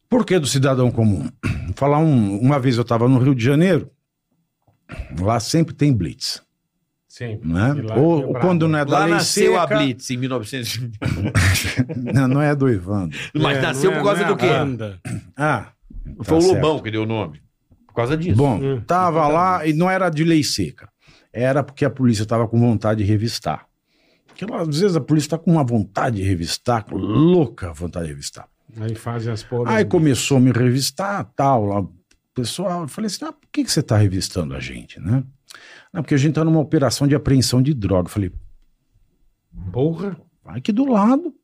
Speaker 5: Por que do cidadão comum? Vou Falar um- uma vez eu estava no Rio de Janeiro, lá sempre tem blitz,
Speaker 4: Sim.
Speaker 5: né?
Speaker 4: E lá é
Speaker 5: Ou, ou
Speaker 4: brabo.
Speaker 5: quando não é da
Speaker 3: Lá
Speaker 5: lei
Speaker 3: nasceu
Speaker 5: seca,
Speaker 3: a Blitz em 1900.
Speaker 5: Não, não é do Ivandro.
Speaker 3: Mas
Speaker 4: É,
Speaker 3: nasceu
Speaker 4: não é-
Speaker 3: por causa
Speaker 4: não é
Speaker 3: do quê?
Speaker 4: a banda.
Speaker 5: Ah, tá
Speaker 3: Foi o
Speaker 5: certo.
Speaker 3: Lobão que deu o nome. Por causa disso.
Speaker 5: Bom,
Speaker 4: Hum.
Speaker 5: tava lá e não era de lei seca. Era porque a polícia tava com vontade de revistar. Porque ela, às vezes a polícia tá com uma vontade de revistar, louca vontade de revistar.
Speaker 4: Aí fazem as porras.
Speaker 5: Aí começou a me revistar, tal, lá, o pessoal, eu falei assim, ah, por que, que você tá revistando a gente, né? Não, porque a gente tá numa operação de apreensão de droga. Eu falei,
Speaker 4: Porra.
Speaker 5: vai aqui do lado.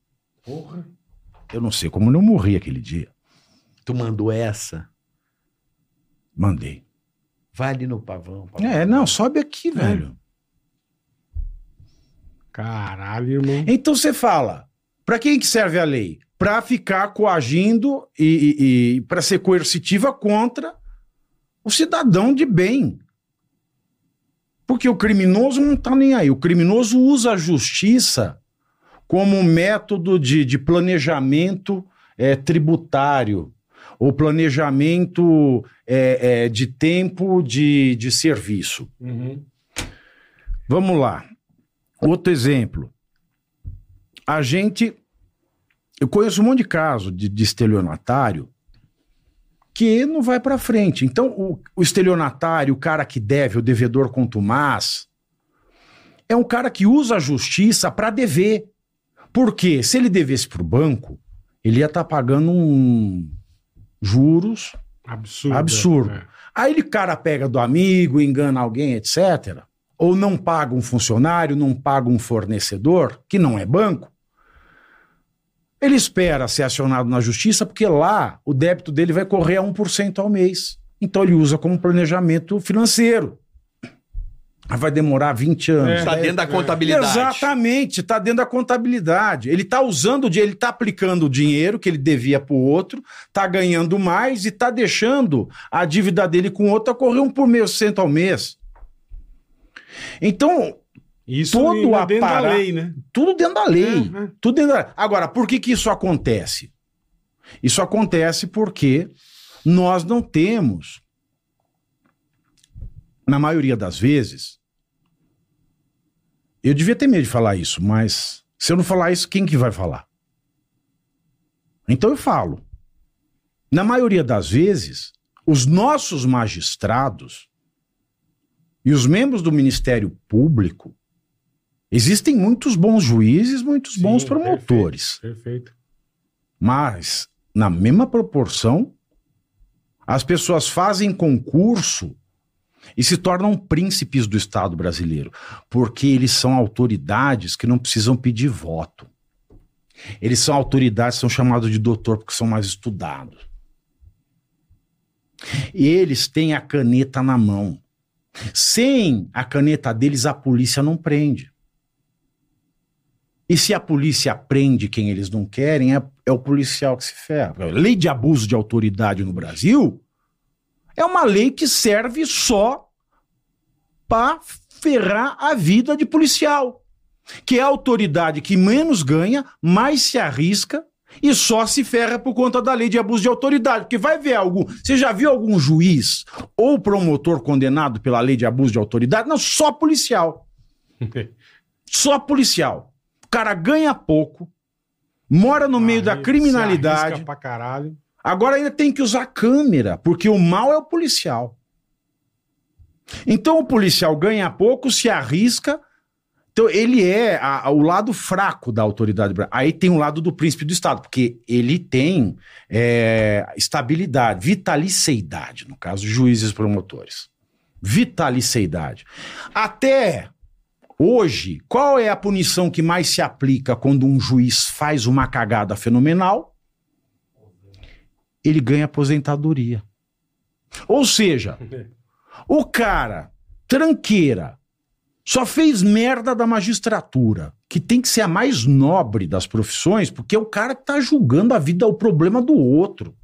Speaker 4: Porra.
Speaker 5: Eu não sei como eu não morri aquele dia.
Speaker 3: Tu mandou essa?
Speaker 5: Mandei.
Speaker 3: Vai ali no pavão. pavão.
Speaker 5: É, não, sobe aqui, velho.
Speaker 4: Caralho, irmão.
Speaker 5: Então você fala, pra quem que serve a lei? Pra ficar coagindo e, e, para ser coercitiva contra o cidadão de bem. Porque o criminoso não tá nem aí. O criminoso usa a justiça como um método de, de planejamento eh, tributário ou planejamento eh, eh, de tempo de, de serviço.
Speaker 4: Uhum.
Speaker 5: Vamos lá. Outro exemplo. A gente. Eu conheço um monte de caso de, de estelionatário que não vai pra frente. Então, o, o estelionatário, o cara que deve, o devedor contumaz, é um cara que usa a justiça pra dever. Porque se ele devesse pro banco, ele ia estar pagando um juros
Speaker 4: Absurdo.
Speaker 5: Absurdo.
Speaker 4: É.
Speaker 5: Aí o cara pega do amigo, engana alguém, etc. Ou não paga um funcionário, não paga um fornecedor, que não é banco. Ele espera ser acionado na justiça, porque lá o débito dele vai correr a 1% ao mês. Então ele usa como planejamento financeiro. Aí Vai demorar 20 anos.
Speaker 4: É.
Speaker 3: Tá dentro da contabilidade.
Speaker 5: Exatamente, está dentro da contabilidade. Ele está usando, o dinhe- ele está aplicando o dinheiro que ele devia para o outro, está ganhando mais e está deixando a dívida dele com o outro a correr um por mês, cento ao mês. Então,
Speaker 4: Isso
Speaker 5: Todo
Speaker 4: ainda dentro da
Speaker 5: aparato-
Speaker 4: lei, né?
Speaker 5: tudo dentro da lei.
Speaker 4: É, é.
Speaker 5: Tudo dentro da- Agora, por que, que isso acontece? Isso acontece porque nós não temos, na maioria das vezes, eu devia ter medo de falar isso, mas se eu não falar isso, quem que vai falar? Então eu falo. Na maioria das vezes, os nossos magistrados e os membros do Ministério Público existem muitos bons juízes, muitos
Speaker 4: Sim,
Speaker 5: bons promotores.
Speaker 4: Perfeito.
Speaker 5: Mas, na mesma proporção, as pessoas fazem concurso e se tornam príncipes do Estado brasileiro, porque eles são autoridades que não precisam pedir voto. Eles são autoridades, são chamados de doutor porque são mais estudados. E eles têm a caneta na mão. Sem a caneta deles, a polícia não prende. E se a polícia prende quem eles não querem, é, é o policial que se ferra. Lei de abuso de autoridade no Brasil É uma lei que serve só para ferrar a vida de policial, que é a autoridade que menos ganha, mais se arrisca e só se ferra por conta da lei de abuso de autoridade. Porque vai ver algum. Você já viu algum juiz ou promotor condenado pela lei de abuso de autoridade? Não, só policial. só policial. O cara ganha pouco, mora no
Speaker 4: Ah,
Speaker 5: meio da criminalidade.
Speaker 4: Pra caralho.
Speaker 5: Agora ainda tem que usar câmera, porque o mal é o policial. Então o policial ganha pouco, se arrisca. Então ele é a- a- o lado fraco da autoridade. bra- Aí tem o lado do príncipe do Estado, porque ele tem é, estabilidade, vitaliceidade, no caso, juízes e promotores. Vitaliceidade. Até hoje, qual é a punição que mais se aplica quando um juiz faz uma cagada fenomenal? ele ganha aposentadoria. Ou seja, o cara, tranqueira, só fez merda da magistratura, que tem que ser a mais nobre das profissões, porque é o cara que tá julgando a vida, o problema do outro.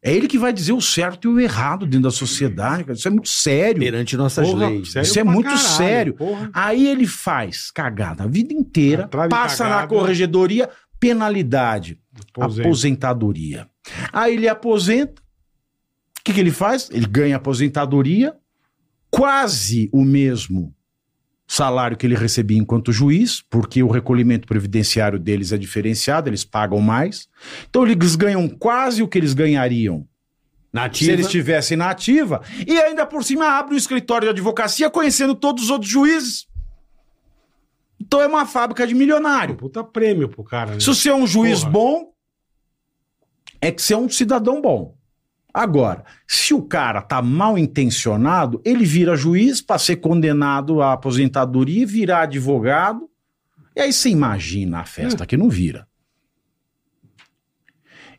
Speaker 5: É ele que vai dizer o certo e o errado dentro da sociedade. cara. Isso é muito sério.
Speaker 3: Perante nossas
Speaker 4: Porra,
Speaker 3: leis.
Speaker 4: sério
Speaker 5: Isso é
Speaker 4: pra
Speaker 5: muito sério.
Speaker 4: Porra.
Speaker 5: Aí ele faz cagada a vida inteira,
Speaker 4: Atrás de
Speaker 5: passa na
Speaker 4: cagada.
Speaker 5: corregedoria, penalidade
Speaker 4: Aposenta.
Speaker 5: aposentadoria. Aí ele aposenta. O que, que ele faz? Ele ganha aposentadoria, quase o mesmo salário que ele recebia enquanto juiz, porque o recolhimento previdenciário deles é diferenciado, eles pagam mais. Então eles ganham quase o que eles ganhariam se eles estivessem na ativa. E ainda por cima abre um escritório de advocacia conhecendo todos os outros juízes. Então é uma fábrica de milionário.
Speaker 4: Um Puta prêmio pro cara, né?
Speaker 5: Se você é um juiz
Speaker 4: Porra.
Speaker 5: bom, é que você é um cidadão bom. Agora, se o cara tá mal intencionado, ele vira juiz para ser condenado à aposentadoria e virar advogado. E aí você imagina a
Speaker 4: É.
Speaker 5: festa que não vira.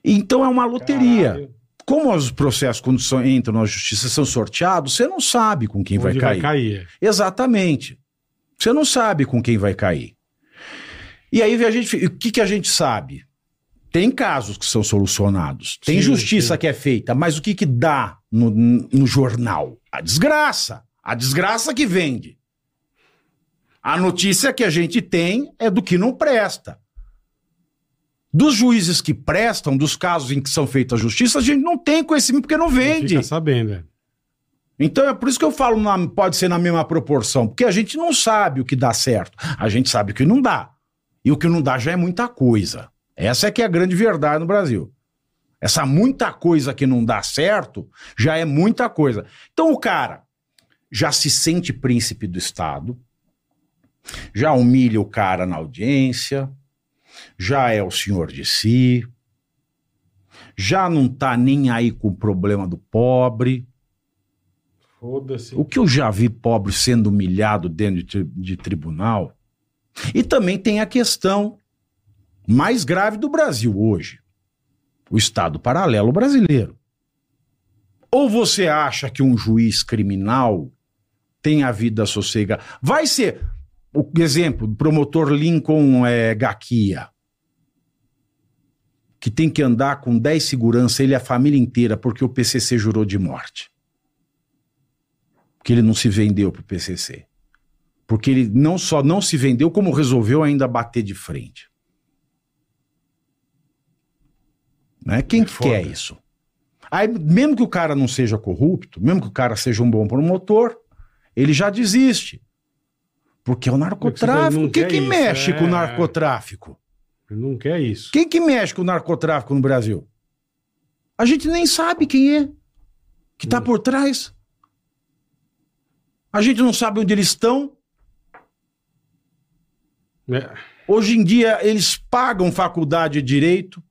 Speaker 5: Então é uma loteria.
Speaker 4: Caralho.
Speaker 5: Como os processos, quando são- entram na justiça, são sorteados, você não sabe com quem
Speaker 4: Onde
Speaker 5: vai cair.
Speaker 4: cair. é.
Speaker 5: Exatamente. Você não sabe com quem vai cair. E aí a gente, o que, que a gente sabe? Tem casos que são solucionados, tem
Speaker 4: Sim,
Speaker 5: justiça
Speaker 4: sim.
Speaker 5: que é feita, mas o que, que dá no, no jornal? A desgraça. A desgraça que vende. A notícia que a gente tem é do que não presta. Dos juízes que prestam, dos casos em que são feitas justiça, a gente não tem conhecimento porque não
Speaker 4: Não
Speaker 5: vende.
Speaker 4: Fica sabendo, é.
Speaker 5: Então é por isso que eu falo, na- pode ser na mesma proporção, porque a gente não sabe o que dá certo, a gente sabe o que não dá. E o que não dá já é muita coisa. Essa é que é a grande verdade no Brasil. Essa muita coisa que não dá certo já é muita coisa. Então o cara já se sente príncipe do Estado, já humilha o cara na audiência, já é o senhor de si, já não tá nem aí com o problema do pobre.
Speaker 4: Foda-se.
Speaker 5: O que eu já vi pobre sendo humilhado dentro de, tri- de tribunal. E também tem a questão mais grave do Brasil hoje: o Estado paralelo brasileiro. Ou você acha que um juiz criminal tem a vida sossegada? Vai ser. O exemplo, do promotor Lincoln é, Gaquia, que tem que andar com 10 segurança, ele e a família inteira, porque o PCC jurou de morte que ele não se vendeu pro PCC. Porque ele não só não se vendeu, como resolveu ainda bater de frente. Né? Quem que
Speaker 4: É foda.
Speaker 5: quer isso? Aí, mesmo que o cara não seja corrupto, mesmo que o cara seja um bom promotor, ele já desiste. Porque é o narcotráfico.
Speaker 4: não
Speaker 5: Quem
Speaker 4: quer
Speaker 5: que
Speaker 4: isso,
Speaker 5: mexe com o
Speaker 4: é.
Speaker 5: narcotráfico?
Speaker 4: Ele Não quer isso.
Speaker 5: Quem que mexe com o narcotráfico no Brasil? A gente nem sabe quem é que está por trás. A gente não sabe onde eles estão.
Speaker 4: É.
Speaker 5: Hoje em dia eles pagam faculdade de direito.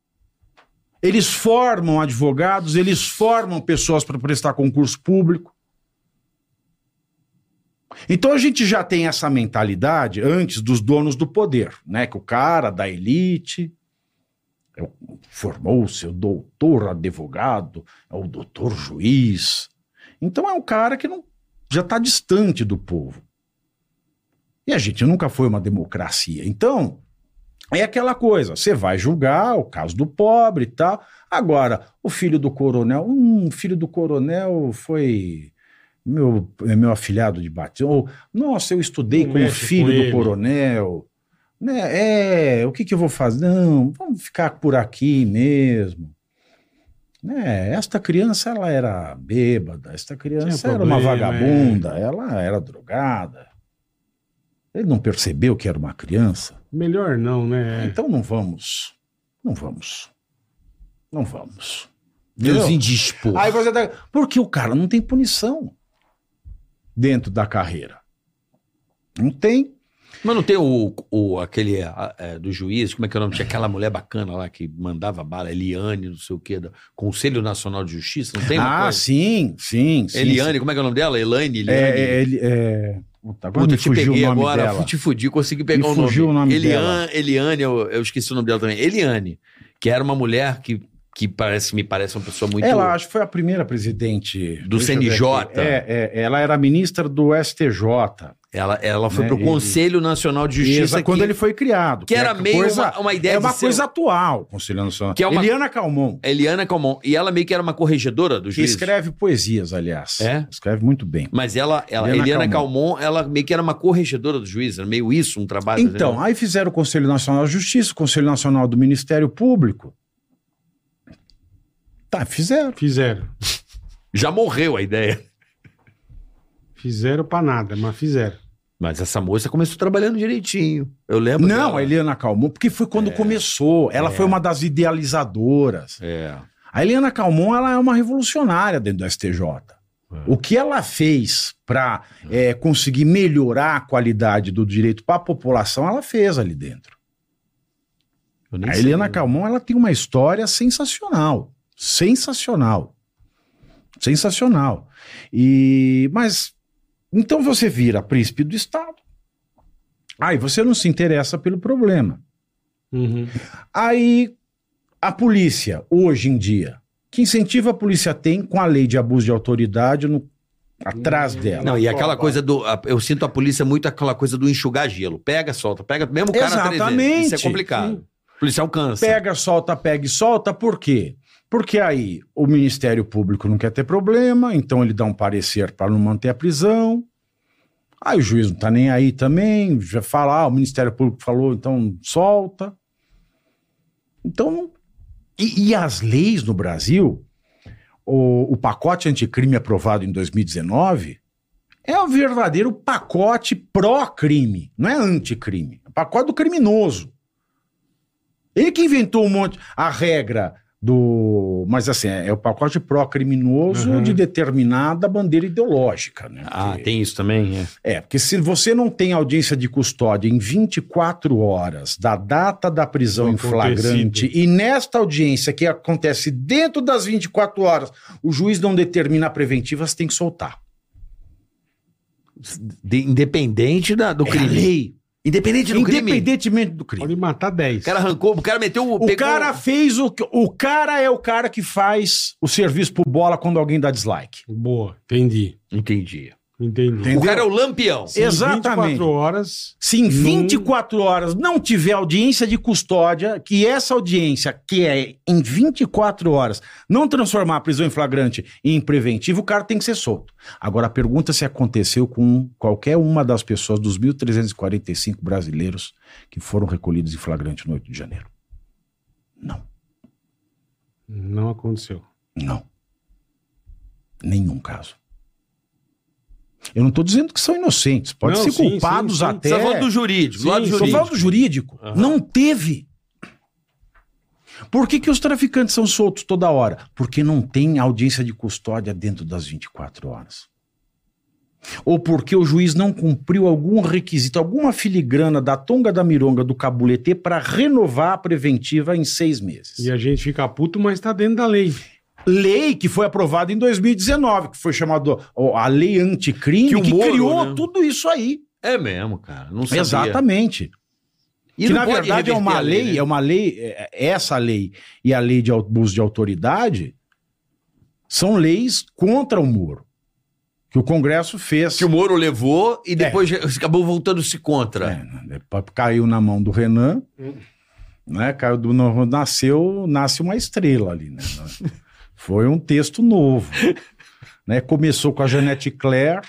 Speaker 5: Eles formam advogados, eles formam pessoas para prestar concurso público. Então a gente já tem essa mentalidade antes dos donos do poder, né? Que o cara da elite é o- formou-se, é o doutor advogado, é o doutor juiz. Então é um cara que não, já tá está distante do povo. E a gente nunca foi uma democracia. Então, É aquela coisa, você vai julgar o caso do pobre e tal. Agora, o filho do coronel, hum, o filho do coronel foi meu, é meu afilhado de batismo. Ou, nossa, eu estudei
Speaker 4: Não
Speaker 5: com o
Speaker 4: mexe
Speaker 5: filho
Speaker 4: com
Speaker 5: do
Speaker 4: ele.
Speaker 5: coronel. Né? É, o que, que eu vou fazer? Não, vamos ficar por aqui mesmo. Né? Esta criança, ela era bêbada, esta criança
Speaker 4: Tinha
Speaker 5: era uma
Speaker 4: problema,
Speaker 5: vagabunda, ela era drogada. Ele não percebeu que era uma criança.
Speaker 4: Melhor não,
Speaker 3: É.
Speaker 4: né?
Speaker 5: Então não vamos. Não vamos. Não vamos.
Speaker 3: Deus
Speaker 5: Entendeu?
Speaker 3: indispor.
Speaker 5: Aí você tá... Porque o cara não tem punição dentro da carreira. Não tem.
Speaker 3: Mas não tem o, o aquele a- é, do juiz, como é que é o nome? Tinha aquela mulher bacana lá que mandava bala, Eliane, não sei o quê, do Conselho Nacional de Justiça, não tem uma
Speaker 5: ah,
Speaker 3: coisa?
Speaker 5: sim, sim, sim.
Speaker 3: Eliane, como é que é o nome dela? Elaine,
Speaker 5: sim. É,
Speaker 3: Eliane.
Speaker 5: é, ele- é... Puta, agora
Speaker 3: Puta,
Speaker 5: me
Speaker 3: te
Speaker 5: fugiu
Speaker 3: peguei
Speaker 5: o nome
Speaker 3: agora,
Speaker 5: dela.
Speaker 3: te fudi, consegui pegar
Speaker 5: Me
Speaker 3: o nome.
Speaker 5: fugiu o nome
Speaker 3: Eliane, Eliane eu, eu esqueci o nome dela também. Eliane, que era uma mulher que, que parece, me parece uma pessoa muito...
Speaker 5: Ela acho que foi a primeira presidente
Speaker 3: Do
Speaker 5: Deixa eu ver
Speaker 3: CNJ.
Speaker 5: aqui. É, é, ela era ministra do STJ.
Speaker 3: Ela, ela foi
Speaker 5: Né,
Speaker 3: pro
Speaker 5: ele-
Speaker 3: Conselho Nacional de Justiça
Speaker 5: Justiça quando
Speaker 3: que,
Speaker 5: ele foi criado.
Speaker 3: que era
Speaker 5: é
Speaker 3: meio
Speaker 5: coisa-
Speaker 3: uma, uma ideia
Speaker 5: É uma
Speaker 3: de ser-
Speaker 5: coisa atual, Conselho Nacional.
Speaker 3: Que é uma-
Speaker 5: Eliana Calmon.
Speaker 3: Eliana Calmon. E ela meio que era uma corregedora do
Speaker 5: Que
Speaker 3: juiz.
Speaker 5: escreve poesias, aliás.
Speaker 3: É?
Speaker 5: Escreve muito bem.
Speaker 3: Mas ela, ela Eliana,
Speaker 5: Eliana
Speaker 3: Calmon. ela meio que era uma corregedora do juiz, era meio isso, um trabalho.
Speaker 5: Então, aí fizeram o Conselho Nacional de Justiça, o Conselho Nacional do Ministério Público. Tá, fizeram.
Speaker 4: Fizeram.
Speaker 3: já morreu a ideia.
Speaker 4: Fizeram pra nada, mas fizeram.
Speaker 3: Mas essa moça começou trabalhando direitinho. Eu lembro.
Speaker 5: Não,
Speaker 3: dela.
Speaker 5: a Eliana Calmon, porque foi quando começou. Ela foi uma das idealizadoras.
Speaker 3: É.
Speaker 5: A Eliana Calmon, ela é uma revolucionária dentro do STJ. O que ela fez para conseguir melhorar a qualidade do direito para a população, ela fez ali dentro.
Speaker 3: Eu nem
Speaker 5: A
Speaker 3: sei.
Speaker 4: é
Speaker 5: Helena Calmon, ela tem uma história sensacional. Sensacional. Sensacional. E mas então você vira príncipe do estado. Aí você não se interessa pelo problema.
Speaker 4: Uhum.
Speaker 5: Aí a polícia hoje em dia, que incentivo a polícia tem com a lei de abuso de autoridade no- atrás dela?
Speaker 3: Não, e aquela coisa do. a- Eu sinto a polícia muito aquela coisa do enxugar gelo. Pega, solta, pega. Mesmo o cara três vezes. Isso é
Speaker 5: Exatamente.
Speaker 3: complicado. O policial cansa.
Speaker 5: Pega, solta, pega e solta, por quê? Porque aí o Ministério Público não quer ter problema, então ele dá um parecer para não manter a prisão. Aí o juiz não está nem aí também, já fala, ah, o Ministério Público falou, então solta. Então, e, e as leis no Brasil, o, o pacote anticrime aprovado em 2019 é o verdadeiro pacote pró-crime, não é anticrime, é o pacote do criminoso. Ele que inventou um monte. A regra do. Mas assim, é o pacote pró-criminoso
Speaker 4: Uhum.
Speaker 5: de determinada bandeira ideológica. Né?
Speaker 3: Ah,
Speaker 5: Porque-
Speaker 3: tem isso também? É.
Speaker 5: É, porque se você não tem audiência de custódia em 24 horas da data da prisão em
Speaker 4: Acontecido.
Speaker 5: flagrante e nesta audiência que acontece dentro das 24 horas, o juiz não determina a preventiva, você tem que soltar.
Speaker 3: De- independente da- do
Speaker 5: É a
Speaker 3: crime.
Speaker 5: lei.
Speaker 3: Independente do crime.
Speaker 5: Independentemente do crime.
Speaker 4: Pode matar
Speaker 3: O
Speaker 4: 10.
Speaker 3: cara arrancou, o cara meteu o.
Speaker 5: O cara fez o que. O cara é o cara que faz o serviço pro bola quando alguém dá dislike.
Speaker 4: Boa, entendi.
Speaker 3: Entendi.
Speaker 4: Entendi.
Speaker 5: Entendeu?
Speaker 3: O cara é o lampião.
Speaker 4: Se em
Speaker 5: Exatamente.
Speaker 4: 24 horas.
Speaker 5: Se em 24 horas não tiver audiência de custódia, que essa audiência, que é em 24 horas, não transformar a prisão em flagrante em preventivo, o cara tem que ser solto. Agora, a pergunta é se aconteceu com qualquer uma das pessoas, dos 1.345 brasileiros que foram recolhidos em flagrante no 8 de janeiro. Não,
Speaker 4: Não aconteceu.
Speaker 5: não. Nenhum caso. Eu não estou dizendo que são inocentes, pode
Speaker 4: Não,
Speaker 5: ser
Speaker 4: sim, sim,
Speaker 5: culpados
Speaker 4: sim.
Speaker 5: até.
Speaker 3: Você tá falando do jurídico,
Speaker 4: Sim,
Speaker 3: do lado
Speaker 4: sim.
Speaker 5: Estou
Speaker 3: jurídico.
Speaker 5: É. falando do jurídico.
Speaker 4: Aham.
Speaker 5: Não teve. Por que, que os traficantes são soltos toda hora? Porque não tem audiência de custódia dentro das 24 horas. Ou porque o juiz não cumpriu algum requisito, alguma filigrana da tonga da mironga do cabuletê para renovar a preventiva em seis meses.
Speaker 3: é-
Speaker 4: E a gente fica puto, mas tá dentro da lei.
Speaker 5: Lei que foi aprovada em 2019, que foi chamada ó, a lei anticrime,
Speaker 3: Que
Speaker 5: que,
Speaker 3: o Moro,
Speaker 5: criou
Speaker 3: né?
Speaker 5: tudo isso aí.
Speaker 3: É mesmo, cara. Não sabia.
Speaker 5: Exatamente.
Speaker 3: E
Speaker 5: que
Speaker 3: não
Speaker 5: na
Speaker 3: pode
Speaker 5: verdade é
Speaker 3: reverter
Speaker 5: uma
Speaker 3: a
Speaker 5: lei,
Speaker 3: né?
Speaker 5: é uma lei, é- é- essa lei e a lei de abuso de autoridade são leis contra o Moro. Que o Congresso fez.
Speaker 3: Que o Moro levou e depois acabou voltando-se contra. Hum.
Speaker 5: É, né, depois caiu na mão do Renan. né? Caiu do no- nasceu, nasce uma estrela ali, né? Foi um texto novo, né? Começou com a Janete Claire,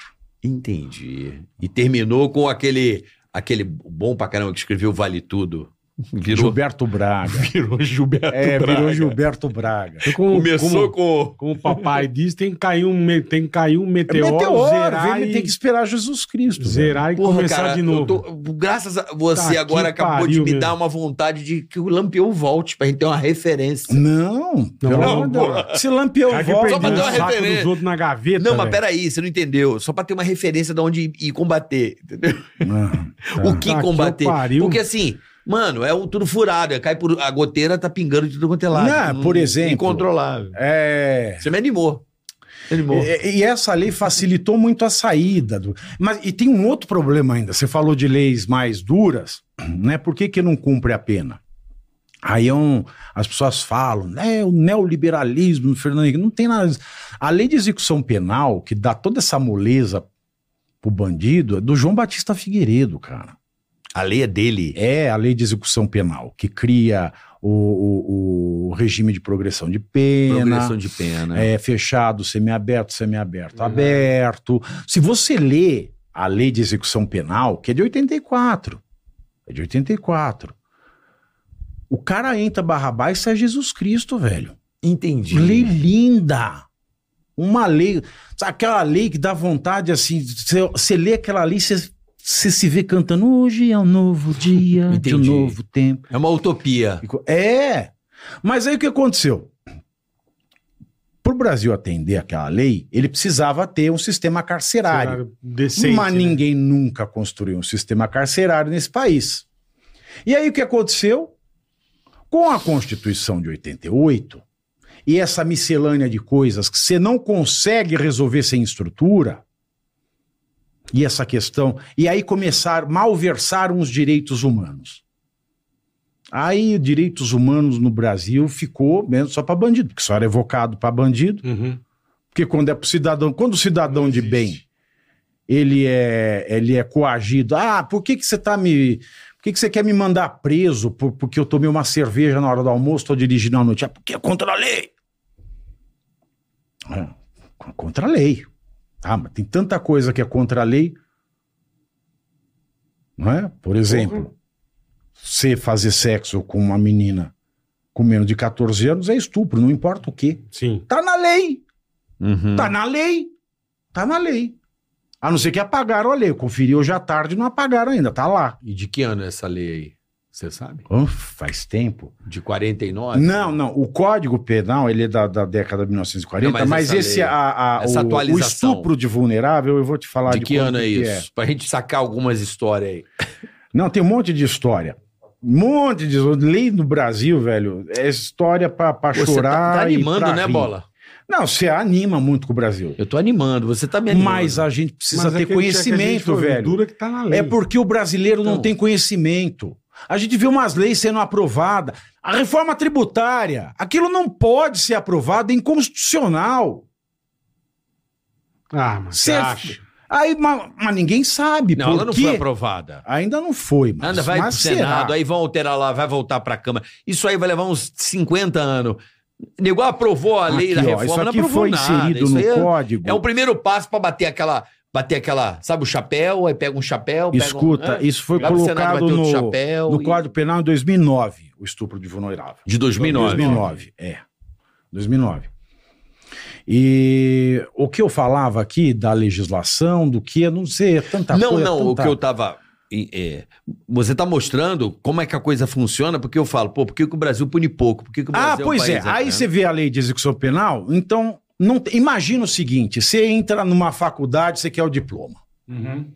Speaker 3: Entendi. E terminou com aquele aquele bom pra caramba que escreveu Vale Tudo. Virou,
Speaker 5: Gilberto Braga.
Speaker 3: virou Gilberto
Speaker 5: É,
Speaker 3: Braga.
Speaker 5: virou Gilberto Braga.
Speaker 4: Eu como-
Speaker 3: Começou
Speaker 4: como,
Speaker 3: com...
Speaker 4: como o papai diz, tem que cair um, me- tem que cair um
Speaker 5: É
Speaker 4: meteoro,
Speaker 5: meteoro,
Speaker 4: zerar,
Speaker 5: ele
Speaker 4: e,
Speaker 5: tem que esperar Jesus Cristo. né? velho.
Speaker 4: zerar e
Speaker 3: Porra,
Speaker 4: começar
Speaker 3: cara,
Speaker 4: de
Speaker 3: eu
Speaker 4: novo.
Speaker 3: tô- graças a você
Speaker 4: Tá
Speaker 3: agora
Speaker 4: que
Speaker 3: acabou de
Speaker 4: pariu
Speaker 3: me
Speaker 4: mesmo.
Speaker 3: dar uma vontade de que o Lampião volte pra gente ter uma referência.
Speaker 5: Não, pelo
Speaker 4: Não,
Speaker 5: amor de Deus. Se Lampião
Speaker 4: Cara que
Speaker 5: volta,
Speaker 3: Só pra
Speaker 4: perdeu
Speaker 3: dar
Speaker 4: o
Speaker 3: uma
Speaker 4: saco
Speaker 3: referência.
Speaker 4: dos outros na gaveta,
Speaker 3: Não, mas
Speaker 4: velho.
Speaker 3: peraí, você não entendeu. Só pra ter uma referência de onde ir- ir combater, entendeu?
Speaker 5: Ah.
Speaker 3: O que
Speaker 4: Tá que
Speaker 3: combater?
Speaker 4: eu pariu.
Speaker 3: Porque assim, mano, é um tudo furado. É, cai por, a goteira tá pingando de tudo quanto é lado.
Speaker 5: Não, por exemplo.
Speaker 3: Incontrolável.
Speaker 5: É,
Speaker 3: Você me animou. Me animou.
Speaker 5: e, e essa lei facilitou muito a saída. Do... Mas e tem um outro problema ainda. Você falou de leis mais duras, né? Por que, que não cumpre a pena? Aí é um, as pessoas falam, né? O neoliberalismo, Fernando Henrique, não tem nada. disso. A lei de execução penal, que dá toda essa moleza pro bandido, é do João Batista Figueiredo, cara.
Speaker 3: a lei é dele.
Speaker 5: é a lei de execução penal, que cria o, o- o regime de progressão É de pena.
Speaker 3: Progressão de pena.
Speaker 5: É, fechado, semiaberto, semiaberto, aberto. Se você lê a lei de execução penal, que é de 84, é de 84, o cara entra Barrabás e sai Jesus Cristo, velho.
Speaker 3: Entendi.
Speaker 5: Lei linda. Uma lei, sabe, aquela lei que dá vontade assim, você você lê aquela lei, você, você se vê cantando, hoje é um novo dia, de um
Speaker 3: Entendi.
Speaker 5: novo tempo.
Speaker 3: É uma utopia.
Speaker 5: Ficou- É! Mas aí o que aconteceu? Para o Brasil atender aquela lei, ele precisava ter um sistema carcerário.
Speaker 4: Cenário decente,
Speaker 5: Mas
Speaker 4: né?
Speaker 5: ninguém nunca construiu um sistema carcerário nesse país. E aí o que aconteceu? Com a Constituição de 88 e essa miscelânea de coisas que você não consegue resolver sem estrutura, e essa questão, e aí começaram, malversaram os direitos humanos. Aí direitos humanos no Brasil ficou mesmo só para bandido, porque só era evocado para bandido.
Speaker 4: Uhum.
Speaker 5: Porque quando é pro cidadão, quando o cidadão
Speaker 4: Não
Speaker 5: de
Speaker 4: existe.
Speaker 5: bem ele é ele é coagido, ah, por que que você tá me por que, que você quer me mandar preso por- porque eu tomei uma cerveja na hora do almoço, tô dirigindo à noite? Ah, porque é contra a lei. É, co- contra a lei. Ah, mas tem tanta coisa que é contra a lei. Não é? Por exemplo, você fazer sexo com uma menina com menos de 14 anos é estupro, não importa o quê.
Speaker 4: Sim.
Speaker 5: Tá na lei.
Speaker 1: Uhum.
Speaker 3: Hum.
Speaker 5: Tá na lei. Tá na lei. A não ser que apagaram a lei. Eu conferi hoje à tarde e não apagaram ainda. Tá lá.
Speaker 3: E de que ano é essa lei aí? Você sabe?
Speaker 5: Uf, faz tempo.
Speaker 3: De 49?
Speaker 5: Não, não. O Código Penal, ele é da, da década de 1940,
Speaker 3: Não, mas
Speaker 5: mas,
Speaker 3: essa
Speaker 5: esse,
Speaker 3: lei,
Speaker 5: a, a-
Speaker 3: essa
Speaker 5: o, o
Speaker 3: atualização.
Speaker 5: estupro de vulnerável, eu vou te falar
Speaker 3: De que
Speaker 5: quando
Speaker 3: ano é
Speaker 5: que
Speaker 3: isso? Pra gente sacar algumas histórias aí.
Speaker 5: Não, tem um monte de história. Um monte de lei no Brasil, velho. É história pra, pra
Speaker 3: Pô, Você
Speaker 5: chorar.
Speaker 3: tá, tá animando,
Speaker 5: e pra
Speaker 3: né,
Speaker 5: rir.
Speaker 3: Bola?
Speaker 5: Não, você anima muito com o Brasil.
Speaker 3: Eu tô animando, você tá me animando.
Speaker 5: Mas a gente precisa
Speaker 4: Mas é
Speaker 5: ter
Speaker 4: que a gente- é que a gente
Speaker 5: conhecimento,
Speaker 4: foi
Speaker 5: velho.
Speaker 4: Dura que tá na lei.
Speaker 5: É porque o brasileiro não
Speaker 3: Então.
Speaker 5: tem conhecimento. A gente vê umas leis sendo aprovadas. A reforma tributária, aquilo não pode ser aprovado, é inconstitucional.
Speaker 4: Ah, mas
Speaker 5: Cê-
Speaker 4: você acha?
Speaker 5: Aí, mas, mas ninguém sabe.
Speaker 3: Não,
Speaker 5: por
Speaker 3: ela não
Speaker 5: quê?
Speaker 3: foi aprovada.
Speaker 5: Ainda não foi, mas,
Speaker 3: Anda, vai pro
Speaker 5: mas será?
Speaker 3: Senado, aí vão alterar lá, vai voltar pra Câmara. Isso aí vai levar uns 50 anos. Nego aprovou a lei
Speaker 5: Aqui,
Speaker 3: da
Speaker 5: ó,
Speaker 3: reforma,
Speaker 5: isso
Speaker 3: não é
Speaker 5: aqui
Speaker 3: aprovou
Speaker 5: foi
Speaker 3: nada.
Speaker 5: inserido
Speaker 3: isso
Speaker 5: no
Speaker 3: aí é-
Speaker 5: código.
Speaker 3: é o primeiro passo pra bater aquela, bater aquela, sabe o chapéu, aí pega um chapéu, pega
Speaker 5: Escuta,
Speaker 3: um,
Speaker 5: isso foi
Speaker 3: Vai pro Senado, vai
Speaker 5: colocado
Speaker 3: ter outro
Speaker 5: no,
Speaker 3: chapéu
Speaker 5: no
Speaker 3: e-
Speaker 5: Código Penal em 2009, o estupro de vulnerável.
Speaker 3: de 2009.
Speaker 5: 2009, é. 2009. E o que eu falava aqui da legislação, do que, eu não sei, é tanta
Speaker 3: não,
Speaker 5: coisa.
Speaker 3: não, o
Speaker 5: tanta-
Speaker 3: que eu tava. e- é, você tá mostrando como é que a coisa funciona, porque eu falo, pô, por que, que o Brasil pune pouco? Por que, que o Brasil
Speaker 5: Ah, pois é.
Speaker 3: um país
Speaker 5: Aí
Speaker 3: né?
Speaker 5: você vê a lei de execução penal, então, não... te- imagina o seguinte, você entra numa faculdade, você quer o diploma,
Speaker 4: Uhum.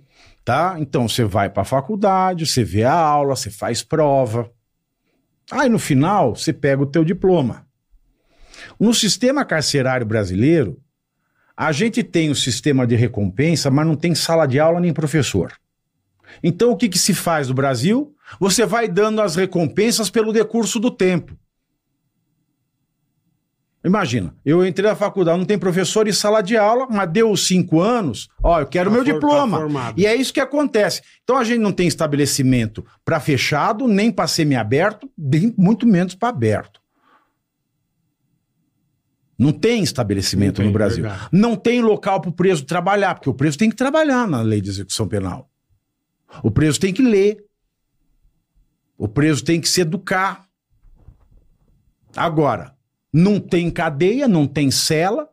Speaker 5: tá? Então, você vai pra faculdade, você vê a aula, você faz prova. Aí, no final, você pega o teu diploma. No sistema carcerário brasileiro, a gente tem o sistema de recompensa, mas não tem sala de aula nem professor. Então, o que, que se faz no Brasil? Você vai dando as recompensas pelo decurso do tempo. Imagina, eu entrei na faculdade, não tem professor em sala de aula, mas deu os cinco anos, ó, eu quero
Speaker 4: Tá
Speaker 5: meu
Speaker 4: for- tá
Speaker 5: diploma.
Speaker 4: formado.
Speaker 5: e é isso que acontece. Então a gente não tem estabelecimento para fechado, nem para semi-aberto, bem- muito menos para aberto. Não tem estabelecimento
Speaker 4: Não tem,
Speaker 5: no Brasil.
Speaker 4: verdade.
Speaker 5: Não tem local para o preso trabalhar, porque o preso tem que trabalhar na lei de execução penal. O preso tem que ler. O preso tem que se educar. Agora, não tem cadeia, não tem cela.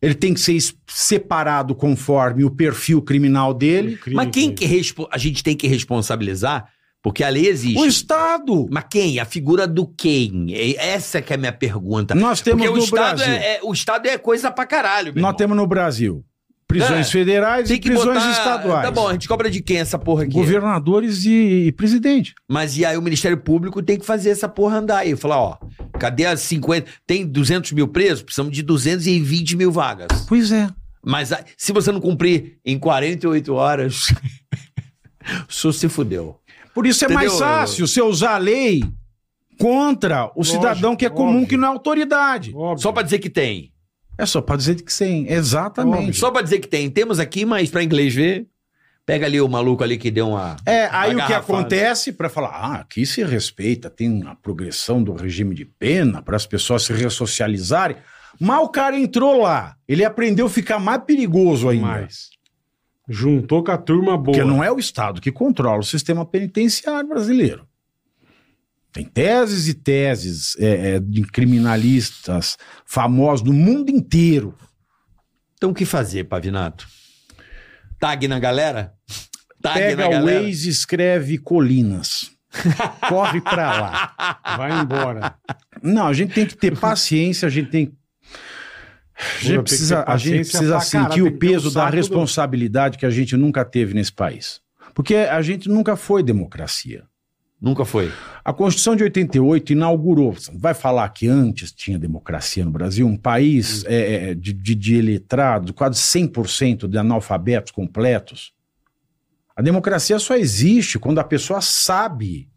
Speaker 5: Ele tem que ser es- separado conforme o perfil criminal dele.
Speaker 4: Incrível,
Speaker 3: Mas quem
Speaker 4: incrível.
Speaker 3: que respo- a gente tem que responsabilizar? Porque a lei existe.
Speaker 5: O Estado.
Speaker 3: Mas quem? A figura do quem? É- Essa que é a minha pergunta.
Speaker 5: Nós temos
Speaker 3: Porque o
Speaker 5: no
Speaker 3: Estado,
Speaker 5: Brasil.
Speaker 3: é, é- o Estado é coisa pra caralho, meu
Speaker 5: Nós
Speaker 3: irmão.
Speaker 5: temos no Brasil prisões
Speaker 3: É.
Speaker 5: federais
Speaker 3: Tem
Speaker 5: e
Speaker 3: que
Speaker 5: prisões
Speaker 3: botar...
Speaker 5: estaduais.
Speaker 3: Tá bom, a gente cobra de quem essa porra aqui?
Speaker 5: Governadores e, e presidente.
Speaker 3: Mas e aí o Ministério Público tem que fazer essa porra andar aí. Falar, ó, cadê as 50... Tem 200 mil presos? Precisamos de 220 mil vagas.
Speaker 5: Pois é.
Speaker 3: Mas a- se você não cumprir em 48 horas, o senhor se fudeu.
Speaker 5: Por isso é mais
Speaker 3: Entendeu?
Speaker 5: fácil você usar a lei contra o
Speaker 4: Lógico,
Speaker 5: cidadão que é comum,
Speaker 4: óbvio.
Speaker 5: que não é autoridade.
Speaker 4: Óbvio.
Speaker 3: Só pra dizer que tem.
Speaker 5: É só pra dizer que sim. Exatamente.
Speaker 3: Só pra dizer que tem. Temos aqui, mas pra inglês ver, pega ali o maluco ali que deu uma...
Speaker 5: É, aí
Speaker 3: Uma
Speaker 5: o que
Speaker 3: garrafada.
Speaker 5: acontece para falar, ah, aqui se respeita, tem a progressão do regime de pena para as pessoas se ressocializarem. Mas o cara entrou lá, ele aprendeu a ficar mais perigoso ainda.
Speaker 4: mais. Juntou com a turma boa.
Speaker 5: Porque não é o Estado que controla o sistema penitenciário brasileiro. Tem teses e teses é, é, de criminalistas famosos do mundo inteiro.
Speaker 3: Então o que fazer, Pavinato? Tag na galera? Tag
Speaker 5: Pega o Waze e escreve colinas. Corre pra lá.
Speaker 4: Vai embora.
Speaker 5: Não, a gente tem que ter paciência, a gente tem a
Speaker 4: tem que
Speaker 5: gente precisa,
Speaker 4: ter
Speaker 5: a gente
Speaker 4: paciência
Speaker 5: precisa
Speaker 4: pra caralho, tem
Speaker 5: sentir o
Speaker 4: que ter um
Speaker 5: peso da
Speaker 4: saco do-
Speaker 5: responsabilidade que a gente nunca teve nesse país. Porque a gente nunca foi democracia.
Speaker 3: Nunca foi.
Speaker 5: A Constituição de 88 inaugurou. você Vai falar que antes tinha democracia no Brasil? Um
Speaker 3: Hum.
Speaker 5: país é, é, de, de, de eletrado, quase 100% de analfabetos completos. A democracia só existe quando a pessoa sabe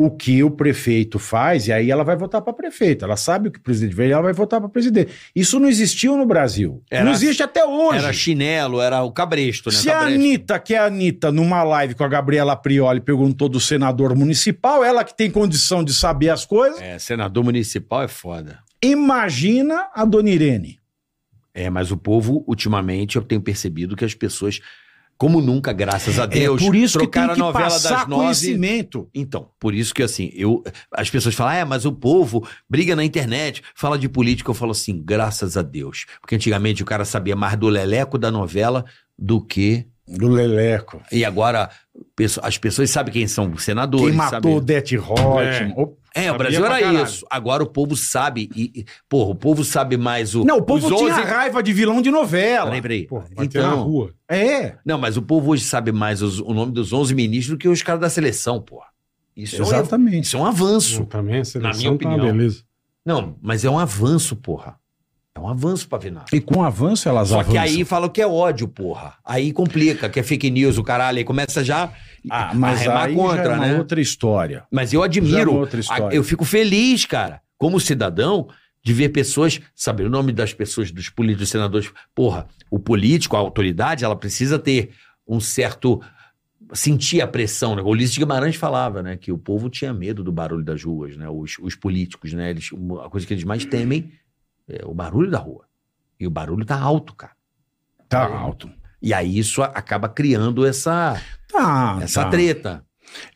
Speaker 5: o que o prefeito faz e aí ela vai votar para prefeito. Ela sabe o que o presidente fez e ela vai votar para presidente. Isso não existiu no Brasil.
Speaker 3: Era-
Speaker 5: não existe até hoje.
Speaker 3: Era chinelo, era o cabresto, né?
Speaker 5: Se a
Speaker 3: Cabresto.
Speaker 5: Anitta, que é a Anitta, numa live com a Gabriela Prioli, perguntou do senador municipal, ela que tem condição de saber as coisas,
Speaker 3: É, senador municipal é foda.
Speaker 5: imagina a Dona Irene.
Speaker 3: É, mas o povo, ultimamente, eu tenho percebido que as pessoas, como nunca, graças a Deus,
Speaker 5: é por isso que
Speaker 3: trocaram
Speaker 5: tem que
Speaker 3: a novela
Speaker 5: passar
Speaker 3: das nove.
Speaker 5: conhecimento.
Speaker 3: Então, por isso que assim, eu, as pessoas falam, "Ah, é, mas o povo briga na internet, fala de política, eu falo assim, graças a Deus. Porque antigamente o cara sabia mais do leleco da novela do que
Speaker 5: Do Leleco.
Speaker 3: E agora pesso- as pessoas sabem quem são os senadores.
Speaker 5: Quem matou o
Speaker 3: sabem-
Speaker 5: Death Rottman. Opa.
Speaker 3: É, o
Speaker 4: Sabia
Speaker 3: Brasil
Speaker 4: pra
Speaker 3: era
Speaker 4: caralho.
Speaker 3: isso. Agora o povo sabe. E, e- porra, o povo sabe mais o.
Speaker 5: Não, o povo
Speaker 3: os
Speaker 5: tinha
Speaker 3: 11
Speaker 5: raiva de vilão de novela.
Speaker 3: Peraí, peraí.
Speaker 4: Porra, vai ter na
Speaker 3: então,
Speaker 4: rua.
Speaker 5: É,
Speaker 3: não, mas o povo hoje sabe mais os- o nome dos 11 ministros do que os caras da seleção, porra. Isso, é um, av-
Speaker 5: exatamente.
Speaker 3: isso é um avanço.
Speaker 4: Não, também a seleção
Speaker 3: minha
Speaker 4: tá uma
Speaker 3: opinião.
Speaker 4: beleza.
Speaker 3: Não, mas é um avanço, porra. É um avanço pra Vinar.
Speaker 5: E com o avanço elas
Speaker 3: Só
Speaker 5: avançam.
Speaker 3: que aí falam que é ódio, porra. Aí complica, que é fake news, o caralho. Aí começa já
Speaker 5: Ah, mas
Speaker 3: a né?
Speaker 5: aí já é uma outra história.
Speaker 3: Mas eu
Speaker 5: Já é
Speaker 3: admiro.
Speaker 5: uma outra história.
Speaker 3: Ah, Eu fico feliz, cara, como cidadão, de ver pessoas, saber o nome das pessoas, dos políticos, dos senadores. Porra, o político, a autoridade, ela precisa ter um certo. sentir a pressão. Né? O Ulisses Guimarães falava, né? Que o povo tinha medo do barulho das ruas, né? Os, os políticos, né? Eles, uma- a coisa que eles mais temem é o barulho da rua. E o barulho tá alto, cara.
Speaker 5: Tá alto.
Speaker 3: E aí isso a- acaba criando essa,
Speaker 5: Tá,
Speaker 3: essa
Speaker 5: tá.
Speaker 3: treta.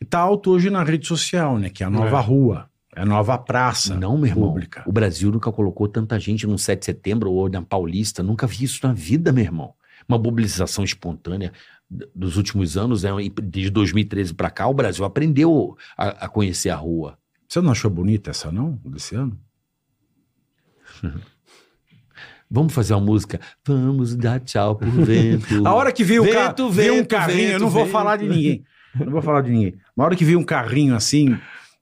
Speaker 5: Tá alto hoje na rede social, né? Que é a nova
Speaker 4: É.
Speaker 5: rua, é a nova praça.
Speaker 3: Não, meu irmão.
Speaker 5: pública.
Speaker 3: O Brasil nunca colocou tanta gente num 7 de setembro ou na Paulista. Nunca vi isso na vida, meu irmão. Uma mobilização espontânea d- dos últimos anos, né? E de 2013 pra cá, o Brasil aprendeu a, a conhecer a rua.
Speaker 5: Você não achou bonita essa, não, desse ano?
Speaker 3: Vamos fazer uma música? Vamos dar tchau pro vento.
Speaker 5: A hora que veio o
Speaker 3: Vento,
Speaker 5: carro, veio um
Speaker 3: vento,
Speaker 5: carrinho, eu não
Speaker 3: vento,
Speaker 5: vou
Speaker 3: vento.
Speaker 5: falar de ninguém. Não vou falar de ninguém. Uma hora que veio um carrinho assim,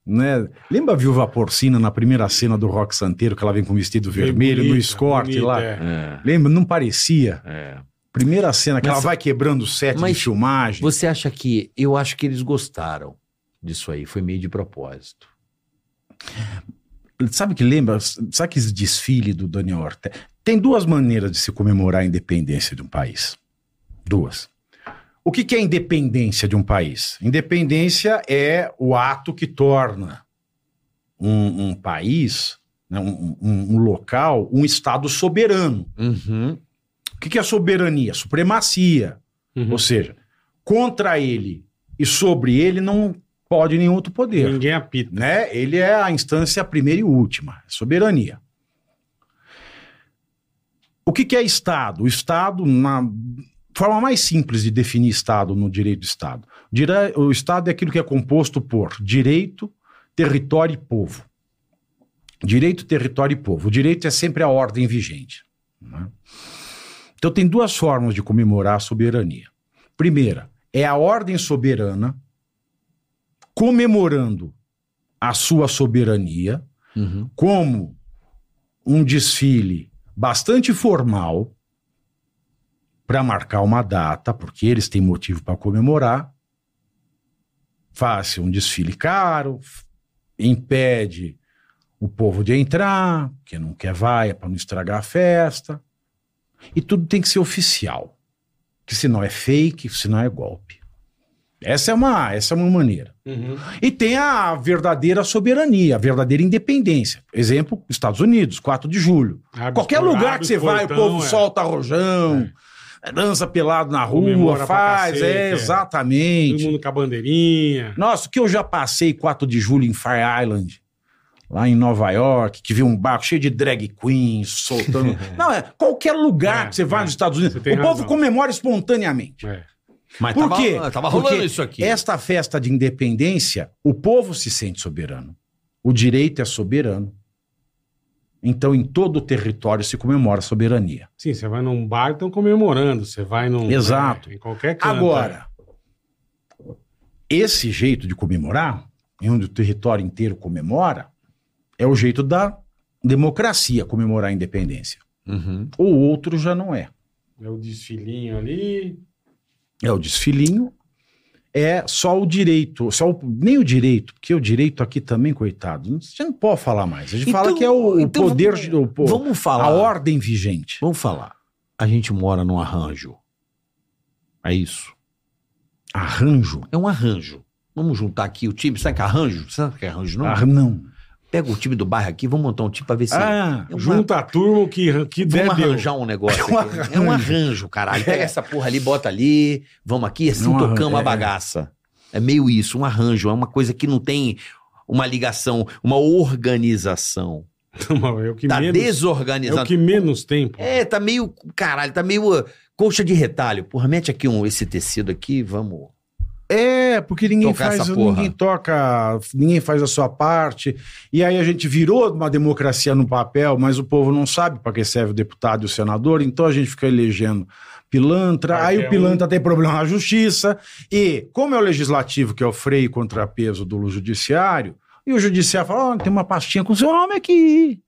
Speaker 5: né? Lembra a viúva porcina na primeira cena do Rock Santeiro, que ela vem com um vestido vermelho no
Speaker 4: Bonita,
Speaker 5: escorte
Speaker 4: bonita,
Speaker 5: lá?
Speaker 4: é.
Speaker 3: É,
Speaker 5: Lembra? Não parecia?
Speaker 3: é.
Speaker 5: Primeira cena que
Speaker 3: Mas-
Speaker 5: ela vai quebrando o set
Speaker 3: mas-
Speaker 5: de filmagem.
Speaker 3: Você acha que. Eu acho que eles gostaram disso aí. Foi meio de propósito.
Speaker 5: Sabe que lembra? Sabe que esse desfile do Daniel Ortega? Tem duas maneiras de se comemorar a independência de um país. Duas. O que, que é a independência de um país? Independência é o ato que torna um, um país, né, um, um- um local, um Estado soberano.
Speaker 3: Uhum.
Speaker 5: O que, que é soberania? Supremacia.
Speaker 4: Uhum.
Speaker 5: Ou seja, contra ele e sobre ele não pode nenhum outro poder
Speaker 4: Ninguém apita.
Speaker 5: né? Ele é a instância primeira e última, é soberania. O que, que é Estado? O Estado, na forma mais simples de definir Estado no direito do Estado, dire- o Estado é aquilo que é composto por direito, território e povo. Direito, território e povo. O direito é sempre a ordem vigente. né? Então, tem duas formas de comemorar a soberania. Primeira, é a ordem soberana comemorando a sua soberania
Speaker 3: Uhum.
Speaker 5: como um desfile bastante formal para marcar uma data, porque eles têm motivo para comemorar. Faz um desfile caro, f- impede o povo de entrar, quem não quer vai, para não estragar a festa. E tudo tem que ser oficial, que senão é fake, senão é golpe. Essa é uma, essa é uma maneira.
Speaker 3: Uhum.
Speaker 5: E tem a verdadeira soberania, a verdadeira independência. Exemplo, Estados Unidos, 4 de julho.
Speaker 4: Abre
Speaker 5: Qualquer
Speaker 4: por-
Speaker 5: lugar
Speaker 4: abre
Speaker 5: que você vai, o
Speaker 4: portão,
Speaker 5: povo
Speaker 4: é.
Speaker 5: solta rojão, dança pelado na rua,
Speaker 4: Comemora pra
Speaker 5: faz,
Speaker 4: cacete,
Speaker 5: é,
Speaker 4: é. Todo
Speaker 5: exatamente.
Speaker 4: mundo com a bandeirinha.
Speaker 5: Nossa, o que eu já passei 4 de julho em Fire Island, lá em Nova York, que vi um barco cheio de drag queens soltando. Não, é qualquer lugar
Speaker 4: É,
Speaker 5: que você vai
Speaker 4: é.
Speaker 5: nos Estados Unidos,
Speaker 4: Você
Speaker 5: o
Speaker 4: tem
Speaker 5: povo
Speaker 4: razão.
Speaker 5: comemora espontaneamente.
Speaker 4: É.
Speaker 3: Mas
Speaker 5: Por
Speaker 3: tava,
Speaker 5: quê?
Speaker 3: Tava rolando
Speaker 5: Porque
Speaker 3: isso aqui.
Speaker 5: Esta festa de independência, o povo se sente soberano. O direito é soberano. Então, em todo o território se comemora a soberania.
Speaker 4: Sim, você vai num bar, estão comemorando. Você vai num.
Speaker 5: Exato.
Speaker 4: é, em qualquer canto.
Speaker 5: Agora, esse jeito de comemorar, em onde o território inteiro comemora, é o jeito da democracia comemorar a independência.
Speaker 3: Uhum.
Speaker 5: O outro já não é.
Speaker 4: É o desfilinho ali.
Speaker 5: É o desfilinho. É só o direito, só o- nem o direito, porque o direito aqui também, coitado, não- você não pode falar mais. A gente fala
Speaker 3: Então-
Speaker 5: que é o, o
Speaker 3: então
Speaker 5: poder,
Speaker 3: vamos-
Speaker 5: de- o, po-
Speaker 3: Vamos falar.
Speaker 5: a ordem vigente.
Speaker 3: Vamos falar. A gente mora num arranjo. É isso.
Speaker 5: Arranjo.
Speaker 3: É um arranjo. Vamos juntar aqui o time. Sabe que é arranjo? Sabe que é arranjo, não?
Speaker 5: Ar- não.
Speaker 3: Pega o time do bairro aqui, vamos montar um time pra ver se.
Speaker 5: Ah,
Speaker 3: É uma-
Speaker 4: Junta a turma que, que der
Speaker 3: Vamos
Speaker 4: deu.
Speaker 3: arranjar um negócio.
Speaker 5: É um
Speaker 3: aqui, né? É um arranjo, caralho. Pega essa porra ali, bota ali. Vamos aqui, assim
Speaker 5: É um arranjo,
Speaker 3: tocamos a
Speaker 5: é.
Speaker 3: bagaça. É meio isso, um arranjo. É uma coisa que não tem uma ligação, uma organização.
Speaker 4: Não, é o que
Speaker 3: tá
Speaker 4: menos. É o
Speaker 3: desorganizado.
Speaker 4: que menos tempo.
Speaker 3: É, tá meio. Caralho, tá meio uh, colcha de retalho. Porra, mete aqui um, esse tecido aqui, vamos.
Speaker 5: é, porque ninguém
Speaker 3: Tocar
Speaker 5: faz,
Speaker 3: essa porra.
Speaker 5: ninguém toca, ninguém faz a sua parte. E aí a gente virou uma democracia no papel, mas o povo não sabe para que serve o deputado e o senador, então a gente fica elegendo pilantra,
Speaker 4: Vai
Speaker 5: aí
Speaker 4: ter
Speaker 5: o pilantra tem problema na justiça, e como é o legislativo que é o freio e contrapeso do judiciário, e o judiciário fala, ó, tem uma pastinha com seu nome aqui.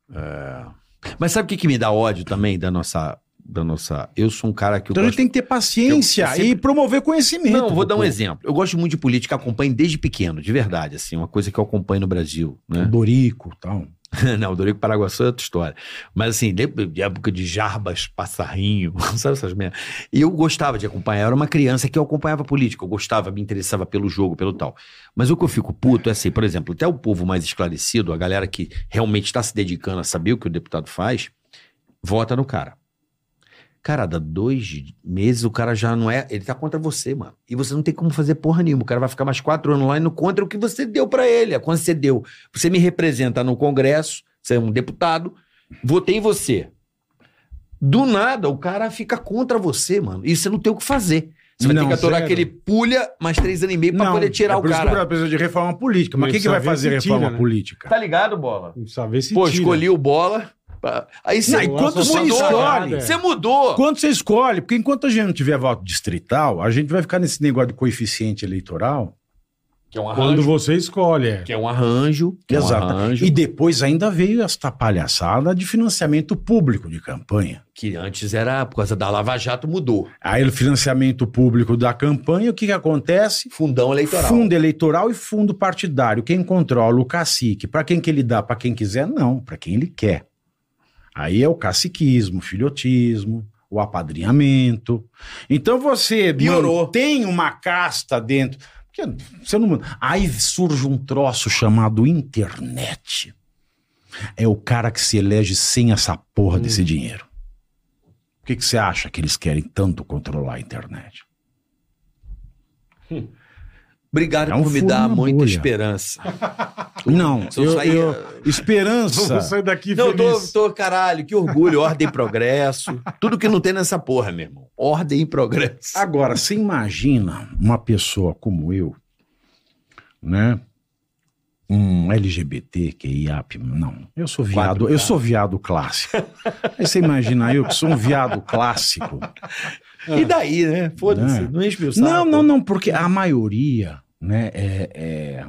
Speaker 3: Mas sabe o que, que me dá ódio também da nossa. Da nossa. Eu sou um cara que eu
Speaker 5: Então a gente
Speaker 3: gosto...
Speaker 5: tem que ter paciência
Speaker 3: Eu- eu sempre-
Speaker 5: e promover conhecimento.
Speaker 3: Não, vou dar um
Speaker 5: Pô,
Speaker 3: exemplo. Eu gosto muito de política, acompanho desde pequeno, de verdade, assim, uma coisa que eu acompanho no Brasil, né?
Speaker 5: Dorico e tal.
Speaker 3: Não, o Dorico Paraguaçu é outra história. Mas assim, de, de época de Jarbas, Passarrinho, sabe essas merdas? E eu gostava de acompanhar, eu era uma criança que eu acompanhava política, eu gostava, me interessava pelo jogo, pelo tal. Mas o que eu fico puto é assim, por exemplo, até o povo mais esclarecido, a galera que realmente está se dedicando a saber o que o deputado faz, vota no cara. Cara, dá dois meses o cara já não é. Ele tá contra você, mano. E você não tem como fazer porra nenhuma. O cara vai ficar mais quatro anos lá e não contra o que você deu pra ele. É quando você deu. Você me representa no Congresso, você é um deputado, votei em você. Do nada, o cara fica contra você, mano. E você não tem o que fazer. Você vai
Speaker 5: Não,
Speaker 3: ter que aturar
Speaker 5: zero.
Speaker 3: aquele pulha mais três anos e meio pra
Speaker 5: Não,
Speaker 3: poder tirar
Speaker 5: é
Speaker 3: o
Speaker 5: por isso que
Speaker 3: cara.
Speaker 5: eu preciso de reforma política.
Speaker 4: Mas
Speaker 5: Mas quem que vai
Speaker 4: precisa ver
Speaker 5: fazer
Speaker 4: se tira,
Speaker 5: reforma
Speaker 4: né?
Speaker 5: política?
Speaker 3: Tá ligado, bola?
Speaker 4: Não precisa ver se
Speaker 3: Pô,
Speaker 4: tira.
Speaker 3: escolhi o bola. pá. Aí
Speaker 5: Não,
Speaker 3: você
Speaker 5: e quando
Speaker 4: Nossa,
Speaker 5: você
Speaker 4: mudou,
Speaker 5: escolhe?
Speaker 4: é.
Speaker 3: Você mudou.
Speaker 5: Quando você escolhe, porque enquanto a gente não tiver voto distrital, a gente vai ficar nesse negócio de coeficiente eleitoral,
Speaker 1: Que é um
Speaker 4: Quando
Speaker 1: arranjo.
Speaker 4: você escolhe. é.
Speaker 1: Que é um arranjo. Que
Speaker 5: Exato.
Speaker 1: É um arranjo
Speaker 5: E depois ainda veio esta palhaçada de financiamento público de campanha.
Speaker 3: Que antes era por causa da Lava Jato, mudou.
Speaker 5: Aí o financiamento público da campanha, o que, que acontece?
Speaker 3: Fundão eleitoral.
Speaker 5: Fundo eleitoral e fundo partidário. Quem controla o cacique? Para quem que ele dá? Para quem quiser? Não, para quem ele quer. Aí é o caciquismo, o filhotismo, o apadrinhamento. Então você
Speaker 3: Piorou.
Speaker 5: tem uma casta dentro. Porque você não... Aí surge um troço chamado internet. É o cara que se elege sem essa porra desse
Speaker 3: Hum.
Speaker 5: dinheiro. Por que, que você acha que eles querem tanto controlar a internet?
Speaker 3: Obrigado
Speaker 5: É um
Speaker 3: por me
Speaker 5: furo
Speaker 3: dar
Speaker 5: na
Speaker 3: muita
Speaker 5: bolha.
Speaker 3: esperança.
Speaker 5: Não,
Speaker 3: Se eu
Speaker 5: eu,
Speaker 3: sair-
Speaker 5: eu- esperança.
Speaker 4: Vamos sair daqui
Speaker 3: Não, eu tô,
Speaker 4: feliz.
Speaker 3: tô, caralho, que orgulho, ordem e progresso. Tudo que não tem nessa porra, meu irmão. Ordem e progresso.
Speaker 5: Agora, você imagina uma pessoa como eu, né? Um LGBT que IAP, não. Eu sou viado, eu sou viado clássico. Aí você imagina eu que sou um viado clássico.
Speaker 3: E daí, né? Foda-se,
Speaker 5: Né?
Speaker 3: não enche meu saco.
Speaker 5: Não, não, não, porque a maioria, né, é, é,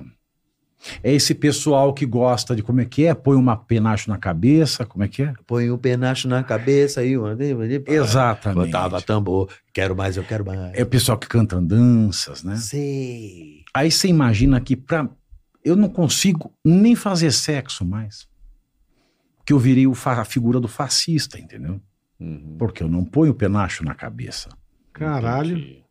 Speaker 5: é esse pessoal que gosta de como é que é, põe uma penacho na cabeça, como é que é?
Speaker 3: Põe o penacho na cabeça um aí, mano. É,
Speaker 5: Exatamente.
Speaker 3: Botava tambor. Quero mais, eu quero mais.
Speaker 5: É o pessoal que canta danças, né?
Speaker 3: Sei.
Speaker 5: Aí você imagina que pra... eu não consigo nem fazer sexo mais. Que eu virei o fa- a figura do fascista, entendeu?
Speaker 3: Uhum.
Speaker 5: Porque eu não ponho o penacho na cabeça.
Speaker 4: Caralho.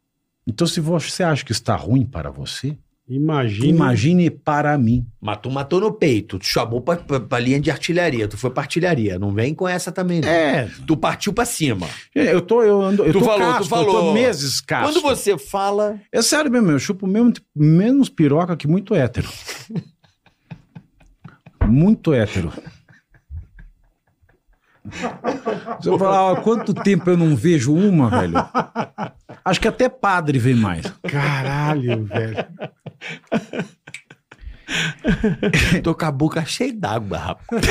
Speaker 5: Então, se você acha que está ruim para você,
Speaker 4: Imagina.
Speaker 5: imagine para mim.
Speaker 3: Mas tu matou no peito, tu chamou pra, pra, pra linha de artilharia, tu foi pra artilharia. Não vem com essa também, não.
Speaker 5: É,
Speaker 3: Tu partiu pra cima.
Speaker 5: eu tô, eu ando, eu
Speaker 3: Tu
Speaker 5: tô
Speaker 3: falou, tu
Speaker 5: casto, eu
Speaker 3: falou.
Speaker 5: tô meses casto.
Speaker 3: Quando você fala.
Speaker 5: É sério mesmo, eu chupo mesmo, tipo, menos piroca que muito hétero. muito hétero. Se eu falar, ó, quanto tempo eu não vejo uma, velho? Acho que até padre vem mais.
Speaker 4: Caralho, velho.
Speaker 3: Tô com a boca cheia d'água, rapaz.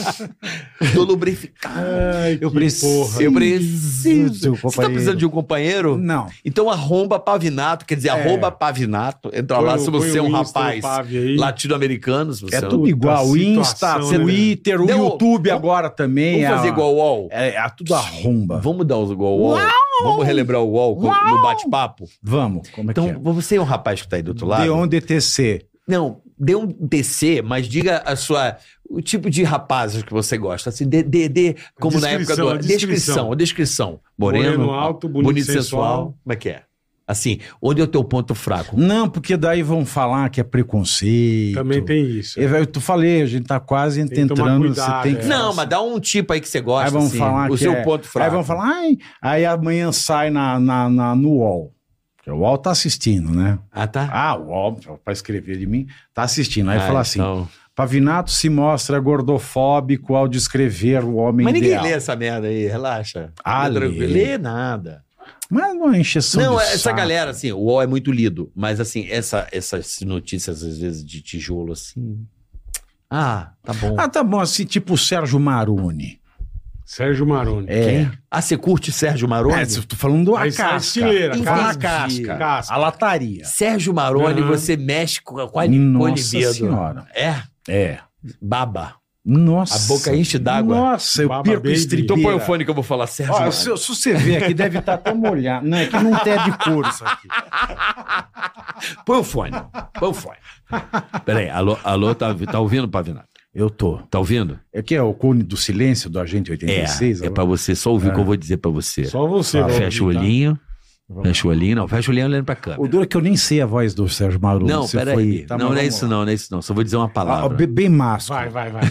Speaker 3: Tô lubrificado.
Speaker 4: Ai,
Speaker 5: Eu
Speaker 4: que
Speaker 5: preciso-
Speaker 3: Eu
Speaker 4: porra.
Speaker 5: seu
Speaker 3: preciso. Você tá
Speaker 5: companheiro.
Speaker 3: precisando de um companheiro?
Speaker 5: Não.
Speaker 3: Então arromba pavinato, quer dizer, arroba pavinato. Entra lá
Speaker 4: É. Põe o-
Speaker 3: se
Speaker 4: põe
Speaker 3: você é
Speaker 4: o
Speaker 3: um
Speaker 4: Insta do
Speaker 3: rapaz
Speaker 4: Pavi aí.
Speaker 3: latino-americano. se você
Speaker 5: É
Speaker 3: um-
Speaker 5: tudo igual. O Insta,
Speaker 4: situação, né,
Speaker 5: o Twitter, o
Speaker 3: Deu-
Speaker 5: YouTube agora também.
Speaker 3: Vamos fazer
Speaker 5: é,
Speaker 3: igual o UOL?
Speaker 5: É, é tudo arromba.
Speaker 3: Vamos dar os igual ao UOL? Vamos relembrar o UOL com- no bate-papo?
Speaker 5: Vamos, como é
Speaker 3: Então,
Speaker 5: que é?
Speaker 3: você é um rapaz que tá aí do outro lado?
Speaker 5: De onde TC.
Speaker 3: Não, dê um DC, mas diga a sua. O tipo de rapazes que você gosta. Assim, dê, dê, dê como na época
Speaker 4: Descrição,
Speaker 3: do.
Speaker 4: a
Speaker 3: Descrição,
Speaker 4: descrição.
Speaker 3: a descrição. Moreno,
Speaker 4: Moreno alto, bonito, sensual.
Speaker 3: Como é que é? Assim, onde é o teu ponto fraco?
Speaker 5: Não, porque daí vão falar que é preconceito.
Speaker 4: Também tem isso.
Speaker 5: Eu, eu tu falei, a gente tá quase
Speaker 4: Tem que tomar
Speaker 5: entrando.
Speaker 4: cuidado,
Speaker 5: você tem que.
Speaker 4: é.
Speaker 3: Não, mas dá um tipo aí que você gosta.
Speaker 5: assim. aí vamos
Speaker 3: assim,
Speaker 5: falar
Speaker 3: O
Speaker 5: que
Speaker 3: seu
Speaker 5: é-
Speaker 3: ponto fraco.
Speaker 5: Aí vamos falar, ai, aí amanhã sai na, na, na- no UOL. Porque o UOL tá assistindo, né?
Speaker 3: Ah, tá.
Speaker 5: Ah, o UOL, pra escrever de mim, tá assistindo. Aí
Speaker 3: Ah,
Speaker 5: fala assim:
Speaker 3: então.
Speaker 5: Pavinato se mostra gordofóbico ao descrever o homem
Speaker 3: Mas ninguém
Speaker 5: ideal.
Speaker 3: lê essa merda aí, relaxa.
Speaker 5: Ah,
Speaker 3: Fica tranquilo.
Speaker 5: lê.
Speaker 3: lê nada.
Speaker 5: Mas não é encheção
Speaker 3: Não,
Speaker 5: de
Speaker 3: essa
Speaker 5: saco.
Speaker 3: galera, assim, o UOL é muito lido, mas assim, essa, essas notícias, às vezes, de tijolo, assim. Ah, tá bom.
Speaker 5: Ah, tá bom, assim, tipo o Sérgio Maroni.
Speaker 4: Sérgio Maroni.
Speaker 5: É.
Speaker 3: Ah, você curte Sérgio Maroni?
Speaker 5: É, eu tô falando a
Speaker 4: Aí sai
Speaker 5: casca.
Speaker 4: estileira,
Speaker 5: Tô falando a
Speaker 3: casca.
Speaker 5: casca.
Speaker 4: Casca.
Speaker 5: A lataria.
Speaker 3: Sérgio Maroni,
Speaker 4: Aham.
Speaker 3: você mexe com a, com a, com a
Speaker 5: Nossa
Speaker 3: libido.
Speaker 5: senhora.
Speaker 3: É,
Speaker 5: É.
Speaker 3: baba.
Speaker 5: Nossa.
Speaker 3: A boca enche d'água.
Speaker 5: Nossa, eu
Speaker 4: Baba
Speaker 5: perco
Speaker 4: baby.
Speaker 5: estribeira.
Speaker 4: Então
Speaker 3: fone que eu vou falar Sérgio
Speaker 5: Ó, se, se você ver aqui, deve estar até molhado. Não, é que não tem de couro isso aqui.
Speaker 3: Põe o fone. Põe o fone. Peraí, alô, alô tá, tá ouvindo, Pavinato?
Speaker 5: Eu tô.
Speaker 3: Tá ouvindo?
Speaker 5: É que é o cone do silêncio do Agente 86?
Speaker 3: é, é pra você só ouvir o que eu vou dizer pra você.
Speaker 4: Só você, vai
Speaker 3: Fecha o
Speaker 4: ouvir, tá?
Speaker 3: olhinho.
Speaker 5: Vamos.
Speaker 3: Fecha o olhinho, não. Fecha o olhinho olhando pra câmera.
Speaker 5: O duro é que eu nem sei a voz do Sérgio Maroni.
Speaker 3: Não,
Speaker 5: Você foi tá
Speaker 3: peraí.
Speaker 5: imitar,
Speaker 3: não,
Speaker 5: mas
Speaker 3: não é
Speaker 5: vamos
Speaker 3: isso
Speaker 5: lá.
Speaker 3: não, não é isso não. Só vou dizer uma
Speaker 5: Ah,
Speaker 3: palavra.
Speaker 5: bem- bem másculo.
Speaker 4: Vai, vai, vai.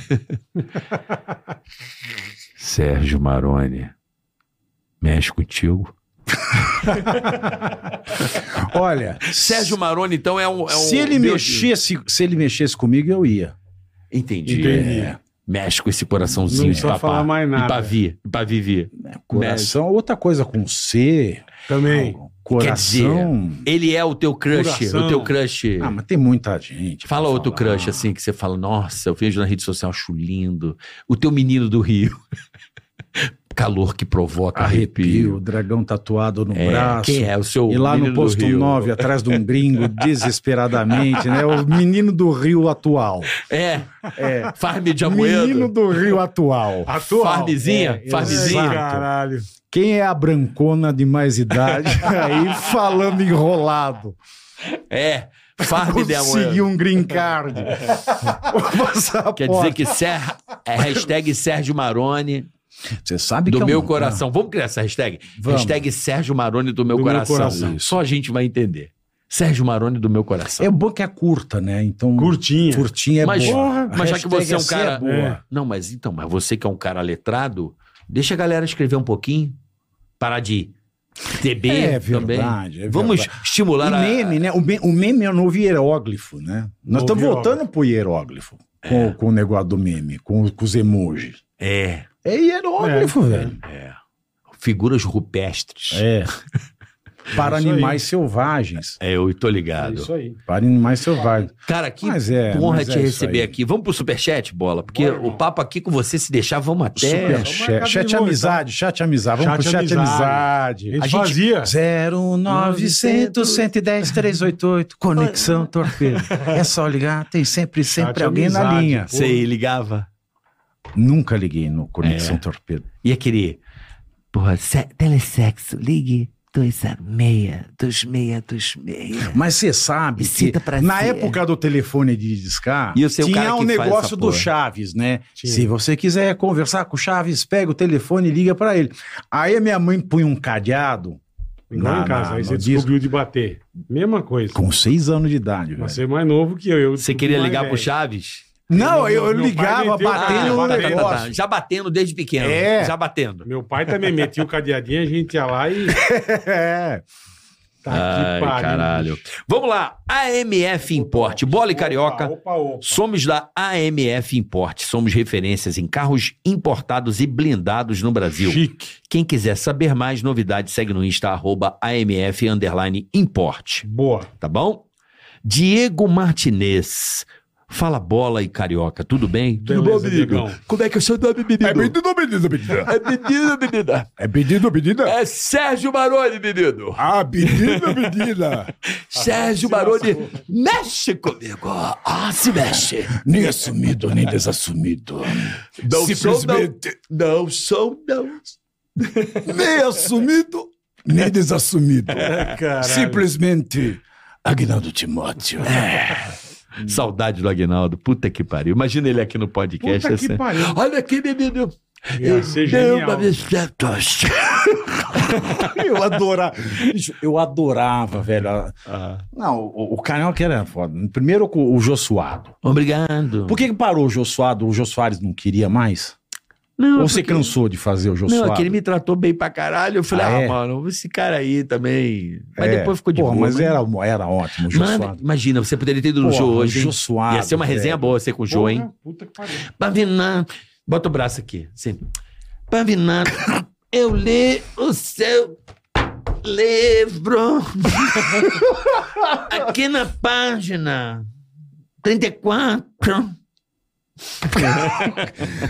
Speaker 1: Sérgio Maroni. Mexe contigo.
Speaker 5: Olha,
Speaker 3: Sérgio Maroni, então, é um... É um
Speaker 5: se ele
Speaker 3: meu-
Speaker 5: mexesse, se ele mexesse comigo, eu ia. É,
Speaker 3: Entendi. É.
Speaker 4: Entendi.
Speaker 3: Mexe com esse coraçãozinho
Speaker 4: Não
Speaker 3: de
Speaker 4: precisa
Speaker 3: papá.
Speaker 4: falar mais nada.
Speaker 3: E pra vi, e pra viver.
Speaker 5: Coração, outra coisa com C,
Speaker 4: Também.
Speaker 5: coração.
Speaker 3: Ele é o teu crush,
Speaker 4: Coração.
Speaker 3: o teu crush.
Speaker 5: Ah, mas tem muita gente.
Speaker 3: Fala
Speaker 5: pra
Speaker 3: outro
Speaker 5: falar.
Speaker 3: crush, assim, que você fala, nossa, eu vejo na rede social, acho lindo. O teu menino do Rio. calor que provoca
Speaker 5: Arrepio,
Speaker 3: arrepio.
Speaker 5: o dragão tatuado no
Speaker 3: É,
Speaker 5: braço.
Speaker 3: quem é o seu
Speaker 5: E lá
Speaker 3: menino
Speaker 5: no
Speaker 3: do
Speaker 5: posto
Speaker 3: Rio?
Speaker 5: 9, atrás de um gringo, desesperadamente, né? O menino do Rio atual.
Speaker 3: É,
Speaker 5: É.
Speaker 3: farm de
Speaker 5: Menino
Speaker 3: Amoedo.
Speaker 5: do Rio atual.
Speaker 4: Atual.
Speaker 3: Farmzinha,
Speaker 5: É,
Speaker 3: farmzinha.
Speaker 5: exato.
Speaker 4: Caralho.
Speaker 5: Quem é a brancona de mais idade? Aí falando enrolado.
Speaker 3: É, farm de
Speaker 5: Conseguiu
Speaker 3: Amoedo.
Speaker 5: um green card. O passaporte.
Speaker 3: Quer dizer que Ser, é hashtag Sérgio Marone
Speaker 5: Você sabe que
Speaker 3: do
Speaker 5: é um-
Speaker 3: meu coração. Vamos criar essa hashtag?
Speaker 5: Vamos.
Speaker 3: Hashtag Sérgio Marone do meu
Speaker 4: Do meu
Speaker 3: coração.
Speaker 4: coração.
Speaker 3: Isso. Só a gente vai entender. Sérgio Marone do meu coração.
Speaker 5: É bom que é curta, né? Então,
Speaker 4: Curtinha.
Speaker 5: curtinha é
Speaker 3: Mas-
Speaker 5: boa. A
Speaker 3: mas já que
Speaker 5: hashtag
Speaker 3: você é um
Speaker 5: assim
Speaker 3: cara-
Speaker 5: boa.
Speaker 4: É.
Speaker 3: Não, mas então, mas você que é um cara letrado, deixa a galera escrever um pouquinho. Parar de TB
Speaker 5: É
Speaker 3: também.
Speaker 5: verdade, é
Speaker 3: Vamos
Speaker 5: verdade.
Speaker 3: estimular
Speaker 5: E meme, né? O, me- o meme é o novo hieróglifo, né? Nós
Speaker 4: Novo
Speaker 5: estamos
Speaker 4: hieróglifo.
Speaker 5: voltando pro hieróglifo com,
Speaker 3: É.
Speaker 5: com o negócio do meme, com, os- com os emojis.
Speaker 3: a. É,
Speaker 5: É hieróglifo, velho.
Speaker 3: é. Figuras rupestres.
Speaker 5: É. Para
Speaker 4: É isso
Speaker 5: animais selvagens.
Speaker 3: É, eu tô
Speaker 4: É
Speaker 3: ligado.
Speaker 4: isso aí.
Speaker 5: Para animais selvagens.
Speaker 3: Cara, que
Speaker 5: Mas é,
Speaker 3: honra
Speaker 5: mas
Speaker 3: te
Speaker 5: é isso
Speaker 3: receber
Speaker 5: aí.
Speaker 3: aqui. Vamos pro superchat, bola, porque
Speaker 4: Bora,
Speaker 3: o
Speaker 4: irmão.
Speaker 3: papo aqui com você se deixar, vamos até.
Speaker 5: Super
Speaker 4: vamos
Speaker 5: chat.
Speaker 4: marcar de tá?
Speaker 5: Chat
Speaker 4: novo,
Speaker 5: amizade, chat amizade. Vamos pro
Speaker 4: Chat
Speaker 5: chat
Speaker 4: A
Speaker 5: amizade.
Speaker 4: gente,
Speaker 3: gente-
Speaker 4: fazia.
Speaker 5: 0900 110 388. Conexão Torpedo. É só ligar, tem sempre, sempre
Speaker 4: Chat
Speaker 5: alguém na
Speaker 4: amizade,
Speaker 5: linha.
Speaker 4: pô.
Speaker 3: Você ligava.
Speaker 5: Nunca liguei no Conexão
Speaker 3: É.
Speaker 5: Torpedo.
Speaker 3: E aquele. Porra, se- telesexo, ligue 266, 2626.
Speaker 5: Mas você sabe que
Speaker 3: Cita pra
Speaker 5: na
Speaker 3: ser.
Speaker 5: época do telefone de discar,
Speaker 3: E eu sei o cara
Speaker 5: tinha
Speaker 3: que
Speaker 5: um
Speaker 3: faz essa
Speaker 5: negócio do
Speaker 3: porra.
Speaker 5: Chaves, né?
Speaker 4: Tinha.
Speaker 5: Se você quiser conversar com o Chaves, pega o telefone e liga pra ele. Aí a minha mãe punha um cadeado
Speaker 4: Igual
Speaker 5: Na-
Speaker 4: em casa.
Speaker 5: na-
Speaker 4: aí
Speaker 5: no
Speaker 4: você
Speaker 5: disco.
Speaker 4: descobriu de bater. Mesma coisa.
Speaker 5: com seis anos de idade. velho.
Speaker 4: Você é mais novo que eu. eu
Speaker 3: Você queria
Speaker 4: mais
Speaker 3: ligar
Speaker 4: velho.
Speaker 3: pro Chaves?
Speaker 5: Não,
Speaker 4: Meu-
Speaker 5: eu, eu
Speaker 4: meu pai
Speaker 5: ligava
Speaker 4: meteu o
Speaker 5: batendo
Speaker 4: cadeado,
Speaker 5: no
Speaker 3: Ah,
Speaker 4: tá, tá, tá,
Speaker 5: negócio.
Speaker 3: Já batendo desde pequeno.
Speaker 5: É.
Speaker 3: Já batendo.
Speaker 4: Meu pai também metia o cadeadinho, a gente ia lá e.
Speaker 5: É.
Speaker 4: Tá
Speaker 3: Ai, caralho. Vamos lá. AMF Import. Bola e Carioca.
Speaker 4: Opa, opa.
Speaker 3: Somos da AMF Import. Somos referências em carros importados e blindados no Brasil.
Speaker 4: Chique.
Speaker 3: Quem quiser saber mais novidades, segue no Insta, arroba AMF underline import,
Speaker 4: Boa.
Speaker 3: tá bom? Diego Martinez. Fala bola e carioca, tudo bem?
Speaker 4: Beleza, Diegão.
Speaker 3: Como é que eu sou nome, menino? É menino,
Speaker 6: pedido, pedido.
Speaker 3: menina.
Speaker 6: É pedido, pedida?
Speaker 3: É Sérgio Maroni, menino.
Speaker 6: Ah, pedido, pedida.
Speaker 4: Ah,
Speaker 3: Sérgio Maroni, mexe comigo. Ah, se mexe.
Speaker 6: Nem assumido, nem desassumido.
Speaker 3: Não
Speaker 6: Simplesmente
Speaker 3: sou, não. Não sou, não.
Speaker 6: nem assumido, nem desassumido.
Speaker 5: É,
Speaker 4: Caralho.
Speaker 6: Simplesmente Agnaldo Timóteo.
Speaker 3: Saudade do Aguinaldo, puta que pariu. Imagina ele aqui no podcast.
Speaker 4: Puta
Speaker 3: assim.
Speaker 4: que pariu.
Speaker 3: Olha aqui, menino. é
Speaker 4: Ia ser genial.
Speaker 3: bicicleta.
Speaker 5: Eu adorava. Bicho, Eu adorava, velho. a- Não, o, o Carioca era foda. Primeiro com o Jô Suado.
Speaker 3: Obrigado.
Speaker 5: Por que, que parou o Jô Suado? O Jô Soares não queria mais?
Speaker 3: Não,
Speaker 5: Ou você
Speaker 3: porque-
Speaker 5: cansou de fazer o Jô
Speaker 3: Não, é
Speaker 5: Suado?
Speaker 3: que ele me tratou bem pra caralho. Eu falei,
Speaker 5: Ah,
Speaker 3: ah,
Speaker 5: é?
Speaker 3: mano, esse cara aí também. Mas
Speaker 5: É.
Speaker 3: depois ficou de
Speaker 5: Porra,
Speaker 3: boa.
Speaker 5: mas era, era ótimo o Jô
Speaker 3: Mano,
Speaker 5: Suado.
Speaker 3: imagina, você poderia ter ido no
Speaker 5: Porra,
Speaker 3: Jô
Speaker 5: o
Speaker 3: hoje.
Speaker 5: Jô
Speaker 3: hein?
Speaker 5: Suado,
Speaker 3: Ia ser uma resenha
Speaker 5: velho.
Speaker 3: boa você com o Jô,
Speaker 4: Porra,
Speaker 3: hein?
Speaker 4: Puta que pariu.
Speaker 3: Pavinan, bota o braço aqui. Assim. Pavinan, eu li o seu livro aqui na página 34.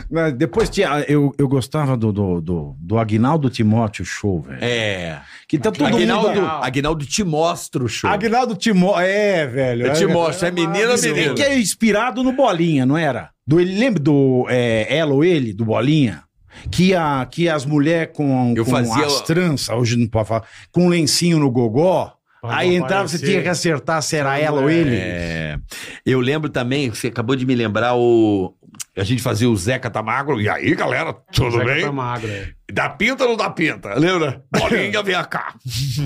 Speaker 5: Mas Depois tinha, eu, eu gostava do, do, do, do Agnaldo Timóteo Show, velho.
Speaker 3: É.
Speaker 5: Que tá todo
Speaker 3: Aguinaldo,
Speaker 5: mundo...
Speaker 3: Aguinaldo te mostra o show.
Speaker 5: Agnaldo Timóteo... É, velho.
Speaker 3: Eu
Speaker 5: é,
Speaker 3: te mostro, é menino ou
Speaker 5: É
Speaker 3: menino?
Speaker 5: que é inspirado no Bolinha, não era? Do, ele- lembra do é, Ela ou Ele, do Bolinha? Que, a, que as mulheres com,
Speaker 3: Eu
Speaker 5: com
Speaker 3: fazia-
Speaker 5: as tranças, hoje não pode falar, com um lencinho no gogó,
Speaker 4: Pra
Speaker 5: aí
Speaker 4: não
Speaker 5: entrava,
Speaker 4: aparecer.
Speaker 5: você tinha que acertar se era
Speaker 4: Não
Speaker 5: ela ou
Speaker 4: é.
Speaker 5: ele.
Speaker 3: É. Eu lembro também, você acabou de me lembrar o. A gente fazia o Zeca Tamagro. E aí, galera, tudo
Speaker 4: Zeca
Speaker 3: bem?
Speaker 4: tá magro, é.
Speaker 3: Dá pinta ou não dá pinta? Lembra? Bolinha, vem cá.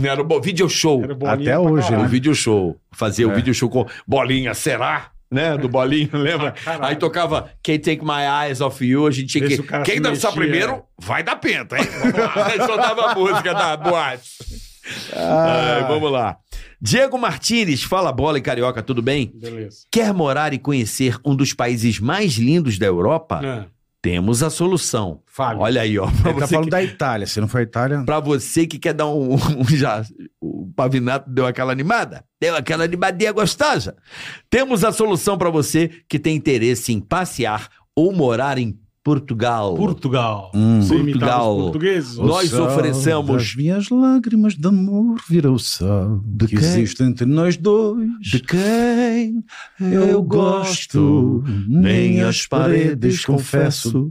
Speaker 3: Era o bo- vídeo show.
Speaker 4: Era bolinha
Speaker 5: Até
Speaker 4: pra
Speaker 5: hoje,
Speaker 3: O
Speaker 4: caralho.
Speaker 5: né? É.
Speaker 3: vídeo show. Fazia o vídeo show com Bolinha, será? Né? Do Bolinha, lembra?
Speaker 4: Ah, caralho.
Speaker 3: aí tocava Can't Take My Eyes Off You. A gente tinha
Speaker 4: Vê
Speaker 3: que.
Speaker 4: se o cara
Speaker 3: Quem
Speaker 4: se
Speaker 3: dançar
Speaker 4: mexia,
Speaker 3: primeiro
Speaker 4: é.
Speaker 3: vai dar pinta, hein? Vamos lá. Aí só dava a música da boate.
Speaker 5: Ah.
Speaker 3: Ai, vamos lá. Diego Martins, fala bola e carioca, tudo bem?
Speaker 4: Beleza.
Speaker 3: Quer morar e conhecer um dos países mais lindos da Europa?
Speaker 4: Ah,
Speaker 3: Temos a solução.
Speaker 4: Fábio.
Speaker 3: Olha aí, ó. Pra
Speaker 5: Ele tá
Speaker 3: você,
Speaker 5: falando
Speaker 3: que,
Speaker 5: da Itália, se não foi a Itália...
Speaker 3: pra você que quer dar um, um já, o Pavinato deu aquela animada, deu aquela animadinha gostosa. Temos a solução pra você que tem interesse em passear ou morar em Portugal.
Speaker 4: Portugal.
Speaker 5: Hum.
Speaker 4: Você imitar
Speaker 3: Portugal.
Speaker 4: os portugueses?
Speaker 3: Nós oferecemos-
Speaker 5: As minhas lágrimas de amor virou sal
Speaker 3: De
Speaker 5: que
Speaker 3: quem?
Speaker 5: existe entre nós dois.
Speaker 3: De quem eu gosto, nem as paredes confesso.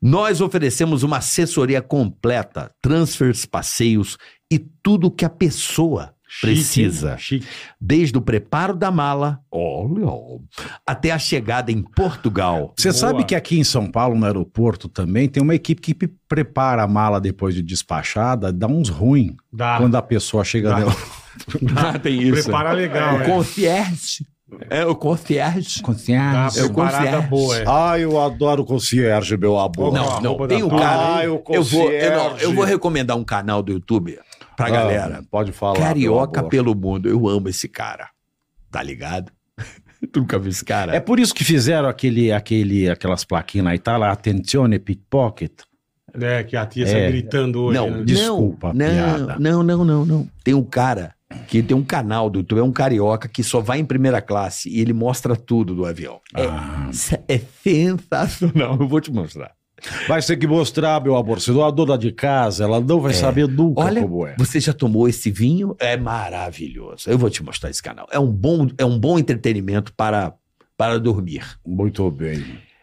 Speaker 3: Nós oferecemos uma assessoria completa, transfers, passeios e tudo que a pessoa precisa.
Speaker 4: Chique.
Speaker 3: Desde o preparo da mala
Speaker 1: Olha, ó,
Speaker 3: até a chegada em Portugal.
Speaker 5: Você
Speaker 4: Boa.
Speaker 5: sabe que aqui em São Paulo, no aeroporto também, tem uma equipe que pe- prepara a mala depois de despachada, dá uns ruins
Speaker 3: Ah.
Speaker 4: Dá.
Speaker 5: quando a pessoa chega
Speaker 4: Dá.
Speaker 5: nela.
Speaker 1: ah, tem isso.
Speaker 4: Prepara legal.
Speaker 3: O
Speaker 4: É.
Speaker 3: concierge. É o concierge.
Speaker 4: Dá
Speaker 3: Eu
Speaker 4: uma parada
Speaker 3: confesso.
Speaker 4: boa. É.
Speaker 5: Ah, eu adoro o concierge, meu
Speaker 4: Não,
Speaker 5: amor.
Speaker 3: Não,
Speaker 4: a
Speaker 3: não.
Speaker 4: roupa
Speaker 3: Tem
Speaker 4: da
Speaker 3: um
Speaker 4: turma.
Speaker 3: cara.
Speaker 5: Ah,
Speaker 3: eu,
Speaker 5: o
Speaker 3: vou, eu, não, eu
Speaker 5: concierge.
Speaker 3: vou recomendar um canal do YouTube pra
Speaker 5: Ah,
Speaker 3: galera.
Speaker 5: Pode falar.
Speaker 3: Carioca
Speaker 5: meu amor.
Speaker 3: pelo mundo. Eu amo esse cara. Tá ligado? tu nunca viu esse cara?
Speaker 5: É por isso que fizeram aquele, aquele, aquelas plaquinhas na Itália, Attenzione Pickpocket.
Speaker 4: É, que a tia sai
Speaker 5: É.
Speaker 4: gritando hoje.
Speaker 3: não,
Speaker 4: né?
Speaker 5: de- desculpa a
Speaker 3: não,
Speaker 5: piada.
Speaker 3: Não, não, não, não. Tem um cara que tem um canal do YouTube, é um carioca que só vai em primeira classe e ele mostra tudo do avião. É,
Speaker 5: Ah.
Speaker 3: é sensacional. Eu vou te mostrar.
Speaker 5: Vai ter que mostrar, meu amor. Senão a dona de casa, ela não vai saber nunca
Speaker 3: Olha,
Speaker 5: como é.
Speaker 3: Você já tomou esse vinho? É maravilhoso. Eu vou te mostrar esse canal. É um bom, é um bom entretenimento para, para dormir.
Speaker 5: Muito bem.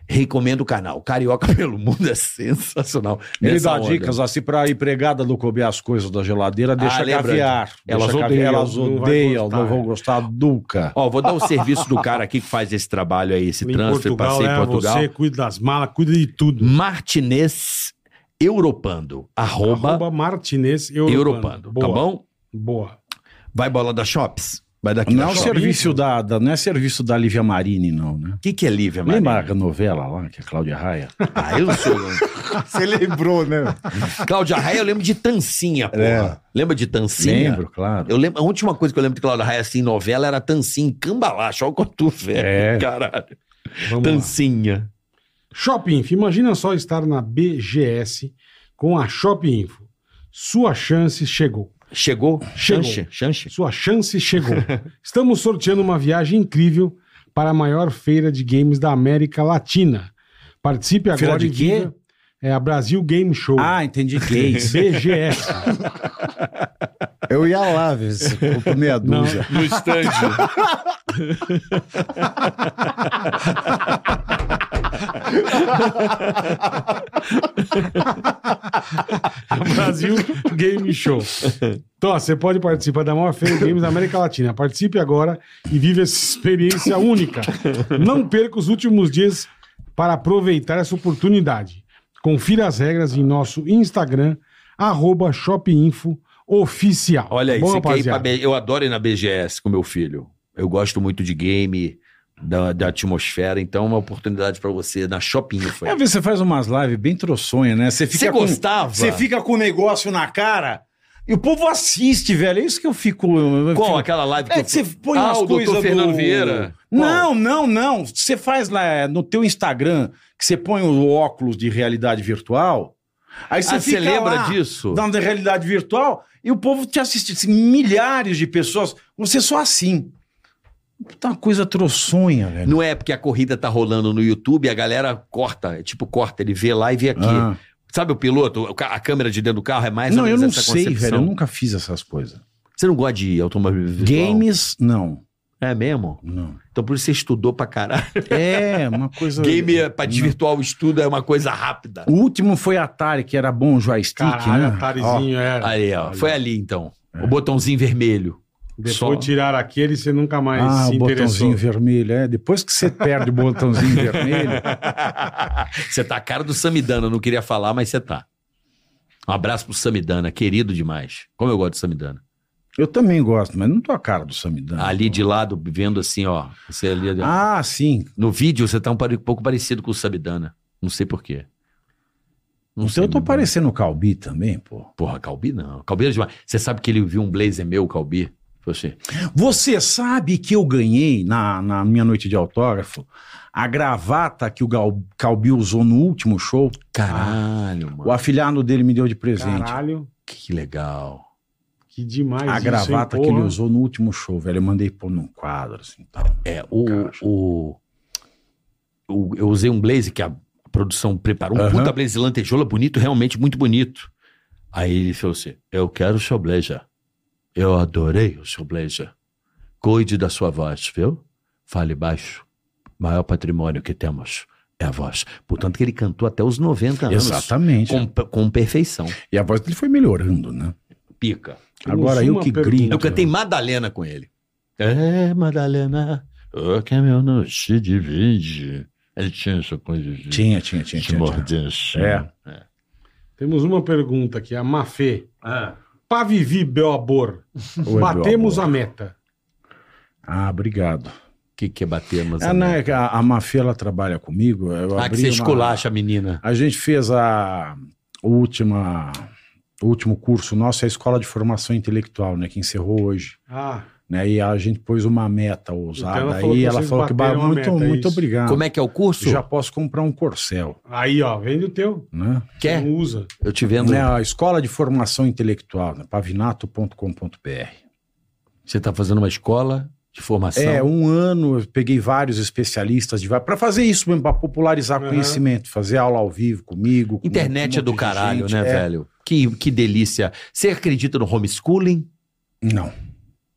Speaker 3: Recomendo o canal. Carioca pelo Mundo é sensacional.
Speaker 5: Ele
Speaker 3: Nessa
Speaker 5: dá
Speaker 3: onda.
Speaker 5: dicas assim pra empregada não comer as coisas da geladeira, deixa
Speaker 3: lembrando.
Speaker 5: caviar.
Speaker 3: Elas
Speaker 5: deixa
Speaker 4: odeiam,
Speaker 5: caviar, Ah, elas
Speaker 4: não vai
Speaker 5: odeiam,
Speaker 4: gostar.
Speaker 5: não vão gostar é. nunca.
Speaker 3: Ó, vou dar o serviço do cara aqui que faz esse trabalho aí, esse
Speaker 4: Em
Speaker 3: transfer,
Speaker 4: Portugal,
Speaker 3: passei em
Speaker 4: leva
Speaker 3: Portugal.
Speaker 4: você, cuida das malas, cuida de tudo.
Speaker 3: Martinez Europando, arroba,
Speaker 4: Arroba Martinez Europano.
Speaker 3: Europando,
Speaker 4: Boa,
Speaker 3: tá bom?
Speaker 4: Boa.
Speaker 3: Vai bola da Shops? Vai daqui
Speaker 5: Não é
Speaker 3: da
Speaker 5: o
Speaker 3: Shops.
Speaker 5: serviço da, da- não é serviço da Lívia Marini, não, né?
Speaker 3: O que, que é Lívia, Maria?
Speaker 5: Lembra a novela lá, que é Cláudia Raia?
Speaker 3: Ah, eu sou...
Speaker 5: Você lembrou, né?
Speaker 3: Cláudia Raia, eu lembro de Tancinha, porra.
Speaker 5: É.
Speaker 3: Lembra de Tancinha?
Speaker 5: Lembro, claro.
Speaker 3: Eu lembro, a última coisa que eu lembro de Cláudia Raia, assim, em novela, era Tancinha, em cambalacho, olha o quanto velho,
Speaker 5: É.
Speaker 3: caralho.
Speaker 4: Vamos lá.
Speaker 3: Tancinha.
Speaker 4: Shopping Info. Imagina só estar na BGS com a Shopping Info. Sua chance chegou.
Speaker 3: Chegou?
Speaker 4: Chegou.
Speaker 3: Chanche? Chanche?
Speaker 4: Sua chance chegou. Estamos sorteando uma viagem incrível para a maior feira de games da América Latina. Participe agora
Speaker 5: Feira de
Speaker 4: e
Speaker 5: quê?
Speaker 4: viva- É a Brasil Game Show.
Speaker 5: Ah, entendi gays.
Speaker 4: BGS.
Speaker 5: Eu ia lá, viu? com meia
Speaker 4: Não.
Speaker 5: dúzia.
Speaker 1: No stand.
Speaker 4: Brasil Game Show. Então, ó, você pode participar da maior feira de games da América Latina. Participe agora e vive essa experiência única. Não perca os últimos dias para aproveitar essa oportunidade. Confira as regras em nosso Instagram, arroba Shopinfo Oficial.
Speaker 3: Olha aí,
Speaker 4: Bom,
Speaker 3: você quer ir pra né?
Speaker 4: rapaziada?
Speaker 3: B- eu adoro ir na BGS com meu filho. Eu gosto muito de game, da, da atmosfera, então é uma oportunidade pra você na Shopping foi.
Speaker 5: É, às vezes você faz umas lives bem troçonha, né? Você
Speaker 3: Você
Speaker 5: fica com,
Speaker 3: gostava?
Speaker 5: você fica com o negócio na cara e o povo assiste, velho. É isso que eu fico. eu
Speaker 3: Qual
Speaker 5: fico-
Speaker 3: aquela live que
Speaker 5: É
Speaker 3: eu-
Speaker 5: que você põe
Speaker 3: Ah,
Speaker 5: umas
Speaker 3: o Dr.
Speaker 5: coisas do...
Speaker 1: Fernando Vieira?
Speaker 5: Não, não, não. Você faz lá é, no teu Instagram que você põe o óculos de realidade virtual. Aí você
Speaker 3: Ah, você
Speaker 5: fica
Speaker 3: lembra
Speaker 5: lá,
Speaker 3: disso?
Speaker 5: Dando realidade virtual e o povo te assiste. assim, milhares de pessoas. Você só assim. Tá uma coisa troçonha, velho.
Speaker 3: Não é porque a corrida tá rolando no YouTube, a galera corta, é tipo corta, ele vê lá e vê aqui.
Speaker 5: Ah.
Speaker 3: Sabe o piloto, O ca- a câmera de dentro do carro é mais
Speaker 5: não,
Speaker 3: ou
Speaker 5: eu
Speaker 3: menos
Speaker 5: não
Speaker 3: essa
Speaker 5: sei,
Speaker 3: concepção.
Speaker 5: velho. Eu nunca fiz essas coisas.
Speaker 3: Você não gosta de automóvel visual?
Speaker 5: Games, não.
Speaker 3: É mesmo?
Speaker 5: Não.
Speaker 3: Então por isso você estudou pra caralho.
Speaker 5: É, uma coisa.
Speaker 3: Game é pra
Speaker 5: Não.
Speaker 3: desvirtuar o estudo é uma coisa rápida.
Speaker 5: O último foi Atari, que era bom joystick,
Speaker 4: Caralho,
Speaker 5: né?
Speaker 4: atarizinho é. era.
Speaker 3: Aí, ó. Foi ali então.
Speaker 5: É.
Speaker 3: O botãozinho vermelho.
Speaker 4: Depois
Speaker 3: só.
Speaker 4: tiraram aquele e você nunca mais
Speaker 5: ah,
Speaker 4: se
Speaker 5: o
Speaker 4: interessou.
Speaker 5: botãozinho vermelho, é. Depois que você perde o botãozinho vermelho.
Speaker 3: Você tá a cara do Samidana, eu não queria falar, mas você tá. Um abraço pro Samidana, querido demais. Como eu gosto do Samidana.
Speaker 5: Eu também gosto, mas não tô a cara do Samidana.
Speaker 3: Ali de lado, vendo assim, ó. Você ali,
Speaker 5: É. Ah, sim.
Speaker 3: No vídeo, você tá um, pare- pouco parecido com o Samidana. Não sei porquê. Não
Speaker 5: Então eu tô
Speaker 3: meu-
Speaker 5: parecendo o Calbi também, pô.
Speaker 3: Porra, Calbi não. Calbi era demais. Você sabe que ele viu um blazer meu, Calbi? Falei assim,
Speaker 5: Você sabe que eu ganhei na, na minha noite de autógrafo a gravata que o Gal- Calbi usou no último show.
Speaker 3: caralho,
Speaker 5: O
Speaker 3: mano.
Speaker 5: afilhado dele me deu de presente.
Speaker 4: Caralho,
Speaker 3: Que legal.
Speaker 4: que demais.
Speaker 5: A
Speaker 4: isso, hein,
Speaker 5: gravata que
Speaker 4: porra.
Speaker 5: ele usou no último show, velho. Eu mandei pôr num quadro, assim, tal.
Speaker 3: É, o,
Speaker 5: Caixa.
Speaker 3: o, o- Eu usei um blazer que a produção preparou um
Speaker 6: Aham.
Speaker 3: puta blazer lantejola bonito, realmente muito bonito. Aí ele falou assim: Eu quero o seu blazer. Eu adorei o seu blazer. Cuide da sua voz, viu? Fale baixo. O maior patrimônio que temos é a voz. Portanto, que ele cantou até os 90 anos.
Speaker 5: Exatamente.
Speaker 3: Com, com perfeição.
Speaker 5: E a voz dele foi melhorando, né?
Speaker 3: Pica.
Speaker 4: Eu
Speaker 5: Agora
Speaker 4: ouço
Speaker 5: eu
Speaker 4: uma
Speaker 5: que
Speaker 4: pergunta.
Speaker 5: grito.
Speaker 3: Eu cantei Madalena com ele. É, Madalena, o caminhão não se divide. Ele tinha essa coisa de
Speaker 5: Tinha, tinha, tinha.
Speaker 3: se
Speaker 5: tinha, tinha.
Speaker 3: morder assim.
Speaker 5: É.
Speaker 4: Temos uma pergunta aqui, a Mafê. Pra Vivi Belabor,
Speaker 5: Oi,
Speaker 4: batemos
Speaker 5: meu
Speaker 4: a
Speaker 5: amor.
Speaker 4: meta.
Speaker 5: Ah, obrigado.
Speaker 3: O que, que é bater, mas.
Speaker 5: Ah, não, é que a, a Mafê, ela trabalha comigo. Eu
Speaker 3: Ah, que
Speaker 5: abri
Speaker 3: você
Speaker 5: uma-
Speaker 3: esculacha a menina.
Speaker 5: A gente fez a última, o último curso nosso, é a Escola de Formação Intelectual, né? Que encerrou hoje.
Speaker 4: Ah,
Speaker 5: Né, e a gente pôs uma meta ousada
Speaker 4: Então ela
Speaker 5: aí.
Speaker 4: falou que
Speaker 5: ela
Speaker 4: vocês
Speaker 5: falou que bah,
Speaker 4: bateram a
Speaker 5: muito,
Speaker 4: meta, é
Speaker 5: muito
Speaker 4: isso.
Speaker 5: obrigado.
Speaker 3: Como é que é o curso?
Speaker 5: Ah. Já posso comprar um corcel,
Speaker 4: aí, ó, vende o teu.
Speaker 5: né?
Speaker 3: Quer?
Speaker 4: Não usa.
Speaker 3: Eu te vendo.
Speaker 5: Né, a Escola de Formação Intelectual, né, pavinato.com.br.
Speaker 3: Você tá fazendo uma escola de formação.
Speaker 5: É, um ano eu peguei vários especialistas de para fazer isso mesmo, para popularizar
Speaker 4: Aham.
Speaker 5: conhecimento, fazer aula ao vivo comigo. com um
Speaker 3: Internet
Speaker 5: monte
Speaker 3: é do
Speaker 5: de
Speaker 3: caralho,
Speaker 5: gente.
Speaker 3: né,
Speaker 5: É.
Speaker 3: velho? Que, que delícia. Você acredita no homeschooling?
Speaker 5: Não.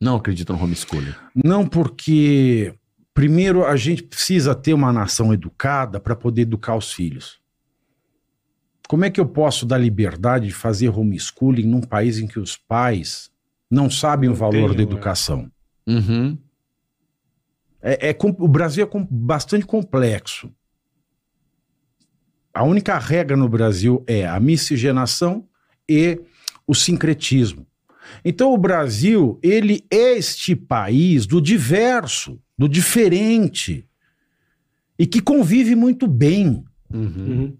Speaker 3: Não acredito no homeschooling.
Speaker 5: Não porque primeiro a gente precisa ter uma nação educada para poder educar os filhos. Como é que eu posso dar liberdade de fazer homeschooling num país em que os pais não sabem
Speaker 4: Não
Speaker 5: o valor
Speaker 4: tem,
Speaker 5: da
Speaker 4: né?
Speaker 5: educação?
Speaker 3: Uhum.
Speaker 5: É, é com- o Brasil é com- bastante complexo. A única regra no Brasil é a miscigenação e o sincretismo. Então o Brasil, ele é este país do diverso, do diferente, e que convive muito bem.
Speaker 3: Uhum.
Speaker 4: Uhum.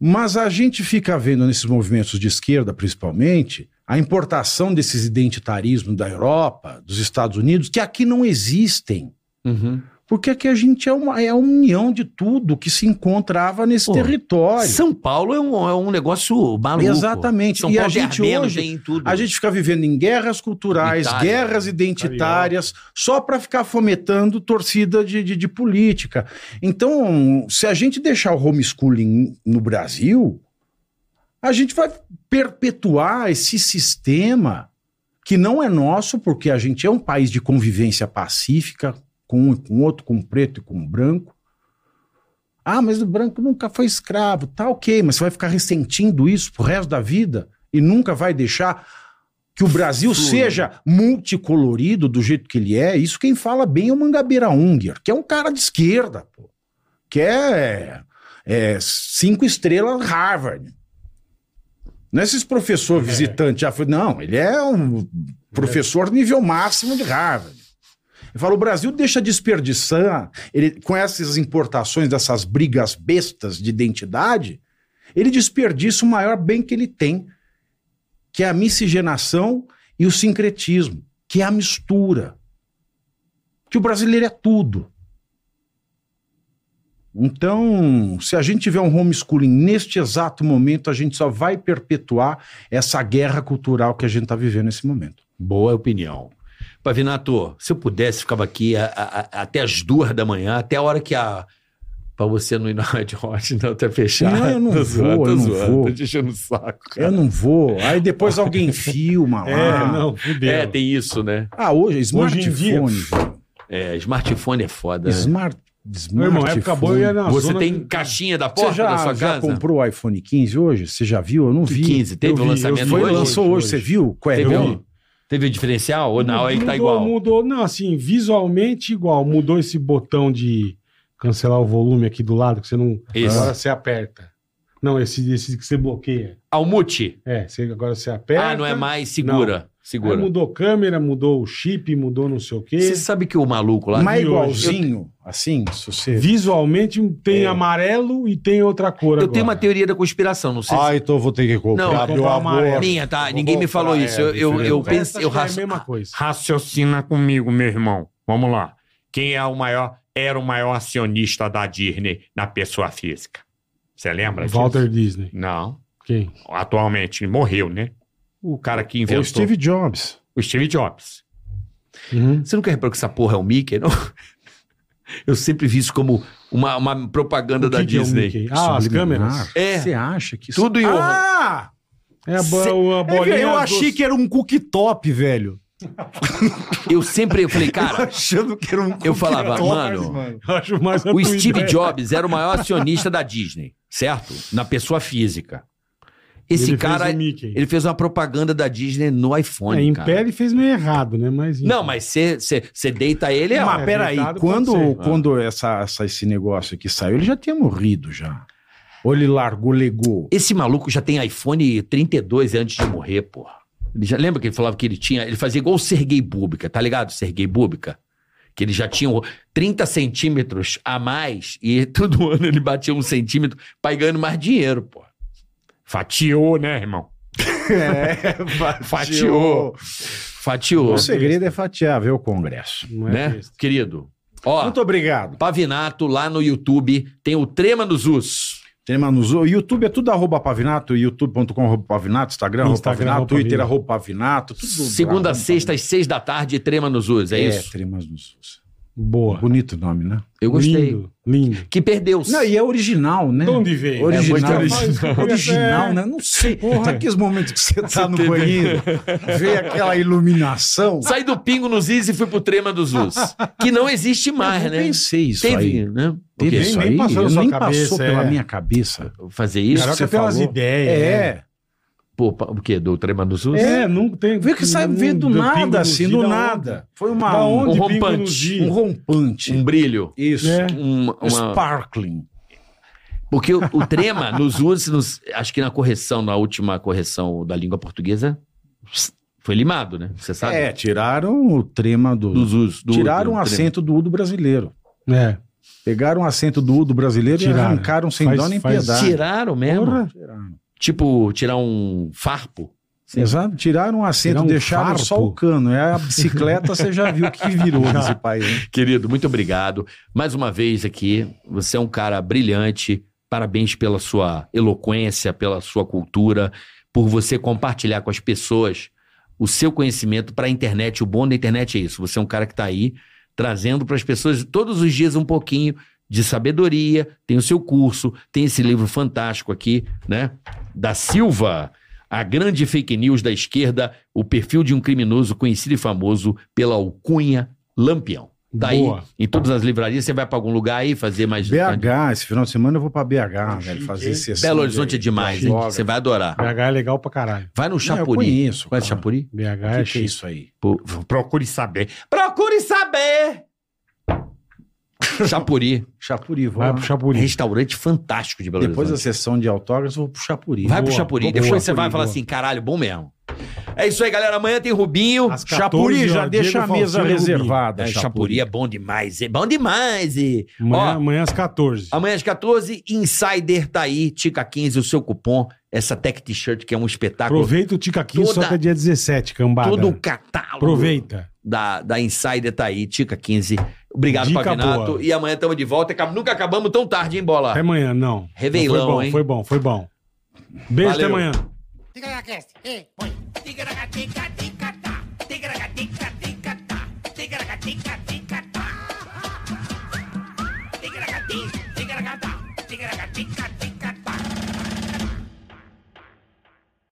Speaker 5: Mas a gente fica vendo nesses movimentos de esquerda, principalmente, a importação desses identitarismos da Europa, dos Estados Unidos, que aqui não existem.
Speaker 3: Uhum.
Speaker 5: Porque aqui a gente é, uma, é a união de tudo que se encontrava nesse
Speaker 3: Pô,
Speaker 5: território.
Speaker 3: São Paulo é um, é um negócio maluco.
Speaker 5: Exatamente.
Speaker 3: São
Speaker 5: E
Speaker 3: Paulo
Speaker 5: a
Speaker 3: tem
Speaker 5: gente
Speaker 3: armeno,
Speaker 5: hoje-
Speaker 3: tem tudo.
Speaker 5: A gente fica vivendo em guerras culturais,
Speaker 3: Itália,
Speaker 5: guerras identitárias, só para ficar fomentando torcida de, de- de política. Então, se a gente deixar o homeschooling no Brasil, a gente vai perpetuar esse sistema que não é nosso, porque a gente é um país de convivência pacífica, com um e com outro, com preto e com branco. Ah, mas o branco nunca foi escravo. Tá ok, mas você vai ficar ressentindo isso pro resto da vida e nunca vai deixar que o Brasil
Speaker 3: Flui.
Speaker 5: seja multicolorido do jeito que ele é. Isso quem fala bem é o Mangabeira Unger, que é um cara de esquerda, pô. Que é, é cinco estrelas Harvard. Não é esses professor visitante já foi. Não, ele é um professor nível máximo de Harvard. Eu falo, o Brasil deixa desperdiçar, ele, com essas importações, dessas brigas bestas de identidade, ele desperdiça o maior bem que ele tem, que é a miscigenação e o sincretismo, que é a mistura. Que o brasileiro é tudo. Então, se a gente tiver um homeschooling neste exato momento, a gente só vai perpetuar essa guerra cultural que a gente está vivendo nesse momento.
Speaker 3: Boa opinião. Pavinato, se eu pudesse, ficava aqui a- a- a- até as duas da manhã, até a hora que a. Pra você não ir na Red Hot, não, até fechar.
Speaker 5: Não, eu não
Speaker 3: Tô
Speaker 5: vou,
Speaker 3: zoando,
Speaker 5: eu
Speaker 3: tô
Speaker 5: não
Speaker 3: zoando,
Speaker 5: vou.
Speaker 3: Tô te enchendo o saco. cara.
Speaker 5: Eu não vou. Aí depois alguém filma lá.
Speaker 4: É, não, fudeu.
Speaker 3: É, tem isso, né?
Speaker 5: Ah,
Speaker 4: Hoje
Speaker 5: hoje,
Speaker 4: em
Speaker 5: smartphone.
Speaker 4: dia-
Speaker 5: velho.
Speaker 3: É, smartphone é foda. né?
Speaker 5: Smart,
Speaker 4: Meu irmão, época boa eu ia na
Speaker 3: Você
Speaker 4: zona
Speaker 3: tem
Speaker 4: de-
Speaker 3: caixinha da porta
Speaker 5: Você já,
Speaker 3: da sua
Speaker 5: já
Speaker 3: casa?
Speaker 5: comprou o iPhone 15 hoje? Você já viu? Eu não
Speaker 3: Que
Speaker 5: vi.
Speaker 3: 15, teve
Speaker 4: Eu
Speaker 3: o
Speaker 4: vi, eu
Speaker 3: lançamento
Speaker 4: vi.
Speaker 5: Foi,
Speaker 3: tá hoje?
Speaker 5: lançou hoje,
Speaker 4: hoje.
Speaker 5: você viu? Qual é?
Speaker 3: Teve,
Speaker 4: Eu
Speaker 3: um-
Speaker 4: vi.
Speaker 3: teve o diferencial? Ou não, aí tá igual?
Speaker 4: Mudou, não, assim, visualmente igual. Mudou esse botão de cancelar o volume aqui do lado, que você não.
Speaker 3: Isso.
Speaker 4: Agora você aperta. Não, esse, esse que você bloqueia.
Speaker 3: Almute.
Speaker 4: É, você, agora você aperta.
Speaker 3: Ah, não é mais? Segura.
Speaker 4: Aí
Speaker 3: Segura.
Speaker 4: mudou câmera, mudou o chip, mudou não sei o quê.
Speaker 3: Você sabe que o maluco lá.
Speaker 5: Mas
Speaker 4: vi
Speaker 5: igualzinho, assim, se você...
Speaker 4: Visualmente tem amarelo e tem outra cor
Speaker 3: É. Eu
Speaker 4: agora.
Speaker 3: tenho uma teoria da conspiração, não sei se
Speaker 5: Ah, então eu vou ter que comprar,
Speaker 3: Não,
Speaker 5: meu
Speaker 4: comprar
Speaker 5: amor.
Speaker 2: é
Speaker 4: amarelo.
Speaker 3: Minha, tá?
Speaker 5: Vou
Speaker 3: Ninguém me
Speaker 5: comprar,
Speaker 3: falou isso.
Speaker 5: é,
Speaker 3: Eu, eu, eu
Speaker 5: diferente.
Speaker 3: pensei, eu
Speaker 4: Acho
Speaker 3: raci-
Speaker 4: que
Speaker 3: Ah,
Speaker 4: é a mesma coisa.
Speaker 2: Raciocina comigo, meu irmão. Vamos lá. Quem é o maior, era o maior acionista da Disney na pessoa física? Você lembra disso?
Speaker 4: Walter Disney.
Speaker 2: Não.
Speaker 4: Quem?
Speaker 2: Atualmente morreu, né? O cara que inventou.
Speaker 5: O Steve Jobs.
Speaker 2: o Steve Jobs.
Speaker 4: Uhum.
Speaker 3: Você não quer reparar que essa porra é o Mickey, não? Eu sempre vi isso como uma, uma propaganda
Speaker 4: O
Speaker 3: da
Speaker 4: que que é o
Speaker 3: Disney.
Speaker 4: Mickey? ah, as câmeras.
Speaker 3: É.
Speaker 5: Você acha que isso...
Speaker 3: Tudo em honra.
Speaker 4: Ah! É a, bo-
Speaker 7: Cê-
Speaker 4: a bolinha.
Speaker 7: eu achei que era um cooktop, velho.
Speaker 3: Eu sempre eu falei, cara,
Speaker 7: Achando que era um
Speaker 3: eu falava, mano,
Speaker 4: que. acho mais a
Speaker 3: O
Speaker 4: tua
Speaker 3: Steve
Speaker 4: ideia.
Speaker 3: Jobs era o maior acionista da Disney, certo? Na pessoa física. Esse
Speaker 4: Ele
Speaker 3: cara,
Speaker 4: Fez o Mickey.
Speaker 3: ele fez uma propaganda da Disney no
Speaker 4: é,
Speaker 3: iPhone,
Speaker 4: em
Speaker 3: cara.
Speaker 4: pé ele fez meio errado, né? Mas.
Speaker 3: Não, mas você deita ele, é
Speaker 4: Mas
Speaker 3: uma...
Speaker 4: peraí,
Speaker 5: Quando,
Speaker 4: pode ser.
Speaker 5: quando essa, essa- esse negócio aqui saiu, ele já tinha morrido já. Ou ele largou, legou.
Speaker 3: Esse maluco já tem iPhone 32 antes de morrer, porra. Ele já lembra que ele falava que ele tinha... Ele fazia igual o Sergei Búbica, tá ligado? Sergei Búbica. Que ele já tinha o- 30 centímetros a mais e todo ano ele batia um centímetro pra ir ganhando mais dinheiro, porra.
Speaker 2: Fatiou, né, irmão?
Speaker 3: Fatiou. Fatiou.
Speaker 5: O segredo é fatiar, ver o Congresso.
Speaker 4: Não é
Speaker 3: né?
Speaker 4: besta.
Speaker 3: Querido. Ó,
Speaker 5: Muito obrigado.
Speaker 3: Pavinato lá no YouTube tem o Trema nos Us.
Speaker 5: Tema nos o YouTube é tudo arroba pavinato, youtube.com arroba pavinato, Instagram, arroba
Speaker 4: Instagram,
Speaker 5: pavinato,
Speaker 4: arroba
Speaker 5: Twitter
Speaker 4: pavinato.
Speaker 5: arroba pavinato. tudo
Speaker 3: Segunda,
Speaker 5: arroba
Speaker 3: sexta, às seis da tarde, Trema nos Us. É,
Speaker 5: pavinato. É,
Speaker 3: isso.
Speaker 5: Tremas nos Us.
Speaker 4: Boa.
Speaker 5: Bonito nome, né?
Speaker 3: Eu gostei.
Speaker 4: Lindo, lindo.
Speaker 3: Que perdeu.
Speaker 5: Não, e é original, né?
Speaker 4: De onde veio?
Speaker 5: Original.
Speaker 4: É, mas-
Speaker 6: Original, né? Não sei.
Speaker 4: Porra.
Speaker 6: Sabe aqueles momentos que você tá no banheiro, vê aquela iluminação?
Speaker 3: Saí do Pingo nos Is e fui pro Trema dos Us. que não existe mais,
Speaker 5: eu
Speaker 3: né?
Speaker 5: pensei isso
Speaker 3: Teve,
Speaker 5: aí.
Speaker 3: né? Porque
Speaker 5: Teve isso
Speaker 4: Nem
Speaker 5: aí,
Speaker 4: passou na
Speaker 5: eu
Speaker 4: sua
Speaker 5: nem
Speaker 4: cabeça,
Speaker 5: passou pela
Speaker 4: é.
Speaker 5: minha cabeça.
Speaker 3: Fazer isso,
Speaker 4: Caraca,
Speaker 5: você
Speaker 4: tem umas
Speaker 5: falou. É.
Speaker 4: ideias.
Speaker 3: É.
Speaker 4: né?
Speaker 3: pô, pa- o quê? Do Trema dos Us?
Speaker 4: É, não tem.
Speaker 5: Vê que sai
Speaker 4: não-
Speaker 5: vê do
Speaker 4: não- pingo
Speaker 5: nada,
Speaker 4: no
Speaker 5: assim,
Speaker 4: gi,
Speaker 5: do
Speaker 4: da
Speaker 5: nada. Foi uma,
Speaker 4: Da onde
Speaker 3: Um
Speaker 4: pingo
Speaker 3: rompante,
Speaker 4: no gi?
Speaker 5: um rompante.
Speaker 3: Um brilho.
Speaker 5: Isso.
Speaker 4: É.
Speaker 3: Um, uma...
Speaker 5: Sparkling.
Speaker 3: Porque o, o trema nos usos, nos- acho que na correção, na última correção da língua portuguesa, foi limado, né? Você sabe?
Speaker 5: É, tiraram o trema do.
Speaker 3: Dos usos. do- do
Speaker 5: tiraram o
Speaker 3: trema.
Speaker 5: acento do U do brasileiro.
Speaker 4: É.
Speaker 5: Pegaram o acento do U do brasileiro e
Speaker 4: Tiraram.
Speaker 5: arrancaram sem
Speaker 4: Faz-
Speaker 5: dó nem
Speaker 4: faz-
Speaker 5: piedade.
Speaker 3: Tiraram mesmo?
Speaker 4: Porra.
Speaker 3: Tipo, tirar um farpo?
Speaker 5: Exato, tiraram o acento,
Speaker 4: Tiraram um
Speaker 5: deixaram
Speaker 4: farpo.
Speaker 5: só o cano. É a bicicleta, você já viu o que virou nesse país. né?
Speaker 3: Querido, muito obrigado. Mais uma vez aqui, você é um cara brilhante. Parabéns pela sua eloquência, pela sua cultura, por você compartilhar com as pessoas o seu conhecimento para a internet. O bom da internet é isso. Você é um cara que está aí trazendo para as pessoas todos os dias um pouquinho de sabedoria. Tem o seu curso, tem esse livro fantástico aqui, né? Da Silva. A grande fake news da esquerda, o perfil de um criminoso conhecido e famoso pela alcunha Lampião.
Speaker 5: Tá
Speaker 3: Daí,
Speaker 4: Boa.
Speaker 3: Tá em todas as livrarias, você vai para algum lugar aí fazer mais.
Speaker 5: BH, esse final de semana eu vou pra BH, velho,
Speaker 4: chique,
Speaker 5: fazer
Speaker 4: hein?
Speaker 5: sessão.
Speaker 3: Belo
Speaker 5: de-
Speaker 3: Horizonte é demais, hein?
Speaker 5: Logo.
Speaker 3: Você vai adorar.
Speaker 4: BH é legal pra caralho.
Speaker 3: Vai no
Speaker 5: Não, eu
Speaker 3: Chapuri.
Speaker 5: conheço.
Speaker 3: Conhece
Speaker 5: cara.
Speaker 3: Chapuri?
Speaker 4: BH
Speaker 5: O
Speaker 4: é
Speaker 5: que que é
Speaker 4: chique.
Speaker 5: isso aí?
Speaker 3: Pô,
Speaker 2: Procure saber.
Speaker 3: Procure saber! Chapuri.
Speaker 5: Chapuri, vou
Speaker 4: Vai
Speaker 5: lá.
Speaker 4: pro Chapuri.
Speaker 3: Restaurante fantástico de Belo
Speaker 5: Depois da
Speaker 3: Horizonte.
Speaker 5: sessão de autógrafos, eu vou pro Chapuri.
Speaker 3: Vai pro
Speaker 4: Boa,
Speaker 3: Chapuri.
Speaker 4: boa,
Speaker 3: Depois
Speaker 4: boa,
Speaker 3: você vai
Speaker 4: Chapuri,
Speaker 3: falar
Speaker 4: boa.
Speaker 3: assim, caralho, bom mesmo. É isso aí, galera. Amanhã tem Rubinho.
Speaker 4: Às 14
Speaker 5: Chapuri, já
Speaker 4: horas,
Speaker 5: deixa a
Speaker 4: Diego
Speaker 5: mesa
Speaker 4: Faustino e Rubinho.
Speaker 5: reservada.
Speaker 3: É, Chapuri é bom demais. É bom demais. E...
Speaker 4: Amanhã,
Speaker 3: Ó,
Speaker 4: amanhã às
Speaker 5: Tá
Speaker 4: 14.
Speaker 3: Amanhã às 14, Insider tá aí, Tica 15, o seu cupom, essa Tech T-shirt que é um espetáculo.
Speaker 4: Aproveita o Tica 15 só
Speaker 3: Toda-
Speaker 4: até dia 17, cambada.
Speaker 3: Todo o catálogo
Speaker 4: Aproveita.
Speaker 3: da, da Insider tá aí, Tica 15. Obrigado,
Speaker 4: Dica
Speaker 3: Pavinato.
Speaker 4: boa.
Speaker 3: E amanhã estamos de volta. Acab- Nunca acabamos tão tarde, hein,
Speaker 5: Tá.
Speaker 3: bola?
Speaker 4: Até amanhã, não.
Speaker 3: Reveilão,
Speaker 4: Foi bom,
Speaker 3: hein?
Speaker 4: Foi bom, foi bom. Beijo, até
Speaker 3: Valeu.
Speaker 4: amanhã.
Speaker 8: Tigra la cast, eh, põe. Tigra tica tica tá. Tigra tica tica tá. Tigra tica